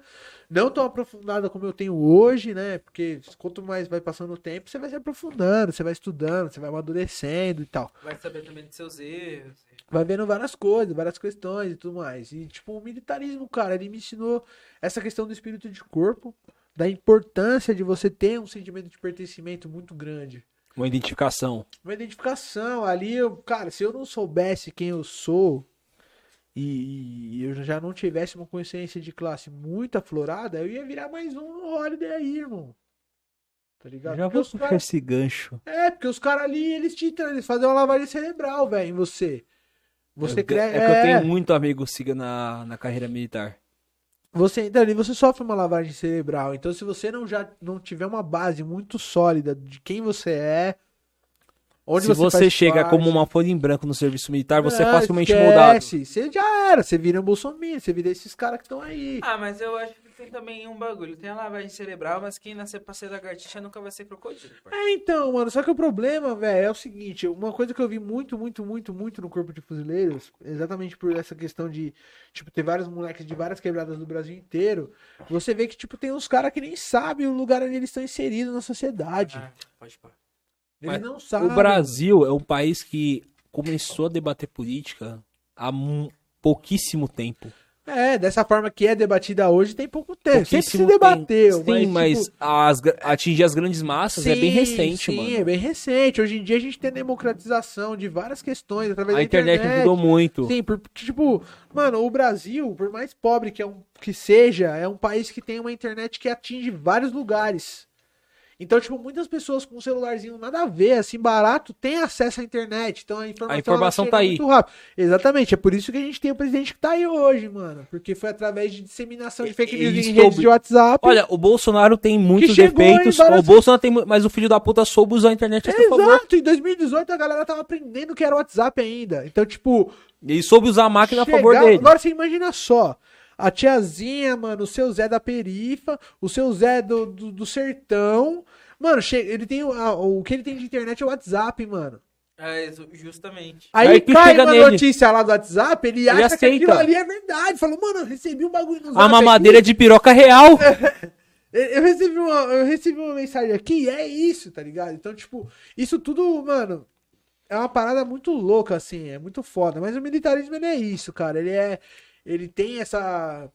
não tão aprofundada como eu tenho hoje, né? Porque quanto mais vai passando o tempo, você vai se aprofundando, você vai estudando, você vai amadurecendo e tal
Vai saber também dos seus erros.
vai vendo várias coisas, várias questões e tudo mais. E, tipo, o militarismo, cara, ele me ensinou essa questão do espírito de corpo, da importância de você ter um sentimento de pertencimento muito grande.
Uma identificação.
Uma identificação ali, eu, cara, se eu não soubesse quem eu sou e, e eu já não tivesse uma consciência de classe muito aflorada, eu ia virar mais um holiday aí, irmão. Tá ligado? Porque os caras-
esse gancho.
é, porque os caras ali, eles te entram, eles fazem uma lavagem cerebral, velho, em você. Você
é que
cresce.
eu tenho muito amigo siga na, na carreira militar.
Você entra ali, você sofre uma lavagem cerebral. Então, se você não já não tiver uma base muito sólida de quem você é, onde
Se você,
faz
chega
parte,
como uma folha em branco no serviço militar, você é
ah,
facilmente
esquece,
moldado.
Você já era, você vira um bolsominion, você vira esses caras que estão aí.
Ah, mas eu acho que tem também um bagulho. Tem a lavagem cerebral, mas quem nascer pra ser lagartixa nunca vai ser crocodilo. parceiro.
É, então, mano, só que o problema, velho, é o seguinte, uma coisa que eu vi muito, muito, muito, muito no corpo de fuzileiros, exatamente por essa questão de, tipo, ter vários moleques de várias quebradas do Brasil inteiro, você vê que, tipo, tem uns caras que nem sabem o lugar onde eles estão inseridos na sociedade.
Ah, pode pôr.
Eles
Mas
não sabem.
O Brasil é um país que começou a debater política há mu- pouquíssimo tempo.
É, dessa forma que é debatida hoje tem pouco tempo. É, Sempre se
Pouquíssimo
debateu,
tempo. Sim,
mas,
mas,
tipo,
as gra- atingir as grandes massas é bem
sim,
recente,
sim,
mano.
é bem recente. Hoje em dia a gente tem democratização de várias questões através
A
da
internet, ajudou muito.
é Sim, por- tipo, mano, o Brasil, por mais pobre que, é um, que seja, é um país que tem uma internet que atinge vários lugares. Então, tipo, muitas pessoas com um celularzinho nada a ver, assim, barato, têm acesso à internet. Então a informação,
A informação
ela
tá
chega
aí.
muito rápido. Exatamente. É por isso que a gente tem o presidente que tá aí hoje, mano. Porque foi através de disseminação de fake
E-
news
e
em redes
soube.
de WhatsApp.
Olha, o Bolsonaro tem muitos
chegou em
defeitos.
várias-
O Bolsonaro tem, mu- mas o filho da puta soube usar a internet a seu favor.
Exato, em 2018 a galera tava aprendendo que era WhatsApp ainda. Então, tipo,
Ele soube usar a máquina a favor
chegar-
dele.
agora você imagina só. A tiazinha, mano, o seu Zé da perifa, o seu Zé do, do, do sertão. Mano, che- ele tem o- a- o que ele tem de internet é o WhatsApp, mano.
É, isso, justamente.
Aí,
Aí que
cai
chega
uma
nele.
notícia lá do WhatsApp, ele, acha que
aceita.
aquilo ali é verdade. Falou, mano, eu recebi um bagulho no
A
Zap
mamadeira de piroca real.
É, Eu eu recebi, uma, eu recebi uma mensagem aqui e é isso, tá ligado? Então, tipo, isso tudo, mano, é uma parada muito louca, assim, é muito foda. Mas o militarismo, ele é isso, cara. Ele é. Ele tem essa.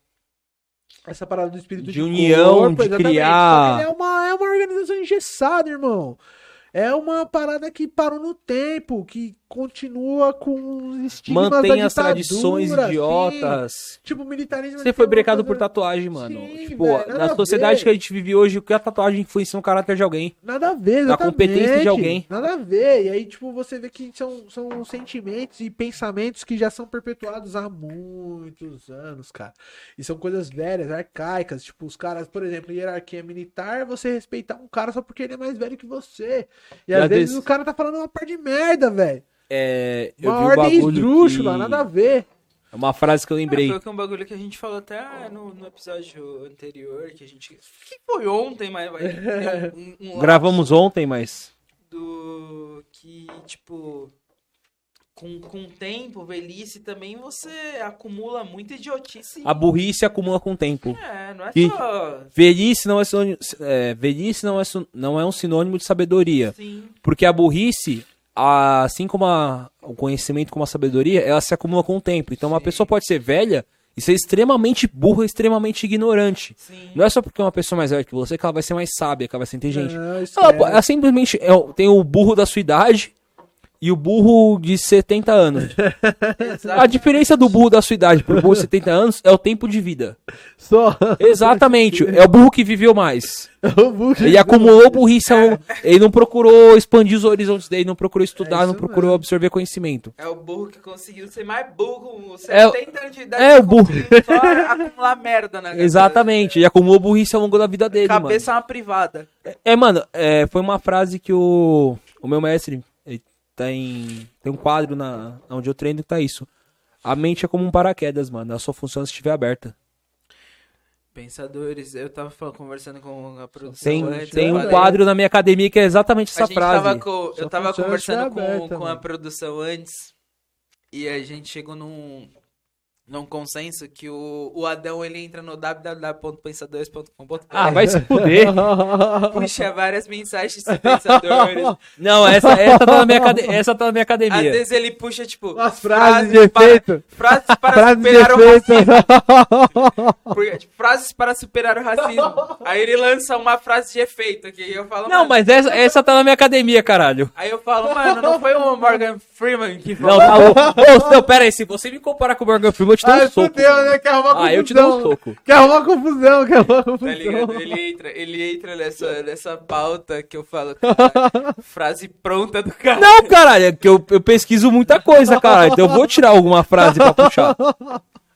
Essa parada do espírito
De união, de
exatamente.
criar.
Só que ele é uma, é uma organização engessada, irmão. É uma parada que parou no tempo, que continua com os estigmas
Mantém
da
as tradições
tipo ditadura, assim.
idiotas.
Tipo, o militarismo...
Você foi
ele tem uma
brecado por
coisa-
tatuagem, mano.
Sim,
tipo,
velho, nada
na
a
sociedade
ver.
que a gente vive hoje, o que a tatuagem influencia no caráter de alguém?
Nada a ver,
Da
exatamente.
competência de alguém.
Nada a ver. E aí, tipo, você vê que são, são sentimentos e pensamentos que já são perpetuados há muitos anos, cara. E são coisas velhas, arcaicas. Tipo, os caras, por exemplo, hierarquia militar, você respeitar um cara só porque ele é mais velho que você. E,
E
às
às
vezes
vezes-
o cara tá falando uma par de merda, velho.
É, eu
Uma
vi o
ordem
bagulho
esdrúxula,
que-
nada a ver.
É uma frase que eu
Ah,
lembrei.
foi que é um bagulho que a gente falou até ah, no, no episódio anterior, que a gente. Que foi ontem, mas. mas tem um, um, um
Gravamos ontem, mas.
do que, tipo, com, com o tempo, velhice também, você acumula muita idiotice.
A burrice acumula com o tempo.
É, não é
Que-
só.
Velhice não é sinônimo, é, velhice não é, sin- não é um sinônimo de sabedoria.
Sim,
Porque a burrice, a- assim como a- o conhecimento como a sabedoria, ela se acumula com o tempo. Então uma pessoa pode ser velha e ser extremamente burra, extremamente ignorante.
sim.
Não é só porque é uma pessoa mais velha que você que ela vai ser mais sábia, que ela vai ser inteligente.
Não, isso
Ela,
é-
po- ela simplesmente é o- tem o burro da sua idade e o burro de 70 anos. é A diferença do burro da sua idade pro burro de 70 anos é o tempo de vida.
Só
Exatamente. É o burro que viveu mais.
o Hulk.
Ele acumulou burrice. ao- Ele não procurou expandir os horizontes dele, não procurou estudar,
É isso
não procurou absorver conhecimento.
É o burro que conseguiu ser mais burro. Você
É o-
tem anos de idade
É o
que
burro.
só acumular merda na cabeça.
Exatamente. Ele acumulou burrice ao longo da vida dele, mano.
Cabeça é uma privada.
É, mano, é, foi uma frase que o, o meu mestre ele tem, tem um quadro na onde eu treino que tá isso. A mente é como um paraquedas, mano. Ela só funciona se estiver aberta.
Pensadores, eu tava falando- conversando com a produção.
Tem,
antes,
tem
eu
um
falei-
quadro na minha academia que é exatamente
é, a
essa
gente
frase.
Tava co-
Só
eu tava
funciona se
conversando
tiver aberta,
com, com a
mano.
produção antes e a gente chegou num, num consenso que o, o Adão ele entra no www.pensadores.com.br
Ah, vai se fuder.
puxa várias mensagens de pensadores.
Não, essa, essa, tá na minha acade- essa tá na minha
Às
academia.
vezes ele puxa, tipo,
Umas frases de
para-
efeito.
frases para
Frase de
superar o racismo.
efeito.
Porque, tipo, frases para superar o racismo. Aí ele lança uma frase de efeito que eu falo.
Não,
mano,
mas essa, essa tá na minha academia, caralho.
Aí eu falo, mano, não foi o Morgan Freeman que falou.
Não, tá louco. Ô, não, pera aí. Se você me comparar com o Morgan Freeman, eu te dou
Ai,
um soco.
fudeu, né? Quer arrumar confusão.
Ah, eu te dou um soco.
Quer arrumar confusão, quer arrumar confusão.
Tá ligado? Ele entra, ele entra nessa, nessa pauta que eu falo. cara, frase pronta do cara.
Não, caralho, é que eu, eu pesquiso muita coisa, caralho. Então eu vou tirar alguma frase pra puxar.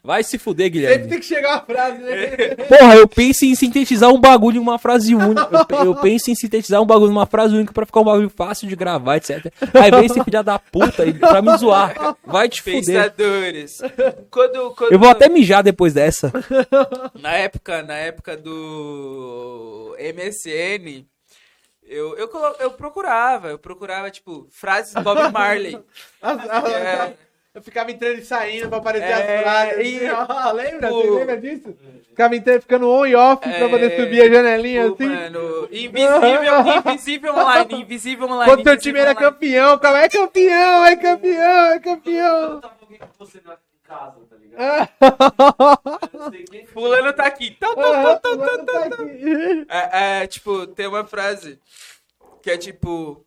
Vai se fuder,
Sempre
Guilherme.
tem que chegar a frase, né?
Porra, eu penso em sintetizar um bagulho em uma frase única. Eu, pe- eu penso em sintetizar um bagulho em uma frase única pra ficar um bagulho fácil de gravar, etc. Aí vem esse filho da puta e- pra me zoar. Vai te fuder.
Pensadores. Quando, quando,
Eu vou até mijar depois dessa.
Na época, na época do MSN, eu, eu, colo- eu procurava, eu procurava, tipo, frases Bob Marley.
As- as-
É,
tá- Eu ficava entrando e saindo pra aparecer
É,
as frases.
e-
assim, ó. lembra?
tipo-
Você lembra disso? Ficava entrando, ficando on e off pra
É,
poder subir a janelinha
tipo,
assim.
mano, invisível, invisível online, invisível online.
Quando teu time
invisível
era
online.
campeão, ficava, é campeão, é campeão, é campeão.
Eu tava alguém com você na- em casa, tá ligado?
Ah,
Eu não sei quem.
Fulano tá aqui. Tá, tá, tá,
ah, fulano tá aqui.
É, é, tipo, tem uma frase que é tipo.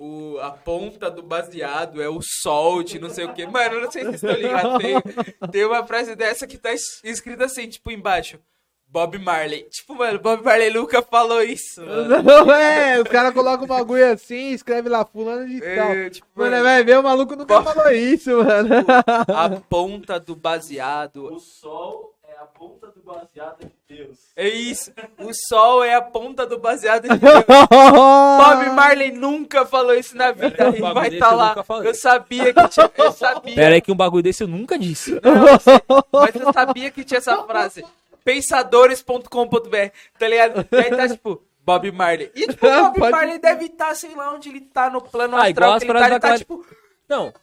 O, a ponta do baseado é o sol de não sei o que. Mano, eu não sei se vocês estão ligados. Tem, tem uma frase dessa que tá es- escrita assim, tipo, embaixo. Bob Marley. Tipo, mano, Bob Marley nunca falou isso, mano.
Não é, os caras colocam um bagulho assim, escreve lá, fulano de tal.
É, tipo,
Mano, vai ver, o maluco nunca falou isso, mano.
a ponta do baseado.
O sol é a ponta do baseado de Deus.
É isso. O sol é a ponta do baseado de Deus. Bob Marley nunca falou isso na vida.
um
Ele
bagulho
vai
desse
estar
eu
lá.
nunca falei.
Eu sabia que tinha. Eu sabia.
Pera aí que um bagulho desse eu nunca disse.
Mas eu sabia que tinha essa frase. Pensadores.com.br, tá ligado? E aí tá tipo, Bob Marley. E tipo, o Bob
Pode-
Marley deve estar, sei lá, onde ele tá no plano
Ah, igual
astral.
as
Que ele tá,
frases
ele
da
tá
Clara-
tipo,
Não.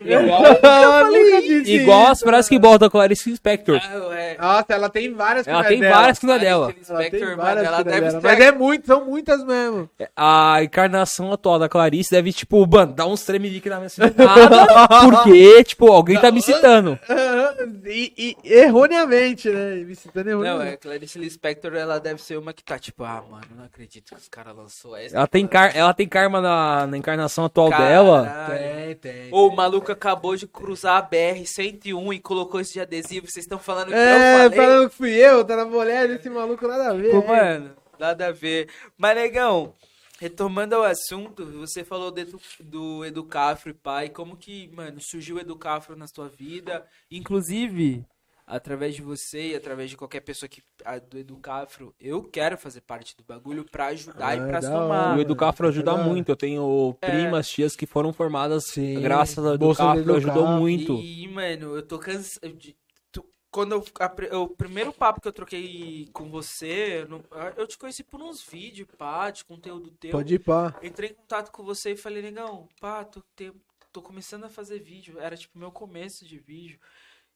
Igual,
É.
Ah, nunca disse
igual
isso.
as frases que bota com a Clarice Spector.
ah, é.
Nossa, ela tem várias
Ela
que
tem
não é
várias que não é
Alice
dela.
dela. Ela tem
Spector, mano,
várias
ela
que não é
deve
dela.
estar-
Mas é muito, são muitas mesmo.
É, A encarnação atual da Clarice deve, tipo, mano, dar uns tremeliques na minha assim, do nada, Porque, tipo, alguém tá me citando.
Aham, E, e erroneamente, né? Me citando
Não,
erroneamente.
é, Clarice Lispector, ela deve ser uma que tá tipo, ah, mano, não acredito que os caras lançou essa.
Ela tem, car ela tem karma na, na encarnação atual
Caralho.
dela.
Tem, tem.
Ô, o maluco acabou de cruzar a BR-101 e colocou esse de adesivo. Vocês estão falando que
É,
eu falei?
falando que fui eu, tá na mulher desse maluco, nada a ver.
Pô, mano, nada a ver. Mas, negão, retomando ao assunto, você falou de, do Educafro, pai. Como que, mano, surgiu o Educafro na sua vida? Inclusive, através de você e através de qualquer pessoa que a- do Educafro, eu quero fazer parte do bagulho pra ajudar
Ah,
e pra
da
somar.
O
hora.
Educafro ajuda
Verdade.
muito. Eu tenho
É.
primas, tias que foram formadas
Sim.
graças ao
Bolsa do
Educafro. Ajudou
Educafro.
muito.
E, mano, eu tô cansado. de- tu- Quando eu, a pri- o primeiro papo que eu troquei com você, eu não- eu te conheci por uns vídeos, pá, de conteúdo teu.
Pode ir pá.
Entrei em contato com você e falei, negão, pá, tô, te- tô começando a fazer vídeo. Era tipo meu começo de vídeo.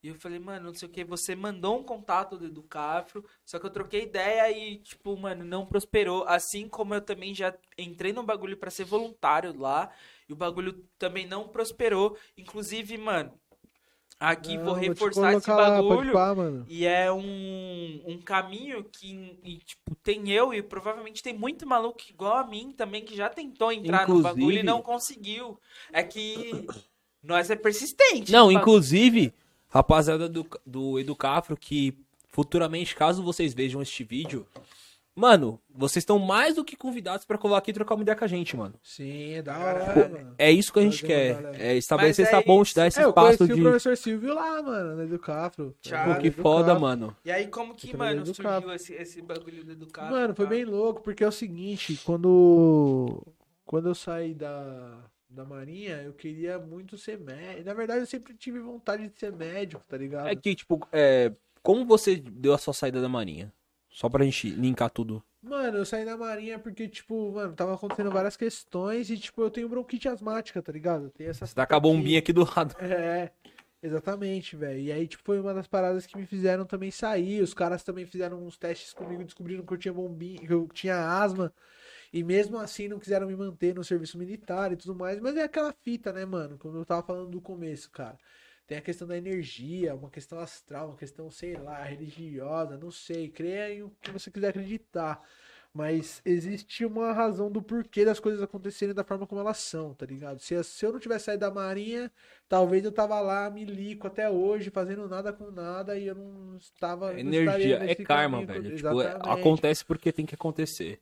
E eu falei, mano, não sei o que. Você mandou um contato do Educafro, só que eu troquei ideia e, tipo, mano, não prosperou. Assim como eu também já entrei no bagulho pra ser voluntário lá. E o bagulho também não prosperou. Inclusive, mano, aqui
Não,
vou
te
reforçar esse
colocar lá,
bagulho.
Pode pá, mano.
E é um, um caminho que, e, tipo, tem eu e provavelmente tem muito maluco igual a mim também que já tentou entrar no bagulho e
Inclusive-
não conseguiu. É que nós é persistente.
Não,
no bagulho.
inclusive, rapaziada do, do Educafro, que futuramente, caso vocês vejam este vídeo, mano, vocês estão mais do que convidados pra colar aqui e trocar uma ideia com a gente, mano.
Sim, é da hora, mano.
É isso que a gente
Fazer uma
quer.
galera.
É estabelecer
Mas é
essa ponte, dar esse
É, eu
espaço
conheci o
de.
professor Silvio lá, mano, na Educafro.
Thiago,
Pô,
cara,
que foda, mano.
E aí, como que,
Eu trabalhei
mano,
no
surgiu
Capra.
esse, esse bagulho do educado?
Mano,
tá?
foi bem louco, porque é o seguinte, quando quando eu saí da, da marinha, eu queria muito ser médico. Na verdade, eu sempre tive vontade de ser médico, tá ligado?
É que, tipo, é, como você deu a sua saída da Marinha? Só pra gente linkar tudo.
Mano, eu saí da marinha porque, tipo, mano, tava acontecendo várias questões e, tipo, eu tenho bronquite asmática, tá ligado? Eu tenho essa
Você tá com a bombinha aqui do lado.
É, exatamente, velho. E aí, tipo, foi uma das paradas que me fizeram também sair. Os caras também fizeram uns testes comigo, descobriram que eu tinha bombinha, que eu tinha asma. E mesmo assim não quiseram me manter no serviço militar e tudo mais. Mas é aquela fita, né, mano? Como eu tava falando do começo, cara. Tem a questão da energia, uma questão astral, uma questão, sei lá, religiosa, não sei. Creia em o que você quiser acreditar. Mas existe uma razão do porquê das coisas acontecerem da forma como elas são, tá ligado? Se, se eu não tivesse saído da marinha, Talvez eu tava lá, milico até hoje, fazendo nada com nada e eu não estava. não
Energia,
estaria
é
nesse
karma,
caminho,
velho. Tipo, é-
exatamente.
acontece porque tem que acontecer.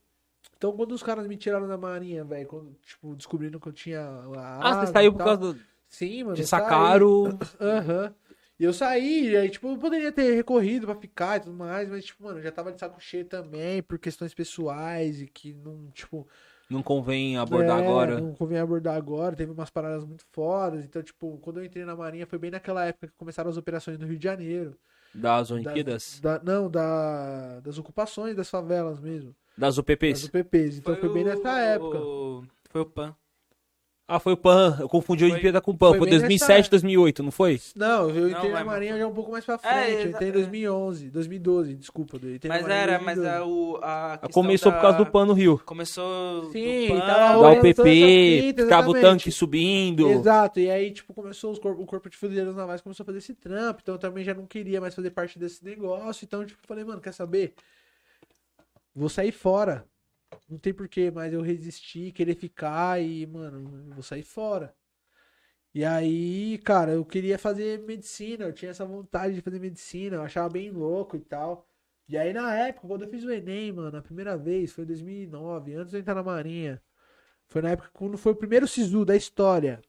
Então, quando os caras me tiraram da marinha, velho, quando, tipo, descobrindo que eu tinha.
Ah, você saiu
tá.
por causa do-
Sim, mano.
de
eu saí.
Sakaro.
Aham. E eu saí, e aí, tipo, eu poderia ter recorrido pra ficar e tudo mais, mas, tipo, mano, eu já tava de saco cheio também, por questões pessoais e que não, tipo.
Não convém abordar
É,
agora.
Não convém abordar agora, teve umas paradas muito fodas. Então, tipo, quando eu entrei na Marinha foi bem naquela época que começaram as operações no Rio de Janeiro.
Das
Das-
Olimpíadas?
da- não, da, das ocupações das favelas mesmo.
Das
Das
UPPs.
UPPs. Então foi, bem
o-
nessa época.
Foi o Pan.
Ah, foi o Pan. Eu confundi
Foi-
a Olimpíada com o Pan.
foi
Foi
bem
2007,
nessa-
2008, não foi?
Não, eu entrei
Não,
na
é,
Marinha já um pouco mais pra
É,
frente. eu entrei em
é.
2011, 2012, desculpa. Eu entrei na
Mas
Marinha em
era, mas a,
2012.
o, a questão
Ah, Começou por causa do
da-
Pan no Rio.
Começou
Sim,
do Pan,
tava
Da
rolando toda essa
UPP,
fita,
ficava o
exatamente.
tanque subindo.
Exato, e aí, tipo, começou os cor- o corpo de fuzileiros navais começou a fazer esse trampo, então eu também já não queria mais fazer parte desse negócio, então, tipo, falei, mano, quer saber? Vou sair fora. Não tem porquê, mas eu resisti, querer ficar e, mano, eu vou sair fora. E aí, cara, eu queria fazer medicina, eu tinha essa vontade de fazer medicina, eu achava bem louco e tal. E aí, na época, quando eu fiz o Enem, mano, a primeira vez, foi em 2009, antes de eu entrar na Marinha. Foi na época quando foi o primeiro SISU da história.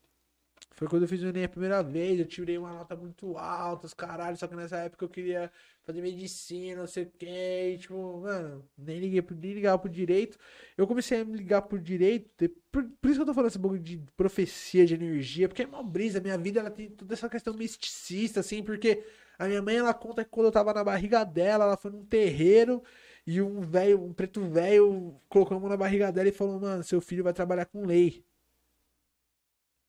Foi quando eu fiz o Enem a primeira vez, eu tirei uma nota muito alta, os caralho, só que nessa época eu queria fazer medicina, não sei o que, tipo, mano, nem liguei, pro- nem ligava pro direito. Eu comecei a me ligar por direito, de- por, por isso que eu tô falando esse bagulho de profecia, de energia, porque é uma brisa, minha vida ela tem toda essa questão misticista, assim, porque a minha mãe ela conta que quando eu tava na barriga dela, ela foi num terreiro e um velho, um preto velho, colocou a mão na barriga dela e falou, mano, seu filho vai trabalhar com lei.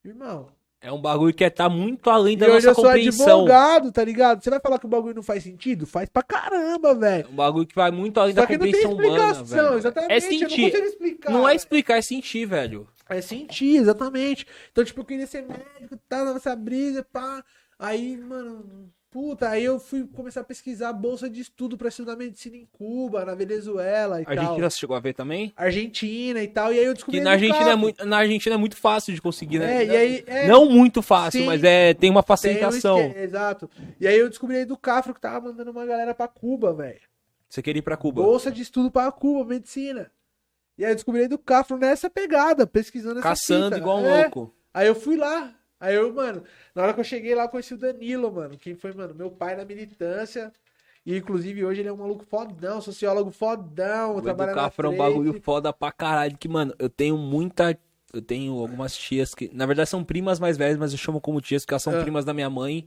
Irmão,
É um bagulho que é tá muito além da
e hoje
nossa
eu sou
compreensão.
advogado, tá ligado? Você vai falar que o bagulho não faz sentido? Faz pra caramba,
É
velho.
um bagulho que vai muito além
Só
da
que não tem
compreensão humana,
explicação,
velho.
exatamente.
É
Eu não
sentir.
consigo explicar.
Não é explicar, é sentir, velho.
É sentir, exatamente. Então, tipo, eu queria ser médico, tá, nessa brisa, pá. Aí, mano, puta, aí eu fui começar a pesquisar a bolsa de estudo pra estudar medicina em Cuba, na Venezuela e
A
tal.
Argentina você chegou a ver também?
Argentina e tal. E aí eu descobri.
Que na
a
Argentina, é
Educap.
muito, na Argentina é muito fácil de conseguir, né?
É, e aí. É,
Não muito fácil,
Sim.
mas é, tem uma
tem um
facilitação.
esquema, Exato. E aí eu descobri aí do Cafro que tava mandando uma galera pra Cuba, velho.
Você quer ir pra Cuba.
Bolsa de estudo pra Cuba, medicina. E aí eu descobri aí do Cafro nessa pegada, pesquisando essa
caçando
fita.
igual um
É.
louco.
Aí eu fui lá. Aí eu, mano, na hora que eu cheguei lá, eu conheci o Danilo, mano. Quem foi, mano? Meu pai na militância. E inclusive hoje ele é um maluco fodão, sociólogo fodão,
O
trabalha na
Educafro é um
Freight.
bagulho foda pra caralho. Que, mano, eu tenho muita. Eu tenho algumas tias que. Na verdade, são primas mais velhas, mas eu chamo como tias, porque elas são
Ah.
primas da minha mãe,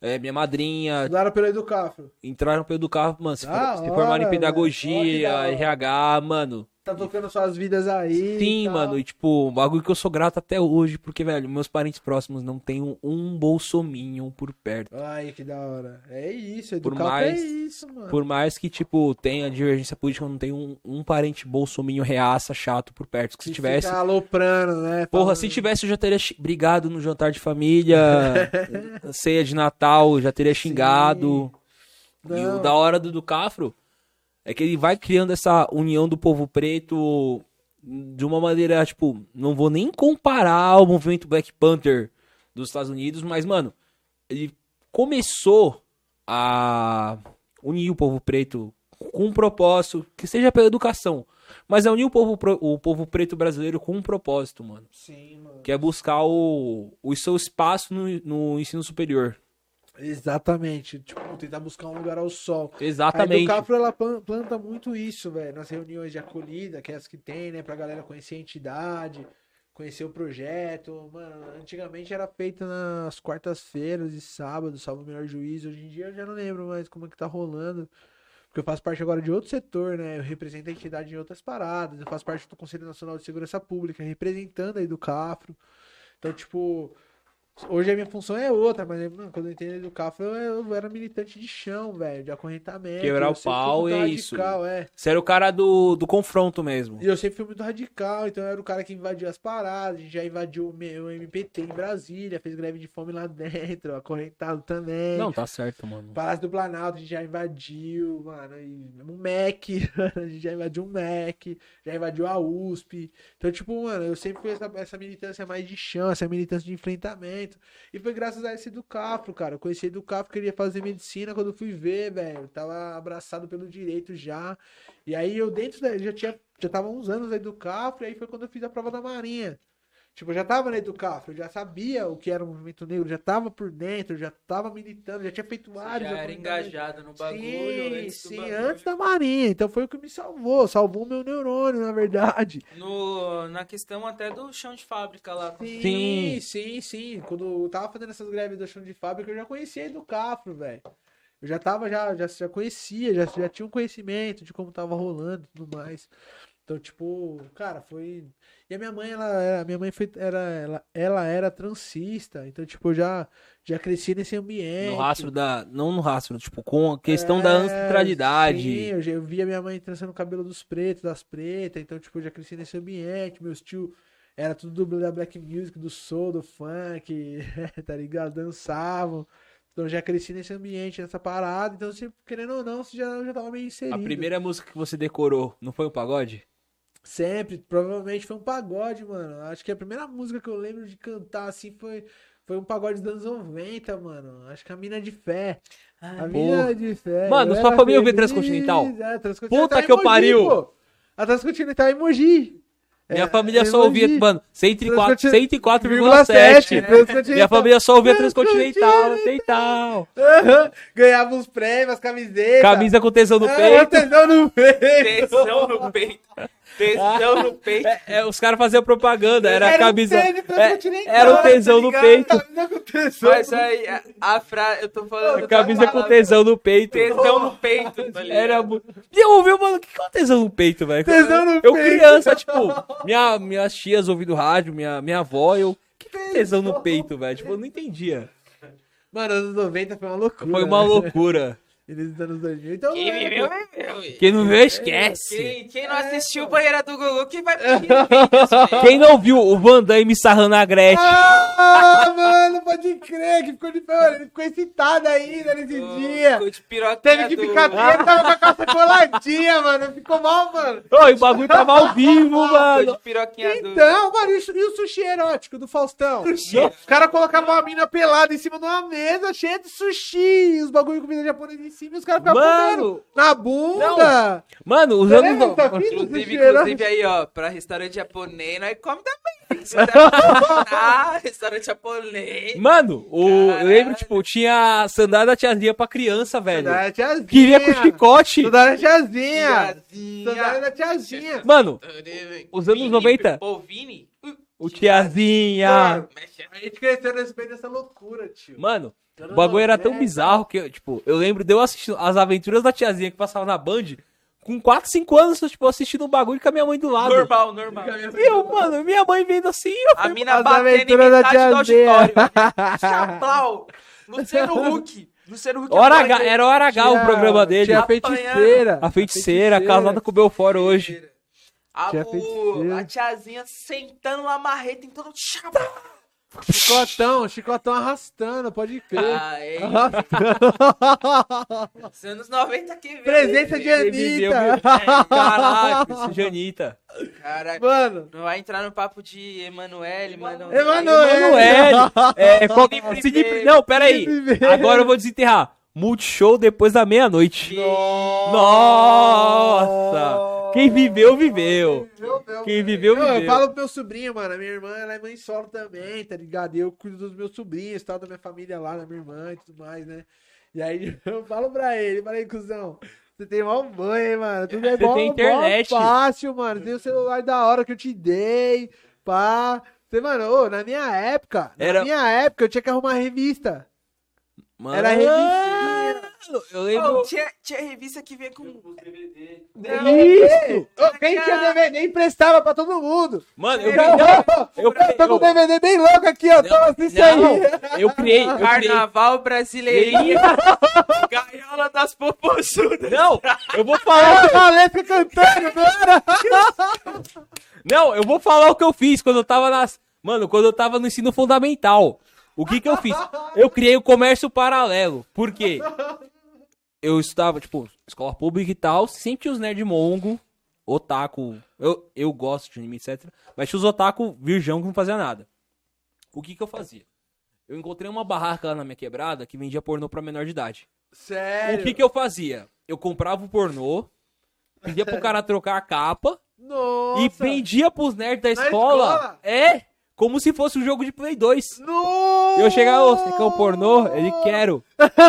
é, minha madrinha.
Estudaram pelo Educafro.
Entraram pelo Educafro, mano. Se,
Da
for- se formaram em
hora, velho. Ó, Ah, que da
pedagogia,
hora.
RH, mano.
Tá tocando suas vidas aí. e
Sim,
tal.
mano, e tipo, um bagulho que eu sou grato até hoje, porque, velho, meus parentes próximos não têm um, um bolsominho por perto.
Ai, que da hora. É isso,
Por
Educafro
mais-
é isso, mano.
Por mais que, tipo, tenha divergência política, eu não tenho um, um parente bolsominho reaça, chato por perto. Que se
Que
tivesse.
Fica aloprando, né?
Porra,
Falando-
se tivesse, eu já teria chi- brigado no jantar de família, ceia de Natal, já teria xingado. E o
Não.
da hora do, do Cafro é que ele vai criando essa união do povo preto de uma maneira, tipo, não vou nem comparar ao movimento Black Panther dos Estados Unidos, mas, mano, ele começou a unir o povo preto com um propósito, que seja pela educação, mas é unir o povo, pro- o povo preto brasileiro com um propósito, mano,
Sim, mano.
que é buscar o, o seu espaço no, no ensino superior.
Exatamente. Tipo, tentar buscar um lugar ao sol. A
Exatamente.
Educafro, ela plan- planta muito isso, velho, nas reuniões de acolhida, que é as que tem, né, pra galera conhecer a entidade, conhecer o projeto. Mano, antigamente era feito nas quartas-feiras e sábados, salvo o melhor juízo. Hoje em dia eu já não lembro mais como é que tá rolando. Porque eu faço parte agora de outro setor, né? Eu represento a entidade em outras paradas. Eu faço parte do Conselho Nacional de Segurança Pública, representando aí do Cafro. Então, tipo, Hoje a minha função é outra, mas mano, quando eu entrei do Cafro, eu, eu era militante de chão, velho, de acorrentamento.
Quebrar
eu
o
sempre fui
pau
muito
é
radical,
isso.
É.
Você era o cara do, do confronto mesmo.
E eu sempre fui muito radical, então eu era o cara que invadia as paradas, a gente já invadiu o M- o MPT em Brasília, fez greve de fome lá dentro, acorrentado também.
Não, tá certo, mano.
Palácio do Planalto, a gente já invadiu, mano, e um Mac, a gente já invadiu um Mac, já invadiu a USP. Então, tipo, mano, eu sempre fui essa, essa militância mais de chão, essa militância de enfrentamento. E foi graças a esse do Cafro, cara. Eu conheci do Cafro, queria fazer medicina quando eu fui ver, velho. Eu Tava abraçado pelo direito já. E aí eu dentro da, já tinha, já tava uns anos aí do Cafro, e aí foi quando eu fiz a prova da Marinha. Tipo, eu já tava na Educafro, eu já sabia o que era o movimento negro, já tava por dentro, já tava militando, já tinha feito
Você
vários.
já era
apontamentos.
engajado no bagulho.
Sim,
antes do
sim,
bagulho.
antes da Marinha. Então foi o que me salvou, salvou meu neurônio, na verdade.
No, na questão até do chão de fábrica lá.
Sim, sim, sim. Quando eu tava fazendo essas greves do chão de fábrica, eu já conhecia do Cafro, velho. Eu já tava, já, já, já conhecia, já, já tinha um conhecimento de como tava rolando e tudo mais. Então, tipo, cara, foi. E a minha mãe, ela era, minha mãe foi, era, ela, ela era transista. Então, tipo, eu já, já cresci nesse ambiente.
No rastro da. Não no rastro, tipo, com a questão
É,
da
Sim,
ancestralidade.
É, eu, já- eu via minha mãe trançando o cabelo dos pretos, das pretas, então, tipo, eu já cresci nesse ambiente, meus tios era tudo do- da black music, do soul, do funk, tá ligado? Dançavam. Então eu já cresci nesse ambiente, nessa parada, então, se, querendo ou não, você já, eu já tava meio inserido.
A primeira música que você decorou não foi um pagode?
Sempre, provavelmente foi um pagode, mano. Acho que a primeira música que eu lembro de cantar, assim, foi Foi um pagode dos anos 90, mano. Acho que a mina de fé. a
porra.
mina de fé.
Mano,
Eu
sua
era
família ouvia
feliz.
Transcontinental?
É, Transcontinental
Puta
em
que eu
Mogi,
pariu.
pô. A Transcontinental é emoji. É,
Minha família só ouvia, tipo, mano, 104 104,7. Minha família só ouvia Transcontinental, Tental.
Ganhava os prêmios, as camisetas.
Camisa com tesão no
Ah,
peito.
tesão no peito.
Tesão no peito. Tesão no peito.
É, é, os caras faziam propaganda, era, a
Era um
camisa.
tênis
é,
Transcontinental,
era o tesão no
tá ligado?
peito. é,
Camisa com tesão.
Mas aí, a, a frase. Eu tô falando.
A camisa
tá
da
com
palavra
tesão no peito.
Tesão no peito. tá ligado?
Era muito. E eu ouvi, mano, o que que é um tesão no peito, velho?
Tesão no
eu
peito.
criança, tipo, minha, minhas tias ouvindo rádio, minha, minha avó, eu. Que que é tesão no peito, velho? Tipo, eu não entendia.
Mano, anos 90 foi uma loucura.
Foi uma
né?
loucura.
Eles dos anos 2000. Então,
Quem
é,
viveu,
pô.
viveu.
Quem não viu, esquece.
Quem, quem não assistiu Banheira do Gugu, quem vai pedir isso, velho?
Quem não viu o Van Damme sarrando a Gretchen?
Ah, mano, pode crer que ficou de mano, ele ficou excitado ainda nesse
Ô,
dia.
ficou de piroca
Teve que
do-
ficar porque ele tava com a calça coladinha, mano. Ficou mal, mano.
Oi, o bagulho tava ao vivo,
Ficou
mano.
de piroquinha do-
Então, mano, e o su- e o sushi erótico do Faustão? Os caras colocavam uma mina pelada em cima de uma mesa cheia de sushi. e Os bagulho com comida japonesa em cima e os caras ficavam comendo
Mano,
na bunda.
mano, os
Você
anos.
lembra dessa fita,
Inclusive,
sushi erótico?
inclusive aí, ó, pra restaurante japonês, nós come também. Você tá ah, restaurante japonês.
Mano, o... eu
Caralho.
lembro, tipo, tinha a sandália da tiazinha pra criança, velho.
Sandália da tiazinha.
Queria com chicote.
Sandália da tiazinha. Sandália
Tiazinha.
da tiazinha.
Mano, Os
Os
anos 90?
Pô, Vini?
o tiazinha.
Mano, mexe-
A gente cresceu nesse meio dessa loucura, tio.
Mano, o bagulho era
É,
tão bizarro que, tipo, eu lembro de eu assistindo as aventuras da tiazinha que passava na Band com 4, 5 anos, eu, tipo, assistindo um bagulho com a minha mãe do lado.
Normal, normal.
E eu, mano, minha mãe vendo assim, eu
A
falei,
mina
As
batendo em
aventuras da
metade do
tiazinha.
auditório. né? Chaplau. Luciano Huck. Luciano Huck.
hora
apanhou.
H, era hora H o
Tinha-
programa dele.
Tinha a
A,
feiticeira.
feiticeira, casada com o Belfort hoje.
é.
A,
Tinha
o-
feiticeiro.
a tiazinha sentando lá marreta, então chapa.
Chicotão, chicotão arrastando, pode crer.
Ah, é.
Arrastando.
Os anos 90 que veio. né,
Presença de
Ele viveu, viu?
Anitta.
Caraca, esse Janita.
Caralho.
Mano,
Não vai entrar no papo de Emanuele, mano.
Emanuele.
Manoel. um É, qual... Cid Pri- Não, pera aí.
Primeiro.
Agora eu vou desenterrar. Multishow depois da meia-noite.
Ah,
Nossa! Quem viveu, viveu. Quem viveu,
Não, eu
viveu.
falo pro meu sobrinho, mano. A minha irmã, ela é mãe solo também, tá ligado? E eu cuido dos meus sobrinhos, tal, da minha família lá, da minha irmã e tudo mais, né? E aí eu falo pra ele, falei, cuzão, você tem mal mãe, hein, mano. Tudo é
Você
bom,
tem internet.
Mó fácil, mano. Tem o celular da hora que eu te dei, pá. Você, mano, ô, na minha época, na
Era-
minha época eu tinha que arrumar revista.
Mano,
Era
Eu lembro.
Pô, tinha, tinha revista que vinha com.
Os DVD.
Isso! Ô, Quem tinha
Caraca.
DVD emprestava pra todo mundo.
Mano, eu,
Então,
eu,
eu tô com um
eu,
DVD bem louco aqui, ó. Então assiste
Não,
aí.
eu criei. Eu criei.
Carnaval brasileirinho. Gaiola das popozudas.
Não, eu vou
Ah,
falar.
o Valesca cantando, cara!
Não, eu vou falar o que eu fiz quando eu tava nas. Mano, quando eu tava no ensino fundamental. O que que eu fiz? Eu criei o comércio paralelo. Por quê? Eu estudava, tipo, escola pública e tal, sempre tinha os nerd mongo, otaku. Eu, eu gosto de anime, etc. Mas tinha os otaku virgão que não fazia nada. O que que eu fazia? Eu encontrei uma barraca lá na minha quebrada que vendia pornô pra menor de idade.
Sério?
O que que eu fazia? Eu comprava o pornô, pedia pro cara trocar a capa,
Nossa!
e vendia pros nerds da
Na
escola,
escola?
É, como se fosse um jogo de Play 2.
Nossa!
Eu chegava, ô, você quer um pornô? Ele, quero.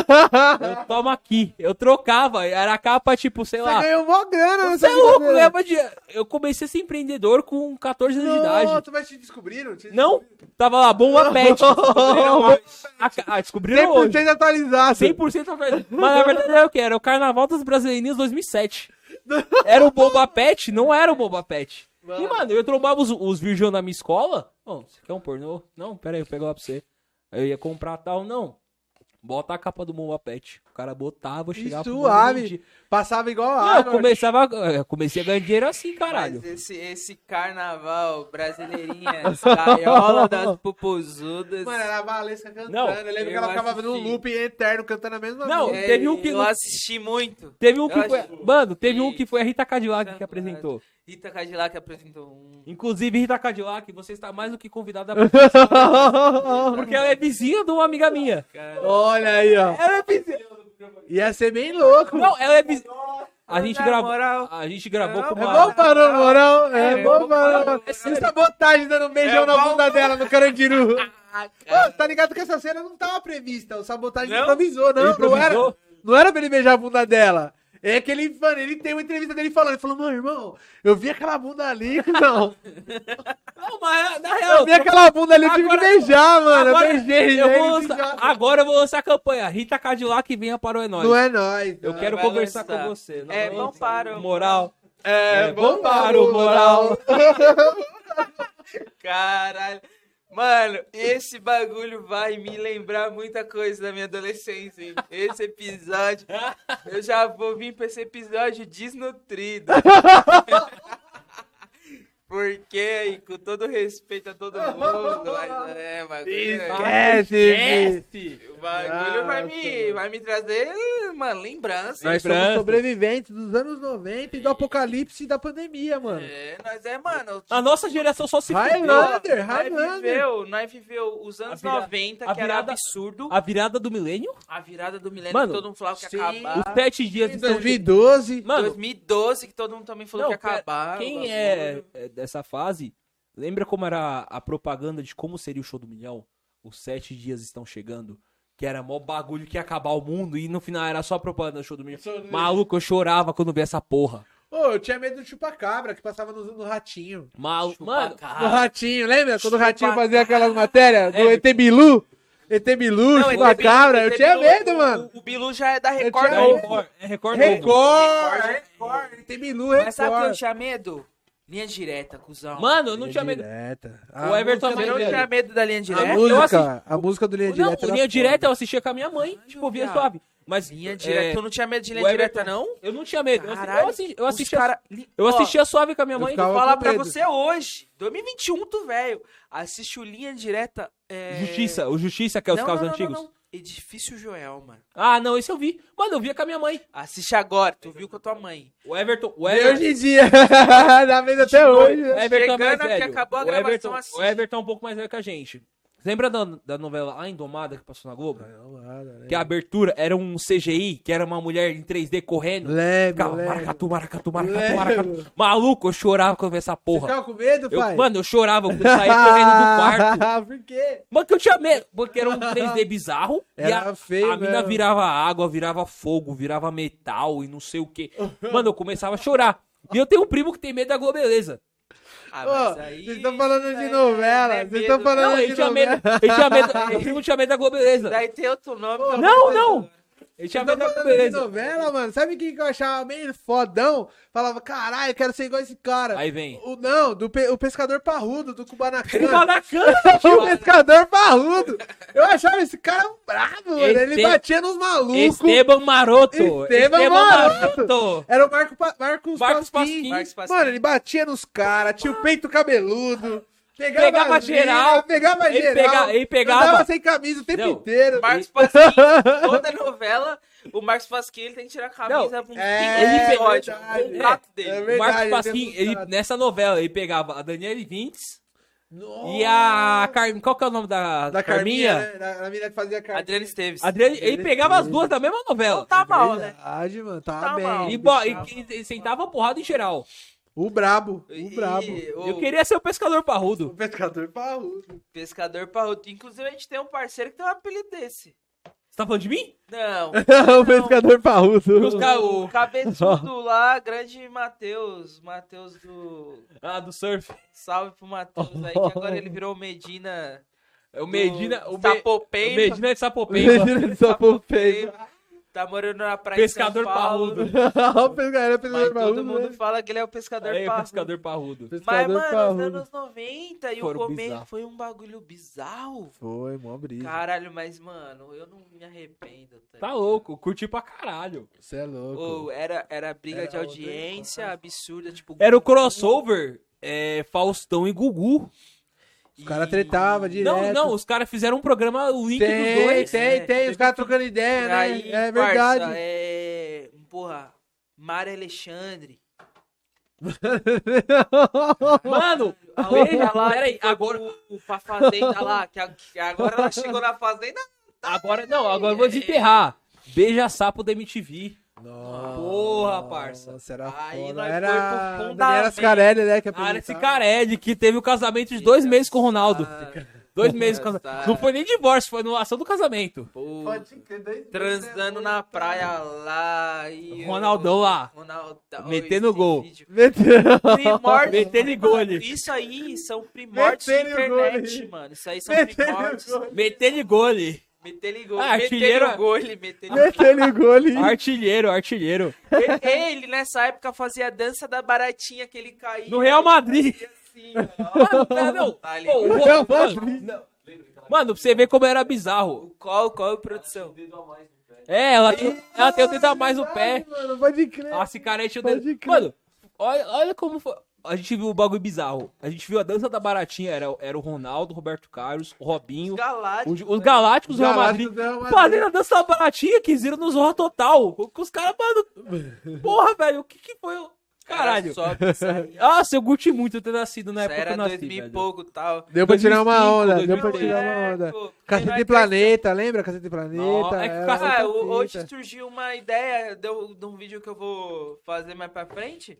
Eu tomo aqui. Eu trocava, era a capa, tipo, sei
Você
lá.
ganhou mó grana
Você é louco, leva de... Eu comecei a ser empreendedor com 14 anos de
Não,
idade.
tu vai te descobriram? Te
Não, tava lá, bomba pet. Descobriram hoje. A ca- Ah, descobriram hoje.
100% atualizado.
100% atrás. Mas na verdade era o que? Era o Carnaval dos Brasileirinhos 2007. Era o Boba Pet? Não era o Boba Pet. E, mano, eu trombava os, os virgão na minha escola. Ó, você quer um pornô? Não, pera aí, eu pego lá pra você. Aí eu ia comprar tal, não. Bota a capa do Boba Pet. O cara botava, eu
Que
chegava pro
suave. Ah,
Boba Pet.
Passava igual a
Não, eu
água.
começava, eu comecei a ganhar dinheiro assim,
Mas
caralho.
esse, esse carnaval brasileirinha, gaiola das é popozudas.
Mano, era a Valesca cantando.
Não,
eu lembro que
eu
ela ficava
assisti.
num loop eterno cantando a mesma
Não,
música.
É,
teve um que-
Eu assisti muito.
Teve um que
Eu
foi.
acho-
Mano, teve um
Ih,
que foi a Rita Cadillac que
Santo
apresentou.
Rita Cadillac apresentou um.
Inclusive, Rita Cadillac, você está mais do que convidada a participar, porque ela é vizinha de uma amiga minha.
Olha aí, ó.
Ela é vizinha.
Ia ser bem louco.
Não, ela é vizinha. A gente
Na
gravou,
moral,
a gente gravou
Não,
com
É
uma...
bom para o Morão, é,
É,
bom
bom
para o sabotagem dando um beijão
É
na
bom
bunda dela no Carandiru.
ah, cara.
Ô, tá ligado que essa cena não tava prevista, o sabotagem
Não?
improvisou, não,
Ele
não era.
improvisou?
Não era pra ele beijar a bunda dela. É que ele, mano, ele tem uma entrevista dele falando, ele falou, meu irmão, eu vi aquela bunda ali, não.
Não, mas é, na real,
Eu vi aquela bunda ali, eu tive que
Agora-
beijar, mano.
agora,
eu beijei,
eu
né,
vou
ele
lançar,
beijou.
agora eu vou lançar a campanha. Rita Cadillac, venha para o É Nóis.
Não é nóis.
Eu
não.
quero
Vai
conversar
lançar.
com você. Não,
É
não,
bom
não.
para o-
Moral.
É,
bom para o moral.
Caralho. Mano, esse bagulho vai me lembrar muita coisa da minha adolescência, hein? Esse episódio. Eu já vou vir pra esse episódio desnutrido. Porque, e com todo respeito a todo mundo, mas é, o bagulho.
Esquece,
O bagulho vai me,
Nossa.
vai me trazer uma lembrança.
Nós
Nós somos
trans.
sobreviventes dos anos 90 e do apocalipse e da pandemia, mano.
É, nós é, mano.
A nossa geração só se fudeu.
Highlander,
Nós
Highlander.
viveu, nós viveu os anos
virada-
90,
a
que era
virada-
absurdo.
A virada do milênio?
A virada do milênio que
Mano,
todo mundo falava que
sim.
ia acabar.
Os sete dias de
Em
São
2012.
Mano,
2012, que todo mundo também falou
Não,
que ia
pera,
acabar. o
quem
bagulho.
é é, dessa fase, lembra como era a propaganda de como seria o show do milhão? Os sete dias estão chegando. Que era mó bagulho que ia acabar o mundo e no final era só a propaganda do show do milhão. Maluco, eu chorava quando vi essa porra.
Ô, eu tinha medo do chupacabra que passava no, no ratinho.
Maluco. Mano,
No
Chupacabra.
ratinho, lembra? Quando o ratinho fazia aquelas matérias do
É.
ET Bilu? ET Bilu,
Não,
chupacabra.
ET
Eu tinha
Bilu,
medo,
o-
mano.
O, o Bilu já é da Record.
tinha
é
Novo.
medo.
Record. É Record. Novo.
Record!
Record,
Record! ET Bilu,
Mas sabe o que eu
Record!
tinha medo? Linha direta, cuzão.
Mano, eu não tinha medo.
Direta.
O Everton é
Você não
velho.
tinha medo da linha
A
direta?
música, a música do Linha
Não,
Direta. era
linha
foda.
direta eu assistia com a minha mãe. Tipo, eu via
viado.
suave. Mas
Linha
é,
direta. Tu não tinha medo de linha
o
direta,
Everton-
não?
eu não tinha medo. Eu assi-
Caralho,
eu assisti- eu
Os
assistia,
cara- li-
eu
Ó,
assistia suave com a minha
Eu
mãe.
ficava-
Vou falar
com
pra
medo.
você hoje, 2021, tu velho, assiste o Linha Direta. é,
Justiça, o Justiça, que é os
Não,
carros
não, não,
antigos.
não. Edifício Joel, mano.
Ah, não, esse eu vi. Mano, eu via com a minha mãe.
Assiste agora, tu viu com a tua mãe.
O Everton. O
E
Everton,
hoje em dia, na vez até
Chegou.
hoje.
o Everton é mais
Chegando aqui,
velho.
acabou a
o,
gravação,
Everton,
assiste.
o Everton é um pouco mais velho que a gente. Lembra da, da novela A Indomada que passou na Globo?
É.
né?
Que a abertura era um CGI, que era uma mulher em 3D correndo.
Leve,
Ficava
leve.
maracatu, maracatu, maracatu,
Lembro.
maracatu. Maluco, eu chorava quando eu vi essa porra.
é
Ficava com medo,
Eu-
pai?
mano, eu chorava quando eu saía correndo do quarto.
Por quê?
Mano, que eu tinha medo. Porque era um 3D bizarro.
Era
e a,
feio
a mina
mesmo.
virava água, virava fogo, virava metal e não sei o que. Mano, eu começava a chorar. E eu tenho um primo que tem medo da Globeleza.
Ah,
Ô,
mas aí.
Vocês estão falando
isso
de
aí
novela.
é
Vocês
medo,
estão falando
Não,
de
ele tinha medo.
novela.
Ele tinha medo. Meu primo tinha medo da Globeleza.
Daí tem outro nome.
Ô,
também.
Não, não. Ele tinha
Vocês
medo
tão
da
falando de
Globeleza.
novela, mano. Sabe quem que eu achava meio fodão? Falava, caralho, eu quero ser igual esse cara.
Aí vem.
O, não, do pe- o pescador parrudo, do Kubanacan.
Maracanã.
o pescador parrudo. Eu achava esse cara bravo, mano. Ele
Este-
batia nos malucos.
Esteban Maroto.
Esteban Maroto. Era o Marco pa Marcos,
Marcos
Pasquim.
Pasquim.
Marcos Pasquim.
Mano, ele batia nos caras, tinha o peito cabeludo. Pegava,
Pegava
as mina,
geral.
Pegava
Ele
geral.
pega- ele pegava-
Andava sem camisa o tempo
Não,
inteiro.
Marcos Pasquim, toda novela, o Marcos Pasquim ele tem que tirar a camisa pra um
É,
pingo de ódio.
verdade.
O contrato dele.
É
O
verdade,
Marcos
ele
Pasquim,
tem um
ele,
contrato.
nessa novela, ele pegava a Daniele Vintes
Nossa.
e a Carminha. Qual que é o nome da,
Oh. Da Carminha,
Carminha?
né? Da, da mina que fazia Carminha.
Adriano Esteves.
Adriane, ele pegava as duas da mesma novela.
Não tá
é
mal, né?
Verdade, mano. Tá,
Tá
bem.
mal.
E, bo- e que- e sentava a porrada em geral.
O brabo.
E-
O brabo.
o
Eu queria ser o pescador parrudo.
O pescador parrudo.
Pescador parrudo. Inclusive, a gente tem um parceiro que tem um apelido desse.
Você tá falando de mim?
Não.
o pescador parrudo.
Os ca-
O cabeçudo lá, grande Matheus. Matheus do.
Ah, do surf.
Salve pro Matheus aí, que agora ele virou o Medina.
É O Medina. O,
do...
Me-
Sapopemba.
o Medina é de Sapopemba.
Imagina ele só por peito.
Tá morando na praia.
Pescador
de São Paulo,
parrudo.
O pescador era
Mas
pescador
todo
parrudo.
mundo
né?
fala que ele é o pescador
Aí,
parrudo.
pescador parrudo.
Mas,
Pescador
mano, os
parrudo.
anos 90 e
Foram
o começo
bizarro.
foi um bagulho bizarro.
Foi, mó brisa.
Caralho, mas, mano, eu não me arrependo.
Tá
ligado?
louco, curti pra caralho.
Você é louco.
Ou era, era briga
Era
de
outra
audiência
coisa.
absurda, tipo...
Era o crossover é, Faustão e Gugu.
Os caras tretavam direto.
Não, não, os caras fizeram um programa, o link dos
Tem,
dois.
tem,
né?
tem. Os caras trocando ideia, né?
Aí,
é
parça,
verdade.
é... Porra, Mário Alexandre.
Mano,
Olha lá, peraí, agora o, pra fazenda lá, que, a- que agora ela chegou na fazenda.
agora não, agora eu vou desenterrar. Beija sapo da MTV.
Nossa,
Porra, parça.
Era
Aí
foda.
nós foi
era
pro fundamento.
Daniela Scarelli, né? Que
Cara, esse
apresentava.
Carelli que teve o casamento de dois meses com o Ronaldo.
ah,
Dois meses com o
tá.
Ronaldo. Não foi nem divórcio, foi no ação do casamento.
Pô,
Pode crer, dois-
transando
dois-
na praia lá e.
Ronaldão lá.
Ronaldão.
Metendo
esse
gol.
vídeo.
Meteu.
Primórdios.
Metendo gol ali.
Isso aí são primórdios de
Metendo gol
internet,
ali.
mano. Isso aí são
Metendo
primórdios.
gol.
Metendo gol ali.
Metendo gol.
Ah,
Metendo
artilheiro-
gol. ele Metendo gol.
Meteu o gol ali.
Artilheiro, artilheiro.
Ele- Ele, nessa época, fazia a dança da baratinha que ele caía.
No Real Madrid.
Assim, ó.
Tá, não.
Tá ligado?
Pô, o Ro-
Real
mano,
Madrid.
não.
Lembra aquela
mano, pra você ver como era bizarro.
Qual, qual é a produção?
dedo a mais no pé?
É, ela, tem- ela tem o dedo a mais no pé. Ah,
Ai, Mano, pode crer.
A cicarete o
Pode
dedo.
crer.
Mano, olha, olha como foi. A gente viu o bagulho bizarro. A gente viu a dança da baratinha. Era, era o Ronaldo, o Roberto Carlos, o Robinho.
Galáctico.
Os, os Galácticos do Real Madrid.
Galácticos do Real Madrid.
Fazendo a dança da baratinha que zira no Zorra Total. Com com os caras, mano. Porra, velho, o que que foi? o- Caralho.
Só
Nossa, eu curti muito eu ter nascido na
isso
época que
era
eu nasci.
2000 e
velho.
pouco e tal.
Deu pra tirar uma
2005,
onda, deu pra
2006.
tirar uma onda.
Pô,
Cacete
melhor
Planeta, lembra? Cacete Planeta.
Nossa, é que
era
cara,
Ah,
outra
o- hoje
fita.
surgiu uma ideia de, um- de um vídeo que eu vou fazer mais pra frente.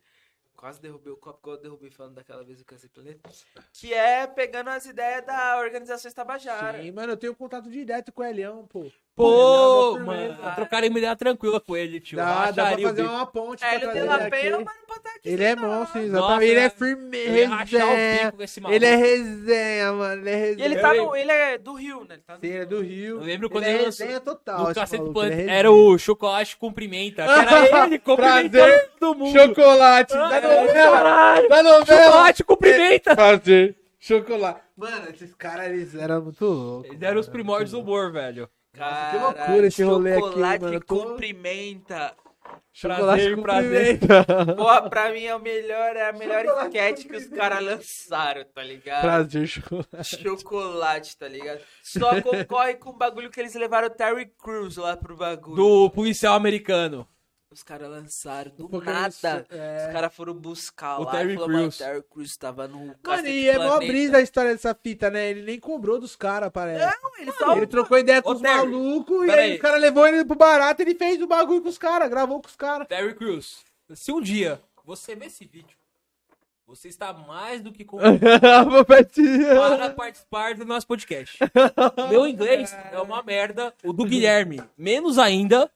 Quase derrubei o copo que eu derrubei falando daquela vez do Câncer Planeta. Que é pegando as ideias da Organização Estabajara.
Sim, mano, eu tenho contato direto com o Elião, pô.
Pô,
Pô,
mano.
firmeza.
Trocaram uma ideia tranquila com ele, tio.
Dá, dá pra
Racharia o
fazer
bico.
uma ponte pra
É, ele
trazer
tem
ele
lá pena,
aqui.
mas não pode estar aqui.
Ele é monstro, exatamente.
Nossa,
ele é
ele- Ele ia
firmeza.
rachar o bico com esse maluco.
Ele é resenha, mano. Ele
E
é resenha.
ele, tá no, ele é do Rio, né? Ele tá no
Sim, ele é do Rio.
Eu lembro quando
ele,
ele
é
lançou-
resenha total.
Do
esse
Cacete
maluco,
Planeta.
ele é
Era o Chocolate Cumprimenta. que Era ele
Prazer.
cumprimentando todo mundo.
resenha. Chocolate da novela.
Caralho.
Da novela.
Chocolate cumprimenta.
Prazer. Chocolate. Mano, esses caras, eles eram muito loucos.
Eles eram os
mano.
primórdios do humor, velho.
Cara,
que loucura esse rolê aqui, mano. Eu tô-
cumprimenta.
Chocolate
Prazer, prazer.
cumprimenta.
Pô, pra mim é o melhor, é a melhor sketch que os caras lançaram, tá ligado?
Prazer, chocolate.
Chocolate, tá ligado? Só concorre com o bagulho que eles levaram o Terry Crews lá pro bagulho.
Do policial americano.
Os caras lançaram do
Porque
nada.
eles- é.
Os caras foram buscar
O
lá.
Terry
e falou, mano,
Crews.
o Terry Crews tava no.
Mano,
Cacete
e é mó
Planeta.
brisa a história dessa fita, né? Ele nem cobrou dos caras, parece.
Não, ele só.
ele trocou ideia com
Ô,
os
Terry,
malucos e
pera
aí
aí.
o cara levou ele pro barato e ele fez o bagulho com os caras, gravou com os caras.
Terry Crews. Se um dia você vê esse vídeo, você está mais do que convidado para participar do nosso podcast. Meu inglês é uma merda. O do Guilherme, menos ainda.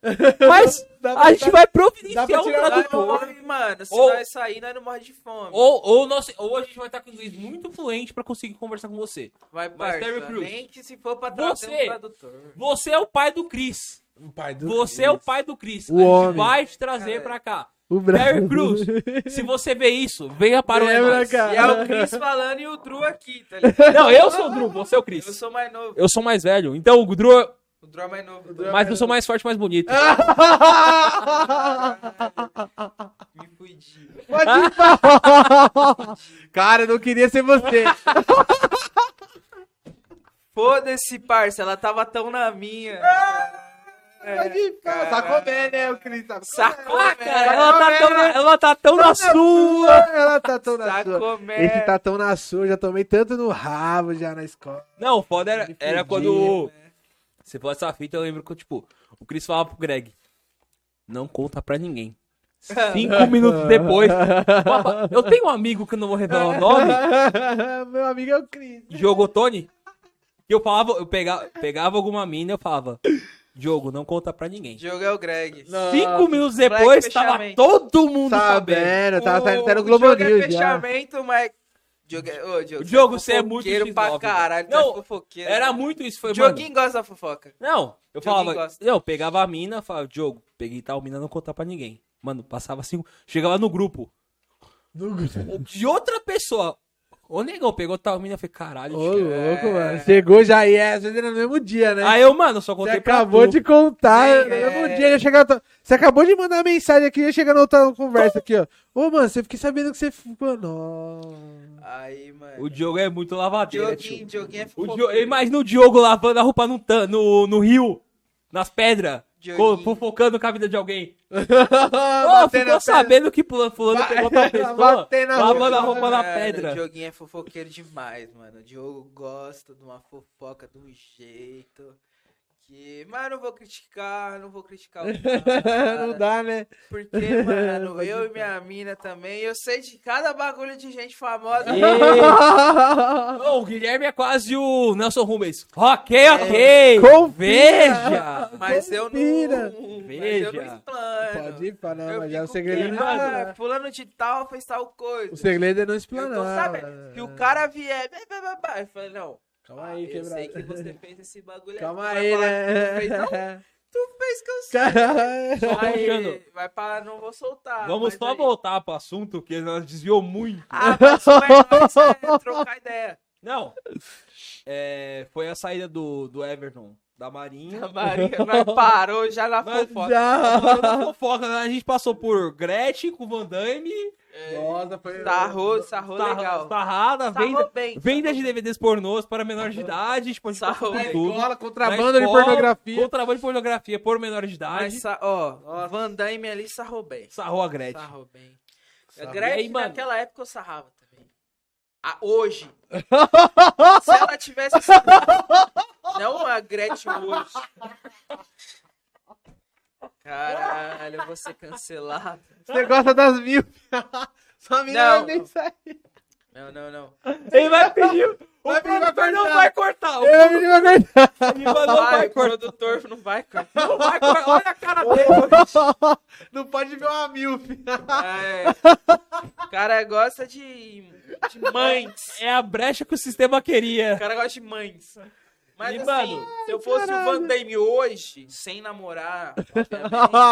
Mas
Dá pra-
a gente vai
dá pra
providenciar um
tirar-
Nós não
tradutor.
morre, mano. Se
Ou-
nós sair, nós não morre de fome.
Ou, ou, nosso, ou a gente vai estar com inglês muito fluente pra conseguir conversar com você.
Vai,
Mas
parça,
Terry Crews,
Nem que se for pra trazer
você-
um tradutor.
Você é o pai do Chris.
Pai do
Você é o pai do Chris.
O
a gente
homem.
vai te trazer
Cara.
pra cá.
o
Terry Crews, se você vê isso, venha para o É
Lembra,
Nóis.
cara?
E é o Chris falando e o Drew aqui, tá ligado?
Não, eu sou o Drew, você é o
Eu
Chris.
sou mais novo.
Eu sou mais velho. Então, o Drew, é-
O Drew é mais novo.
mas eu sou mais forte, mais bonito.
Me fudi.
Pode ir pra- Cara, eu não queria ser você.
Foda-se, parça. Ela tava tão na minha.
Ah, Pode ir pra- Sacomé, né, o Cris? Sacomé.
Sacou,
Ah, cara,
velho.
ela tá tão na, ela tá tão na sua.
Ela tá tão na sua.
Sacomé.
Esse tá tão na sua, eu já tomei tanto no rabo já na escola.
Não, foda era, era quando. Você falou essa fita, eu lembro que, tipo, o Chris falava pro Greg: Não conta pra ninguém. Cinco minutos depois. "Papa, Eu tenho um amigo que eu não vou revelar o nome,
Meu amigo é o Cris.
Diogo Tony. Que eu falava, eu pegava, pegava alguma mina e eu falava: Diogo, não conta pra ninguém.
Jogo é o Greg.
Cinco minutos
Black
depois, tava
fechamento.
todo mundo sabendo.
Sabendo, tá, tá, tá no
O
Globo
jogo é
News já.
fechamento, mas. Diogo, é- ô, Diogo,
Diogo,
é
você é muito
fofoqueiro pra
X9,
caralho. tu
Não,
é fofoqueiro.
Era muito isso, foi, mano.
Dioguinho gosta da fofoca.
Não, eu
Dioguinho
falava,
gosta.
eu pegava a mina, falava, Diogo, peguei tal mina, não contar pra ninguém. Mano, passava cinco, chegava no grupo de outra pessoa. Ô, negão, pegou tal mina, eu falei, caralho,
Ô,
tio.
louco, mano. Chegou já e é, às vezes era no mesmo dia, né?
Aí eu, mano, só
Você
contei pra
acabou
tu.
de contar,
É,
no mesmo
é.
dia já chega. outra- Você acabou de mandar mensagem aqui, já chega na outra conversa aqui, ó. Ô, mano, você fiquei sabendo que você ficou. Nossa.
Aí, mano.
O Diogo é muito lavadeira,
Dioguinho,
tio.
Dioguinho é
O
fofoqueiro.
Diogo, imagina o Diogo lavando a roupa no, tan- no, no rio, nas pedras. Co-
Dioguinho.
Fofocando com a vida de alguém. Ô,
Tá Batendo
ficou
a perna. tá
sabendo que pula- fulano pegou tal pessoa?
Batendo a
Lavando a
perna.
roupa na
Mano, O
pedra.
Dioguinho é fofoqueiro demais, mano. O Diogo gosta de uma fofoca de um jeito. Que, mas eu não vou criticar, não vou criticar o cara.
Não dá, né?
Porque,
Não
mano,
pode
eu e minha mina também, eu sei de cada bagulho de gente famosa.
Ô, o Guilherme é quase o Nelson Rubens. Ok, ok.
Confia.
Veja.
Mas eu
Confira.
não. Mas eu
Veja.
não explano.
Pode ir pra não,
Eu
mas já o
fico,
segredo não
ah,
é.
Fulano de tal fez tal coisa.
O segredo é não
Eu
explanar.
tô
ah,
sabendo.
é.
Se o cara vier. blá, blá, blá, blá, Eu falei, não.
Calma aí,
eu sei que
quebrado.
você fez esse bagulho aí, tu
Calma
vai
aí,
falar que tu fez, não?
né?
Tu fez que eu sei.
Caralho.
Só
Aí,
puxando.
vai parar, não vou soltar.
Vamos
Ah, mas
só
aí-
voltar pro assunto, que nós desviou muito.
Ah, mas isso é, mas isso é trocar ideia.
Não. É, foi a saída do, do Everton da Marinha.
A Maria nós parou já na
Mas
fofoca.
Falando da
Já.
fofoca, né? A gente passou por Gretchen com Van Damme,
Nossa, foi. um
Sarrou, sarrou
Sarra-
legal. Tá
Sarrada,
Sarrou
venda,
bem.
venda de DVDs pornôs para menor de idade, tipo, a gente
Sarrou.
passou por
Na
tudo.
Escola, contrabando de
escola,
pornografia.
Contrabando de pornografia por menor de idade.
Mas, sa- ó, Van Damme ali sarrou bem.
Sarrou a Gretchen.
Sarrou bem.
Sarrou.
A
E
Gretchen,
aí, mano?
naquela época, eu sarrava também. Ah, hoje. Se ela tivesse sarrado. Não a Gretchen hoje. Caralho, eu vou ser cancelado.
Você gosta das mil. Sua mina
Não.
vai nem sair.
Não, não, não.
Ele vai pedir. O
Vai pedir pra
produtor não
cortar.
vai cortar. O
Eu menino vai aguentar.
Ivan não vai
o
cortar.
produtor não vai cortar.
Não vai cortar. Olha a cara dele.
Não pode ver uma milf.
É. O cara gosta de, de mães.
É a brecha que o sistema
O
queria.
cara gosta de mães. Mas
E,
assim,
mano,
se eu fosse
caralho.
o Van Damme hoje, sem namorar, obviamente,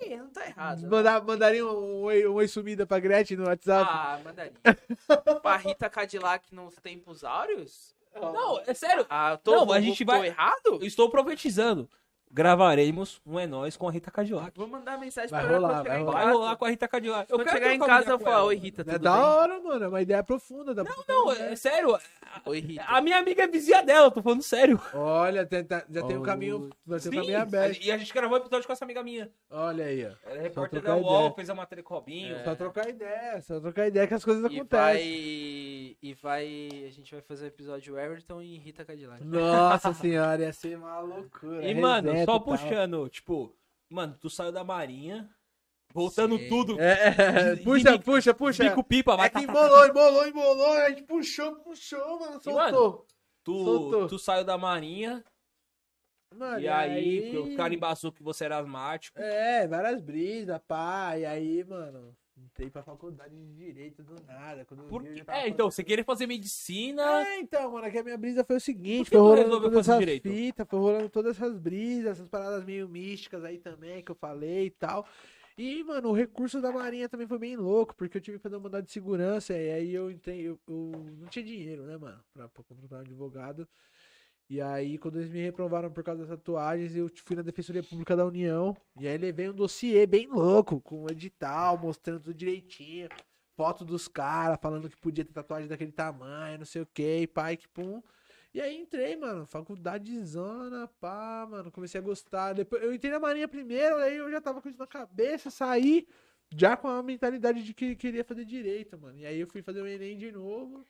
aí não tá errado. né?
Mandar, mandaria um, um oi- um oi sumida pra Gretchen no WhatsApp.
Ah, mandaria. pra Rita Cadillac nos tempos áureos?
Não, é sério.
Ah, eu tô,
Não,
vou-
a gente
tô
vai-
errado?
Eu estou profetizando. Gravaremos um É Nós com a Rita Cadillac.
Vou mandar mensagem
Vai
pra ela
rolar,
quando chegar
vai
em
Vai
casa.
rolar com a Rita Cadillac. Eu
Quando
quero
chegar em
trocar uma
casa,
ideia
eu
com
vou falar,
ela.
oi Rita, tudo
é da
bem?
hora, mano. É uma ideia profunda. Da
Não, é sério.
Oi Rita.
A minha amiga é vizinha dela. Tô falando sério.
Olha, tem- tá- já tem um caminho. Já tem um caminho aberto.
E a gente gravou um episódio com essa amiga minha.
Olha aí, ó.
Ela é repórter da
trocar
UOL,
ideia.
fez a matéria com o Robinho.
Só trocar ideia, só trocar ideia que as coisas
E vai...
acontecem.
E vai... A gente vai fazer o episódio Everton e Rita Cadillac.
Nossa senhora, ia ser uma loucura.
E, mano,
Reset
só
e tal.
puxando, tipo, mano, tu saiu da marinha, voltando
Sim.
tudo,
É, é, puxa, puxa, puxa.
bico pipa, vai
É que embolou, embolou, embolou. A gente puxou, puxou, mano. Soltou.
tu,
soltou.
tu saiu da marinha,
Mano,
e aí, o cara embaçou que você era asmático.
É, várias brisas, pá. E aí, mano, entrei pra faculdade de direito do nada. Quando eu
Por
vi, eu
quê?
já
tá
tava
É, então, você queria fazer medicina,
É, então, mano, é que a minha brisa foi o
Por
seguinte,
que
foi
tu
rolando
resolveu
todas
fazer
essas
direito?
fitas, foi rolando todas essas brisas, essas paradas meio místicas aí também, que eu falei e tal. E, mano, o recurso da marinha também foi bem louco, porque eu tive que fazer um mandado de segurança, e aí eu entrei, eu, eu não tinha dinheiro, né, mano, pra, pra contratar um advogado. E aí, quando eles me reprovaram por causa das tatuagens, eu fui na Defensoria Pública da União, e aí levei um dossiê bem louco, com um edital, mostrando tudo direitinho foto dos caras falando que podia ter tatuagem daquele tamanho, não sei o que, pai, que pum. E aí entrei, mano, faculdadezona, pá, mano, comecei a gostar. Depois eu entrei na marinha primeiro, aí eu já tava com isso na cabeça, saí já com a mentalidade de que queria fazer direito, mano. E aí eu fui fazer o Enem de novo.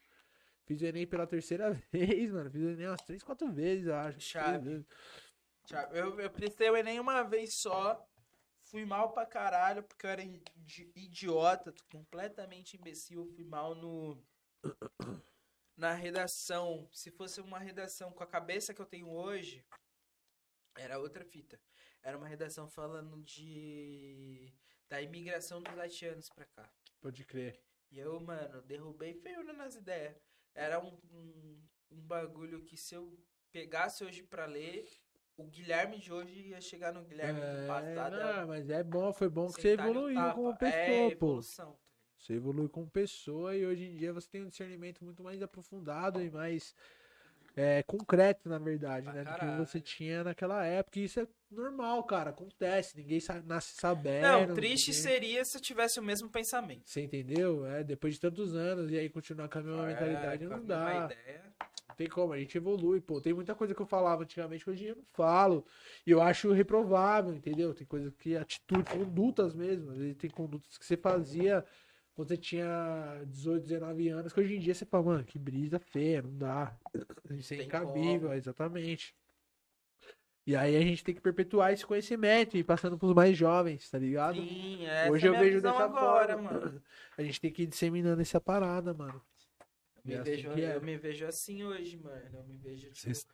Fiz o Enem pela terceira vez, mano. Fiz o Enem umas três, quatro vezes, eu acho.
Chave.
Três vezes.
Tchau. Eu, eu prestei o Enem uma vez só. Fui mal pra caralho, porque eu era idi- idiota, completamente imbecil. Fui mal no. Na redação. Se fosse uma redação com a cabeça que eu tenho hoje, era outra fita. Era uma redação falando de. Da imigração dos haitianos pra cá.
Pode crer.
E eu, mano, derrubei feio né, nas ideias. Era um, um, um bagulho que se eu pegasse hoje pra ler, o Guilherme de hoje ia chegar no Guilherme do
É,
passado.
não, mas é bom, foi bom que você
sentar-lhe o
evoluiu
tapa.
como
É
pessoa, pô.
evolução.
Você evolui como pessoa e hoje em dia você tem um discernimento muito mais aprofundado e mais é, concreto, na verdade,
Pra
né? Do que
caralho.
você tinha naquela época. E isso é normal, cara. Acontece. Ninguém sa- nasce sabendo.
Não, triste
ninguém-
seria se eu tivesse o mesmo pensamento.
Você entendeu? É, depois de tantos anos e aí continuar com a mesma
É,
mentalidade
com a
não
mesma
dá.
ideia.
tem como, a gente evolui, pô. Tem muita coisa que eu falava antigamente que hoje eu não falo. E eu acho reprovável, entendeu? Tem coisa que, atitude, condutas mesmo. Às vezes tem condutas que você fazia quando você tinha 18, 19 anos, que hoje em dia você fala, mano, que brisa feia, não dá. Isso é
Tem
incabível, exatamente. E aí a gente tem que perpetuar esse conhecimento e ir passando pros mais jovens, tá ligado?
Sim, essa
Hoje
é
eu
minha
vejo
visão
dessa
agora,
forma.
mano.
A gente tem que ir disseminando essa parada, mano.
Me
É assim
vejo-
que é.
Eu me vejo assim hoje, mano. Eu me vejo tipo,
Vocês-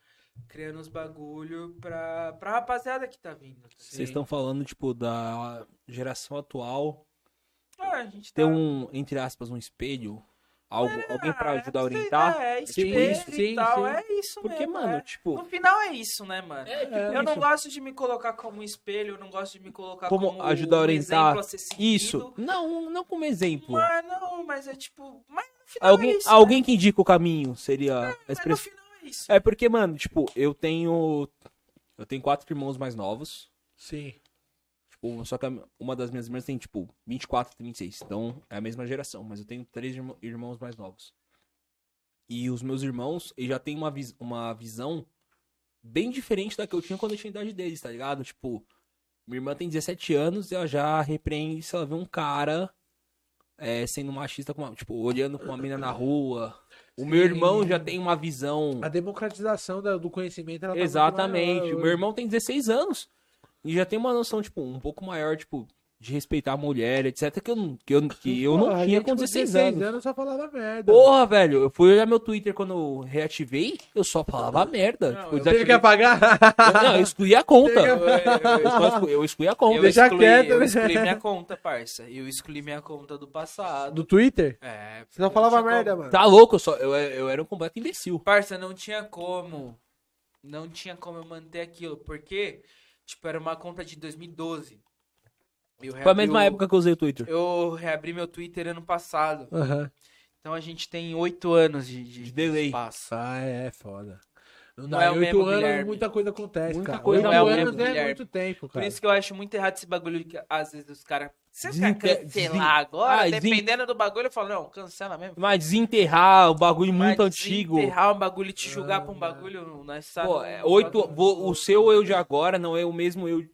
criando os bagulho pra, pra rapaziada que tá vindo. tá
Vocês estão falando, tipo, da geração
Tá.
atual.
ligado? Ah, a gente
Ter
tá-
um, entre aspas, um espelho. Algo, alguém pra
Ah,
ajudar
sei lá,
a orientar.
É,
tipo
espelho
isso.
e
Sim,
tal,
sim.
é isso
Porque,
mesmo,
mano,
é.
tipo,
No final é isso, né, mano?
É,
eu não
isso.
gosto de me colocar como um espelho, eu não gosto de me colocar
Como
como, um
ajudar a orientar.
exemplo a ser
isso.
seguido.
Não, não como exemplo.
Mas não, mas é tipo. Mas no final
Alguém,
é isso.
alguém que indica o caminho seria a
Mas no
expressão.
final é isso.
É porque, mano, tipo, eu tenho. Eu tenho quatro irmãos mais novos.
Sim.
Tipo, só que a- uma das minhas irmãs tem, tipo, 24, 26. Então, é a mesma geração. Mas eu tenho três irmã- irmãos mais novos. E os meus irmãos, eles já têm uma, vis- uma visão bem diferente da que eu tinha quando eu tinha a idade deles, tá ligado? Tipo, minha irmã tem 17 anos e ela já repreende se ela vê um cara é, sendo machista, com uma- tipo, olhando com uma mina na rua. O meu
Sim.
irmão já tem uma visão...
A democratização da- do conhecimento, ela tá muito
Exatamente.
maior
O meu
hoje.
irmão tem 16 anos e já tem uma noção, tipo, um pouco maior, tipo, de respeitar a mulher, etc. Que eu, não- que eu, que eu
Porra,
não
a
tinha
gente
com 16, anos.
anos só falava merda.
Porra, velho, eu fui olhar meu Twitter quando eu reativei, eu só falava merda.
Não,
Tipo,
eu
Teve que
desativei-
apagar?
Não, eu excluí a conta.
Teve
Eu,
que-
só exclu- eu excluí a
Eu
conta.
Deixa
excluí,
quieto,
eu
né?
excluí minha conta, parça. Eu excluí minha conta do passado.
Do Twitter?
É,
Você não falava merda, mano.
Tá louco, eu, só, eu, eu era um completo imbecil.
Parça, não tinha como. Não tinha como eu manter aquilo. Porque, tipo, era uma conta de 2012. É, Eu
Foi a
reabri
mesma
o-
época que eu usei o Twitter.
Eu reabri meu Twitter ano passado.
Aham.
Então a gente tem oito anos de, de,
De delay.
espaço.
Ah, é, foda. Não,
Não
dá,
é
em
o
oito
mesmo,
anos,
Guilherme.
muita coisa acontece,
Muita
cara.
coisa
Oito
não é o
anos
mesmo,
é
Guilherme.
muito tempo,
Por
cara.
isso que eu acho muito errado esse bagulho que às vezes os caras. Você quer
Desinter-
cancelar agora?
Ah, desin-
Dependendo do bagulho, eu falo, não, cancela mesmo.
Mas desenterrar o bagulho muito
Mas
antigo. Ah.
Enterrar um bagulho e te julgar pra um bagulho, nós
Pô,
sabemos.
é, oito, vo- o seu eu de agora não é o mesmo eu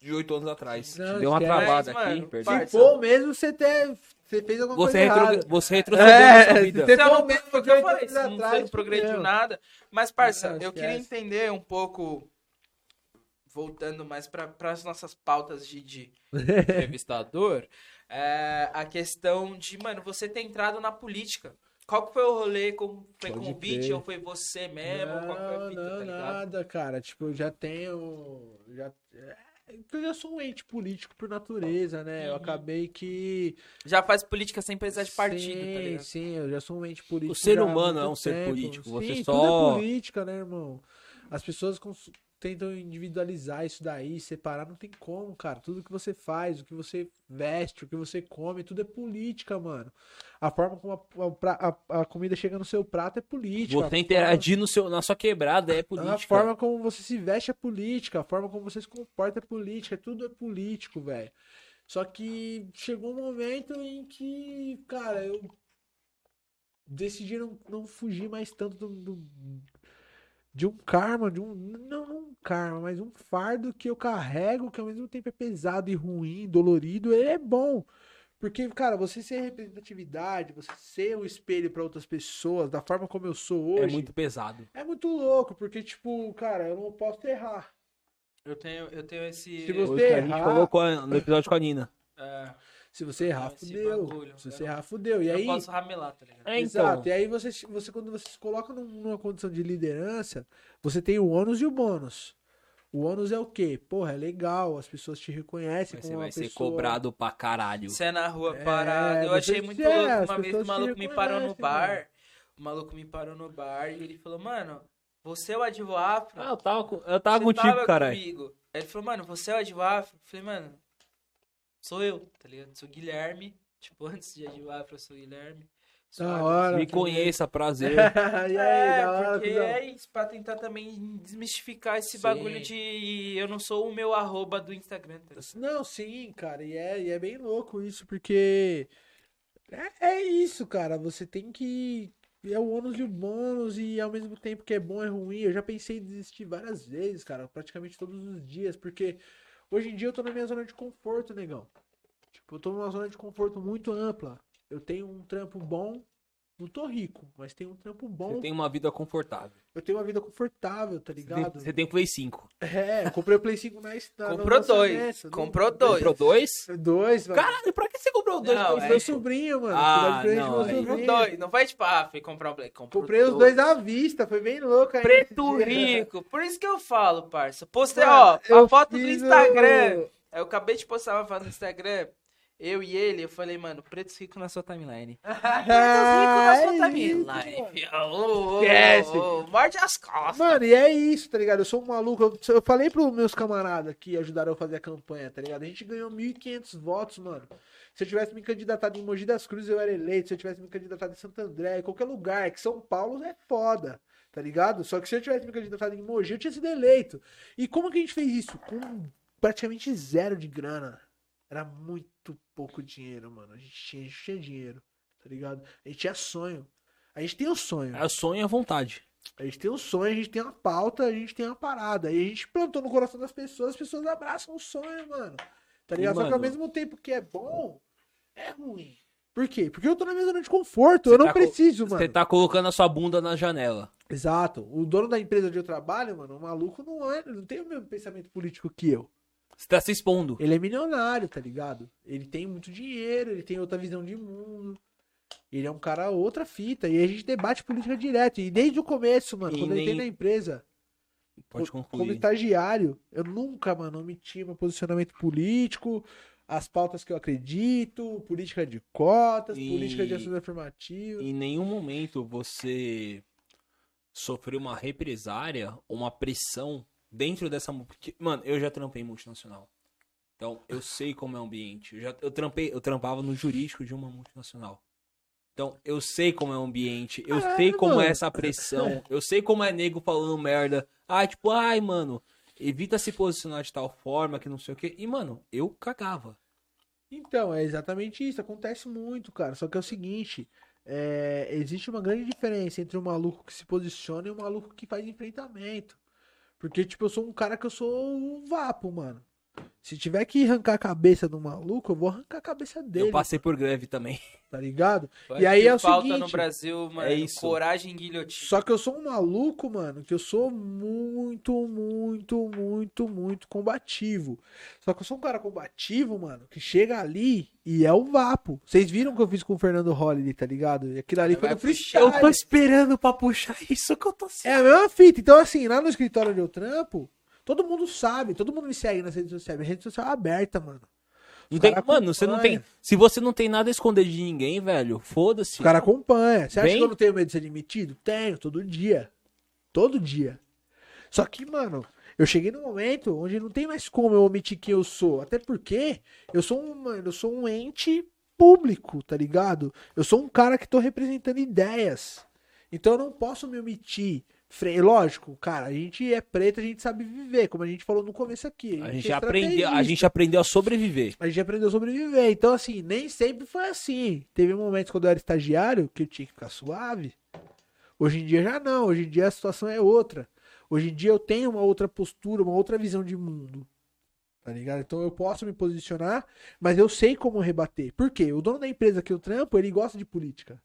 de oito anos atrás.
Não,
Deu uma
esquece.
travada
Mas,
aqui,
mano,
perdi.
parça,
Se for mesmo, você, ter, você fez alguma
Você,
coisa
retro,
errada.
você retrocedeu na sua
É,
vida.
você
Você
for
não
mesmo
foi o que
oito
eu falei,
anos
você não
atrás,
fez progredir
fudeu.
nada. Mas, parça,
Não,
eu queria
esquece.
entender um pouco, voltando mais para as nossas pautas de, de entrevistador, é, a questão de, mano, você ter entrado na política. Qual que foi o rolê? Como, foi
Pode
convite
crer.
ou foi você mesmo? Qual que foi É, a fita,
não,
tá ligado?
nada, cara. Tipo, eu já tenho. Já... é, que Eu já sou um ente político por natureza, né? Eu
Uhum.
acabei que.
Já faz política sem precisar de partido,
sim,
tá ligado?
Sim, eu já sou um ente político.
O ser
já há
humano
muito
é um ser político, você
sim,
só-
Tudo é política, né, irmão? As pessoas cons- tentam individualizar isso daí, separar, não tem como, cara. Tudo que você faz, o que você veste, o que você come, tudo é política, mano. A forma como a, a pra- a- a comida chega no seu prato é política. A
Você
forma-
interagir no seu, na sua quebrada é política.
a forma como você se veste é política, a forma como você se comporta é política, tudo é político, velho. Só que chegou um momento em que, cara, eu decidi não, não fugir mais tanto do, do- de um karma, de um. Não, não um karma, mas um fardo que eu carrego, que ao mesmo tempo é pesado e ruim, dolorido, ele é bom. Porque, cara, você ser representatividade, você ser o espelho para outras pessoas, da forma como eu sou hoje.
É muito pesado.
É muito louco, porque, tipo, cara, eu não posso errar.
Eu tenho, eu tenho esse.
Se você
Foi o que a gente
errar-
falou com a- no episódio com a Nina.
é,
Se você errar,
Esse
fudeu.
bagulho,
Se
eu
você
não-
errar, fudeu. E
eu
aí.
posso ramelar, tá ligado?
É,
Exato. E aí você, você, quando você se coloca num- numa condição de liderança, você tem o ônus e o bônus. O ônus é o quê? Porra, é legal, as pessoas te reconhecem
Você
como uma
vai ser
pessoa-
cobrado pra caralho.
Você é na rua
É,
parado. Eu
você-
achei muito
é, as
louco. Uma vez
pessoas
o
te
maluco me parou no
reconhecem, né? mano.
bar. O maluco me parou no bar e ele falou, mano, você é o advoafro?
Ah, eu tava, com- eu tava
Você
contigo, caralho.
comigo." Aí ele falou, mano, você é o advoafro? Eu falei, mano, sou eu, tá ligado? Sou Guilherme. Tipo, antes de advoafro, eu sou Guilherme. Sou
Da
Advo-
hora.
Me conheça, prazer.
e aí,
é,
da hora,
porque
cuzão.
é isso, pra tentar também desmistificar esse
Sim.
bagulho de eu não sou o meu arroba do Instagram. Tá? ligado?
Não, sim, cara, e é, e é bem louco isso, porque é, é isso, cara. Você tem que é o ônus e o bônus, e ao mesmo tempo que é bom, é ruim. Eu já pensei em desistir várias vezes, cara, praticamente todos os dias, porque hoje em dia eu tô na minha zona de conforto, negão. Tipo, eu tô numa zona de conforto muito ampla. Eu tenho um trampo bom, não tô rico, mas tenho um trampo bom.
Você tem uma vida confortável.
Eu tenho uma vida confortável, tá
Você tem-
ligado?
Você tem o Play 5.
É, comprei o Play 5 na na- no
Comprou dois.
lançamento, não-
Comprou dois.
Comprou dois?
Dois, velho.
Caralho, pra que você comprou dois?
Não,
Play
é-
Meu
5?
sobrinho, mano.
Ah,
Cidade Grande,
não,
meu
aí-
sobrinho.
Comprou dois. Não vai tipo, ah, fui comprar um Play. Comprou
Comprei os dois à vista, foi bem louco. aí
Preto
esse dia.
rico. Por isso que eu falo, parça. Postei, ó,
Mano,
a
eu
foto do
fiz o-
Instagram. Eu acabei de postar uma foto no Instagram. Eu e ele, eu falei, mano, pretos ricos na sua timeline. pretos ricos na sua
Ah, é isso,
timeline. fio. Ô, ô,
Esquece.
ô, Morde as costas.
Mano, e é isso, tá ligado? Eu sou um maluco. Eu, eu falei pros meus camaradas que ajudaram eu a fazer a campanha, tá ligado? A gente ganhou 1.500 votos, mano. Se eu tivesse me candidatado em Mogi das Cruzes, eu era eleito. Se eu tivesse me candidatado em Santo André, em qualquer lugar, que São Paulo é foda, tá ligado? Só que se eu tivesse me candidatado em Mogi, eu tinha sido eleito. E como que a gente fez isso? Com praticamente zero de grana. Era muito pouco dinheiro, mano. A gente tinha, a gente tinha dinheiro, tá ligado? A gente tinha sonho. A gente tem o sonho.
É o sonho e a vontade.
A gente tem um sonho, a gente tem uma pauta, a gente tem uma parada. E a gente plantou no coração das pessoas, as pessoas abraçam o sonho, mano. Tá
E,
ligado? Só que ao
mano-
mesmo tempo que é bom, é ruim. Por quê? Porque eu tô na minha zona de conforto,
Você
eu não
tá co-
preciso, mano.
Você tá colocando a sua bunda na janela.
Exato. O dono da empresa onde eu trabalho, mano, o maluco não é, não tem o mesmo pensamento político que eu.
Você tá se expondo.
Ele é milionário, tá ligado? Ele tem muito dinheiro, ele tem outra visão de mundo. Ele é um cara outra fita. E a gente debate política direto. E desde o começo, mano,
E
quando eu entrei
nem-
na empresa,
Pode
Co-
concluir.
Como estagiário, eu nunca, mano, omiti meu posicionamento político, as pautas que eu acredito, política de cotas,
E-
política de ações afirmativas.
Em nenhum momento você sofreu uma represária, uma pressão dentro dessa. mu- porque, Mano, eu já trampei em multinacional. Então, eu sei como é o ambiente. Eu, já, eu, trampei, eu trampava no jurídico de uma multinacional. Então, eu sei como é o ambiente, eu
Caralho,
sei como é
mano.
essa pressão, eu sei como é nego falando merda. Ah, tipo, ai, mano, evita se posicionar de tal forma que não sei o quê. E, mano, eu cagava.
Então, é exatamente isso, acontece muito, cara. Só que é o seguinte, é, existe uma grande diferença entre um maluco que se posiciona e um maluco que faz enfrentamento. Porque, tipo, eu sou um cara que eu sou um vapo, mano. Se tiver que arrancar a cabeça do maluco, eu vou arrancar a cabeça dele,
Eu passei por greve também.
tá ligado?
Eu acho
E aí
que
é o
falta no
seguinte, é
Brasil, mano,
isso.
coragem e guilhotina.
Só que eu sou um maluco, mano, que eu sou muito, muito, muito, muito combativo. Só que eu sou um cara combativo, mano, que chega ali e é o vapo. Vocês viram o que eu fiz com o Fernando Holliday, tá ligado? E aquilo ali foi
Vai
no
puxar.
freestyle.
esperando pra puxar isso que eu tô
É a mesma fita. Então, assim, lá no escritório onde eu trampo, todo mundo sabe, todo mundo me segue nas redes sociais. Minha rede social é aberta, mano.
Não
Os
tem,
cara
mano, você não tem.
acompanha.
Se você não tem nada a esconder de ninguém, velho, foda-se.
O cara acompanha. Você acha
Bem-
que eu não tenho medo de ser demitido? Tenho, todo dia. Todo dia. Só que, mano, eu cheguei num momento onde não tem mais como eu omitir quem eu sou. Até porque eu sou um, mano, eu sou um ente público, tá ligado? Eu sou um cara que tô representando ideias. Então eu não posso me omitir. Fre- Lógico, cara, a gente é preto, a gente sabe viver, como a gente falou no começo aqui.
A
é
gente, aprendeu, a
estrategista.
gente aprendeu a sobreviver.
A gente aprendeu a sobreviver. Então, assim, nem sempre foi assim. Teve momentos quando eu era estagiário que eu tinha que ficar suave. Hoje em dia já não. Hoje em dia a situação é outra. Hoje em dia eu tenho uma outra postura, uma outra visão de mundo. Tá ligado? Então eu posso me posicionar, mas eu sei como rebater. Por quê? O dono da empresa que eu trampo, ele gosta de política.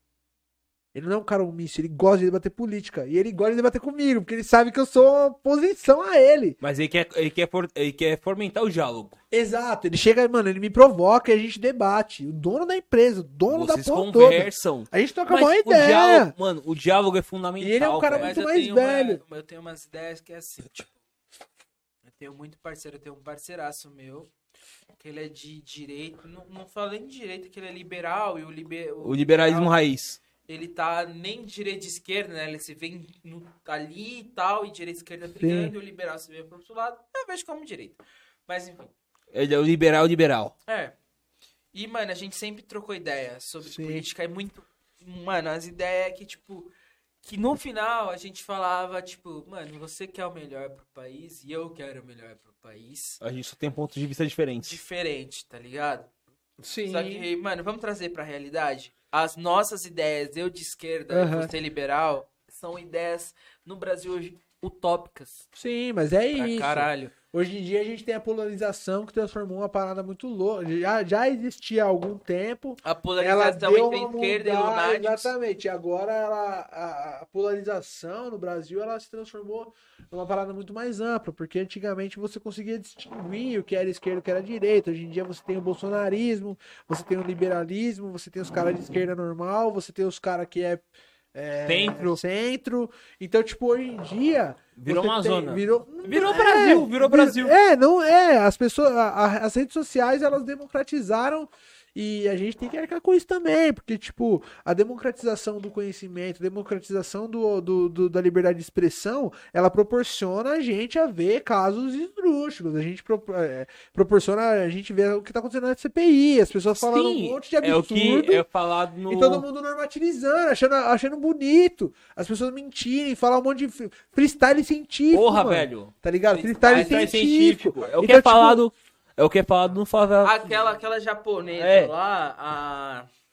Ele não é um cara omisso, ele gosta de debater política. E ele gosta de debater comigo, porque ele sabe que eu sou uma oposição a ele.
Mas ele quer, ele quer, for- ele quer fomentar o diálogo.
Exato, ele chega, mano, ele me provoca e a gente debate. O dono da empresa, o dono
Vocês
da porra toda.
conversam.
A gente troca
Mas
uma
o diálogo,
ideia.
mano, o diálogo é fundamental.
E ele é um cara
velho.
Mas
muito
eu
mais
tenho
velho.
Uma, eu tenho umas ideias que é assim, tipo, eu tenho muito parceiro, eu tenho um parceiraço meu, que ele é de direito, não, não falei em direito, que ele é liberal, e o, liber,
O liberalismo raiz.
ele tá nem de direita e esquerda, né? Ele se vê no- ali e tal, e direita e esquerda brigando, e o liberal se vê pro outro lado, eu vejo como direita. Mas enfim,
Ele é o liberal liberal.
é. E, mano, a gente sempre trocou ideia sobre
Sim.
política. É muito. Mano, as ideias que, tipo. Que no final a gente falava, tipo, mano, você quer o melhor pro país e eu quero o melhor pro país.
A gente só tem pontos de vista diferentes.
Diferente, tá ligado?
Sim.
é
Só que, mano, vamos trazer pra realidade? As nossas ideias, eu de esquerda,
Aham.
você liberal, são ideias no Brasil hoje utópicas.
Sim, mas é
Pra
isso.
caralho.
Hoje em dia a gente tem a polarização que transformou uma parada muito louca. Já, já existia há algum tempo.
A
Ela
polarização
deu
entre
uma
esquerda
mudada-
e lunáticos.
Exatamente. Agora ela, a, a polarização no Brasil ela se transformou numa parada muito mais ampla, porque antigamente você conseguia distinguir o que era esquerda e o que era direita. Hoje em dia você tem o bolsonarismo, você tem o liberalismo, você tem os caras de esquerda normal, você tem os caras que é, é,
Centro.
centro. Então, tipo, hoje em dia.
Virou
você
uma
tem-
zona.
Virou,
Virou Brasil, virou Brasil.
É, não é. As pessoas, a- a- as redes sociais, elas democratizaram e a gente tem que arcar com isso também, porque tipo a democratização do conhecimento, a democratização do, do- do- da liberdade de expressão, ela proporciona a gente a ver casos esdrúxulos, a gente pro- é, proporciona a gente ver o que tá acontecendo na CPI, as pessoas falando um monte de
é o
absurdo.
que é falado no...
E todo mundo normativizando, achando, achando bonito. As pessoas mentirem, falar um monte de fre- freestyle científico.
Porra,
mano.
velho.
Tá ligado? Freestyle,
Freestyle
científico.
É o que
Então,
é
tipo,
falado... É o que é falado no favela.
Aquela, aquela japonesa
É.
lá,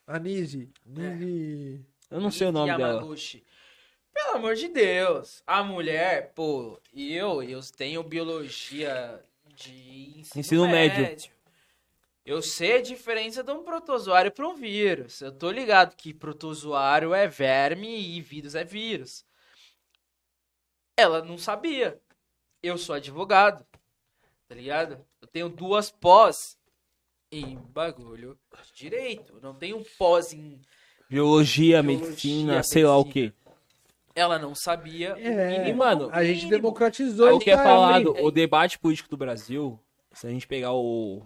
a
Anise. Anise.
Eu não sei o nome dela.
Yamaguchi. Pelo amor de Deus. A mulher, pô, e eu, eu tenho biologia de ensino,
Ensino médio.
Eu sei a diferença de um protozoário para um vírus. Eu tô ligado que protozoário é verme e vírus é vírus. Ela não sabia. Eu sou advogado. Tá ligado? Eu tenho duas pós em bagulho de direito. Eu Não tenho um pós em Biologia,
Biologia, medicina, sei lá o que.
Ela não sabia.
É.
E, mano,
A gente
É
democratizou
o que é
cara.
falado, o debate político do Brasil, se a gente pegar o.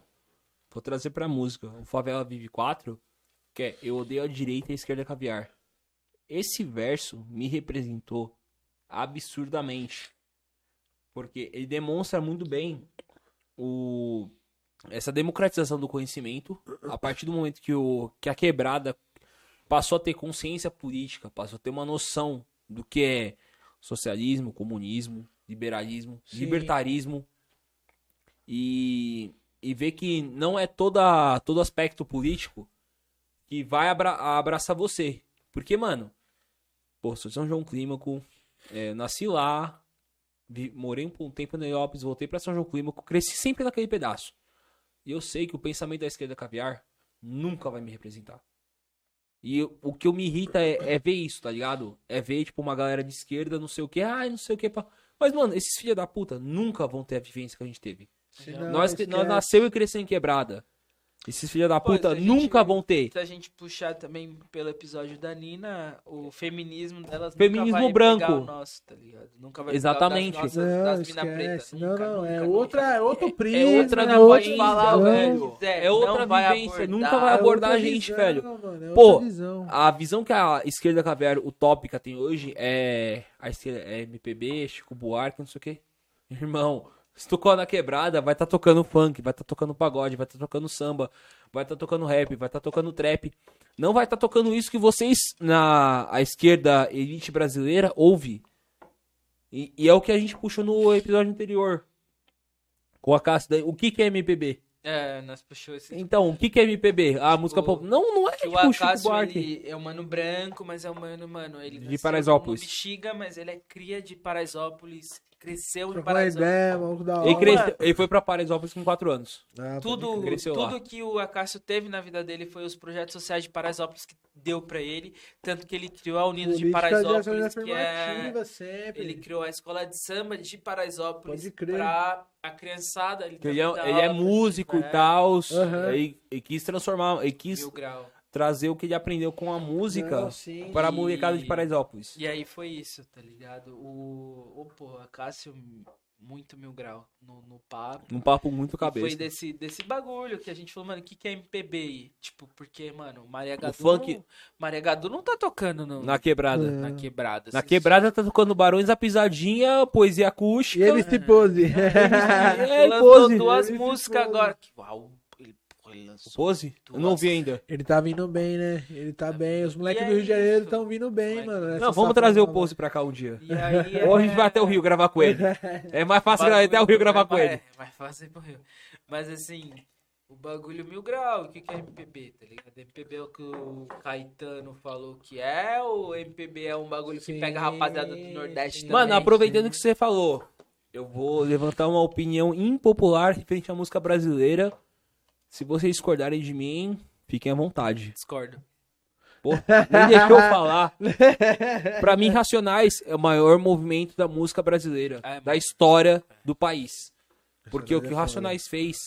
Vou trazer pra música, o Favela Vive 4, que é Eu odeio a direita e a esquerda caviar. Esse verso me representou absurdamente. Porque ele demonstra muito bem o essa democratização do conhecimento a partir do momento que, o, que a quebrada passou a ter consciência política, passou a ter uma noção do que é socialismo, comunismo, liberalismo,
Sim.
libertarismo e, e ver que não é toda, todo aspecto político que vai abra, abraçar você. Porque, mano, pô, sou de São João Clímaco, é, nasci lá, vi- morei um, um tempo em Neópolis, voltei pra São João Clímaco, cresci sempre naquele pedaço. E eu sei que o pensamento da esquerda caviar nunca vai me representar. E eu- o que eu me irrita é, é ver isso, tá ligado? É ver, tipo, uma galera de esquerda, não sei o que, ai, não sei o que. Pá. Mas, mano, esses filha da puta nunca vão ter a vivência que a gente teve.
Se não,
nós, que- nós
Ah, esquece.
nasceu e cresceu em quebrada. Esses filha da
Pois,
puta
a gente-
nunca vão ter.
Se a gente puxar também pelo episódio da Nina, o feminismo delas
Feminismo
nunca vai
branco.
pegar o nosso, tá ligado? Nunca vai
Exatamente.
pegar o das nossas,
Não,
das mina preta.
esquece. Não,
Nunca,
não, é
nunca,
outra, é outro prisma,
outra
é
nunca. Não
outro
pode
visão,
falar o
visão, né?
velho.
É outra vivência, nunca vai
é
abordar
outra
a gente,
visão,
velho.
mano, é
Pô,
outra visão.
A visão que a esquerda caviar utópica tem hoje é a esquerda é MPB, Chico Buarque, não sei o quê. Irmão, se tocou na quebrada, vai tá tocando funk, vai tá tocando pagode, vai tá tocando samba, vai tá tocando rap, vai tá tocando trap. Não vai tá tocando isso que vocês na a esquerda elite brasileira ouve. E, e é o que a gente puxou no episódio anterior. Com a Cássia, o que que é MPB?
É, nós puxou esse...
Então, o que que é MPB? A música
O-
pop. Não, não é
Que
tipo
o
o Chico
Acácio,
Buarque.
ele é um mano branco, mas é um mano, mano, ele
De
nasceu
Paraisópolis.
como Bexiga, mas ele é cria de Paraisópolis, cresceu em
Trocou uma
Paraisópolis.
ideia, maluco da
Ele,
hora.
cresceu- ele foi pra Paraisópolis com 4 anos.
Ah, pode
Tudo,
crer.
Cresceu lá.
tudo que o Acácio teve na vida dele foi os projetos sociais de Paraisópolis que deu pra ele, tanto que ele criou a Unidos de
Política
Paraisópolis,
ações
que é...
afirmativas sempre.
Ele criou a escola de samba de Paraisópolis
Pode crer.
pra a criançada. Ele,
Ele
também dá
é, ele é
aula,
músico e
né?
tal.
Aham.
E, e quis transformar, e quis
Mil grau.
trazer o que ele aprendeu com a música
Não, sim.
para a
E-
molecada de Paraisópolis.
E aí foi isso, tá ligado? O, o porra, Cássio, muito mil grau no, no papo.
Um papo muito
E Foi
cabeça.
desse, desse bagulho que a gente falou, mano, o que, que é MPB aí? Tipo, porque, mano, Maria Gadu.
funk-
Não, Maria Gadu não tá tocando no,
Na quebrada.
É.
na quebrada.
Na
assim.
Vocês-
quebrada tá tocando Barões da Pisadinha, poesia
E
acústica.
ele se pose.
Ele
É,
lançou
pose.
duas
Ele se
músicas
pôs.
agora. Que, uau, ele, porra, ele lançou.
Pose? Eu não vi ainda.
Ele tá vindo bem, né? Ele tá bem. Os moleques
E
do Rio de
é
Janeiro
isso.
estão vindo bem,
Moleque.
mano. tá nessa
Não, vamos
safra
trazer o
nova.
Pose pra cá um dia.
E aí
Ou a gente vai
é-
até o Rio gravar com ele. É mais fácil ir até o Rio gravar com ele.
Vai fazer pro Rio. Mas assim,
O bagulho mil grau, o que, que é MPB, tá ligado? MPB é o que o Caetano falou que é, ou MPB é um bagulho que pega a rapaziada do Nordeste também?
Mano, aproveitando que você falou, eu vou levantar uma opinião impopular referente à música brasileira. Se vocês discordarem de mim, fiquem à vontade.
Discordo.
Pô, nem deixou eu falar. Pra mim, Racionais é o maior movimento da música brasileira,
Ah, é,
da história do país. Porque o que o Racionais fez,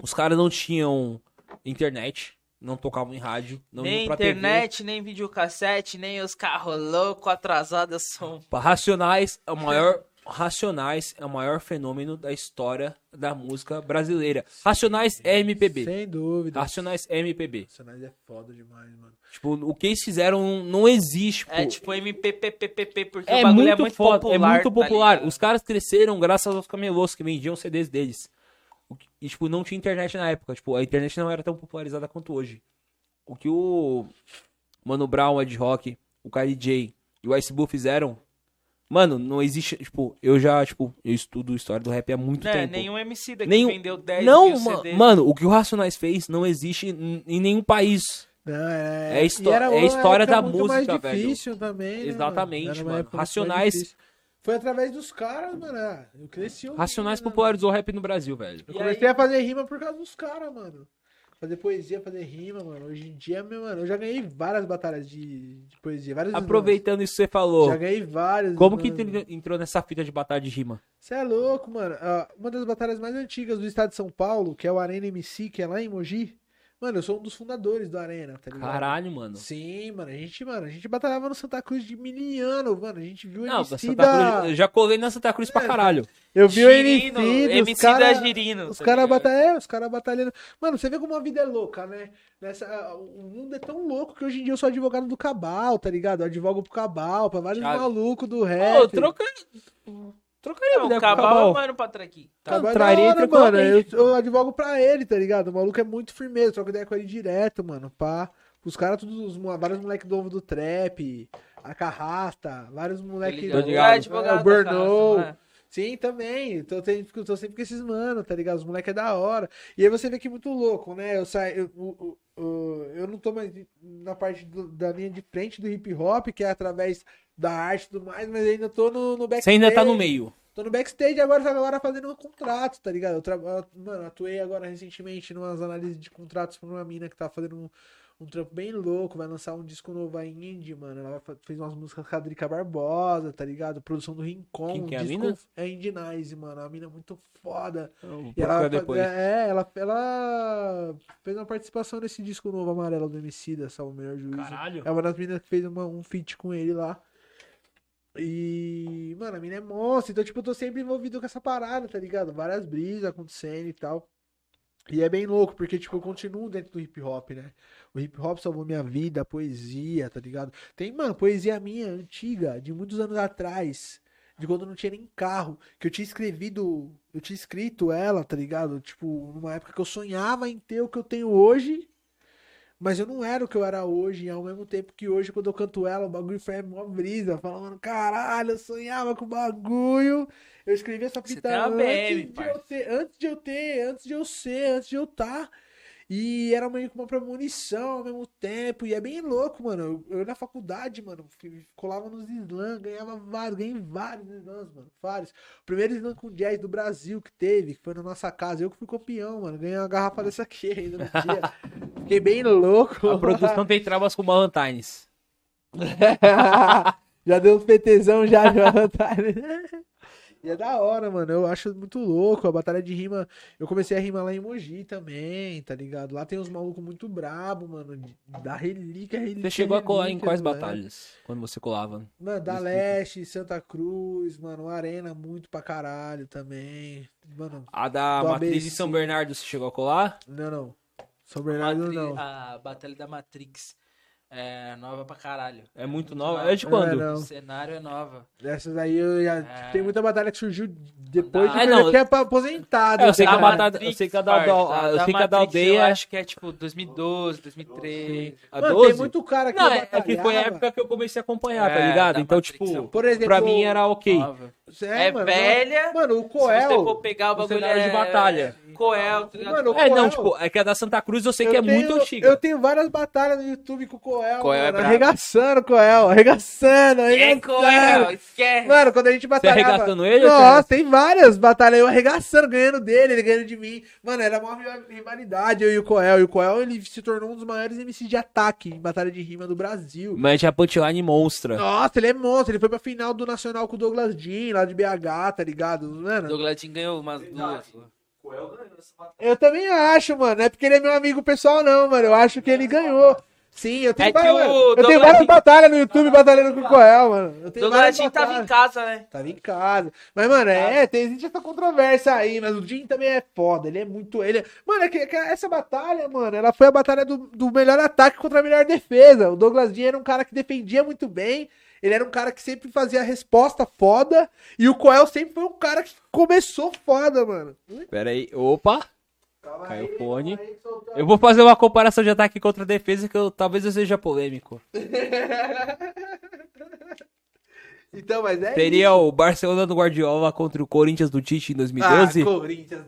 os caras não tinham internet, não tocavam em rádio, não
nem
iam pra
internet, nem videocassete, nem os carros loucos atrasados são.
TV. Racionais é o maior... Racionais é o maior fenômeno da história da música brasileira. Racionais é MPB.
Sem dúvida.
Racionais é MPB.
Racionais é foda demais, mano.
Tipo, o que eles fizeram não- não existe, pô.
É tipo MPPPPP, porque
É
o bagulho
muito,
é muito
foda,
popular.
é muito
tá
popular.
ligado?
Os caras cresceram graças aos camelôs que vendiam CDs deles. O que- E, tipo, não tinha internet na época. Tipo, a internet não era tão popularizada quanto hoje. O que o Mano Brown, o Ed Rock, o Kylie J e o Ice Blue fizeram... Mano, não existe... Tipo, eu já, tipo, eu estudo história do rap há muito
Né,
tempo.
nenhum MC daqui
Nenhum-
vendeu 10
Não,
mil
ma-
CDs.
mano, o que o Racionais fez não existe em em nenhum país.
Não, é,
É histó-
e era
é
uma
história da
época muito mais
música, velho.
difícil também, né, mano?
Exatamente,
Era uma
mano.
época muito mais
Racionais-
difícil. Foi através dos caras, mano. ah, Eu cresci ouvindo,
Racionais
né,
popularizou o rap no Brasil, velho.
mano? Eu
E
comecei a fazer rima por causa dos caras, mano. Fazer poesia, fazer rima, mano. Hoje em dia, meu, mano, eu já ganhei várias batalhas de, de poesia, vários
Aproveitando isso que você falou,
Já ganhei vários.
Como que
mano.
entrou- entrou nessa fita de batalha de rima?
Você é louco, mano. Ah, Uma das batalhas mais antigas do estado de São Paulo, que é o Arena MC, que é lá em Mogi. Mano, eu sou um dos fundadores do Arena, tá ligado?
Caralho, mano.
Sim, mano. A gente, mano, a gente batalhava no Santa Cruz de miliano, mano. A gente viu o
Não,
MC
Santa
da...
Cruz, eh, eu já colei na Santa Cruz
É,
pra caralho.
Eu vi o
Girino,
MC, dos
MC da
cara...
Girino.
Os
tá
caras
ligado?
batalhando, os caras batalhando. Mano, você vê como a vida é louca, né? Nessa, ah, o mundo é tão louco que hoje em dia eu sou advogado do Cabal, tá ligado? Eu advogo pro Cabal, pra vários
Thiago.
malucos do
Pô,
ré.
troca... Trocaria
Não,
ideia
o
com o
Cabal,
Cabal.
mano, pra traqui.
Tá
Cabal é da
traria,
hora,
mano.
mano.
Eu, eu advogo pra ele, tá ligado? O maluco é muito firmeza, troco ideia com ele direto, mano. Pá. Os caras, todos os mo- vários moleque novo do trap, a carrasta, vários moleque.
ligado. Tô
É,
ligado.
né, É,
advogado
o
da casa,
Burnout.
né?
Sim, também. Tô, tem- tô sempre com esses mano, tá ligado? Os moleque é da hora. E aí você vê que é muito louco, né? Eu saio. Eu, o- o- eu não tô mais na parte do- da linha de frente do hip hop, que é através da arte e tudo mais, mas ainda tô no, no É.
Você ainda tá no
backstage.
meio.
Tô no backstage agora, agora fazendo um contrato, tá ligado? Eu tra... eu, Mano, atuei agora recentemente numas análises de contratos pra uma mina que tá fazendo um, um trampo bem louco, vai lançar um disco novo aí indie, mano. Ela fa- fez umas músicas com a Drica Barbosa, tá ligado? Produção do Rincon.
Quem que é a
um disco-
mina?
É Indinize, mano. A mina é muito foda. E ela
Troca
fa-
depois.
É, ela, ela fez uma participação nesse disco novo amarelo do MC, da Salvo Melhor Juízo.
Caralho.
É uma das meninas que fez uma- um feat com ele lá. E, mano, a mina é monstro. Então, tipo, eu tô sempre envolvido com essa parada, tá ligado? Várias brisas acontecendo e tal. E é bem louco, porque, tipo, eu continuo dentro do hip hop, né? O hip hop salvou minha vida, a poesia, tá ligado? Tem, mano, poesia minha, antiga, de muitos anos atrás, de quando eu não tinha nem carro, que eu tinha escrevido, eu tinha escrito ela, tá ligado? Tipo, numa época que eu sonhava em ter o que eu tenho hoje, mas eu não era o que eu era hoje, e ao mesmo tempo que hoje, quando eu canto ela, o bagulho foi mó brisa, falando, caralho, eu sonhava com o bagulho, eu escrevi essa
Você
fita
tem uma
antes,
BM,
de eu
parça.
ter, antes de eu ter, antes de eu ser, antes de eu estar. E era meio que uma premonição ao mesmo tempo. E é bem louco, mano. Eu, eu na faculdade, mano, fi- colava nos slams, ganhava vários, ganhei vários slams, mano. Vários. O primeiro slam com jazz do Brasil que teve, que foi na nossa casa. Eu que fui campeão, mano. Ganhei uma garrafa dessa aqui ainda no dia. Fiquei bem louco.
A produção tem travas com o Ballantines.
já deu uns PTzão já, Jonathan. E é da hora, mano. Eu acho muito louco. A batalha de rima. Eu comecei a rimar lá em Mogi também, tá ligado? Lá tem uns malucos muito brabo, mano. de- Da relíquia, relíquia.
Você chegou a colar em
relíquia,
quais
mano.
batalhas? Quando você colava?
Mano, da
Desculpa.
Leste, Santa Cruz, mano. Arena muito pra caralho também. Mano,
A da
Do
Matriz de
ABC.
São Bernardo, você chegou a colar?
não, não. São Bernardo,
Matri-
é não.
A Batalha da Matrix. É nova pra caralho.
É muito nova. É de quando?
É,
O
não.
cenário é nova.
Essas aí eu já.
É.
Tem muita batalha que surgiu depois
Ah,
de que
não.
eu já tinha pa- aposentado.
É, eu sei
tá
que a
ligado?
batalha- eu sei que a da-
parça,
da- eu sei que a da
Matrix,
aldeia-
Eu acho que é tipo 2012, 2013.
A
Mano,
12?
tem muito cara que
Não, é, é que foi a
batalhava.
época que eu comecei a acompanhar, tá
É,
ligado?
da
Então,
Matrix, é
tipo,
um
Por exemplo,
pra mim era ok.
nova.
É,
É,
mano,
velha.
Mano, o
Se você
Coel.
for pegar o
O
bagulho
cenário
é...
de batalha.
Coel, tá ligado?
Mano,
É, não,
Coel-
tipo, é que a da Santa Cruz eu sei
eu
que é
tenho-
muito antiga.
Eu tenho várias batalhas no YouTube com o Coel,
Coel é
mano,
brabo.
arregaçando o Coel, arregaçando,
É
um
arregaçando.
Coel, esquece.
Mano, quando a gente batalhava...
arregaçando ele ou você
Nossa,
arregaça-
tem várias batalhas. Eu arregaçando, ganhando dele, ele ganhando de mim. Mano, era uma rivalidade eu e o Coel. E o Coel, ele se tornou um dos maiores MC de ataque em batalha de rima do Brasil.
Mas a punchline monstra.
Nossa, ele é monstro. Ele foi pra final do Nacional com o Douglas Jean, lá de BH, tá ligado? Mano,
Douglas Jean ganhou umas duas.
Verdade. Coel ganhou essa batalha.
eu também acho, mano. Não é porque ele é meu amigo pessoal, não, mano. Eu acho que ele ganhou. Sim, eu tenho,
É que
várias,
o
eu tenho
Douglas
várias
Jean-
batalhas no YouTube batalhando com o Coel, mano. Eu tenho
Douglas
várias
Jean tava
batalhas.
em casa, né?
Tava em casa. Mas, mano, é, tem, existe essa controvérsia aí, mas o Jim também é foda. Ele é muito. Ele é- Mano, é que, que essa batalha, mano, ela foi a batalha do, do melhor ataque contra a melhor defesa. O Douglas Jim era um cara que defendia muito bem. Ele era um cara que sempre fazia a resposta foda. E o Coel sempre foi um cara que começou foda, mano.
Pera aí, opa,
Calma
caiu o fone.
aí, soltou.
Eu vou fazer uma comparação de ataque contra defesa que eu, talvez eu seja polêmico.
Então, mas é.
Teria o Barcelona do Guardiola contra o Corinthians do Tite em
isso. Ah,
2012.
Corinthians.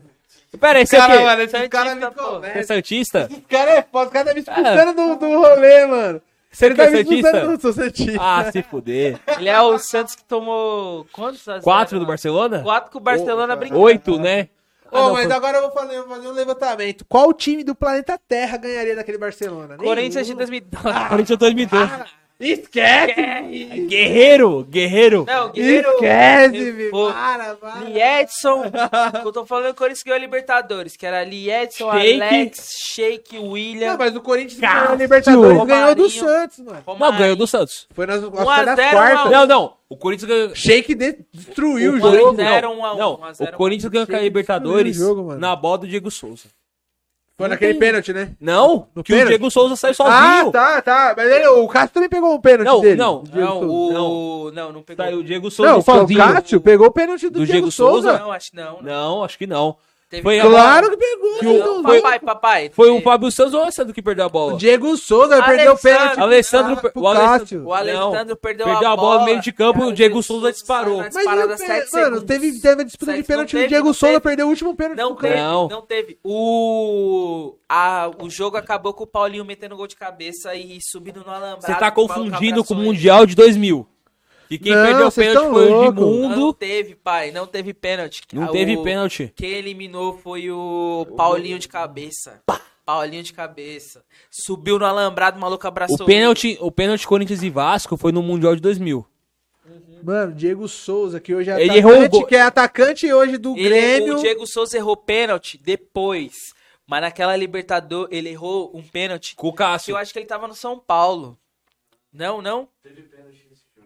Pera aí, é esse
Cara,
aqui
mano, esse cara me
Santista, pô.
converte.
é Santista?
Esse cara é foda, o cara tá me expulsando do, do rolê, mano.
Você
Ele
que é
tá me expulsando
Santista?
do seu Santista.
Ah, se fuder.
Ele é o Santos que tomou quantos? a zero,
Quatro do
mano?
Barcelona?
Quatro que o Barcelona brincou.
Oito, né?
Ô,
Ah, não,
mas
foi-
agora eu vou fazer, vou fazer um levantamento. Qual time do planeta Terra ganharia daquele Barcelona?
Corinthians de
Nenhum.
2012.
Corinthians 2012.
Esquece!
Guerreiro, guerreiro.
Não, Guerreiro.
Esquece, meu.
Pô,
Para, para.
Liedson, eu tô falando que o Corinthians ganhou a Libertadores, que era Liedson,
Sheik.
Alex, Shake, William,
Não, mas o Corinthians
Cássio.
ganhou a Libertadores
Romarinho.
ganhou do Santos, mano.
Não,
Romário.
ganhou do Santos.
Foi nas,
a
foi nas
zero,
quartas.
um
Não, não. O Corinthians ganhou.
Shake de- destruiu o,
O
Mano,
jogo.
Corinthians,
zero,
não,
um a um,
não,
um a zero,
o Corinthians ganhou com a Libertadores
Destruiu o jogo, mano.
na bola do Diego Souza.
Foi naquele pênalti, né?
Não,
No
que o
pênalti?
Diego Souza sai sozinho.
Ah, tá, tá. Mas ele- o Cássio também pegou um pênalti
Não,
dele.
não,
Diego
Não,
Souza.
o...
Não.
Não, não pegou.
Saiu o Diego Souza
Não, foi o
sozinho.
Cássio pegou o pênalti do,
Do
Diego,
Diego
Souza.
Não, acho que não. não.
Não, acho que não.
Teve-
Foi a
Claro que pegou.
Que o-
não,
Não,
não.
papai, papai.
Foi o
teve.
Fábio Santos ou o Alessandro que perdeu a bola?
O Diego Souza perdeu o pênalti. pro
Alessandro-
Cássio, pro
o Alessandro-
Cássio.
O Alessandro perdeu,
Perdeu
a
a bola no meio de campo e o
Cara,
Diego Souza
saiu
disparou.
na
Mas
Mas
disparada
e o pê-
sete
mano,
segundos.
teve, um teve a disputa
Sete
de pênalti
não
do
teve,
Diego
não
Souza,
teve.
perdeu o último pênalti
Não
do
teve,
cara.
Não.
não, teve. O, a, o jogo acabou com o Paulinho metendo gol de cabeça e subindo no alambrado.
Você tá
que o Paulo
confundindo com o
abraçou ele.
Mundial de 2000. E quem
Não,
perdeu o
vocês
pênalti
tão
foi o
louco.
Não
Edmundo.
teve, pai, não teve pênalti.
Não
Ah,
teve
o-
pênalti.
Quem eliminou foi o Paulinho de cabeça. Paulinho de cabeça. Subiu no alambrado, o maluco abraçou.
O
ele.
pênalti, o pênalti Corinthians e Vasco foi no Mundial de 2000.
Mano, Diego Souza, que hoje é
Ele
atacante,
errou o gol.
que é atacante hoje do
Ele-
Grêmio.
O Diego Souza errou pênalti depois. Mas naquela Libertador, ele errou um pênalti
Com o
que eu
Cássio.
acho que ele tava no São Paulo. Não, não?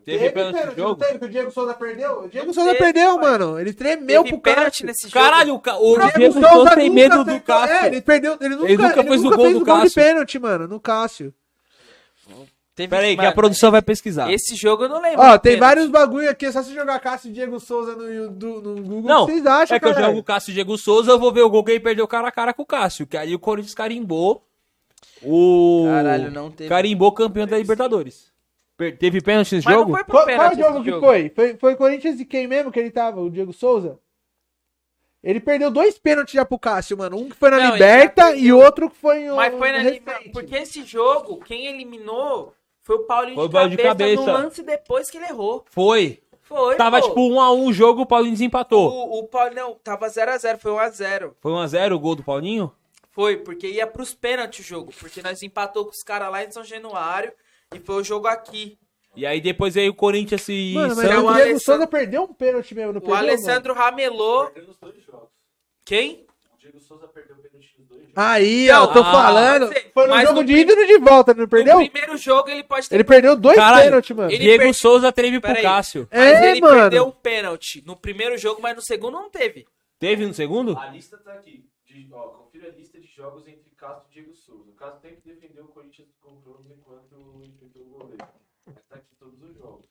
Teve pênalti no jogo?
teve, que o Diego Souza perdeu? O Diego
Não
Souza
teve,
perdeu,
pai.
mano. Ele tremeu
Teve
pro
pênalti
Cássio.
nesse jogo.
Caralho, o, Ca- o
Cara,
Diego
Souza
Souza tem
nunca
medo do
acertou- É, ele
Cássio.
perdeu, ele nunca,
nunca fez o gol do
de
Cássio.
pênalti, mano, no Cássio.
Teve,
Pera aí, que a
mano,
produção tá. vai pesquisar.
Esse jogo eu não lembro.
Ó,
do
tem
pênalti.
vários bagulho aqui, é só se jogar Cássio e Diego Souza no, do- no Google,
Não,
o que vocês acham,
é que eu
caralho?
jogo o Cássio e Diego Souza, eu vou ver o gol que ele perdeu cara a cara com o Cássio. Que aí o Corinthians carimbou o.
Caralho, não teve.
Carimbou campeão da Libertadores. Per- Teve pênalti nesse
Mas
jogo?
não foi pro
Qual,
pênalti.
qual o jogo
esse
que foi? foi? Foi Corinthians e quem mesmo que ele tava? O Diego Souza? Ele perdeu dois pênaltis já pro Cássio, mano. Um que foi na
Não, ele já
Liberta
perdeu.
e outro que foi no.
Mas foi na
recente.
Libertadores. Porque esse jogo, quem eliminou foi o Paulinho
Foi o
de,
Paulinho de
cabeça, no
cabeça.
lance depois que ele errou.
Foi.
Foi.
Tava
pô.
tipo 1 a 1 o jogo, o Paulinho desempatou.
O, o Paulo, não, tava 0x0, foi 1x0.
Foi 1 a 0 o gol do Paulinho?
Foi, porque ia pros pênaltis o jogo. Porque nós empatou com os caras lá em São Januário. E foi o jogo aqui.
E aí depois aí o Corinthians e
Mano, mas
Santos-
é
o
o
Diego
Alessandro-
Souza perdeu um pênalti mesmo no
O Alessandro ramelou.
Perdeu nos dois jogos.
Quem?
O Diego Souza perdeu o pênalti nos dois jogos.
Aí, ó,
Não,
tô
ah,
falando.
mas-
Foi no
mas
jogo
no
de ida e de volta, não perdeu?
No primeiro jogo ele pode ter.
Ele perdeu dois
Caralho,
pênaltis, mano.
ele-
Diego
perde-
Souza teve pro
Peraí.
Cássio.
Mas
É,
ele
mano.
perdeu um pênalti no primeiro jogo, mas no segundo não teve.
Teve no segundo?
A lista tá aqui. De, ó, confira a lista de jogos entre Castro e Diego Souza. O Castro tem que defender o Corinthians dos confrontos enquanto enfrentou o goleiro. Mas Tá aqui todos os jogos.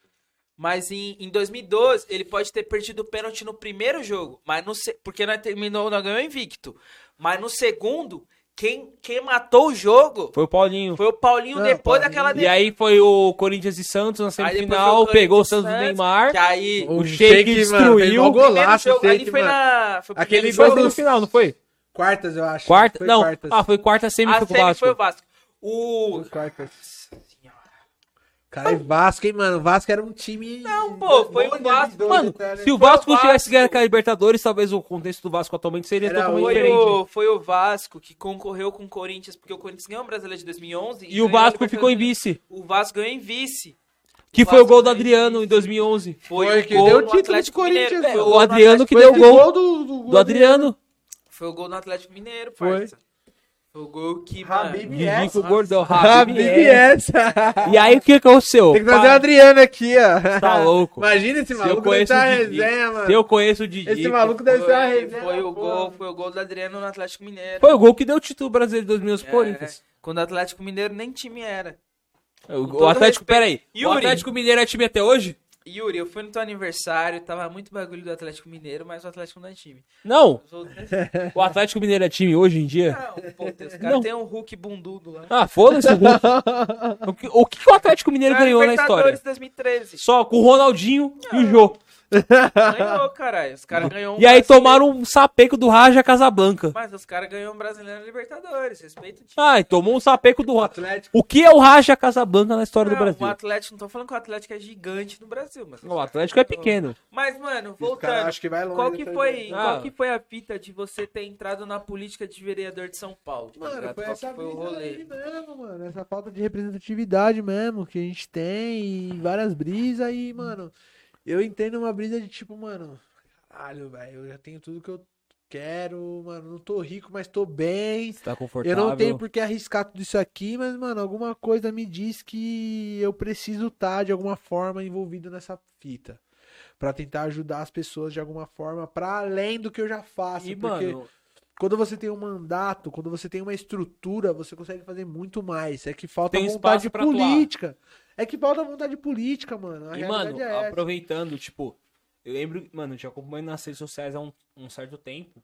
Mas em, em 2012, ele pode ter perdido o pênalti no primeiro jogo, mas no se- porque nós terminou, nós ganhamos invicto. Mas no segundo, quem, quem matou o jogo
Foi o Paulinho.
foi o Paulinho
Não,
depois
Paulinho.
daquela
E aí foi o Corinthians e Santos na
depois foi o
semifinal, pegou o Santos
Corinthians
do
Santos,
Neymar.
Que aí
O Sheik
Sheik, mano, fez
destruiu.
mó
primeiro
golaço,
jogo,
o
ali
Sheik,
foi
mano.
na foi o
Aquele
primeiro
Foi
gol
jogo,
do-
no final, não foi?
Quartas, eu acho.
Quarta?
Foi
não.
Quartas.
Ah, foi quarta semi
A
foi com o
semi
Vasco.
foi o Vasco. O.
Foi quartas. Caralho, Vasco, hein, mano? Vasco era um time. Não,
É, Pô, foi o Vasco.
Mano, se
né?
o Vasco tivesse ganho com a Libertadores, talvez o contexto do Vasco atualmente seria
Era
totalmente
Foi
diferente.
o, foi o Vasco que concorreu com o Corinthians, porque o Corinthians ganhou o Brasileiro de 2011.
E o
ganhou a
Vasco ficou em
Libertadores.
vice,
O Vasco ganhou em vice.
que
O
foi o
Vasco
gol do
ganhou em
Adriano
vice.
em 2011.
Foi,
Foi
o
que
gol
deu o
no
título de
Atlético
Corinthians,
Mineiro. É,
né?
Foi o
O
gol
O
no
Adriano
Atlético-
que deu o gol
do, do,
do Adriano.
Foi o gol no Atlético Mineiro,
Foi.
parça. Foi o gol que. mano,
Habib
Vivico
essa.
Gordão,
é
Ah,
Habib.
Big essa.
E aí o que aconteceu?
Tem que trazer o
Pá,
Adriano aqui, ó.
Tá louco.
Imagina esse
Se eu
maluco. deve
conheço
ser uma
o Didi.
resenha, mano.
Se eu conheço o Didi.
Esse maluco deve ser uma
Foi,
resenha.
foi o
pô.
gol, foi o gol do Adriano no Atlético Mineiro.
Foi o gol que deu o título brasileiro de 2011 pro
É.
Corinthians.
Quando o Atlético Mineiro nem time era.
O- O,
todo
Atlético,
respeito.
peraí. O
Yuri.
Atlético Mineiro é time até hoje?
Yuri, eu fui no teu aniversário, tava muito bagulho do Atlético Mineiro, mas o Atlético não é time.
Não.
Os outros
O Atlético Mineiro é time hoje em dia?
não, pô, os
Não.
caras tem um Hulk bundudo lá.
Ah, foda-se. o Hulk. o, que, o que que o Atlético Mineiro
Cara,
ganhou na
Libertadores
história?
2013.
Só com o Ronaldinho e o Jô.
Ganhou, caralho. Os caras ganhou um
E aí
brasileiro.
tomaram um sapeco do Raja Casablanca.
Mas os caras ganhou um brasileiro na Libertadores. Respeita o time.
Ah, e tomou um sapeco do Raja.
Atlético.
O que é o Raja Casablanca na história do
Não,
Brasil?
O Atlético, não tô falando que o Atlético é gigante no Brasil, mas.
O Atlético é pequeno.
Mas, mano,
Os caras
voltando.
acham que vai longe.
Qual que,
tá
foi,
ligado?
Ah.
qual que foi a fita de você ter entrado na política de vereador de São Paulo? tá
Mano,
ligado?
foi
Qual
essa
que foi o
brisa
rolê?
aí mesmo, mano. Essa falta de representatividade mesmo que a gente tem e várias brisas aí, mano. Eu entendo uma brisa de tipo, mano, caralho, velho, eu já tenho tudo que eu quero, mano, não tô rico, mas tô bem.
Tá
Eu
confortável.
não tenho por que arriscar tudo isso aqui, mas, mano, alguma coisa me diz que eu preciso estar de alguma forma envolvido nessa fita. Pra tentar ajudar as pessoas de alguma forma, pra além do que eu já faço.
E,
porque
mano,
quando você tem um mandato, quando você tem uma estrutura, você consegue fazer muito mais. É que falta
Tem
vontade
espaço pra atuar.
política. É que falta vontade política, mano. A
E,
realidade
mano,
é essa.
aproveitando, tipo, eu lembro, mano, eu te acompanho nas redes sociais há um, um certo tempo.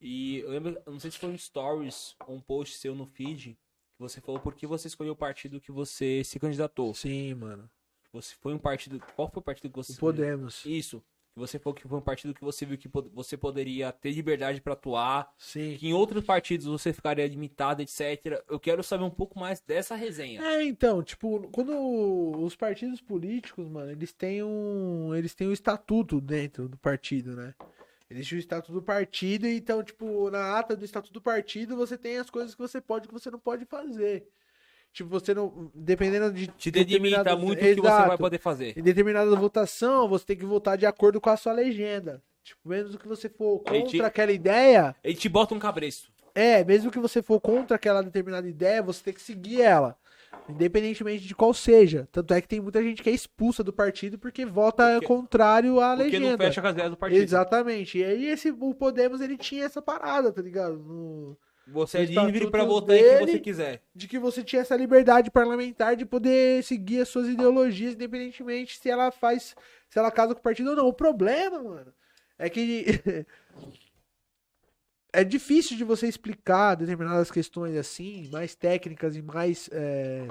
E eu lembro, eu não sei se foi um stories ou um post seu no feed, que você falou por que você escolheu o partido que você se candidatou.
Sim, mano.
Você foi um partido. Qual foi o partido que você
O
se candidatou?
Podemos.
Isso. Que Você falou que foi um partido que você viu que pod- você poderia ter liberdade pra atuar,
Sim.
que em outros partidos você ficaria limitado, etc. Eu quero saber um pouco mais dessa resenha.
É, então, tipo, quando os partidos políticos, mano, eles têm um. Eles têm um estatuto dentro do partido, né? Existe o estatuto do partido, e então, tipo, na ata do estatuto do partido, você tem as coisas que você pode e que você não pode fazer. Tipo, você não. Dependendo de.
Te delimita
determinados-
muito o que você vai
Exato.
poder fazer.
Em determinada votação, você tem que votar de acordo com a sua legenda. Tipo, mesmo que você for
Aí
contra
te-
aquela ideia,
Ele te bota um cabresto.
é, mesmo que você for contra aquela determinada ideia, você tem que seguir ela. Independentemente de qual seja. Tanto é que tem muita gente que é expulsa do partido porque vota
Porque-
contrário à
Porque
legenda.
não fecha com as ideias do partido.
Exatamente. E aí esse, o Podemos ele tinha essa parada, tá ligado? No-
Você
O
é livre
estatuto
pra votar em quem
dele-
você quiser.
de que você tinha essa liberdade parlamentar de poder seguir as suas ideologias, independentemente se ela faz, se ela casa com o partido ou não. O problema, mano, é que é difícil de você explicar determinadas questões assim, mais técnicas e mais é,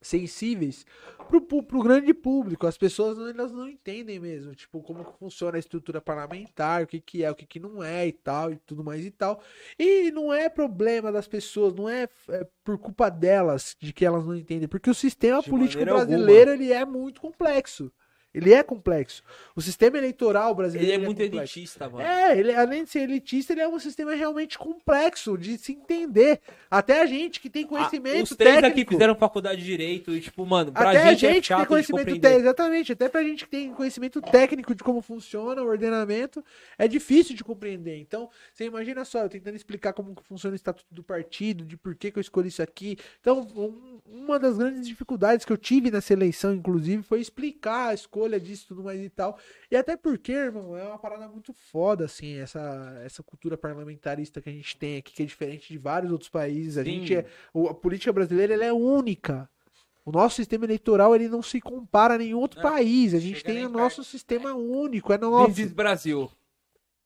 sensíveis, pro, pu- pro grande público. As pessoas não- elas não entendem mesmo, tipo, como que funciona a estrutura parlamentar, o que, que é, o que, que não é e tal, e tudo mais e tal. E não é problema das pessoas, não é, é, por culpa delas de que elas não entendem, porque o sistema
De
político
maneira
brasileiro ele é muito complexo. Ele é complexo. O sistema eleitoral brasileiro
Ele é muito
complexo.
elitista, mano.
É, ele, além de ser elitista, ele é um sistema realmente complexo de se entender. Até a gente que tem conhecimento
Ah, os três
técnico.
aqui fizeram faculdade de direito e, tipo, mano, pra
até
gente, é
a gente que tem
chato de
conhecimento técnico,
compreender.
exatamente, até pra gente que tem conhecimento técnico de como funciona o ordenamento, é difícil de compreender. Então, você imagina só, eu tentando explicar como que funciona o estatuto do partido, de por que, que eu escolhi isso aqui. Então, um- uma das grandes dificuldades que eu tive nessa eleição, inclusive, foi explicar a escolha disso, tudo mais e tal. E até porque, irmão, é uma parada muito foda, assim, essa, essa cultura parlamentarista que a gente tem aqui, que é diferente de vários outros países. A
Sim.
gente é o- a política brasileira ela é única. O nosso sistema eleitoral ele não se compara a nenhum outro país. A gente
chega
tem
nem
o nosso sistema único, é
This
nosso.
is Brasil.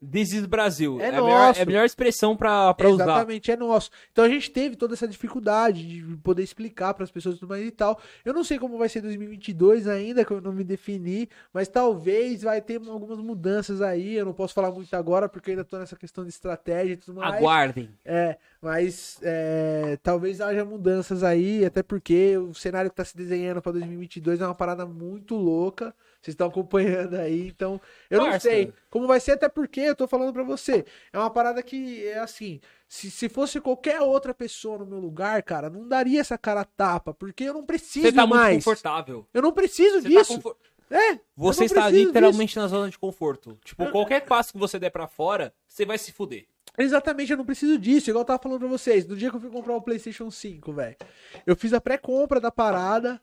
This is Brasil.
É
a, melhor,
nosso.
é a melhor expressão pra, pra usar.
Exatamente, é nosso. Então a gente teve toda essa dificuldade de poder explicar para as pessoas e tudo mais e tal. Eu não sei como vai ser 2022 ainda, que eu não me defini, mas talvez vai ter algumas mudanças aí. Eu não posso falar muito agora porque eu ainda tô nessa questão de estratégia e tudo mais.
Aguardem.
É, mas é, talvez haja mudanças aí, até porque o cenário que tá se desenhando para 2022 é uma parada muito louca. Vocês estão acompanhando aí, então eu não
Parça.
sei como vai ser, até porque eu tô falando para você. É uma parada que é assim, se, se fosse qualquer outra pessoa no meu lugar, cara, não daria essa cara a tapa, porque eu não preciso
Você tá muito
mais.
confortável.
eu não preciso
Você, tá
disso.
confor-
É,
você
não
está
preciso
literalmente na zona de conforto. Tipo, qualquer passo que você der pra fora, você vai se fuder.
Exatamente, eu não preciso disso. Igual eu tava falando pra vocês, no dia que eu fui comprar o PlayStation 5, velho. Eu fiz a pré-compra da parada.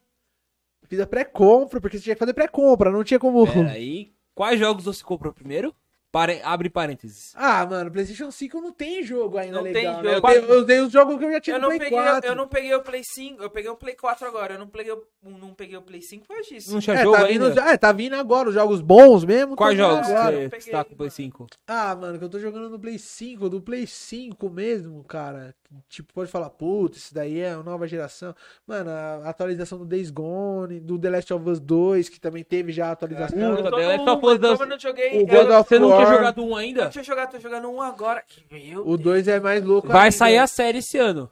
Fiz a pré-compra, porque você tinha que fazer pré-compra, não tinha como.
Peraí. Quais jogos você comprou primeiro? Pare- Abre parênteses.
Ah, mano, PlayStation 5 não tem jogo ainda
Não
legal.
tem
né?
jogo.
Eu, dei, eu dei os jogos que eu já tinha
Eu
no
não,
Play
peguei,
4.
eu não peguei o Play 5, eu peguei o Play 4 agora, eu não peguei o, não peguei o Play 5 por causa disso.
Não tinha
É,
jogo
tá vindo,
ainda?
é, tá vindo agora os jogos bons mesmo.
Quais
tão vindo
jogos
agora.
que
Eu
você tá com
peguei,
o Play
mano.
5?
Ah, mano, que eu tô jogando no Play 5, do Play 5 mesmo, cara. Tipo, pode falar, putz, isso daí é uma nova geração. Mano, a atualização do Days Gone, do The Last of Us 2, que também teve já a atualização.
Puta,
Eu tô no
The
é
Last
um,
of
mas
Us dois.
como eu não joguei.
assim. O
eu-
God of
Você não tinha
War.
jogado um ainda?
Deixa eu jogar, tô jogando um agora. Que Meu
O 2 é mais louco.
Vai
ainda.
sair a série esse ano.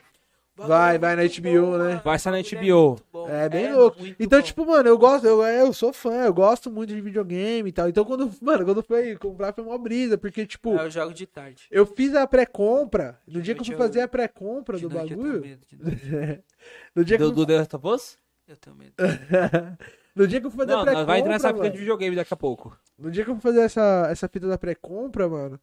Deus,
vai,
bagulho é
vai na
muito
HBO, né?
mano,
Vai sair na
bagulho é
HBO.
muito bom,
É bem louco.
muito
Então,
bom.
tipo, mano, eu gosto, eu, eu sou fã, eu gosto muito de videogame e tal. Então, quando, mano, quando foi comprar foi uma brisa, porque, tipo,
É,
Ah, eu jogo de tarde.
eu fiz a pré-compra, no dia que eu
noite
fui
eu-
fazer a pré-compra
De
do
noite eu tenho
bagulho,
medo, de noite
no dia que eu
Do,
fui-
do The Last of Us?
eu tenho medo.
no dia que eu fui fazer a
Não, nós vai entrar nessa
pré-compra,
época de
mano,
videogame daqui a pouco.
no dia que eu fui fazer essa, essa fita da pré-compra, mano,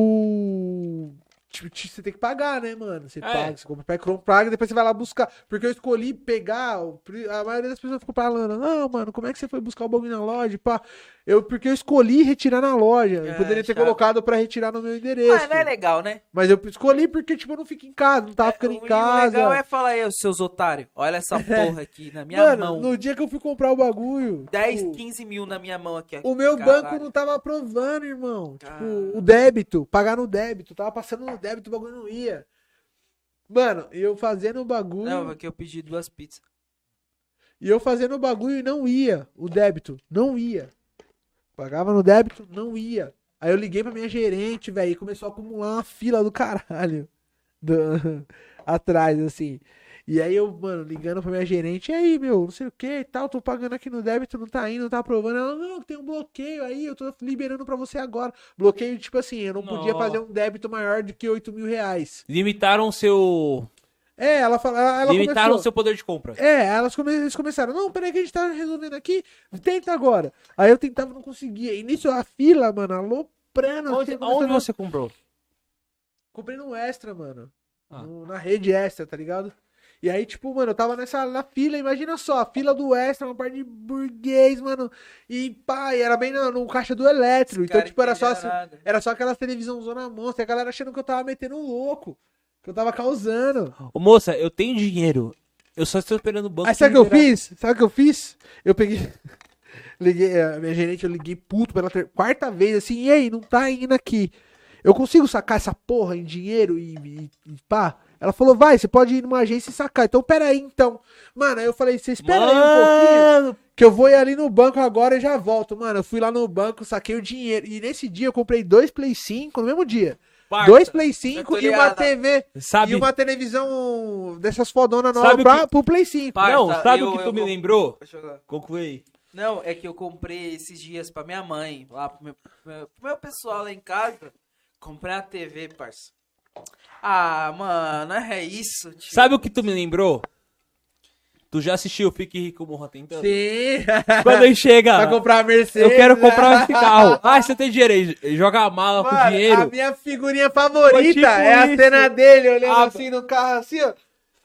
eu... Tipo, ti- você tem que pagar, né, mano? Você
É.
paga, você compra pré-compra, paga, depois você vai lá buscar. Porque eu escolhi pegar, o pri- a maioria das pessoas ficou falando, não, mano, como é que você foi buscar o bagulho na loja, e pá? Eu, porque eu escolhi retirar na loja. Eu
É,
poderia ter
chato.
colocado pra retirar no meu endereço.
Mas não é legal, né?
Mas eu escolhi porque, tipo, eu não fico em casa, não tava ficando
É, O-
em
O legal
casa. É.
é falar aí, os seus otários. Olha essa porra aqui na minha
Mano,
mão.
no dia que eu fui comprar o bagulho...
10,
tipo,
15 mil na minha mão aqui. ó.
O meu
é Caralho. Ah.
banco não tava aprovando, irmão.
Caralho.
Tipo, o débito, pagar no débito. Tava passando no débito, o bagulho não ia. Mano, e eu fazendo o bagulho.
Não, porque eu pedi duas pizzas.
E eu fazendo o bagulho e não ia. O débito, não ia. Pagava no débito, não ia. Aí eu liguei pra minha gerente, velho, e começou a acumular uma fila do caralho. do- Atrás, assim. E aí eu, mano, ligando pra minha gerente, e aí, meu, não sei o que e tal, tô pagando aqui no débito, não tá indo, não tá aprovando. Ela, não, tem um bloqueio aí, eu tô liberando pra você agora. Bloqueio, tipo assim, eu não podia
Nossa.
fazer um débito maior do que 8 mil reais.
Limitaram o seu.
É, ela fala, ela
Limitaram
começou...
o seu poder de compra.
É, elas come- eles começaram, não, peraí que a gente tá resolvendo aqui, tenta agora. Aí eu tentava, não conseguia. E nisso a fila, mano, aloprando.
Onde,
assim, começando-
onde você comprou?
Comprei no extra, mano.
Ah.
No- na rede extra, tá ligado? E aí, tipo, mano, eu tava nessa na fila, imagina só, a fila do extra, uma parte de burguês, mano. E pá, e era bem no, no caixa do elétrico. Então,
Cara,
tipo, era
que
só, assim,
nada.
era só aquela televisão zona monstro. E a galera achando que eu tava metendo um louco. Que eu tava causando.
Ô, moça, eu tenho dinheiro. Eu só estou esperando o banco.
Aí sabe o que eu
liberar.
fiz? Sabe o que eu fiz? Eu peguei. Liguei, a minha gerente, eu liguei puto pela ter- quarta vez, assim, e aí, não tá indo aqui. Eu consigo sacar essa porra em dinheiro e, e, e pá? Ela falou, vai, você pode ir numa agência e sacar. Então, peraí, então. Mano, aí eu falei, você espera aí um pouquinho.
Mano,
Que eu vou ir ali no banco agora e já volto. Mano, eu fui lá no banco, saquei o dinheiro. E nesse dia eu comprei dois Play 5 no mesmo dia.
parça,
dois Play 5 e uma
Vitoriada.
TV.
Sabe,
E uma televisão dessas fodonas novas
Sabe o
pra, pro Play 5.
Parça,
não, sabe o
eu-
que tu
eu
me
vou-
lembrou?
Deixa eu jogar.
Conclui.
Não, é que eu comprei esses dias pra minha mãe, lá pro meu, pro meu- pro meu pessoal lá em casa. Comprei a TV, parça. Ah, mano, é isso, tio.
Sabe o que tu me lembrou? Tu já assistiu Fique Rico Morra Tentando?
Sim.
Quando ele chega,
Pra comprar a
eu
Mercedes. né?
quero comprar esse carro. Ah, você tem dinheiro aí. Joga a mala com
Mano,
dinheiro.
a minha figurinha favorita
Foi tipo
é a
isso.
cena dele olhando
Ah,
assim no carro, assim, ó.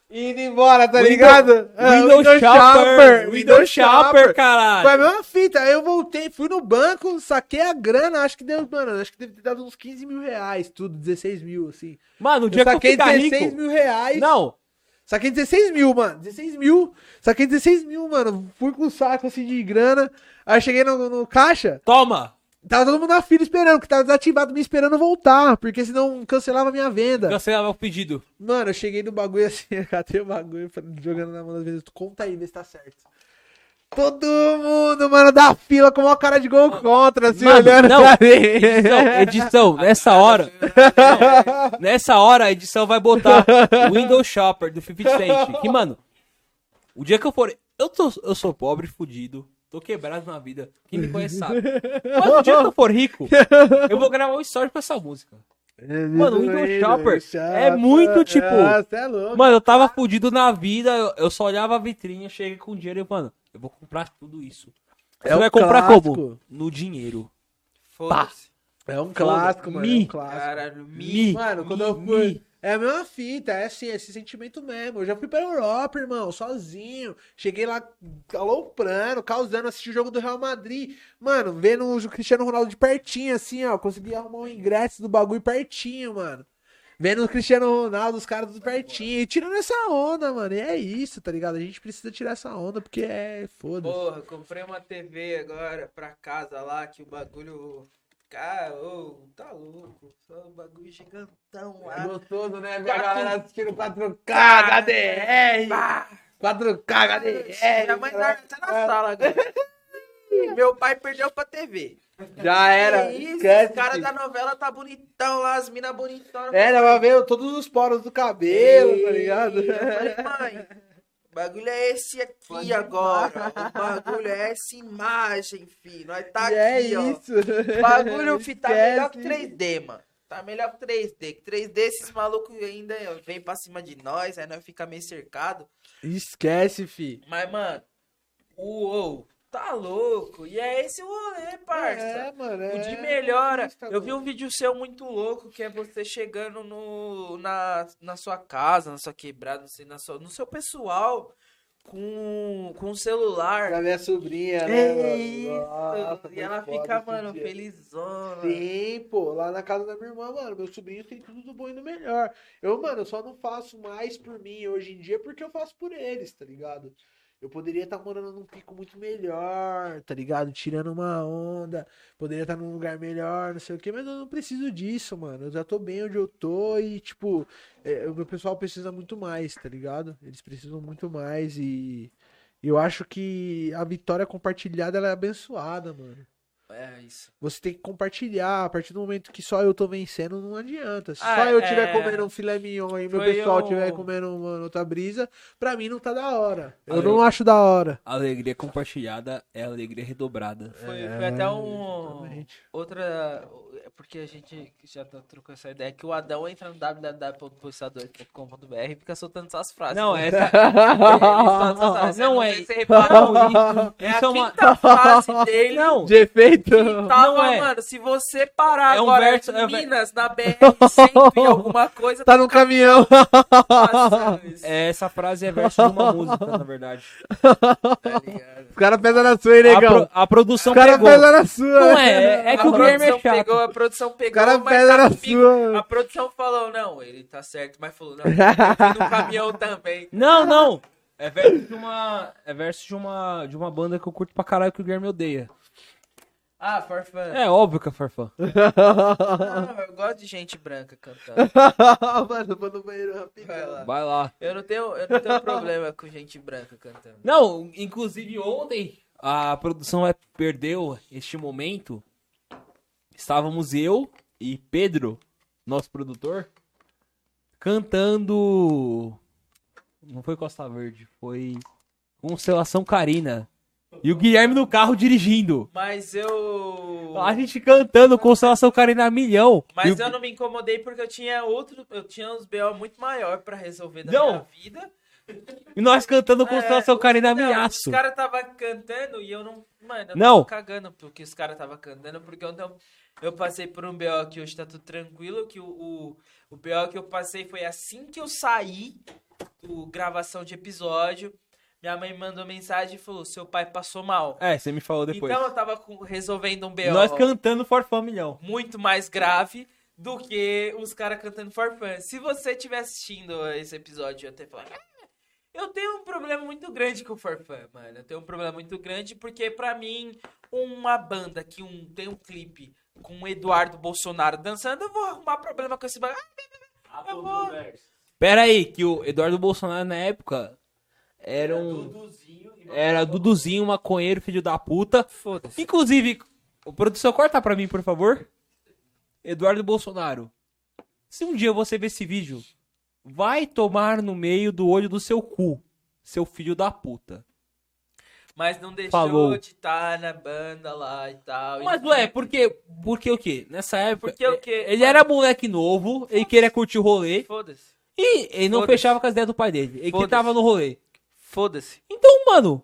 E indo embora, tá
Window-
ligado? Ah,
Window, Shopper. Window Shopper,
Foi a
caralho.
mesma fita. Aí eu voltei, fui no banco, saquei a grana, acho que deu, mano, acho que deve ter dado uns 15 mil reais, tudo, 16 mil, assim.
Mano, o
Eu
Um dia que eu
saquei
ficar
16
rico...
mil reais.
Não,
Saquei 16 mil, mano. 16 mil. Saquei 16 mil, mano. Fui com o saco assim de grana. Aí cheguei no, no caixa.
toma.
Tava todo mundo na fila esperando, que tava desativado, me esperando voltar, porque senão cancelava a minha venda.
Cancelava o pedido.
Mano, eu cheguei no bagulho assim, eu catei o bagulho, falei, jogando na mão das vezes, conta aí, vê se tá certo. Todo mundo, mano, da fila com uma cara de gol contra, assim,
Mano,
olhando
não.
pra mim.
Edição, edição, nessa hora. Nessa hora a edição vai botar Window Shopper do 50 Cent. Que, mano, o dia que eu for. Eu, tô, eu sou pobre, fudido. Tô quebrado na vida. Quem me conhece sabe. Mas o dia que eu for rico, eu vou gravar um story com essa música. Mano, o Window Shopper é muito, tipo,
Ah, cê é louco.
Mano, eu tava fudido na vida. eu- Eu só olhava a vitrine, cheguei com dinheiro e, mano, eu vou comprar tudo isso. Você
É um
vai comprar
clássico.
como? No dinheiro.
Foda-se.
É um clássico, mano. É
Mi.
um clássico.
Caralho, mi.
Me.
Mano, quando eu fui. É a mesma fita, é assim, esse sentimento mesmo. Eu já fui pra Europa, irmão, sozinho. Cheguei lá aloprando, causando, assisti o jogo do Real Madrid. Mano, vendo o Cristiano Ronaldo de pertinho, assim, ó. Consegui arrumar um ingresso do bagulho pertinho, mano. Vendo o Cristiano Ronaldo, os caras tudo pertinho. E tirando essa onda, mano. E é isso, tá ligado? A gente precisa tirar essa onda, porque é foda.
Porra, comprei uma TV agora pra casa lá, que o bagulho. Cara, ô, tá louco. Só um bagulho gigantão
É,
ah, lá.
gostoso, né?
é Ver a galera
assistindo 4K,
Pá!
4K,
ah,
é,
Minha mãe tá, tá na sala agora. Meu pai perdeu pra TV.
Já era.
Que isso,
esquece,
os caras
filho.
da novela tá bonitão lá, as minas bonitonas.
É, dava ver todos os poros do cabelo, tá ligado?
Eu falei, mãe, o bagulho é esse aqui agora. O bagulho é essa imagem, filho. Nós tá
E é
aqui, ó.
isso.
O bagulho fi, tá
Esquece.
melhor que 3D, mano. Tá melhor que 3D. Que 3D, esses malucos ainda vem pra cima de nós, aí nós fica meio cercado.
Esquece, fi.
Mas, mano, uou, tá louco. E é esse o rolê, parça.
É. mano.
O de melhora.
tá
Eu vi um vídeo seu muito louco, que é você chegando no, na, na sua casa, na sua quebrada, não sei, na sua, no seu pessoal, com, com o celular.
Da minha sobrinha, né? mano?
É isso.
Nossa,
e ela
foi foda
fica,
esse
mano,
dia.
felizona.
Sim, pô, lá na casa da minha irmã, mano, meu sobrinho tem tudo do bom e do melhor. Eu, mano, eu só não faço mais por mim hoje em dia porque eu faço por eles, tá ligado? Eu poderia estar morando num pico muito melhor, tá ligado? Tirando uma onda, poderia estar num lugar melhor, não sei o quê, mas eu não preciso disso, mano. Eu já tô bem onde eu tô e, tipo, é, o meu pessoal precisa muito mais, tá ligado? Eles precisam muito mais e eu acho que a vitória compartilhada ela é abençoada, mano.
É isso.
Você tem que compartilhar. A partir do momento que só eu tô vencendo, não adianta. Se
Ah,
só eu
é.
estiver comendo um filé mignon e meu
Foi
pessoal
eu-
estiver comendo uma outra brisa, pra mim não tá da hora. Eu
Ah, é.
Aí.
não acho da hora.
Alegria compartilhada é alegria redobrada.
Foi, foi
é,
até um.
Exatamente.
Outra. é Porque a gente já tá trocando essa ideia que o Adão entra no www.postadores.com.br e fica soltando essas frases.
Não,
Ele
essa.
solta essas frases,
Não,
eu
é.
sei se você reparou,
Não, isso,
É
isso é
a
uma.
quinta fase dele.
Não,
De efeito.
que tava,
não é.
mano, se você parar
É um
agora
verso-
em
é um ver-
Minas, na BR-100 e alguma coisa,
Tá no caminhão.
passando isso.
Tá. é, essa frase é verso de uma música, na verdade.
tá ligado?
Os caras pesam na sua, hein,
A,
negão.
pro- a produção
Os caras
pegou.
pesam na sua.
Não é, é, é que
a
o Guilherme é
produção
chato.
pegou, a produção pegou,
Os caras
mas
pesam
tá
na
comigo.
sua.
A produção falou, não, ele tá certo, mas falou, não, eu fui no caminhão também.
Não, não. É verso de uma. É verso de uma. De uma banda que eu curto pra caralho que o Guilherme odeia.
Ah, farfã.
É óbvio que é farfã.
Não, Ah, eu gosto de gente branca cantando.
Ah, Mano, eu vou no banheiro rapidão.
Vai lá.
Vai lá.
Eu não tenho, eu não tenho problema com gente branca cantando.
Não, inclusive ontem a produção vai- perdeu este momento. Estávamos eu e Pedro, nosso produtor, cantando. Não foi Costa Verde, foi Constelação Carina. E o Guilherme no carro dirigindo.
Mas eu.
A gente cantando Constelação Carina a milhão. E
Mas
o-
eu não me incomodei porque eu tinha outro, eu tinha uns BO muito maior pra resolver da
Não.
minha vida.
E nós cantando Constelação
É,
Carina a
não,
milhaço.
Os caras tava cantando e eu não, mano, eu
Não.
tô cagando porque os caras tava cantando, porque eu não eu passei por um BO que hoje tá tudo tranquilo, que o, o, o BO que eu passei foi assim que eu saí do gravação de episódio. Minha mãe mandou mensagem e falou: "Seu pai passou mal".
É, você me falou depois.
Então eu tava com- resolvendo um BO
nós cantando Forfã milhão.
muito mais grave do que os caras cantando for fun. Se você estiver assistindo esse episódio, eu até falar. "Ah, Eu tenho um problema muito grande com o Forfã, mano. Eu tenho um problema muito grande porque, pra mim, uma banda que um, tem um clipe com o Eduardo Bolsonaro dançando, eu vou arrumar problema com esse bagulho.
A
Tá bom.
controvérsia.
Pera aí, que o Eduardo Bolsonaro na época era um.
Duduzinho e
Era Duduzinho, maconheiro, filho da puta.
Foda-se.
Inclusive, o produção, corta pra mim, por favor. Eduardo Bolsonaro. Se um dia você ver esse vídeo, vai tomar no meio do olho do seu cu, seu filho da puta.
Mas não deixou
Falou.
de estar na banda lá e tal.
Mas
E-
ué, porque, porque o quê? Nessa época,
Porque o quê?
ele era moleque novo, ele queria curtir o rolê,
Foda-se.
e ele não
Foda-se.
fechava com as ideias do pai dele, ele que
Foda-se.
tava no rolê.
Foda-se.
Então, mano,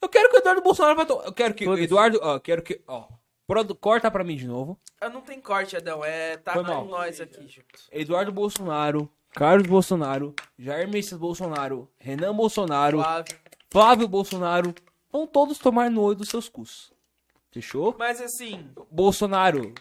eu quero que o Eduardo Bolsonaro vai tomar. Eu quero que o
Foda-se.
Eduardo. Ó, eu quero que. Ó, produ- corta pra mim de novo.
Ah, Não tem corte, Adão. É, tá
Foi
com
mal.
nós aqui junto.
Eduardo Bolsonaro, Carlos Bolsonaro, Jair Messias Bolsonaro, Renan Bolsonaro,
Suave.
Flávio Bolsonaro, vão todos tomar no olho dos seus cus. Fechou?
Mas assim,
Bolsonaro,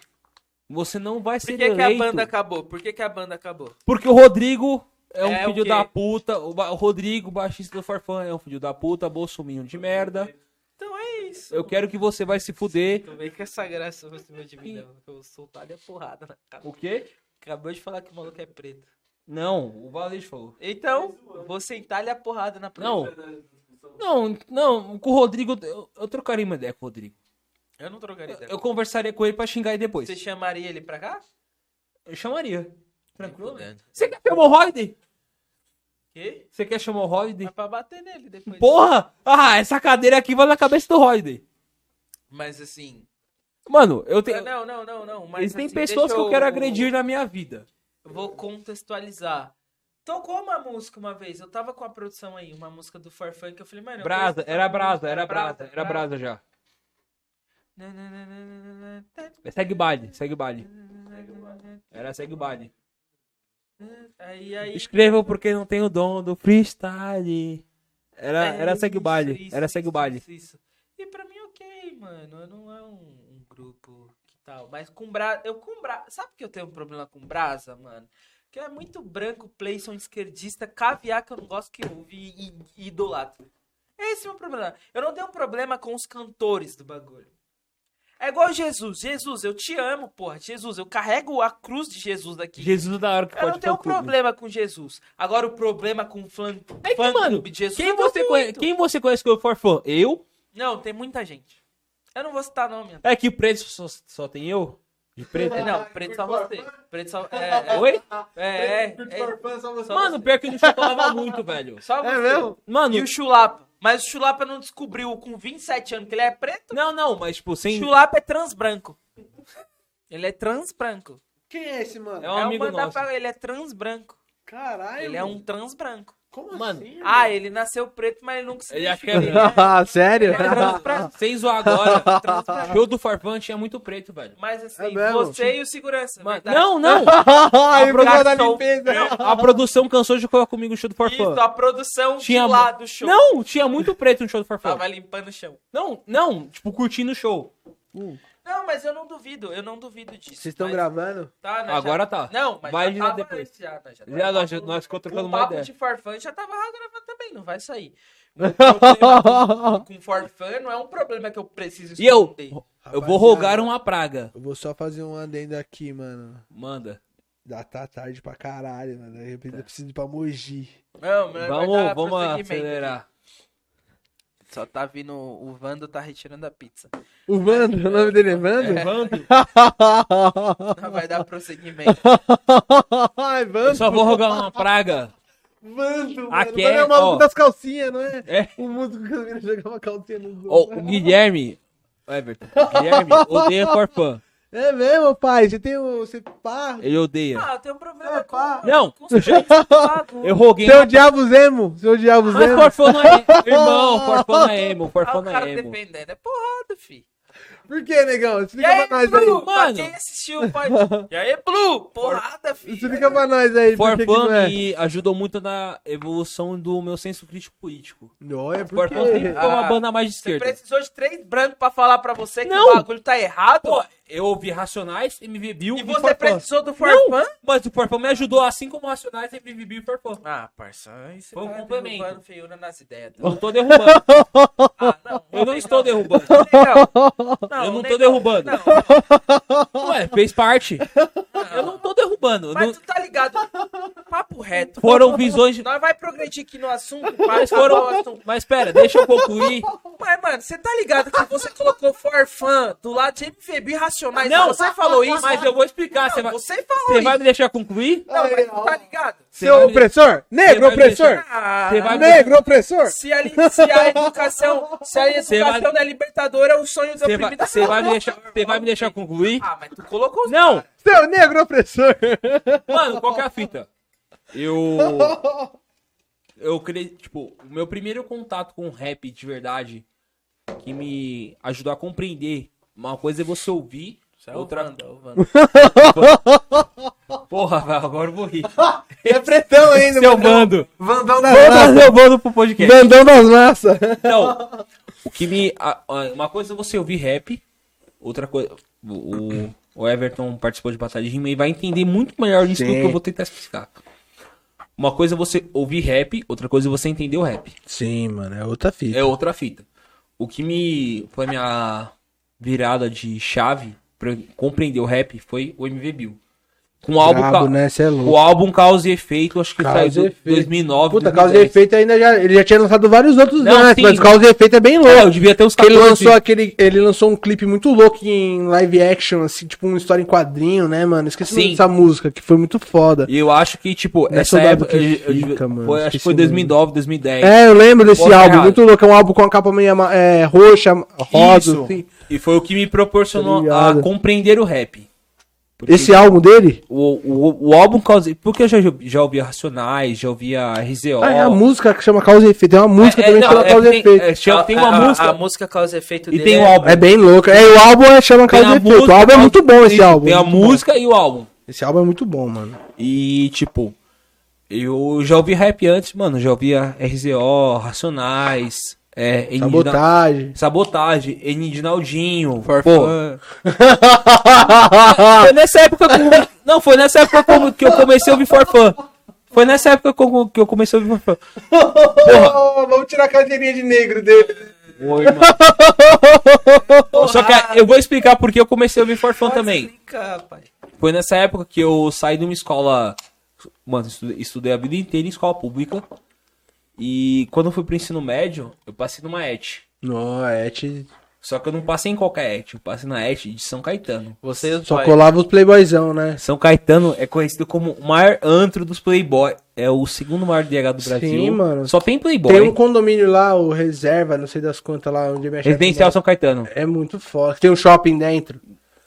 você não vai
por
ser
que, que a
eleito
banda acabou? Por que, que a banda acabou?
porque o Rodrigo é um
É o
filho
quê?
da puta, o, ba- o Rodrigo, baixista do Farfã, é um filho da puta, bolsominho de merda.
Então é isso.
Eu quero que você vai se fuder.
Tô meio com essa graça pra cima de mim, não. Eu soltar a porrada na cara.
O quê?
Acabou de falar que o maluco é preto.
Não, o Valente falou.
Então, vou sentar-lhe a porrada na preta.
Não. Não, não, com o Rodrigo, eu, eu trocaria uma ideia com o Rodrigo.
Eu não trocaria
Eu,
ideia.
eu conversaria com ele pra xingar ele depois.
Você chamaria ele pra cá?
Eu chamaria. Tranquilo?
Nem fudendo.
Você quer chamar o Holiday?
Quê?
Você quer chamar o Holiday?
Mas pra bater nele depois.
Porra! Ah, essa cadeira aqui vai na cabeça do Holiday.
Mas assim.
Mano, eu tenho.
Não, não, não, não. Mas
Existem
assim,
pessoas
deixa
que eu quero agredir na minha vida.
Eu vou contextualizar. Tocou uma música uma vez, eu tava com a produção aí, uma música do Farfunk, eu falei, mano. eu
Brasa,
conheço essa
era brasa,
música,
era brasa, era brasa já.
Nananana, tá,
É Segue o baile, segue o baile.
nananana,
Era segue o baile.
Aí, aí.
Escrevam porque não tenho dom do freestyle. Era,
É,
era segue o
isso,
baile,
isso,
era
isso,
segue o baile.
isso, isso. E pra mim, ok, mano. Eu não é um, um grupo que tal. Mas com brasa. Eu com brasa. Sabe que eu tenho um problema com brasa, mano? Que é muito branco, Playson, esquerdista, caviar que eu não gosto que ouve e, e idolatra. Esse é o meu problema. Eu não tenho problema com os cantores do bagulho. É igual Jesus. Jesus, eu te amo, porra. Jesus, eu carrego a cruz de Jesus daqui.
Jesus é da hora que
Eu
pode
não tenho
pro clube.
problema com Jesus. Agora o problema com o flan,
É que,
fã
mano,
clube de Jesus.
quem
eu tenho
você, conhece,
muito.
quem você conhece que eu for fã? Eu?
Não, tem muita gente. Eu não vou citar nome.
É que preto só, só tem eu? De preto?
É, não, preto só você. Preto só. É, é,
Oi?
é. é,
Curte
é.
Farfã, só você.
Mano, pior que o Nicho falava muito, velho.
Só você.
Mano,
E o Chulapa. Mas o Chulapa não descobriu com 27 anos que ele é preto.
não, não, mas tipo, sem.
Chulapa é transbranco. Ele é transbranco.
Quem é esse, mano?
É um amigo
manda
nosso.
pra- Ele é transbranco.
Caralho.
Ele é um
mano.
transbranco.
Como
Mano.
assim?
Ah, ele nasceu preto, mas ele nunca se
Ele acha que é
identifica.
Ah, Sério?
Ele é transbranco.
Sem zoar agora,
transbranco.
show do Farfan tinha muito preto, velho.
Mas assim,
mesmo?
você e o segurança.
Mano,
verdade.
não, não!
Aí
Abraçou.
ficou da limpeza.
É, A produção cansou de colocar comigo o show do
Isso,
Farfan.
a produção
Tinha-
de lá do show. Ah,
Não, tinha muito preto no show do Farfan.
Tava limpando o chão.
Não, não, tipo, curtindo o show.
Não, mas eu não duvido, eu não duvido disso.
Vocês estão
Mas
gravando?
Tá, né,
Agora
já-
tá.
Não, mas
Vai
já
girar
tava
depois.
antes Já, né, já
Já
tava.
nós, nós ficamos trocando
o
uma
papo
ideia.
de Farfã já tava gravando também, não vai sair. O problema com, com Farfã não é um problema que eu preciso
E eu,
esconder.
eu vou
um
rogar uma praga.
Eu vou só fazer um adendo aqui, mano.
Manda.
Já tá tarde pra caralho, mano. Eu
Tá.
preciso ir pra Mogi.
Não, mas vai
Vamos,
dar
vamos
prosseguimento
acelerar.
aqui. Só tá vindo, o Vando tá retirando a pizza.
O Vando, o nome dele é Vando?
Vando,
Não vai dar prosseguimento.
eu
Ai, É Vando.
só vou rogar uma praga.
Vando, mano.
Aqui
Vando é
é,
o maluco
ó.
das calcinhas, não é?
É.
O músico que as meninas jogavam calcinha nos
Ó,
outros.
o Guilherme. O Everton. O Guilherme odeia Farfã.
É mesmo, pai? Você tem o. Você pá.
Ele odeia.
Ah, eu tenho um problema
É,
com,
pá.
Não.
com os três lados.
Eu roguei.
Seu diabo Zemo. Seu diabo
Mas
Zemo.
Farfã não é. Irmão, Farfã não é emo.
Ah,
Farfã
o
não
cara
é emo.
defendendo, é porrada, fi.
Por que, negão?
E
Explica
aí,
pra nós
Blue,
aí.
pra
Mano.
quem assistiu o pode... E aí, Blue, porrada, filho.
Explica pra nós aí. Por que, que não
Farfã
é?
me ajudou muito na evolução do meu senso crítico político.
Não, é porque.
Farfã sempre foi uma
Ah,
banda mais de
Você
esquerda.
precisou de três brancos pra falar pra você que
Não.
o bagulho tá errado?
Pô, Eu ouvi Racionais, MV Bill
E
e
você
Forfã.
precisou do
Não!
Forfã?
Mas o Forfã me ajudou, assim como Racionais, MV Bill e Forfã.
Ah, parça, isso
Foi um complemento.
feiura nas ideias.
Não tô derrubando.
Ah, não.
Eu não estou derrubando.
Não,
eu não
o
tô
negão-
derrubando.
Não, não,
Ué, fez parte. Eu não tô derrubando.
mas
Não-
tu tá ligado. Papo reto.
Foram visões. de-
Nós vai progredir aqui no assunto, mas
Mas
foram... o
foram.
assunto.
Mas pera, deixa eu concluir.
Mas, mano, você tá ligado que você colocou Forfã do lado de MVB Racionais?
Não,
você falou isso.
Mas eu vou
Não,
explicar. você vai,
Ah, você falou
você
isso.
vai me deixar concluir?
Não, mas tu tá
Aí,
ligado?
Você vai
Seu
me-
opressor? Negro
vai me
opressor?
Ah,
Você vai me-
Negro opressor?
Se a, li- se a educação, se a
Você
educação
vai-
da libertadora, é o sonho do
Você vai,
oprimido.
você vai me deixar, você vai me deixar concluir?
Ah, mas tu colocou os
Não!
Seu negro opressor?
Mano, qual que é a fita? Eu. Eu creio. Tipo, o meu primeiro contato com rap de verdade que me ajudou a compreender. Uma coisa é você ouvir.
é
outra... Porra, velho, agora eu vou rir.
É pretão ainda,
Seu mando.
Vandão das
Vou
massas.
trazer o mando pro podcast.
Vandão das massas.
Então, o que me. a- a- Uma coisa é você ouvir rap, outra coisa. O, o- o Everton participou de Batalha de Rima e vai entender muito melhor isso do que eu vou tentar explicar. Uma coisa é você ouvir rap, outra coisa é você entender o rap.
Sim, mano, é outra fita.
É outra fita. O que me. Foi minha virada de chave pra eu compreender o rap foi o MV Bill. Com o álbum.
Brabo,
Ca-
né? Cê é louco.
O álbum Causa e Efeito, acho que
Causa
saiu
e
em
Efeito.
2009.
Puta, causa e
2010.
efeito ainda já. Ele já tinha lançado vários outros
Não,
antes,
sim.
mas causa e efeito é
É,
bem
eu
louco.
devia ter uns
Que ele
14.
lançou aquele. Ele lançou um clipe muito louco em live action, assim, tipo uma história em quadrinho, né, mano? Esqueci o nome
Sim.
dessa múca, que foi muito foda.
E eu acho que, tipo,
Não é
essa
soldado
época.
que
eu- eu-
fica, mano,
foi- acho que
esqueci
foi
o nome.
2009, 2010.
É, eu lembro desse
Posso
álbum,
errar.
muito louco. É um álbum com a capa meio ama- é, roxa, rosa,
Isso.
assim.
E foi o que me
Tá
proporcionou
ligado.
a compreender o rap. Porque
Esse álbum dele?
o, o, o álbum causa. Porque eu já, já ouvia Racionais, já ouvia RZO.
Ah, é a música que chama Causa e Efeito. É uma música também que
não,
chama Causa e
porque tem,
Efeito.
é, tinha- tem uma
a,
música
A música causa efeito
e
dele.
tem o
é-
álbum.
É bem louco. É, e o álbum é chama
Tem
Causa e
a
Efeito. O
música,
álbum é
causa-
muito bom esse
Isso,
álbum.
Tem a
muito bom.
música e o álbum.
Esse álbum é muito bom, mano.
E, tipo, eu já ouvi rap antes, mano. Já ouvia RZO, Racionais, é, N de Na-
Sabotagem.
Sabotagem, N de Naldinho. Pô,
Forfã.
Foi nessa época que eu- Não, foi nessa época como- que eu comecei a ouvir Forfã. Foi nessa época como- que eu comecei a ouvir Forfã. Porra.
Oh, vamos tirar a cadeirinha de negro dele.
Oi, Só que eu vou explicar porque eu comecei a ouvir Forfã também.
Explica, pai.
Foi nessa época que eu saí de uma escola. Mano, estu- estudei a vida inteira em escola pública. E quando eu fui pro ensino médio, eu passei numa ET.
Não, é, te...
Só que eu não passei em qualquer ET, eu passei na ET de São Caetano.
Você
só colava os playboyzão, né?
São Caetano é conhecido como o maior antro dos Playboy. É o segundo maior DH do
Sim,
Brasil.
mano.
Só tem Playboy.
Tem um condomínio lá, o Reserva, não sei das quantas lá, onde eu me achei.
Residencial São Caetano.
É muito foda. Tem um shopping dentro.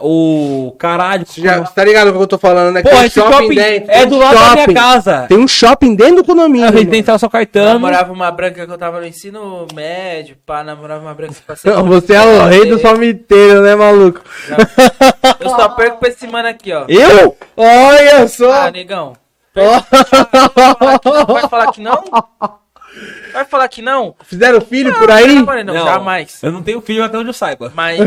O caralho.
Você, já, você tá ligado com o que eu tô falando, né? Que
Porra,
tem
esse shopping é
tem
do
um
lado da
shopping.
minha casa.
Tem um shopping dentro do
É o
condomínio. mano.
Residencial São Caetano.
Namorava uma branca que eu tava no ensino médio, pá, namorava uma branca que eu passei.
Não, você é o rei do palmiteiro, né, maluco?
Eu só perco pra esse mano aqui, ó.
Eu? Olha só!
Ah, negão. Vai
Oh.
falar que não? Vai falar que não?
Fizeram filho por aí?
Não, não, jamais.
Eu não tenho filho até onde eu saiba.
Mas.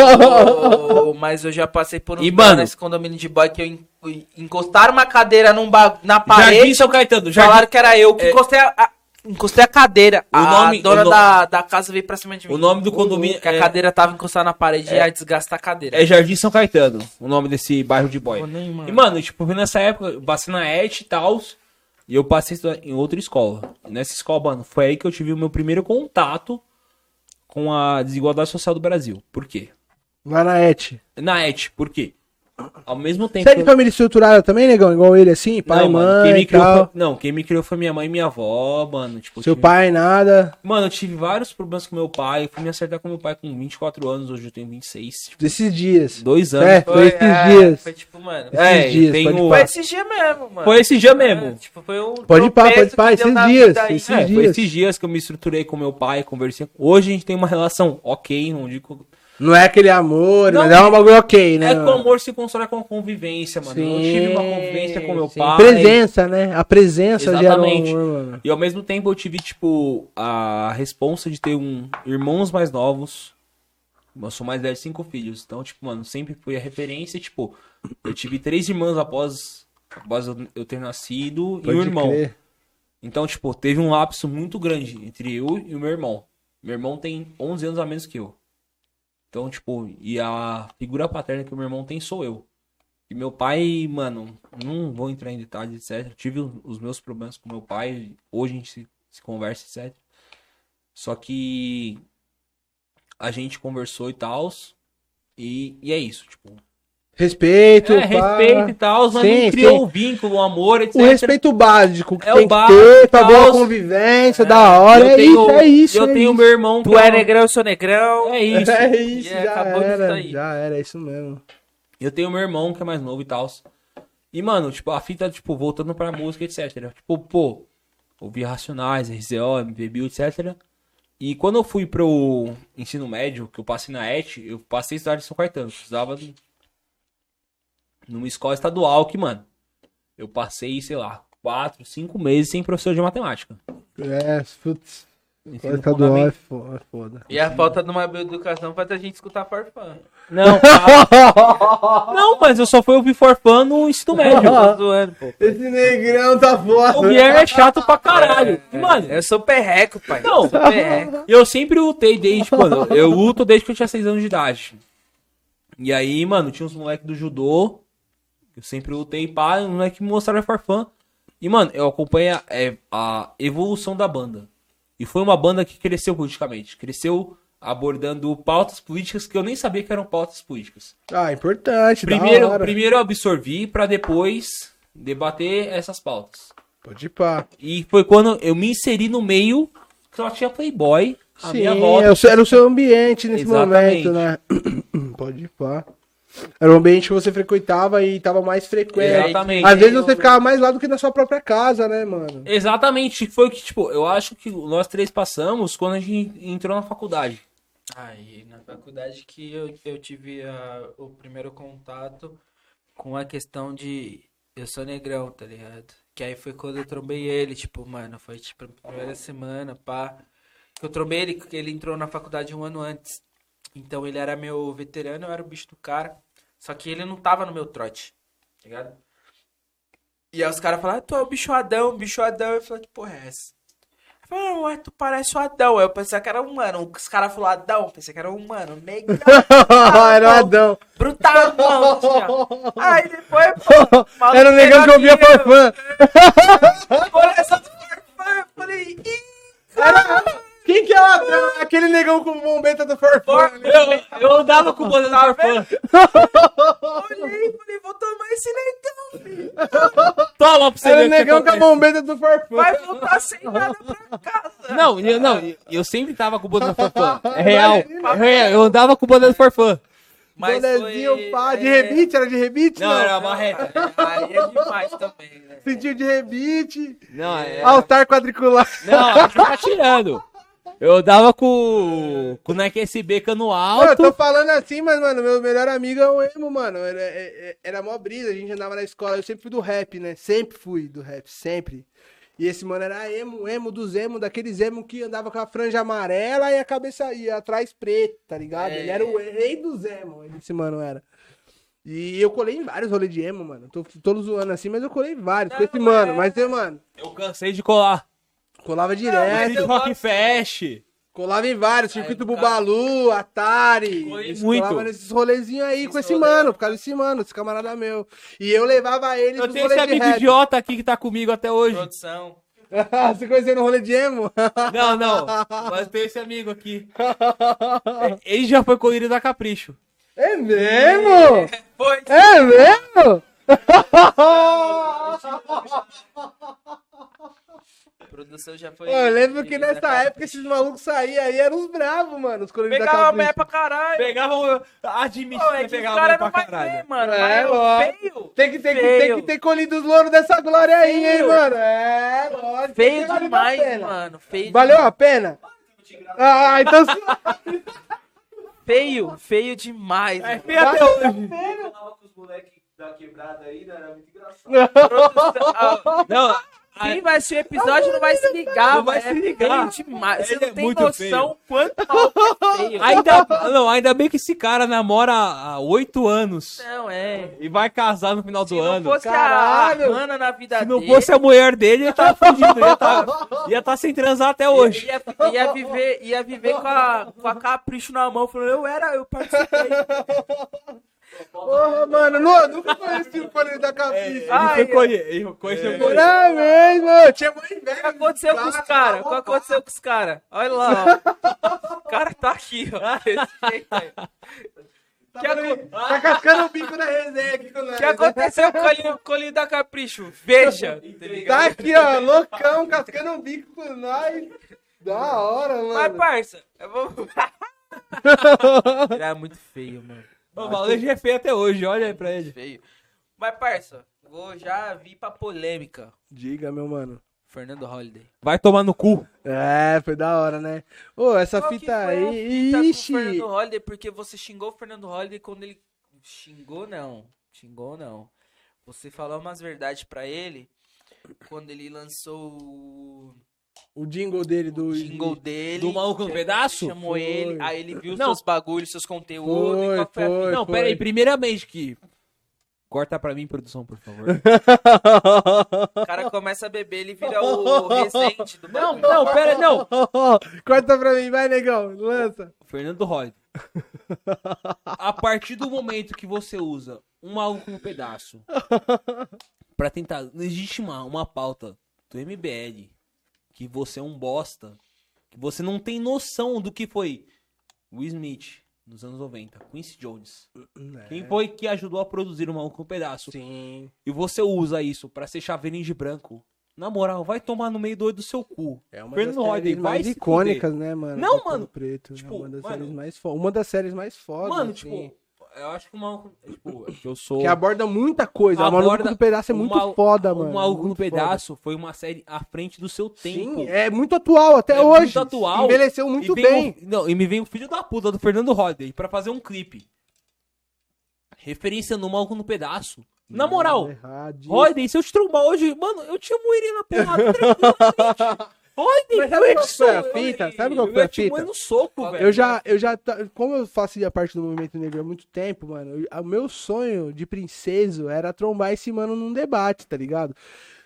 eu- mas eu já passei por um
E, mano-
nesse condomínio de boy que eu en- en- encostaram uma cadeira num ba- na
Jardim
parede.
São Caetano. Jardim...
Falaram que era eu que encostei a. a- Encostei a cadeira.
É. O
a
nome-
dona
o no-
da, da casa veio pra cima de mim.
O nome do condomínio
Que a
é-
cadeira tava encostada na parede e ia desgastar a cadeira.
É Jardim São Caetano, o nome desse bairro de boy.
Pô, nem, mano.
É, E, mano, tipo, foi nessa época, eu passei na ET e tal, e eu passei a estudar em outra escola. E nessa escola, mano, foi aí que eu tive o meu primeiro contato com a desigualdade social do Brasil. Por quê?
Lá na ET.
Na ET, por quê? Ao mesmo tempo...
Você é de
que eu-
família estruturada também, negão? Igual ele, assim? Pai,
não, mano,
mãe
quem
e
me criou
tal.
foi... Não, quem me criou foi minha mãe e minha avó, mano. Tipo, eu
Seu
tive-
pai, nada.
Mano, eu tive vários problemas com meu pai, eu fui me acertar com meu pai com 24 anos, hoje eu tenho 26. Tipo,
Desses dias.
dois anos.
É, foi esses dias.
Foi tipo, mano.
É, esses dias,
tem
pode
o-
Foi esse dia mesmo, mano.
É, Foi esse dia mesmo.
É, tipo, foi um
Pode ir pra-
tropeço
pode ir
que
pra
deu
esses
na
dias,
vida aí,
esses
né?
É, foi
dias.
esses dias que eu me estruturei com meu pai, conversei. com- Hoje a gente tem uma relação ok, não digo.
Não é aquele amor,
Não,
mas é um bagulho ok, né?
É que o
mano?
amor se constrói com a convivência, mano. eu
Sim,
tive uma convivência com meu
sim.
pai.
Presença, né? A presença gera um
Exatamente.
amor, mano.
E ao mesmo tempo eu tive, tipo, a responsa de ter um irmãos mais novos. Eu sou mais velho de cinco filhos. Então, tipo, mano, sempre fui a referência. e, Tipo, eu tive três irmãs após, após eu- eu ter nascido e um irmão.
crer.
Então, tipo, teve um lapso muito grande entre eu e o meu irmão. Meu irmão tem 11 anos a menos que eu. Então, tipo, e a figura paterna que o meu irmão tem sou eu. E meu pai, mano, não vou entrar em detalhes, etc. Tive os- os meus problemas com meu pai, hoje a gente se, se conversa, etc. Só que a gente conversou e tal. E, e é isso, tipo.
Respeito,
É,
pá.
respeito e tal, mas
Sim,
não criou
sim.
um vínculo, um amor, etc.
O respeito básico que
É
tem
o básico,
que ter pra
tal.
boa convivência, da hora.
Eu
É
tenho-
isso, é isso.
Eu
é
tenho
isso.
meu irmão. que um
Tu é
uma-
negrão, eu sou negrão.
É isso.
É isso,
E
já
acabou disso
era.
aí.
Já era, é isso mesmo.
Eu tenho meu irmão que é mais novo e tal. E, mano, tipo, a fita, tipo, voltando pra música, etc. Tipo, pô, ouvi Racionais, RZO, MVB, etc. E quando eu fui pro ensino médio, que eu passei na ET, eu passei a estudar em São Caetano. Eu Estudava n- numa escola estadual que, mano, eu passei, sei lá, quatro, cinco meses sem professor de matemática.
É, putz.
Ensino
Estadual é fo- é foda.
E a falta de uma educação faz a gente escutar farfã.
Não, tá. não, mas eu só fui ouvir forfã no ensino médio.
Tô tá zoando, pô.
Esse negrão tá
O
foda.
Guilherme é chato pra caralho. E, mano,
É, Eu sou perreco, pai.
Não.
Eu sou perreco.
eu sempre lutei desde quando? Eu luto desde que eu tinha 6 anos de idade. E aí, mano, tinha uns moleques do judô. Eu sempre lutei pá, e os moleques me mostraram a farfã. E, mano, eu acompanho a, é, a evolução da banda. E foi uma banda que cresceu politicamente. Cresceu abordando pautas políticas que eu nem sabia que eram pautas políticas.
Ah, importante. da
é Primeiro,
hora.
primeiro eu absorvi pra depois debater essas pautas.
Pode ir pá.
E foi quando eu me inseri no meio que só tinha Playboy à
Sim,
minha volta.
é o seu- era o seu ambiente nesse
Exatamente.
momento, né? Pode ir pá. Era um ambiente que você frequentava e tava mais frequente.
Exatamente.
Às vezes você ficava mais lá do que na sua própria casa, né, mano?
Exatamente. Foi o que, tipo, eu acho que nós três passamos quando a gente entrou na faculdade.
Aí, na faculdade que eu, eu tive a- o primeiro contato com a questão de eu sou negrão, tá ligado? Que aí foi quando eu trombei ele, tipo, mano, foi tipo a primeira semana, pá. Que eu trombei ele, que ele entrou na faculdade um ano antes. Então ele era meu veterano, eu era o bicho do cara. Só que ele não tava no meu trote, tá ligado? E aí os caras falaram, "Ah, tu é o bicho Adão, bicho Adão. Eu falei, que porra é essa? Falei, ué, tu parece o Adão. Aí Eu pensei que era humano. Os caras falaram Adão, pensei que era humano. Negrão,
Ah,
era o Adão.
brutalão. assim, ó. Aí depois, pô,
ah,
maluco
Era o negão que eu via
pegou a
farfã.
minha, Olha essa do farfã. Eu falei, ih,
Era- Quem que é o Adão? Aquele negão com bombeta do farfã.
porra.
Eu, eu andava com o banda da Farfã.
Olhei e falei, vou tomar esse leitão, filho.
Toma pra você
Era
ver
o
o que
negão com a
acontece.
bombeta do farfã.
Vai voltar sem nada pra casa.
Não, eu, não, eu sempre tava com o banda da Farfã. É real. É real. Eu andava com o banda da Farfã.
Bonezinho, pá. De
é,
rebite, era de rebite?
Não,
Não,
era uma reta.
Aí é demais também, né?
Sentiu de rebite.
Não, é.
Altar quadricular.
Não, a gente tá tirando. Eu andava com, com o Nike SB cano
Mano, eu
alto.
tô falando assim, mas, mano, meu melhor amigo é o Emo, mano. Era, é- é- era mó brisa, a gente andava na escola. Eu sempre fui do rap, né? Sempre fui do rap, sempre. E esse mano era emo, emo dos emo, daqueles emo que andava com a franja amarela e a cabeça ia atrás preta, tá ligado? Ele era o rei dos emo, esse mano era. E eu colei em vários rolês de emo, mano. Tô, tô zoando assim, mas eu colei em vários com esse mano. Mas, eu, mano,
Eu cansei de colar.
colava
Fui
direto.
de Rock Fest.
Colava em vários, circuito Bubalu, Atari. Eles
muito.
Colava nesses rolezinhos aí com esse mano, por causa desse mano, esse camarada meu. E eu levava ele
Eu
pros
tenho esse
rolês de
amigo
rap.
idiota aqui que tá comigo até hoje.
Produção.
Você conheceu no rolê de emo?
Não, não. Mas tem esse amigo aqui. É, Ele já foi colírio da Capricho.
É mesmo?
Foi.
É mesmo?
Produção já foi.
Eu lembro que nessa época esses malucos saíam aí, eram os bravos, mano, os colegas
Pegava a mulher pra caralho.
Pegava um, o. Admite
Pô,
que
é que os
pegava mulher
caras não
um pra
vai ver,
caralho.
mano.
É,
mas
lógico.
feio.
Tem que, tem, que,
Feio.
tem que ter colhido os louros dessa glória aí, hein,
Feio.
mano? É, lógico.
Feio
valeu a
demais,
pena.
mano. Feio
Valeu a pena? Ah, então...
Feio, feio demais.
É
mano.
feio até hoje.
Eu falava com os moleques da quebrada aí, né? Era muito engraçado.
Produção- ah,
Não,
Quem vai assistir o episódio não vai se ligar,
Não vai
mano.
se
É
ligar.
feio demais. Você
Ele
não
é
tem
muito
noção quanto mal que é feio.
Ainda, não, ainda bem que esse cara namora há oito anos
Não, é.
e vai casar no final
Se
do
não
ano.
fosse a
Caralho.
Hanna na vida
Se não
dele,
fosse a mulher dele, ele tava fudido. Ele tava, ia tá sem transar até hoje.
Ia, ia viver, ia viver com, a, com a capricho na mão, falando, eu era, eu participei.
Porra, mano, Luan, nunca conheci o Coelho da Ah, Capricho.
Ah,
Ele
é.
foi conhe- ele é conheceu
Por aí mesmo, eu tinha mãe
O que
velha.
aconteceu com os
tá
caras? O que aconteceu com os caras? Olha lá, ó. O cara tá aqui, ó. Desse jeito aí.
Tá,
que
falando- tá cascando o bico da resenha aqui com
O
nós. né?
que aconteceu com o Colinho- Colinho da Capricho? Veja. tá
Tá
ligado?
aqui, ó, loucão, cascando o bico com nós. Da hora,
Mas,
mano.
parça, eu vou... Ele é muito feio, mano.
O Valejo é feio até hoje, olha aí pra ele.
Feio. Mas, parça, vou já vir pra polêmica.
Diga, meu mano.
Fernando Holiday.
Vai tomar no cu.
É, foi da hora, né? Ô, essa
Qual que
fita
foi a
aí.
fita Tá com o
Ixi!
Fernando Holliday, porque você xingou o Fernando Holliday quando ele. Xingou não. Xingou não. Você falou umas verdades pra ele quando ele lançou o,
O jingle dele do.
o jingle dele.
Do maluco no
que
pedaço?
Chamou
Foi.
ele, aí ele viu
Não.
seus bagulhos, seus conteúdos. e
Foi,
qual foi a fita?
foi.
não, pera aí, primeiramente que. Corta pra mim, produção, por favor.
O cara começa a beber, ele vira o resente do
não,
bagulho.
não, pera, não.
Corta pra mim, vai, negão. Lança.
Fernando Holliday. A partir do momento que você usa um maluco no pedaço pra tentar legitimar uma pauta do MBL que você é um bosta, que você não tem noção do que foi Will Smith nos anos 90, Quincy Jones. Quem foi que ajudou a produzir um o maluco no pedaço?
Sim.
E você usa isso pra ser chaveirinho de branco. Na moral, vai tomar no meio doido do seu cu.
É uma
Fernando
das
Holliday,
séries
vai
mais
se
icônicas, né, mano?
Não,
do Pano
mano,
Preto.
tipo,
é uma das
mano-
séries mais fodas. Uma das séries mais fodas.
Mano,
assim,
tipo, eu acho que o maluco. Tipo, é que eu sou.
Que aborda muita coisa. o Maluco
Aborda
do Pedaço é
o
muito
Mal-
foda,
O
mano. é
Maluco no
muito foda.
Pedaço foi uma série à frente do seu tempo.
Sim, é muito atual até
É
hoje.
muito atual.
Envelheceu
E
muito
vem um
bem.
o- não, e me vem o filho da puta do Fernando Holliday pra fazer um clipe. Referência no Maluco no Pedaço. Na
é
moral,
Errado.
Holliday, se eu te trombar hoje, mano, eu te amo ele na porrada. tranquilamente. Holliday,
Mas sabe
eu
qual
te
foi a
amo,
fita?
Holliday.
Sabe qual foi a
Eu te amo é
fita?
no soco, velho.
Eu já, eu já, ta- como eu fazia parte do movimento negro há muito tempo, mano, eu- o meu sonho de princeso era trombar esse mano num debate, tá ligado?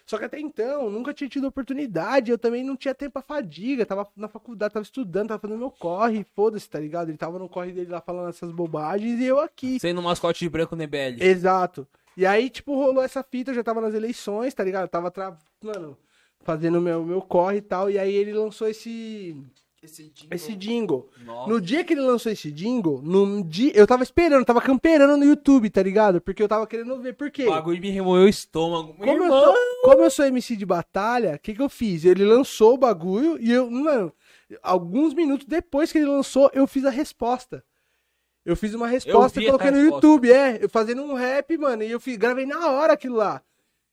Só que até então, nunca tinha tido oportunidade, eu também não tinha tempo pra fadiga, tava na faculdade, tava estudando, tava fazendo meu corre, foda-se, tá ligado? Ele tava no corre dele lá falando essas bobagens e eu aqui.
Sendo um mascote de branco no EBL.
Exato. E aí, tipo, rolou essa fita, eu já tava nas eleições, tá ligado? Eu tava, tra... mano, fazendo meu, meu corre e tal, e aí ele lançou esse,
Esse dia-
esse jingle.
Nossa.
No dia que ele lançou esse jingle, no dia, eu tava esperando, eu tava camperando no YouTube, tá ligado? Porque eu tava querendo ver. Por quê?
O bagulho me remoeu o estômago.
Como eu,
Irmão,
sou, como eu sou MC de batalha, o que, que eu fiz? Ele lançou o bagulho e eu. Mano, alguns minutos depois que ele lançou, eu fiz a resposta. Eu fiz uma resposta e
vi essa
coloquei no
resposta.
YouTube, é. Eu fazendo um rap, mano. E eu fiz, gravei na hora aquilo lá.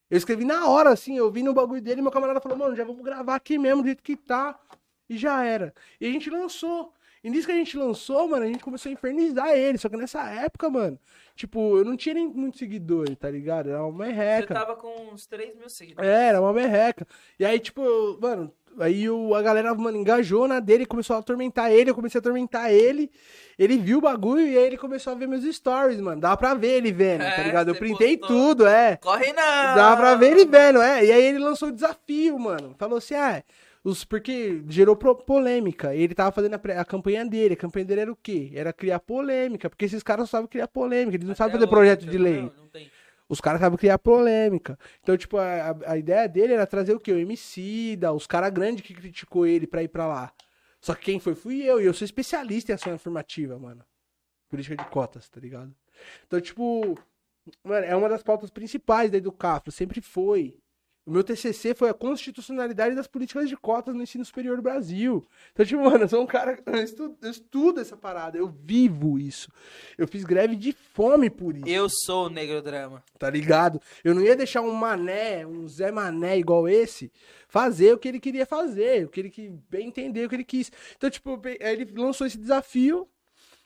Eu escrevi na hora, assim, eu vi no bagulho dele, meu camarada falou, mano, já vamos gravar aqui mesmo, do jeito que tá. E já era. E a gente lançou. E nisso que a gente lançou, mano, a gente começou a infernizar ele. Só que nessa época, mano, tipo, eu não tinha nem muito seguidor, tá ligado? Era uma
Você
tá
merreca.
tava com uns 3 mil seguidores.
É, era uma merreca. E aí, tipo, eu- mano, aí o, a galera, mano, engajou na dele, começou a atormentar ele, eu comecei a atormentar ele. Ele viu o bagulho e aí ele começou a ver meus stories, mano. Dá pra ver ele vendo, tá
É,
ligado? Eu
você
printei
postou.
tudo, é.
Corre não!
Dá pra ver ele vendo, é. E aí ele lançou o desafio, mano. Falou assim, ah, os, porque gerou pro- polêmica. E ele tava fazendo a, pré- a campanha dele. A campanha dele era o quê? Era criar polêmica. Porque esses caras só sabem criar polêmica. Eles não sabem
Até
fazer
hoje,
projeto de
entendeu?
lei.
É Não, não tem.
Os caras sabem criar polêmica. Então, tipo, a, a- a ideia dele era trazer o quê? O MC, da, os caras grandes que criticou ele pra ir pra lá. Só que quem foi fui eu, e eu sou especialista em ação afirmativa, mano. Política de cotas, tá ligado? Então, tipo, mano, é uma das pautas principais da Educafro, sempre foi. O meu TCC foi a constitucionalidade das políticas de cotas no ensino superior do Brasil. Então, tipo, mano, eu sou um cara. Eu estudo, eu estudo essa parada, eu vivo isso. Eu fiz greve de fome por isso
Eu sou o Negro Drama.
tá ligado? Eu não ia deixar um mané, um Zé Mané igual esse, fazer o que ele queria fazer, o que ele que bem entender, o que ele quis. Então, tipo, bem- aí ele lançou esse desafio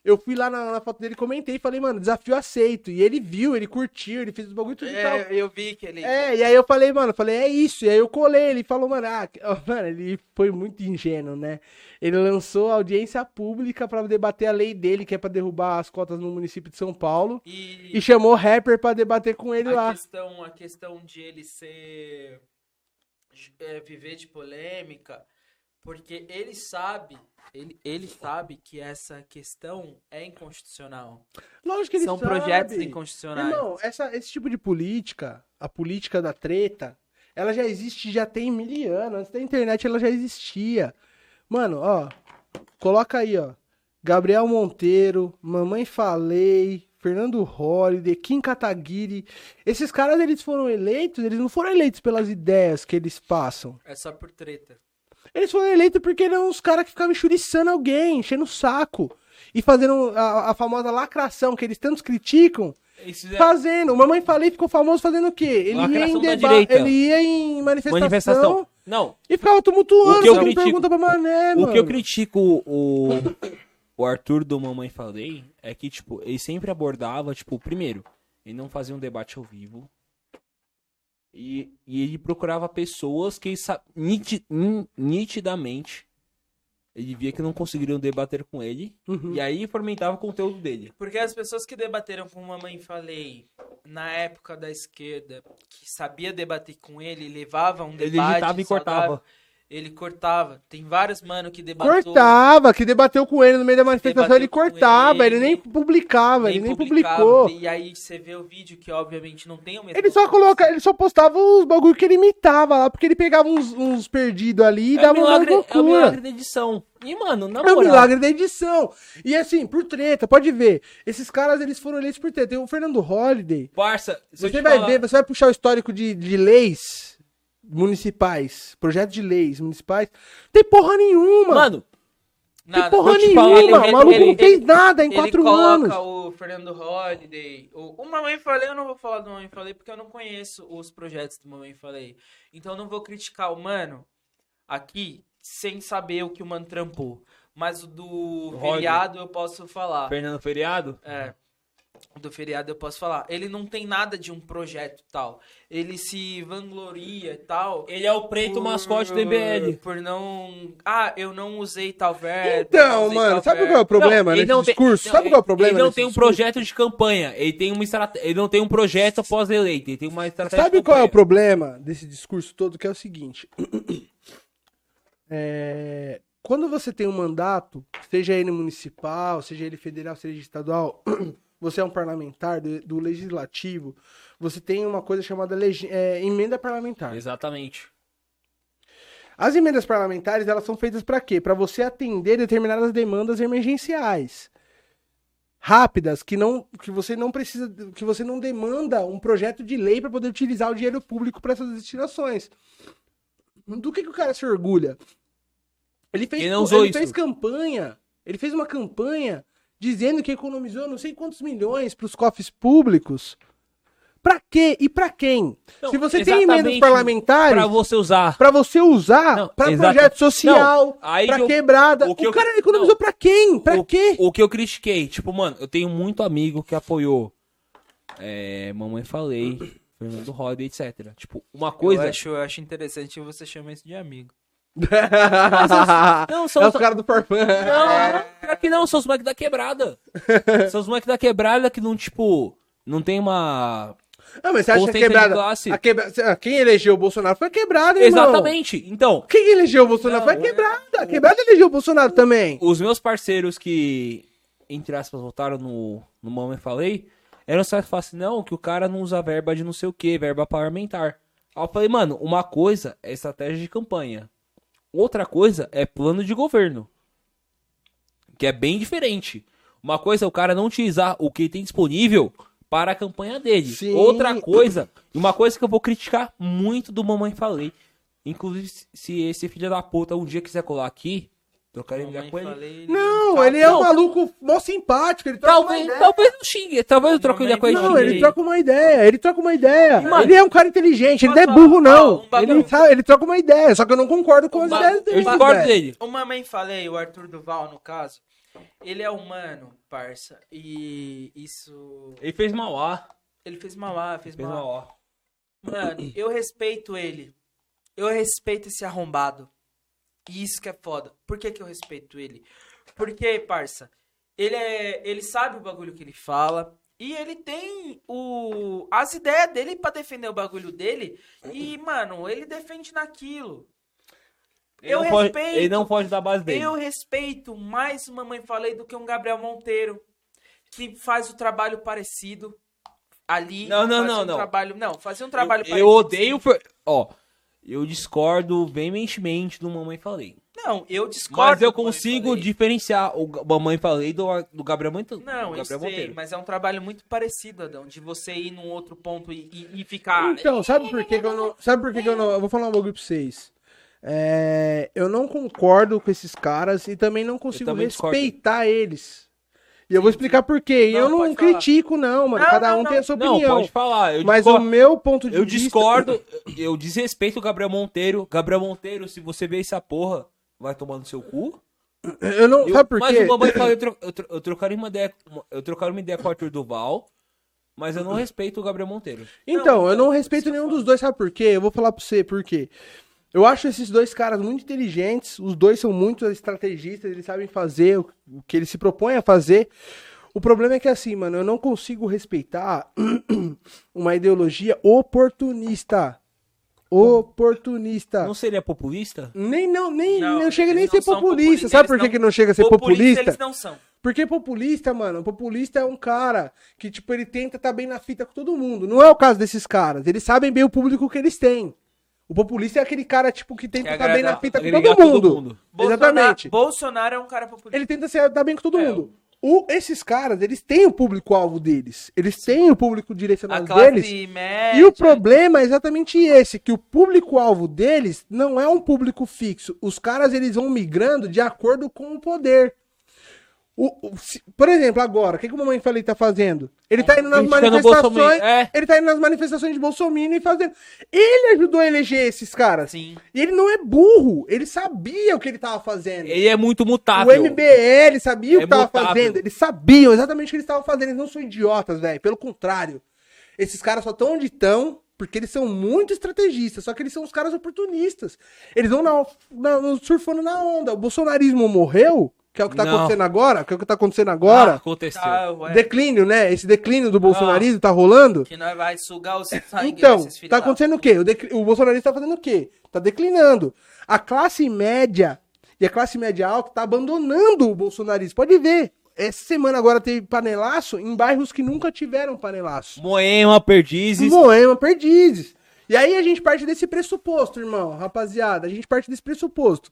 Eu fui lá na, na foto dele, comentei, falei, mano, desafio aceito. E ele viu, ele curtiu, ele fez os bagulho e tudo e tal.
É, eu vi que ele.
tá É, e aí eu falei, mano, eu falei, é isso. E aí eu colei, ele falou, mano, ah, que- ó, mano, ele foi muito ingênuo, né? Ele lançou a audiência pública pra debater a lei dele, que é pra derrubar as cotas no município de São Paulo.
E,
E chamou o rapper pra debater com ele
a,
lá.
questão, a questão de ele ser. é, viver de polêmica, porque ele sabe, ele, ele sabe que essa questão é inconstitucional.
Lógico que ele
São
sabe.
projetos inconstitucionais.
Irmão, essa, esse tipo de política, a política da treta, ela já existe já tem mil anos. Antes da internet ela já existia. Mano, ó, coloca aí, ó. Gabriel Monteiro, Mamãe Falei, Fernando Holliday, Kim Kataguiri. Esses caras, eles foram eleitos, eles não foram eleitos pelas ideias que eles passam.
É só por treta.
Eles foram eleitos porque eram os caras que ficavam enxuriçando alguém, enchendo o saco. E fazendo a, a famosa lacração que eles tantos criticam,
Isso é-
fazendo. O Mamãe Falei ficou famoso fazendo o quê? Ele ia
Lacração
em
da
debate,
direita.
ele ia em manifestação,
Manifestação. Não,
e ficava tumultuando,
O que eu
fazendo
critico-
pergunta pra
o
Mané, É, mano.
que eu critico o, o Arthur do Mamãe Falei é que, tipo, ele sempre abordava, tipo, primeiro, ele não fazia um debate ao vivo. E, e ele procurava pessoas que sa- niti- nin- nitidamente ele via que não conseguiriam debater com ele.
Uhum.
E aí fomentava o conteúdo dele.
Porque as pessoas que debateram com Mamãe Falei na época da esquerda, que sabia debater com ele, levava um
Ele
debate.
digitava
saudável,
e cortava.
Ele cortava. Tem vários mano que debatem.
Cortava, que debateu com ele no meio da manifestação,
Debateu
ele
com
cortava, ele,
ele,
nem publicava, ele nem
publicava,
publicou.
E aí você vê o vídeo que obviamente não tem o mesmo.
Ele só coloca, ele só postava os bagulho que ele imitava lá, porque ele pegava uns, uns perdidos ali e
É o
dava uma
milagre, é o milagre
loucura.
da edição. E, mano, na
É o
moral,
milagre da edição. E assim, por treta, pode ver. Esses caras, eles foram eleitos por treta. Tem o Fernando Holliday,
parça, se eu
Você
te
vai
falar-
ver, você vai puxar o histórico de, de leis municipais, projeto de leis municipais. Tem porra nenhuma!
Mano,
tem
Nada.
porra
vou te
nenhuma!
falar, ele-
o maluco
ele-
não fez nada em
Ele
quatro
coloca
anos.
o Fernando Holliday. O, o Mamãe Falei, eu não vou falar do Mamãe Falei porque eu não conheço os projetos do Mamãe Falei. Então eu não vou criticar o mano aqui sem saber o que o mano trampou. Mas o do
Holliday.
feriado eu posso falar.
Fernando Feriado,
É. Do feriado eu posso falar. Ele não tem nada de um projeto tal. Ele se vangloria e tal.
ele é o preto
por-
mascote do MBL.
Por não. Ah, eu não usei tal
é,
verbo. não
Então,
usei
mano,
tal
sabe
verbo.
qual é o problema
ele
nesse
não tem-
discurso?
não,
sabe qual é o problema
Ele não
nesse
tem um
discurso?
projeto de campanha, ele tem uma estrate... ele não tem um projeto pós-eleito, ele tem uma estratégia.
Sabe
de
qual é o
campanha.
problema desse discurso todo? Que é o seguinte. É, Quando você tem um mandato, seja ele municipal, seja ele federal, seja ele estadual, você é um parlamentar do, do legislativo, você tem uma coisa chamada legi- é, emenda parlamentar.
Exatamente.
As emendas parlamentares, elas são feitas para quê? Para você atender determinadas demandas emergenciais. Rápidas, que não que você não precisa, que você não demanda um projeto de lei para poder utilizar o dinheiro público para essas destinações. Do que, que o cara se orgulha? Ele fez,
Ele não usou
ele
isso.
fez campanha, ele fez uma campanha dizendo que economizou não sei quantos milhões para os cofres públicos. Para quê e para quem?
Não,
se você tem
exatamente
emendas parlamentares,
Pra você usar.
Pra você usar
Não,
Ah, pra
exato.
projeto social,
Não, aí
pra
eu-
quebrada. O,
o que eu-
cara economizou pra quem? Pra
o,
quê?
O que eu critiquei, tipo, mano, eu tenho muito amigo que apoiou é, Mamãe Falei, Fernando Roda, etc. Tipo, uma coisa.
Eu acho, eu acho interessante você chamar isso de amigo.
Não,
é
são
os caras do Farfan.
Não, pior que não, são os moleques da quebrada. são os moleques da quebrada que não, tipo, não tem uma.
Ah, mas você acha que a
Consciência de
quebrada...
classe.
A quebra... ah, Quem elegeu o Bolsonaro foi a quebrada, irmão.
Exatamente. Então,
Quem elegeu o Bolsonaro
Não, é.
foi a quebrada. A quebrada elegeu o Bolsonaro também.
os meus parceiros que, entre aspas, votaram no, no Mamãe Falei, eram só que falavam assim, não, que o cara não usa verba de não sei o que, verba parlamentar. Aí eu falei, mano, uma coisa é estratégia de campanha. Outra coisa é plano de governo. Que é bem diferente. Uma coisa é o cara não utilizar o que tem disponível para a campanha dele.
Sim.
Outra coisa, e uma coisa que eu vou criticar muito do Mamãe Falei. Inclusive, se esse filho da puta um dia quiser colar aqui, trocarei ideia
Mamãe
com ele.
Falei,
Não,
Tá-
ele é um
não.
maluco mó simpático. Ele troca uma
Talvez,
ideia.
talvez não xingue, talvez eu troque ideia com ele.
Não,
xingue.
ele troca uma ideia, ele troca uma ideia.
Mano,
ele é um cara inteligente, ele não é
posso falar-
burro,
ó,
não.
um bagulho-
ele, sabe- ele troca uma ideia, só que eu não concordo com as
ba-
ideias
Eu
dele.
discordo
velho.
dele.
O Mamãe Falei, o Arthur Duval, no caso, Ele é humano, parça. E isso.
Ele fez Mauá.
Ele fez Mauá, fez
Fez
Mauá.
Mauá.
Mano, eu respeito ele. Eu respeito esse arrombado. E isso que é foda. Por que, que eu respeito ele? Porque, parça, ele é. Ele sabe o bagulho que ele fala. E ele tem o. as ideias dele pra defender o bagulho dele. E, mano, ele defende naquilo.
Ele
eu
não foge-
respeito.
ele não foge da base dele.
Eu respeito mais uma mãe falei do que um Gabriel Monteiro, que faz o trabalho parecido ali.
Não, não,
fazia
não,
um
não.
Trabalho, não, fazia um trabalho
Eu, eu odeio. por- Ó, eu discordo veementemente do Mamãe Falei.
Não, eu discordo.
Mas eu
do que
consigo
falei.
diferenciar o Ga- Mamãe Falei do, do Gabriel Monteiro.
Não,
do
eu sei,
Gabriel Monteiro.
mas é um trabalho muito parecido, Adão, de você ir num outro ponto e, e- e ficar.
Então, sabe por que, que eu não. Sabe por que, que eu não. Eu vou falar um bagulho pra vocês. É, eu não concordo com esses caras e também não consigo
também discordo.
respeitar eles. E eu vou explicar por quê. E
Não,
eu não
pode falar.
critico, não, mano.
Não,
Cada
não,
um
não.
tem a sua
Não,
opinião.
pode falar. Eu
Mas o
discordo.
meu ponto de
Eu
vista.
discordo, eu desrespeito o Gabriel Monteiro. Gabriel Monteiro, se você vê essa porra, vai tomar no seu cu.
Eu não.
Eu-
Sabe por
mas
quê?
o Mamãe Falei, eu, tro, eu, tro- eu trocaria uma ideia, uma- eu trocaria uma ideia com o Arthur Duval, mas eu não respeito o Gabriel Monteiro.
Então,
Não,
eu não
então, isso
respeito
que eu
nenhum
falo.
dos dois, sabe por quê? Eu vou falar pra você por quê. Eu acho esses dois caras muito inteligentes, os dois são muito estrategistas, eles sabem fazer o o que eles se propõem a fazer. O problema é que assim, mano, eu não consigo respeitar uma ideologia oportunista. Oportunista.
Não seria populista?
Nem não, nem
Não,
não, chega nem a
eles
ser
não são
populista.
populistas,
Sabe por
eles
que,
não-
que não chega a ser populista?
eles não são.
Porque populista, mano, populista é um cara que, tipo, ele tenta estar bem na fita com todo mundo. Não é o caso desses caras. Eles sabem bem o público que eles têm. O populista é aquele cara, tipo, que tenta
Quer
estar bem
agradar-
na fita com
agregar
todo
todo
mundo.
mundo.
Bolsonaro,
Exatamente.
Bolsonaro é um cara populista.
Ele tenta estar bem com todo
É,
mundo. O, esses caras, eles têm o público-alvo deles. Eles têm o público
A
direcionado
classe
deles.
média.
E o problema é exatamente esse, que o público-alvo deles não é um público fixo. Os caras eles vão migrando de acordo com o poder. O, o- se- por exemplo, agora, o que, que o Mamãe Falei tá fazendo? Ele tá indo nas
Criticando o
manifestações.
Bolsominion, é.
Ele tá indo nas manifestações de Bolsonaro e fazendo. Ele ajudou a eleger esses caras.
Sim.
E ele não é burro, ele sabia o que ele tava fazendo.
Ele é muito
O
mutável.
MBL sabia o
É
que tava
mutável.
fazendo. Eles sabiam exatamente o que eles estavam fazendo. Eles não são idiotas, velho. Pelo contrário. Esses caras só estão onde estão porque eles são muito estrategistas. Só que eles são os caras oportunistas. Eles vão na, na- no- surfando na onda. O bolsonarismo morreu, que é o que tá
Não.
acontecendo agora. Que é o que tá acontecendo
Ah,
agora.
aconteceu.
Tá, ué,
declínio, né? Esse declínio do bolsonarismo tá rolando.
Que nós vai sugar os sangue
Então,
desses filhos
tá
da
acontecendo o quê? O, decli- o bolsonarista tá fazendo o quê? Tá declinando. A classe média e a classe média alta tá abandonando o bolsonarismo. Pode ver. Essa semana agora teve panelaço em bairros que nunca tiveram panelaço.
Moema, Perdizes.
Moema, Perdizes. E aí a gente parte desse pressuposto, irmão, rapaziada. A gente parte desse pressuposto.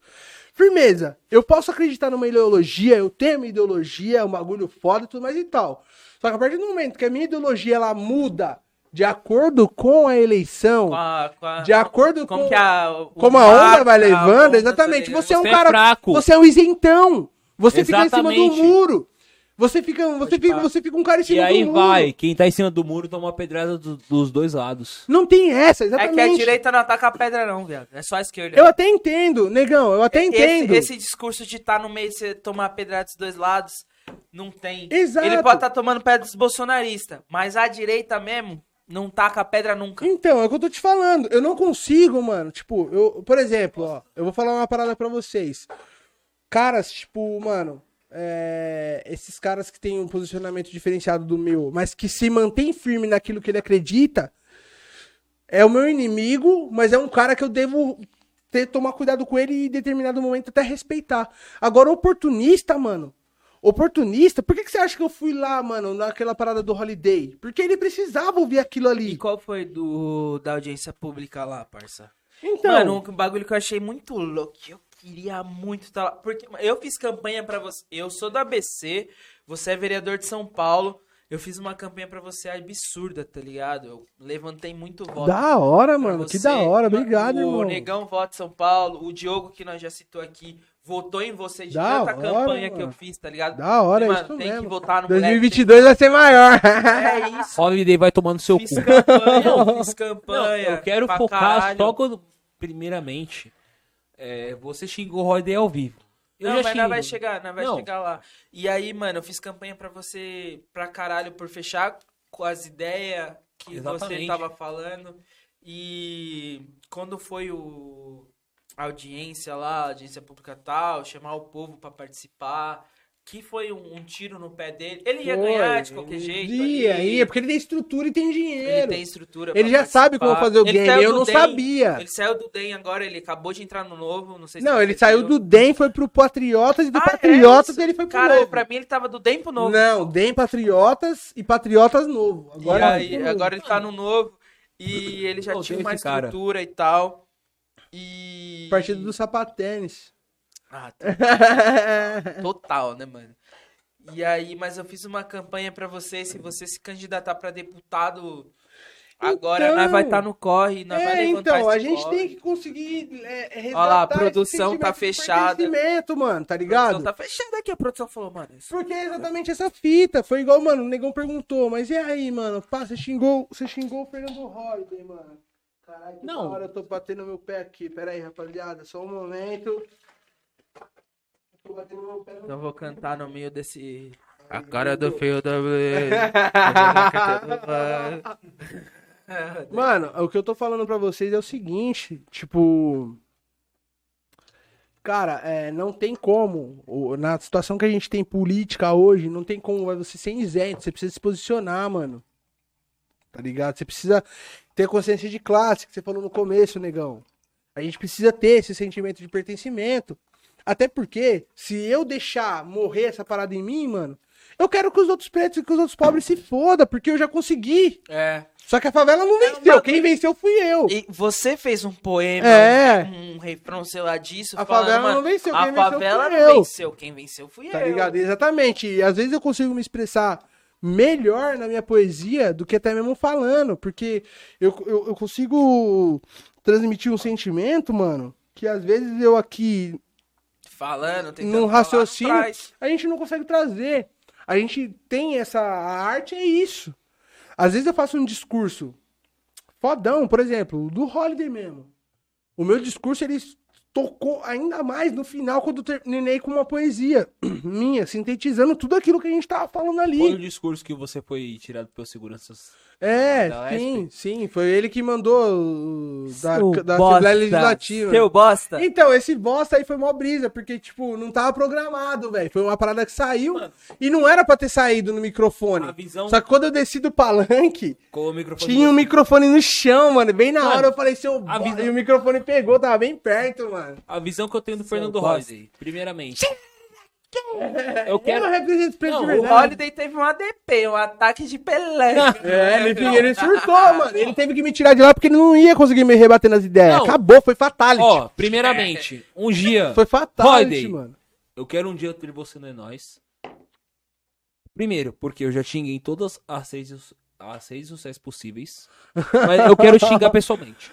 Firmeza, eu posso acreditar numa ideologia, eu tenho uma ideologia, é um bagulho foda e tudo mais e tal. Só que a partir do momento que a minha ideologia ela muda de acordo com a eleição,
Com a- com a-
de acordo
como
com-
que a, o
como a onda
mapa,
vai
a
levando,
onda
exatamente.
tá
Você é um
Você é
cara.
fraco.
Você é um isentão. Você fica em cima
Exatamente.
do muro. Você fica, você
Pode
fica,
pá.
você fica um cara em cima
E aí
do muro.
vai, quem tá em cima do muro toma a pedrada do- dos dois lados.
Não tem essa,
É
exatamente.
que a direita não ataca a pedra, não, viado. É só a esquerda.
Eu até entendo, negão, eu até
Esse-
entendo.
Esse, discurso de estar no meio de você tomar pedra dos dois lados, não tem.
Exato.
Ele pode estar tomando pedra dos bolsonaristas, mas a direita mesmo não taca a pedra nunca.
Então, é o que eu tô te falando. Eu não consigo, mano. Tipo, eu, por exemplo, ó, eu vou falar uma parada pra vocês. Caras, tipo, mano, é, esses caras que têm um posicionamento diferenciado do meu, mas que se mantém firme naquilo que ele acredita, é o meu inimigo, mas é um cara que eu devo ter tomar cuidado com ele e em determinado momento até respeitar. Agora, oportunista, mano. Oportunista, por que, que você acha que eu fui lá, mano, naquela parada do holiday? Porque ele precisava ouvir aquilo ali.
E qual foi do da audiência pública lá, parça?
Então,
Mano, um bagulho que eu achei muito louco, que eu queria muito estar lá. Porque eu fiz campanha pra você. Eu sou do ABC, você é vereador de São Paulo. Eu fiz uma campanha pra você absurda, tá ligado? Eu levantei muito voto.
da hora,
pra
mano. Que
você. é
da hora. Obrigado,
o
irmão.
Negão vota em São Paulo, o Diogo, que nós já citou aqui, votou em você de
Da
tanta
hora,
campanha que eu
mano.
fiz, tá ligado?
Da hora,
Mano,
é isso
tem que
mesmo.
votar no moleque.
2022 vai ser maior.
É isso.
Holiday vai tomando seu
Fiz
cu.
campanha, fiz
Não,
campanha.
eu quero
pra
focar
caralho.
só quando. Primeiramente, é, você xingou o Holiday ao vivo. Eu
não,
já
mas nós vai
xingo.
chegar, nós vai
Não.
chegar lá. E aí, mano, eu fiz campanha pra você, pra caralho, por fechar com as ideias que você
Exatamente.
tava falando. E quando foi o a audiência lá, a audiência pública tal, chamar o povo pra participar, que foi um, um tiro no pé dele. Ele ia
Pô,
ganhar de qualquer jeito.
Ia,
ali.
ia, é porque ele tem estrutura e tem
Ele
dinheiro.
tem
Ele,
estrutura. pra
já sabe como
participar.
fazer o
Ele
game.
saiu
Eu
do
não
DEM,
sabia.
Ele saiu do DEM agora, ele acabou de entrar no novo, não sei se
Não,
você
ele saiu
viu.
do DEM, foi pro Patriotas e do
Ah, é
Patriotas
isso.
ele foi pro
Cara,
Novo.
pra mim ele tava do DEM pro novo.
Não, DEM Patriotas e Patriotas novo.
Agora,
Agora,
e aí, agora ele tá no novo e ele já
Pô,
tinha
tem
uma
esse cara.
estrutura e tal. E.
partido do É, sapatênis.
Ah, tá.
é.
total, né, mano? E aí, mas eu fiz uma campanha pra você, se você se candidatar pra deputado agora,
Então.
nós vai estar no corre, nós vai
é,
levantar
então, a
esse
gente
corre.
tem que conseguir é, resgatar
Olha lá, a
esse
produção tá
sentimento de
fechada.
pertencimento, mano, tá
A produção
ligado?
tá fechada aqui, a produção falou, mano, isso-
Porque é exatamente essa fita. Foi igual, mano, o Negão perguntou, mas e aí, mano? Pá, você xingou, você xingou o Fernando Royder, mano. Caralho, que
Não.
da hora eu tô batendo meu pé aqui. Pera aí, rapaziada, só um momento. Tô batendo meu pé no...
eu vou cantar no meio desse...
A
cara do feio da...
Mano, o que eu tô falando pra vocês é o seguinte, tipo. Cara, é, não tem como. o- Na situação que a gente tem política hoje, não tem como vai você ser isento. Você precisa se posicionar, mano. Tá ligado? Você precisa ter consciência de classe, que você falou no começo, negão. A gente precisa ter esse sentimento de pertencimento. Até porque, se eu deixar morrer essa parada em mim, mano, eu quero que os outros pretos e que os outros pobres se foda, porque eu já consegui.
É.
Só que a favela não
um
venceu. Quem venceu fui eu.
E você fez um poema,
É.
um, um refrão, sei lá, disso,
A
falando,
favela
mano,
não venceu. Quem
a
venceu
favela
fui
não
eu.
venceu, quem venceu fui
Tá
eu.
ligado? Exatamente. E às vezes eu consigo me expressar melhor na minha poesia do que até mesmo falando. Porque eu, eu, eu consigo transmitir um sentimento, mano, que às vezes eu aqui.
Falando, tentando falar,
Num
não
raciocínio,
traz.
A gente não consegue trazer. A gente tem essa. A arte é isso. Às vezes eu faço um discurso fodão, por exemplo, do Holiday mesmo. O meu discurso, ele tocou ainda mais no final quando eu terminei com uma poesia minha, sintetizando tudo aquilo que a gente tava falando ali.
Foi o discurso que você foi tirado pelo segurança.
É,
Da
sim, sim. Foi ele que mandou o- da,
Seu
da
bosta,
Assembleia Legislativa.
Seu bosta.
Então, esse bosta aí foi mó brisa, porque, tipo, não tava programado, velho. Foi uma parada que saiu e não era pra ter saído no
A
microfone.
visão
Só que quando eu desci do palanque,
com o microfone.
tinha um microfone no chão, mano. Bem na
Mano,
hora eu falei, seu
a
bosta.
visão-
E o microfone pegou, tava bem perto, mano.
A visão que eu tenho do Fernando
bosta.
Rossi, primeiramente. Eu
Eu
quero.
represento preto
Não,
de
o
O
verdade.
Holiday teve um ADP, um ataque de Pelé.
É, ele, fi- ele surtou, mano. Ele teve que me tirar de lá porque ele não ia conseguir me rebater nas ideias.
Não.
Acabou, foi fatality.
Ó, primeiramente, um dia.
Foi fatality,
Rodney.
mano.
Eu quero um dia ter você não é nós. Primeiro, porque eu já xinguei em todas as redes, as redes sociais possíveis. Mas eu quero xingar pessoalmente.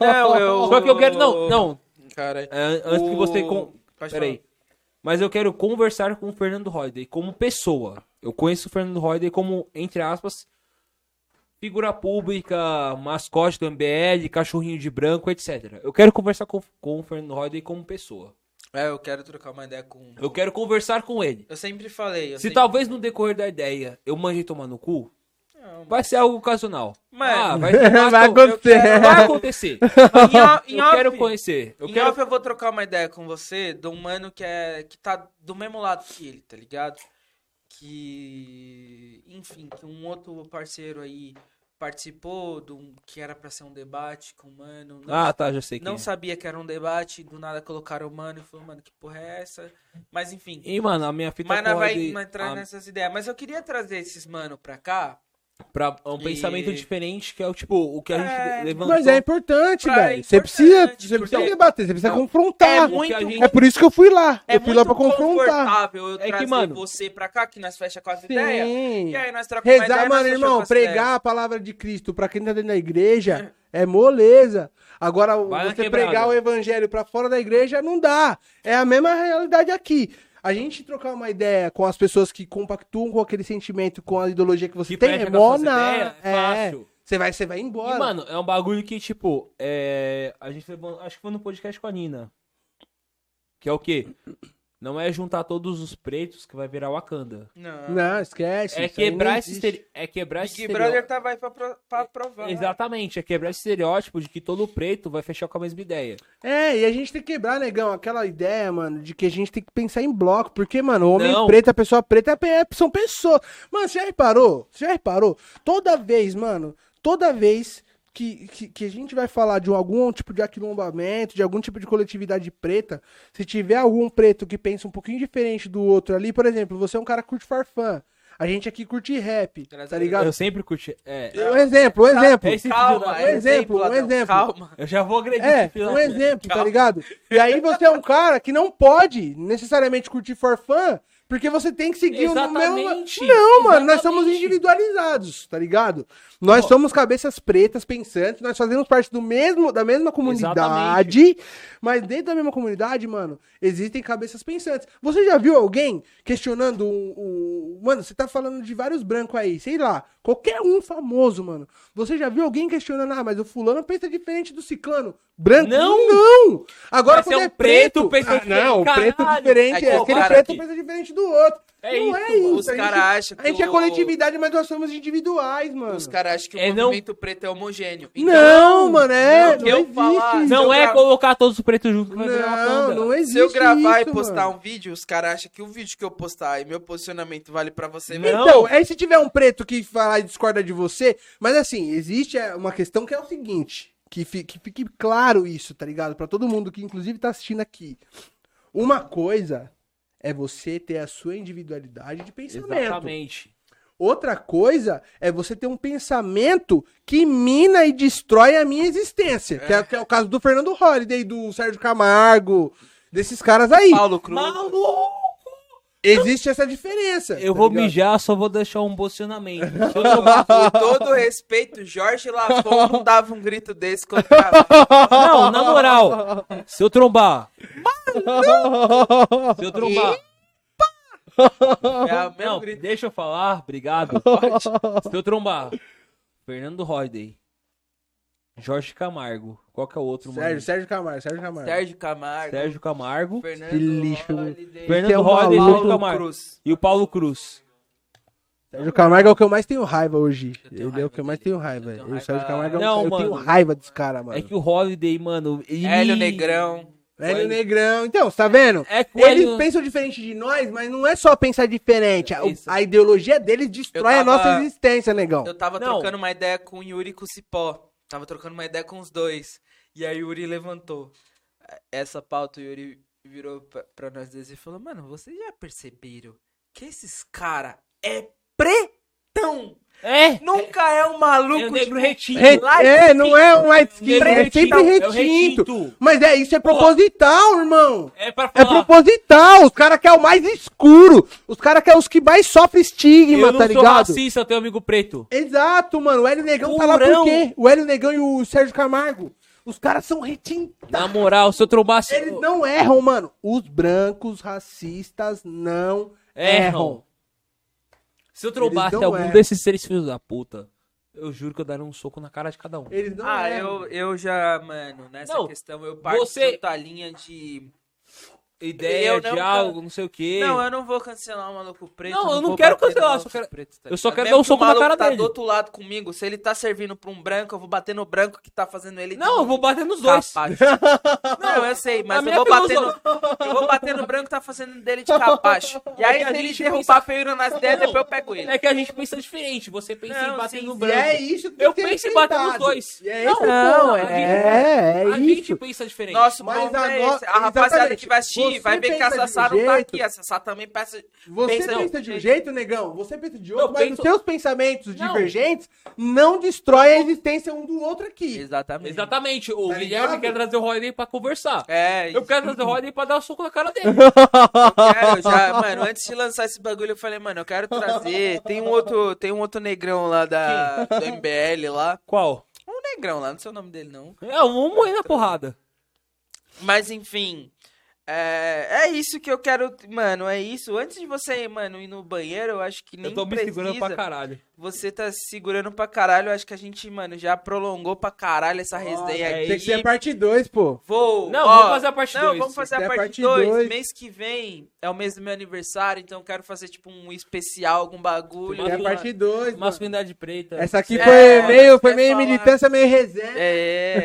Não, É, eu...
Só que eu quero. Não, não.
Cara,
é, Antes que você. con-
Pode
Peraí. Mas eu quero conversar com o Fernando Royder como pessoa. Eu conheço o Fernando Royder como, entre aspas, figura pública, mascote do MBL, cachorrinho de branco, etc. Eu quero conversar com, com o Fernando Royder como pessoa.
falar. É, eu quero trocar uma ideia com...
Eu quero conversar com ele.
Eu sempre falei. Eu
Se tá-
sempre...
talvez no decorrer da ideia eu manjei tomar no cu,
Não,
vai ser algo ocasional.
Mas-
Ah, vai, vai,
Vai acontecer.
vai acontecer.
Em o- em
Eu quero
off-
conhecer. Eu
em
quero
off eu vou trocar uma ideia com você de um mano que, é, que tá do mesmo lado que ele, tá ligado? Que. Enfim, que um outro parceiro aí participou de um que era pra ser um debate com o mano. Não,
Ah, tá, já sei quem.
não
é.
sabia que era um debate, do nada colocaram o mano e falou, mano, que porra é essa? Mas enfim.
E, mano, a minha fita
Mas nós
com Ah,
vai
Royder,
nós traz
a-
nessas ideias. Mas eu queria trazer esses mano pra cá.
pra um
E-
pensamento diferente que é o tipo o que a gente
É,
levantou.
Mas é importante,
Pra- é
velho. Você
importante,
precisa, você precisa
porque-
debater, você precisa
Não,
confrontar. É,
muito- que a gente-
por isso que eu fui lá.
É
eu fui lá pra
muito
confrontar.
confortável eu
É que,
trazer
mano-
você pra cá, que nós fecha com as ideias.
Sim.
E aí nós trocamos uma ideia, nós
Rezar, mano,
fechamos com
irmão,
as ideias.
pregar a palavra de Cristo pra quem tá dentro da igreja é moleza. Agora,
Vai na
você
quebrada.
pregar o evangelho pra fora da igreja não dá. É a mesma realidade aqui. A gente trocar uma ideia com as pessoas que compactuam com aquele sentimento, com a ideologia que você
Que
tem,
presta
é
nas suas
mona.
ideias, é
É,
fácil.
você vai, você vai
E,
embora.
mano, é um bagulho que, tipo, é... a gente levou. Acho que foi no podcast com a Nina. Que é o quê? Não é juntar todos os pretos que vai virar Wakanda.
Não.
Não, esquece.
É
isso aí não
quebrar esse
existe.
estere... é quebrar esse
Big
estereótipo.
Brother tava aí pra, pro- pra provar.
Exatamente, é quebrar esse estereótipo de que todo preto vai fechar com a mesma ideia.
É, e a gente tem que quebrar, negão, aquela ideia, mano, de que a gente tem que pensar em bloco. Porque, mano, o homem
Não.
preto, a pessoa preta é- são pessoas. Mano, você já reparou? Você já reparou? Toda vez, mano, toda vez que, que, que a gente vai falar de algum tipo de aquilombamento, de algum tipo de coletividade preta, se tiver algum preto que pensa um pouquinho diferente do outro ali, por exemplo, você é um cara que curte farfã. A gente aqui curte rap,
Graças
tá
a
ligado?
Eu sempre curti. É,
Um exemplo, um exemplo.
esse filho da-
Calma, é
Um exemplo, um
Adão,
exemplo.
Calma.
Eu já vou agredir esse
É,
filho da-
um exemplo, tá ligado? E aí você é um cara que não pode necessariamente curtir for fun, porque você tem que seguir o mesmo...
Exatamente.
Não, mano, nós somos
exatamente.
individualizados, tá ligado? Nós somos cabeças pretas pensantes, nós fazemos parte do mesmo, da mesma comunidade, mas dentro da mesma comunidade, mano, existem cabeças pensantes. Você já viu alguém questionando o. o- mano, você tá falando de vários brancos aí, sei lá, qualquer um famoso, mano. Você já viu alguém questionando, ah, mas o fulano pensa diferente do ciclano? Branco?
Não!
Não! Agora
Mas
quando
é
é,
um preto, pensa
pensa
diferente.
diferente. Não, o preto
Caralho!
diferente,
É
é,
que o
aquele
cara
preto
aqui-
pensa diferente do outro.
É
não
isso,
é isso.
mano.
Os
a gente-
caras acham que.
a gente é
o-
coletividade, mas nós somos individuais, mano.
Os caras acham que o
É, não-
movimento preto é homogêneo.
não, mano,
não,
é.
que
Não,
eu
existe.
falar-
isso.
Não
Se eu
é
gra-
colocar todos os pretos juntos que vai virar
não,
Wakanda.
não é existe.
Se eu gravar
isso,
e postar
mano.
um vídeo, os caras acham que o vídeo que eu postar e meu posicionamento vale pra você.
Não.
mas-
Então, aí se tiver um preto que falar e discorda de você, mas assim, existe é, uma questão que é o seguinte, que fi- que fique, claro isso, tá ligado? Pra todo mundo que inclusive tá assistindo aqui. Uma coisa é você ter a sua individualidade de pensamento.
Exatamente.
Outra coisa é você ter um pensamento que mina e destrói a minha existência. Que, é, que é o caso do Fernando Holliday, do Sérgio Camargo, desses caras aí.
Paulo Cruz.
Existe essa diferença.
Eu
tá
vou
ligado?
mijar, só vou deixar um posicionamento. Se eu
Com todo respeito, Jorge Lafon não dava um grito desse contra
Não, na moral. Se eu trombar. Se eu trombar.
É o mesmo
Não,
grito.
deixa eu falar, obrigado. Se eu trombar. Fernando Royday. Jorge Camargo. Qual que é o outro, mano?
Sérgio, Sérgio Camargo, Sérgio Camargo.
Sérgio Camargo.
Sérgio Camargo.
Fernando
Que lixo.
Holliday,
Fernando
é um
Royday,
maluco.
Jorge Camargo.
Cruz.
E o Paulo Cruz.
Sérgio Camargo é o que eu mais tenho raiva hoje.
Eu tenho
Ele é
raiva
o que eu mais
dele.
tenho raiva.
Eu tenho
O
raiva-
Sérgio Camargo é um
Não,
cara- eu
mano.
tenho raiva desse cara, mano.
É que o Holiday, mano. Ele...
Hélio Negrão.
Velho Negrão. Então, você tá vendo?
É que o
Eles
Hélio-
pensam diferente de nós, mas não é só pensar diferente. A, o-
Isso.
a ideologia deles destrói
Eu
a nossa
tava-
existência, negão.
Eu tava
Não.
trocando uma ideia com o Yuri e com o Cipó. Tava trocando uma ideia com os dois. E aí o Yuri levantou essa pauta. O Yuri virou pra, pra nós dois e falou: Mano, vocês já perceberam que esses cara é pretão?
É!
Nunca é um maluco.
É o negro
de-
retinto.
Re-
light
É, não é um light skin,
Negro
é sempre
retinto, é o
retinto. Mas é isso, é proposital, irmão.
É pra
É
falar.
proposital. Os caras querem o mais escuro. Os caras querem os que mais sofrem estigma,
eu não
tá
sou
ligado?
racista, eu tenho amigo preto.
Exato, mano. O Hélio Negão tá lá
Purão.
por quê? O Hélio Negão e o Sérgio Camargo. Os caras são retintos.
Na moral, se eu trombasse.
Eles não erram, mano. Os brancos racistas não
Erram.
erram.
É, Se eu trombasse
Eles não
algum
erram.
desses três filhos da puta, eu juro que eu daria um soco na cara de cada um.
Eles não
Ah,
erram.
eu, eu já, mano, nessa
Não,
questão eu parto
você-
de outra linha de.
Ideia,
Eu não-
diálogo, não sei o quê.
Não, eu não vou cancelar o maluco preto.
Não, eu não
vou
quero
bater no
cancelar,
maluco
só quero-
preto, tá
eu só
ligado?
quero
Mesmo
dar um
que o
soco na
maluco
cara
tá
dele.
do outro lado comigo. Se ele tá servindo pra um branco, eu vou bater no branco que tá fazendo ele. de
Não, eu vou bater nos dois.
Capaz. Não, eu sei, mas
minha
eu vou, bater no,
filosofia-
eu vou bater no branco que tá fazendo dele de capacho. E aí,
É que a
se ele
gente
derrubar feio nas ideias,
Não.
depois eu pego ele.
É que a gente pensa diferente. Você pensa em
Não,
bater
sim,
no
sim.
E
branco.
é isso que tem
eu
que ser
penso em bater nos
respeitado.
dois.
E é
não,
isso,
não, a gente,
É, é
a gente
isso.
pensa diferente.
Nosso
Mas
ponto
a
é
no-
esse. A rapaziada
exatamente.
que vai assistir
Você
vai ver que a
pensa de um
Sassá não tá
jeito.
aqui. A Sassá também pensa.
Você
pensa
pensa,
de um
de um jeito, negão. Você pensa de outro,
Eu
mas
é. penso-
os seus pensamentos
Não.
divergentes não destroem a existência um do outro aqui.
Exatamente.
Exatamente. O
Tá
Guilherme
ligado?
quer trazer o Rodney pra conversar.
É,
Eu quero trazer o Rodney pra dar um soco na cara dele.
Cara, eu já, mano, antes de lançar esse bagulho, eu falei, mano, eu quero trazer. Tem um outro, tem um outro negrão lá da, do MBL lá.
Qual?
Um negrão lá, não sei o nome dele, não.
É, um morrer na porrada.
Mas enfim. É, é isso que eu quero. Mano, é isso. Antes de você, mano, ir no banheiro, eu acho que nem
eu tô me
precisa.
segurando pra caralho.
Você tá segurando pra caralho. Acho que a gente, mano, já prolongou pra caralho essa resenha
é
aqui.
Tem que ser parte 2, pô.
Vou.
Não,
ó,
vamos fazer a parte
Não,
2.
vamos fazer
Até
a
a
parte
parte
2.
dois.
Mês que vem é o mês do meu aniversário, então eu quero fazer, tipo, um especial, algum bagulho.
Tem a parte 2.
Masculinidade preta.
Essa aqui
É,
foi meio, foi
quer
meio
falar. né?
militância, meio resenha.
É.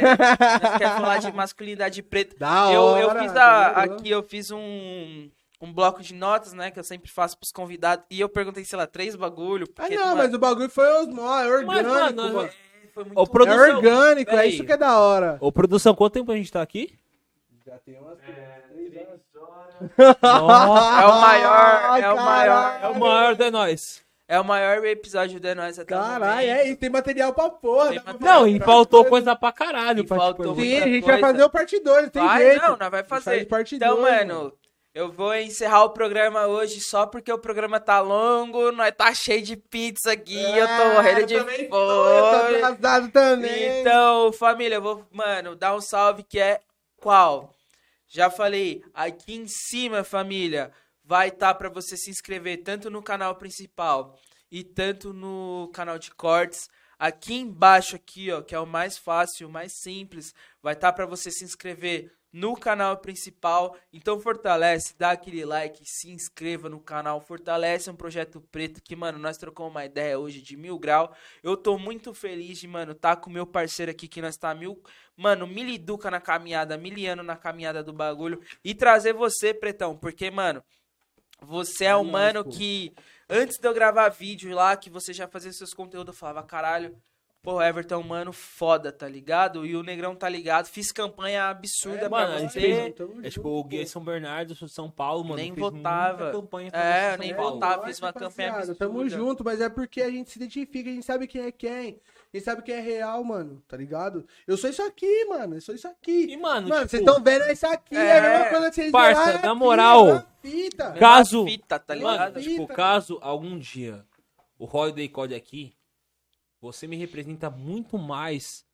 Nós quer falar de masculinidade preta.
Da
Eu,
hora.
eu
Ah,
fiz a-
demorou.
aqui, eu fiz um, um bloco de notas, né? Que eu sempre faço pros convidados. E eu perguntei, sei lá, três bagulho.
Ah,
porque, é
não,
mano,
mas o bagulho foi osmó, é
Mas,
orgânico,
mano,
né,
mano.
nós-
foi muito
Ô,
É
produção.
orgânico, é
Peraí.
isso que é da hora.
Ô, produção, quanto tempo a gente tá aqui?
Já tem umas
É,
três horas.
três horas.
Nossa,
É o maior,
Ai,
é o maior.
é o maior da nós.
É o maior episódio de nós até o
Caralho,
momento.
é, e tem material pra porra.
Tem
dá pra
material.
Não, e faltou coisa pra caralho.
E
pra te
faltou
perguntar.
Sim,
muita
a gente vai
coisa.
fazer o parte 2, tem
Vai,
jeito.
não, nós vai
Faz
fazer.
parte
Então,
dois,
mano, eu vou encerrar o programa hoje só porque o programa tá longo, nós tá cheio de pizza aqui, eu tô
É,
morrendo de
também
fome.
tô, Eu tô atrasado também.
Então, família, eu vou, mano, dar um salve que é qual? Já falei, aqui em cima, família, vai estar pra você se inscrever tanto no canal principal e tanto no canal de cortes. Aqui embaixo aqui, ó, que é o mais fácil, o mais simples, vai estar pra você se inscrever no canal principal. Então fortalece, dá aquele like, se inscreva no canal, fortalece um projeto preto que, mano, nós trocamos uma ideia hoje de mil grau. Eu tô muito feliz de, mano, tá com o meu parceiro aqui que nós tá mil. Mano, miliduca na caminhada, miliano na caminhada do bagulho. E trazer você, pretão, porque, mano, você é um mano que. Antes de eu gravar vídeo lá, que você já fazia seus conteúdos, eu falava, caralho. Pô, Everton, mano, foda, tá ligado? E o Negrão tá ligado. Fiz campanha absurda pra
É, mano, a gente
você.
fez
Tamo
É tipo,
junto, né?
o Gay São Bernardo, eu sou de São Paulo, mano.
Nem
fez muita
votava.
campanha pra
É,
você em São
nem
Paulo.
votava.
Lógico,
fiz uma campanha
rapaziada,
Tamo
absurda.
junto, mas é porque a gente se identifica, a gente sabe quem é quem. A gente sabe quem é real, mano, tá ligado? Eu sou isso aqui, mano, eu sou isso aqui.
E, mano,
mano, vocês
tipo,
estão vendo isso aqui, é,
é,
a mesma coisa que vocês
parça,
olharam
na
aqui,
moral.
na fita.
Mesma
Caso-
Fita, tá ligado?
mano,
ligado?
tipo,
Fita.
caso algum dia o Holiday Code aqui, você me representa muito mais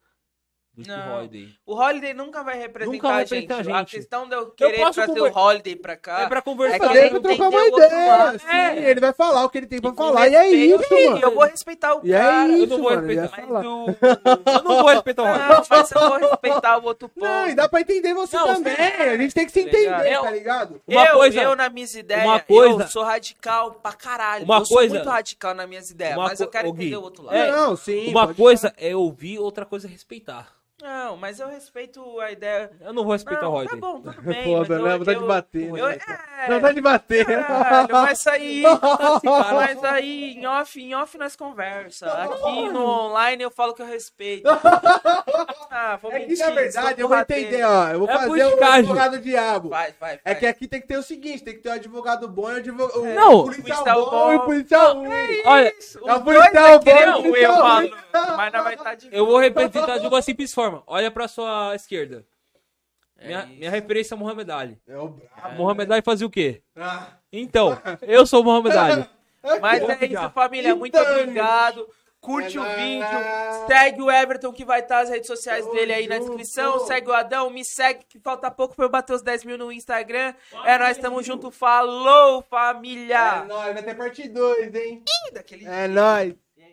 do que
Não.
o Holiday.
O Holiday nunca vai representar,
Nunca vai representar
a gente.
a
A
gente.
questão de eu querer
posso
trazer
conver-
o Holiday pra cá.
É pra
É
conversar.
que
Fazer
ele
pra
tem
trocar
que
uma
ter outro
ideia,
lado.
sim,
É.
ele vai falar o que ele tem pra
Com
falar, e é
respeito,
assim,
isso, mano.
Eu vou respeitar o
E é
cara.
Eu não
Isso,
vou
mano,
respeitar.
ele
Mas
vai falar.
o...
Eu não vou respeitar o Holiday.
Não, mas eu vou respeitar o outro ponto.
Não, e dá pra entender você
tipo, Não,
também. A gente tem que se
Tá ligado?
entender,
Eu-
tá ligado?
Uma
eu,
coisa-
eu, na minhas ideias,
uma coisa-
eu sou radical pra caralho.
Uma
eu sou
coisa-
muito radical nas minhas ideias,
uma
mas eu
co-
quero
Ô, Gui,
entender o outro lado.
é,
não, sim.
Uma
pode-
coisa é ouvir, outra coisa é respeitar.
Não, mas eu respeito a ideia.
Eu não vou respeitar o
Não, tá
Holiday.
bom, tudo bem.
Foda,
mas eu,
né? Vontade
eu,
de bater,
eu-
né?
é,
Não tá de bater.
Caralho, mas aí, assim,
cara.
mas aí em off, em off nós conversa. Aqui no online eu falo que eu respeito. Ah, vou
É que
mentir,
na
sou
verdade eu vou
porradeiro.
entender, ó. Eu vou
É
fazer o
politicagem.
advogado diabo.
Vai, vai, vai. É,
É que aqui tem que ter o seguinte: tem que ter o advogado bom e o advogado. o
Não.
policial
Policial
bom,
bom.
e o policial ruim.
Olha,
Os
É o
dois
policial
vai querer
bom,
um,
o
eu
policial
falo.
ruim.
Mas não vai estar de
eu vou representar de uma simples forma. Olha pra sua esquerda.
É
Minha,
isso. Ah,
minha referência é Mohamed Ali.
É o brabo.
Mohamed Ali fazia o quê?
Ah.
Então, eu sou o Mohamed Ali.
Mas
Vamos
é isso,
já.
família. Muito
Então,
obrigado. Curte
é
o
nóis.
vídeo. Segue o Everton, que vai estar as redes sociais
Tamo
dele aí na
junto.
descrição. Segue o Adão, me segue, que falta pouco pra eu bater os 10 mil no Instagram. É nós, tamo junto. Falou,
É
família!
nóis, vai ter parte 2, hein?
Daquele
É nóis.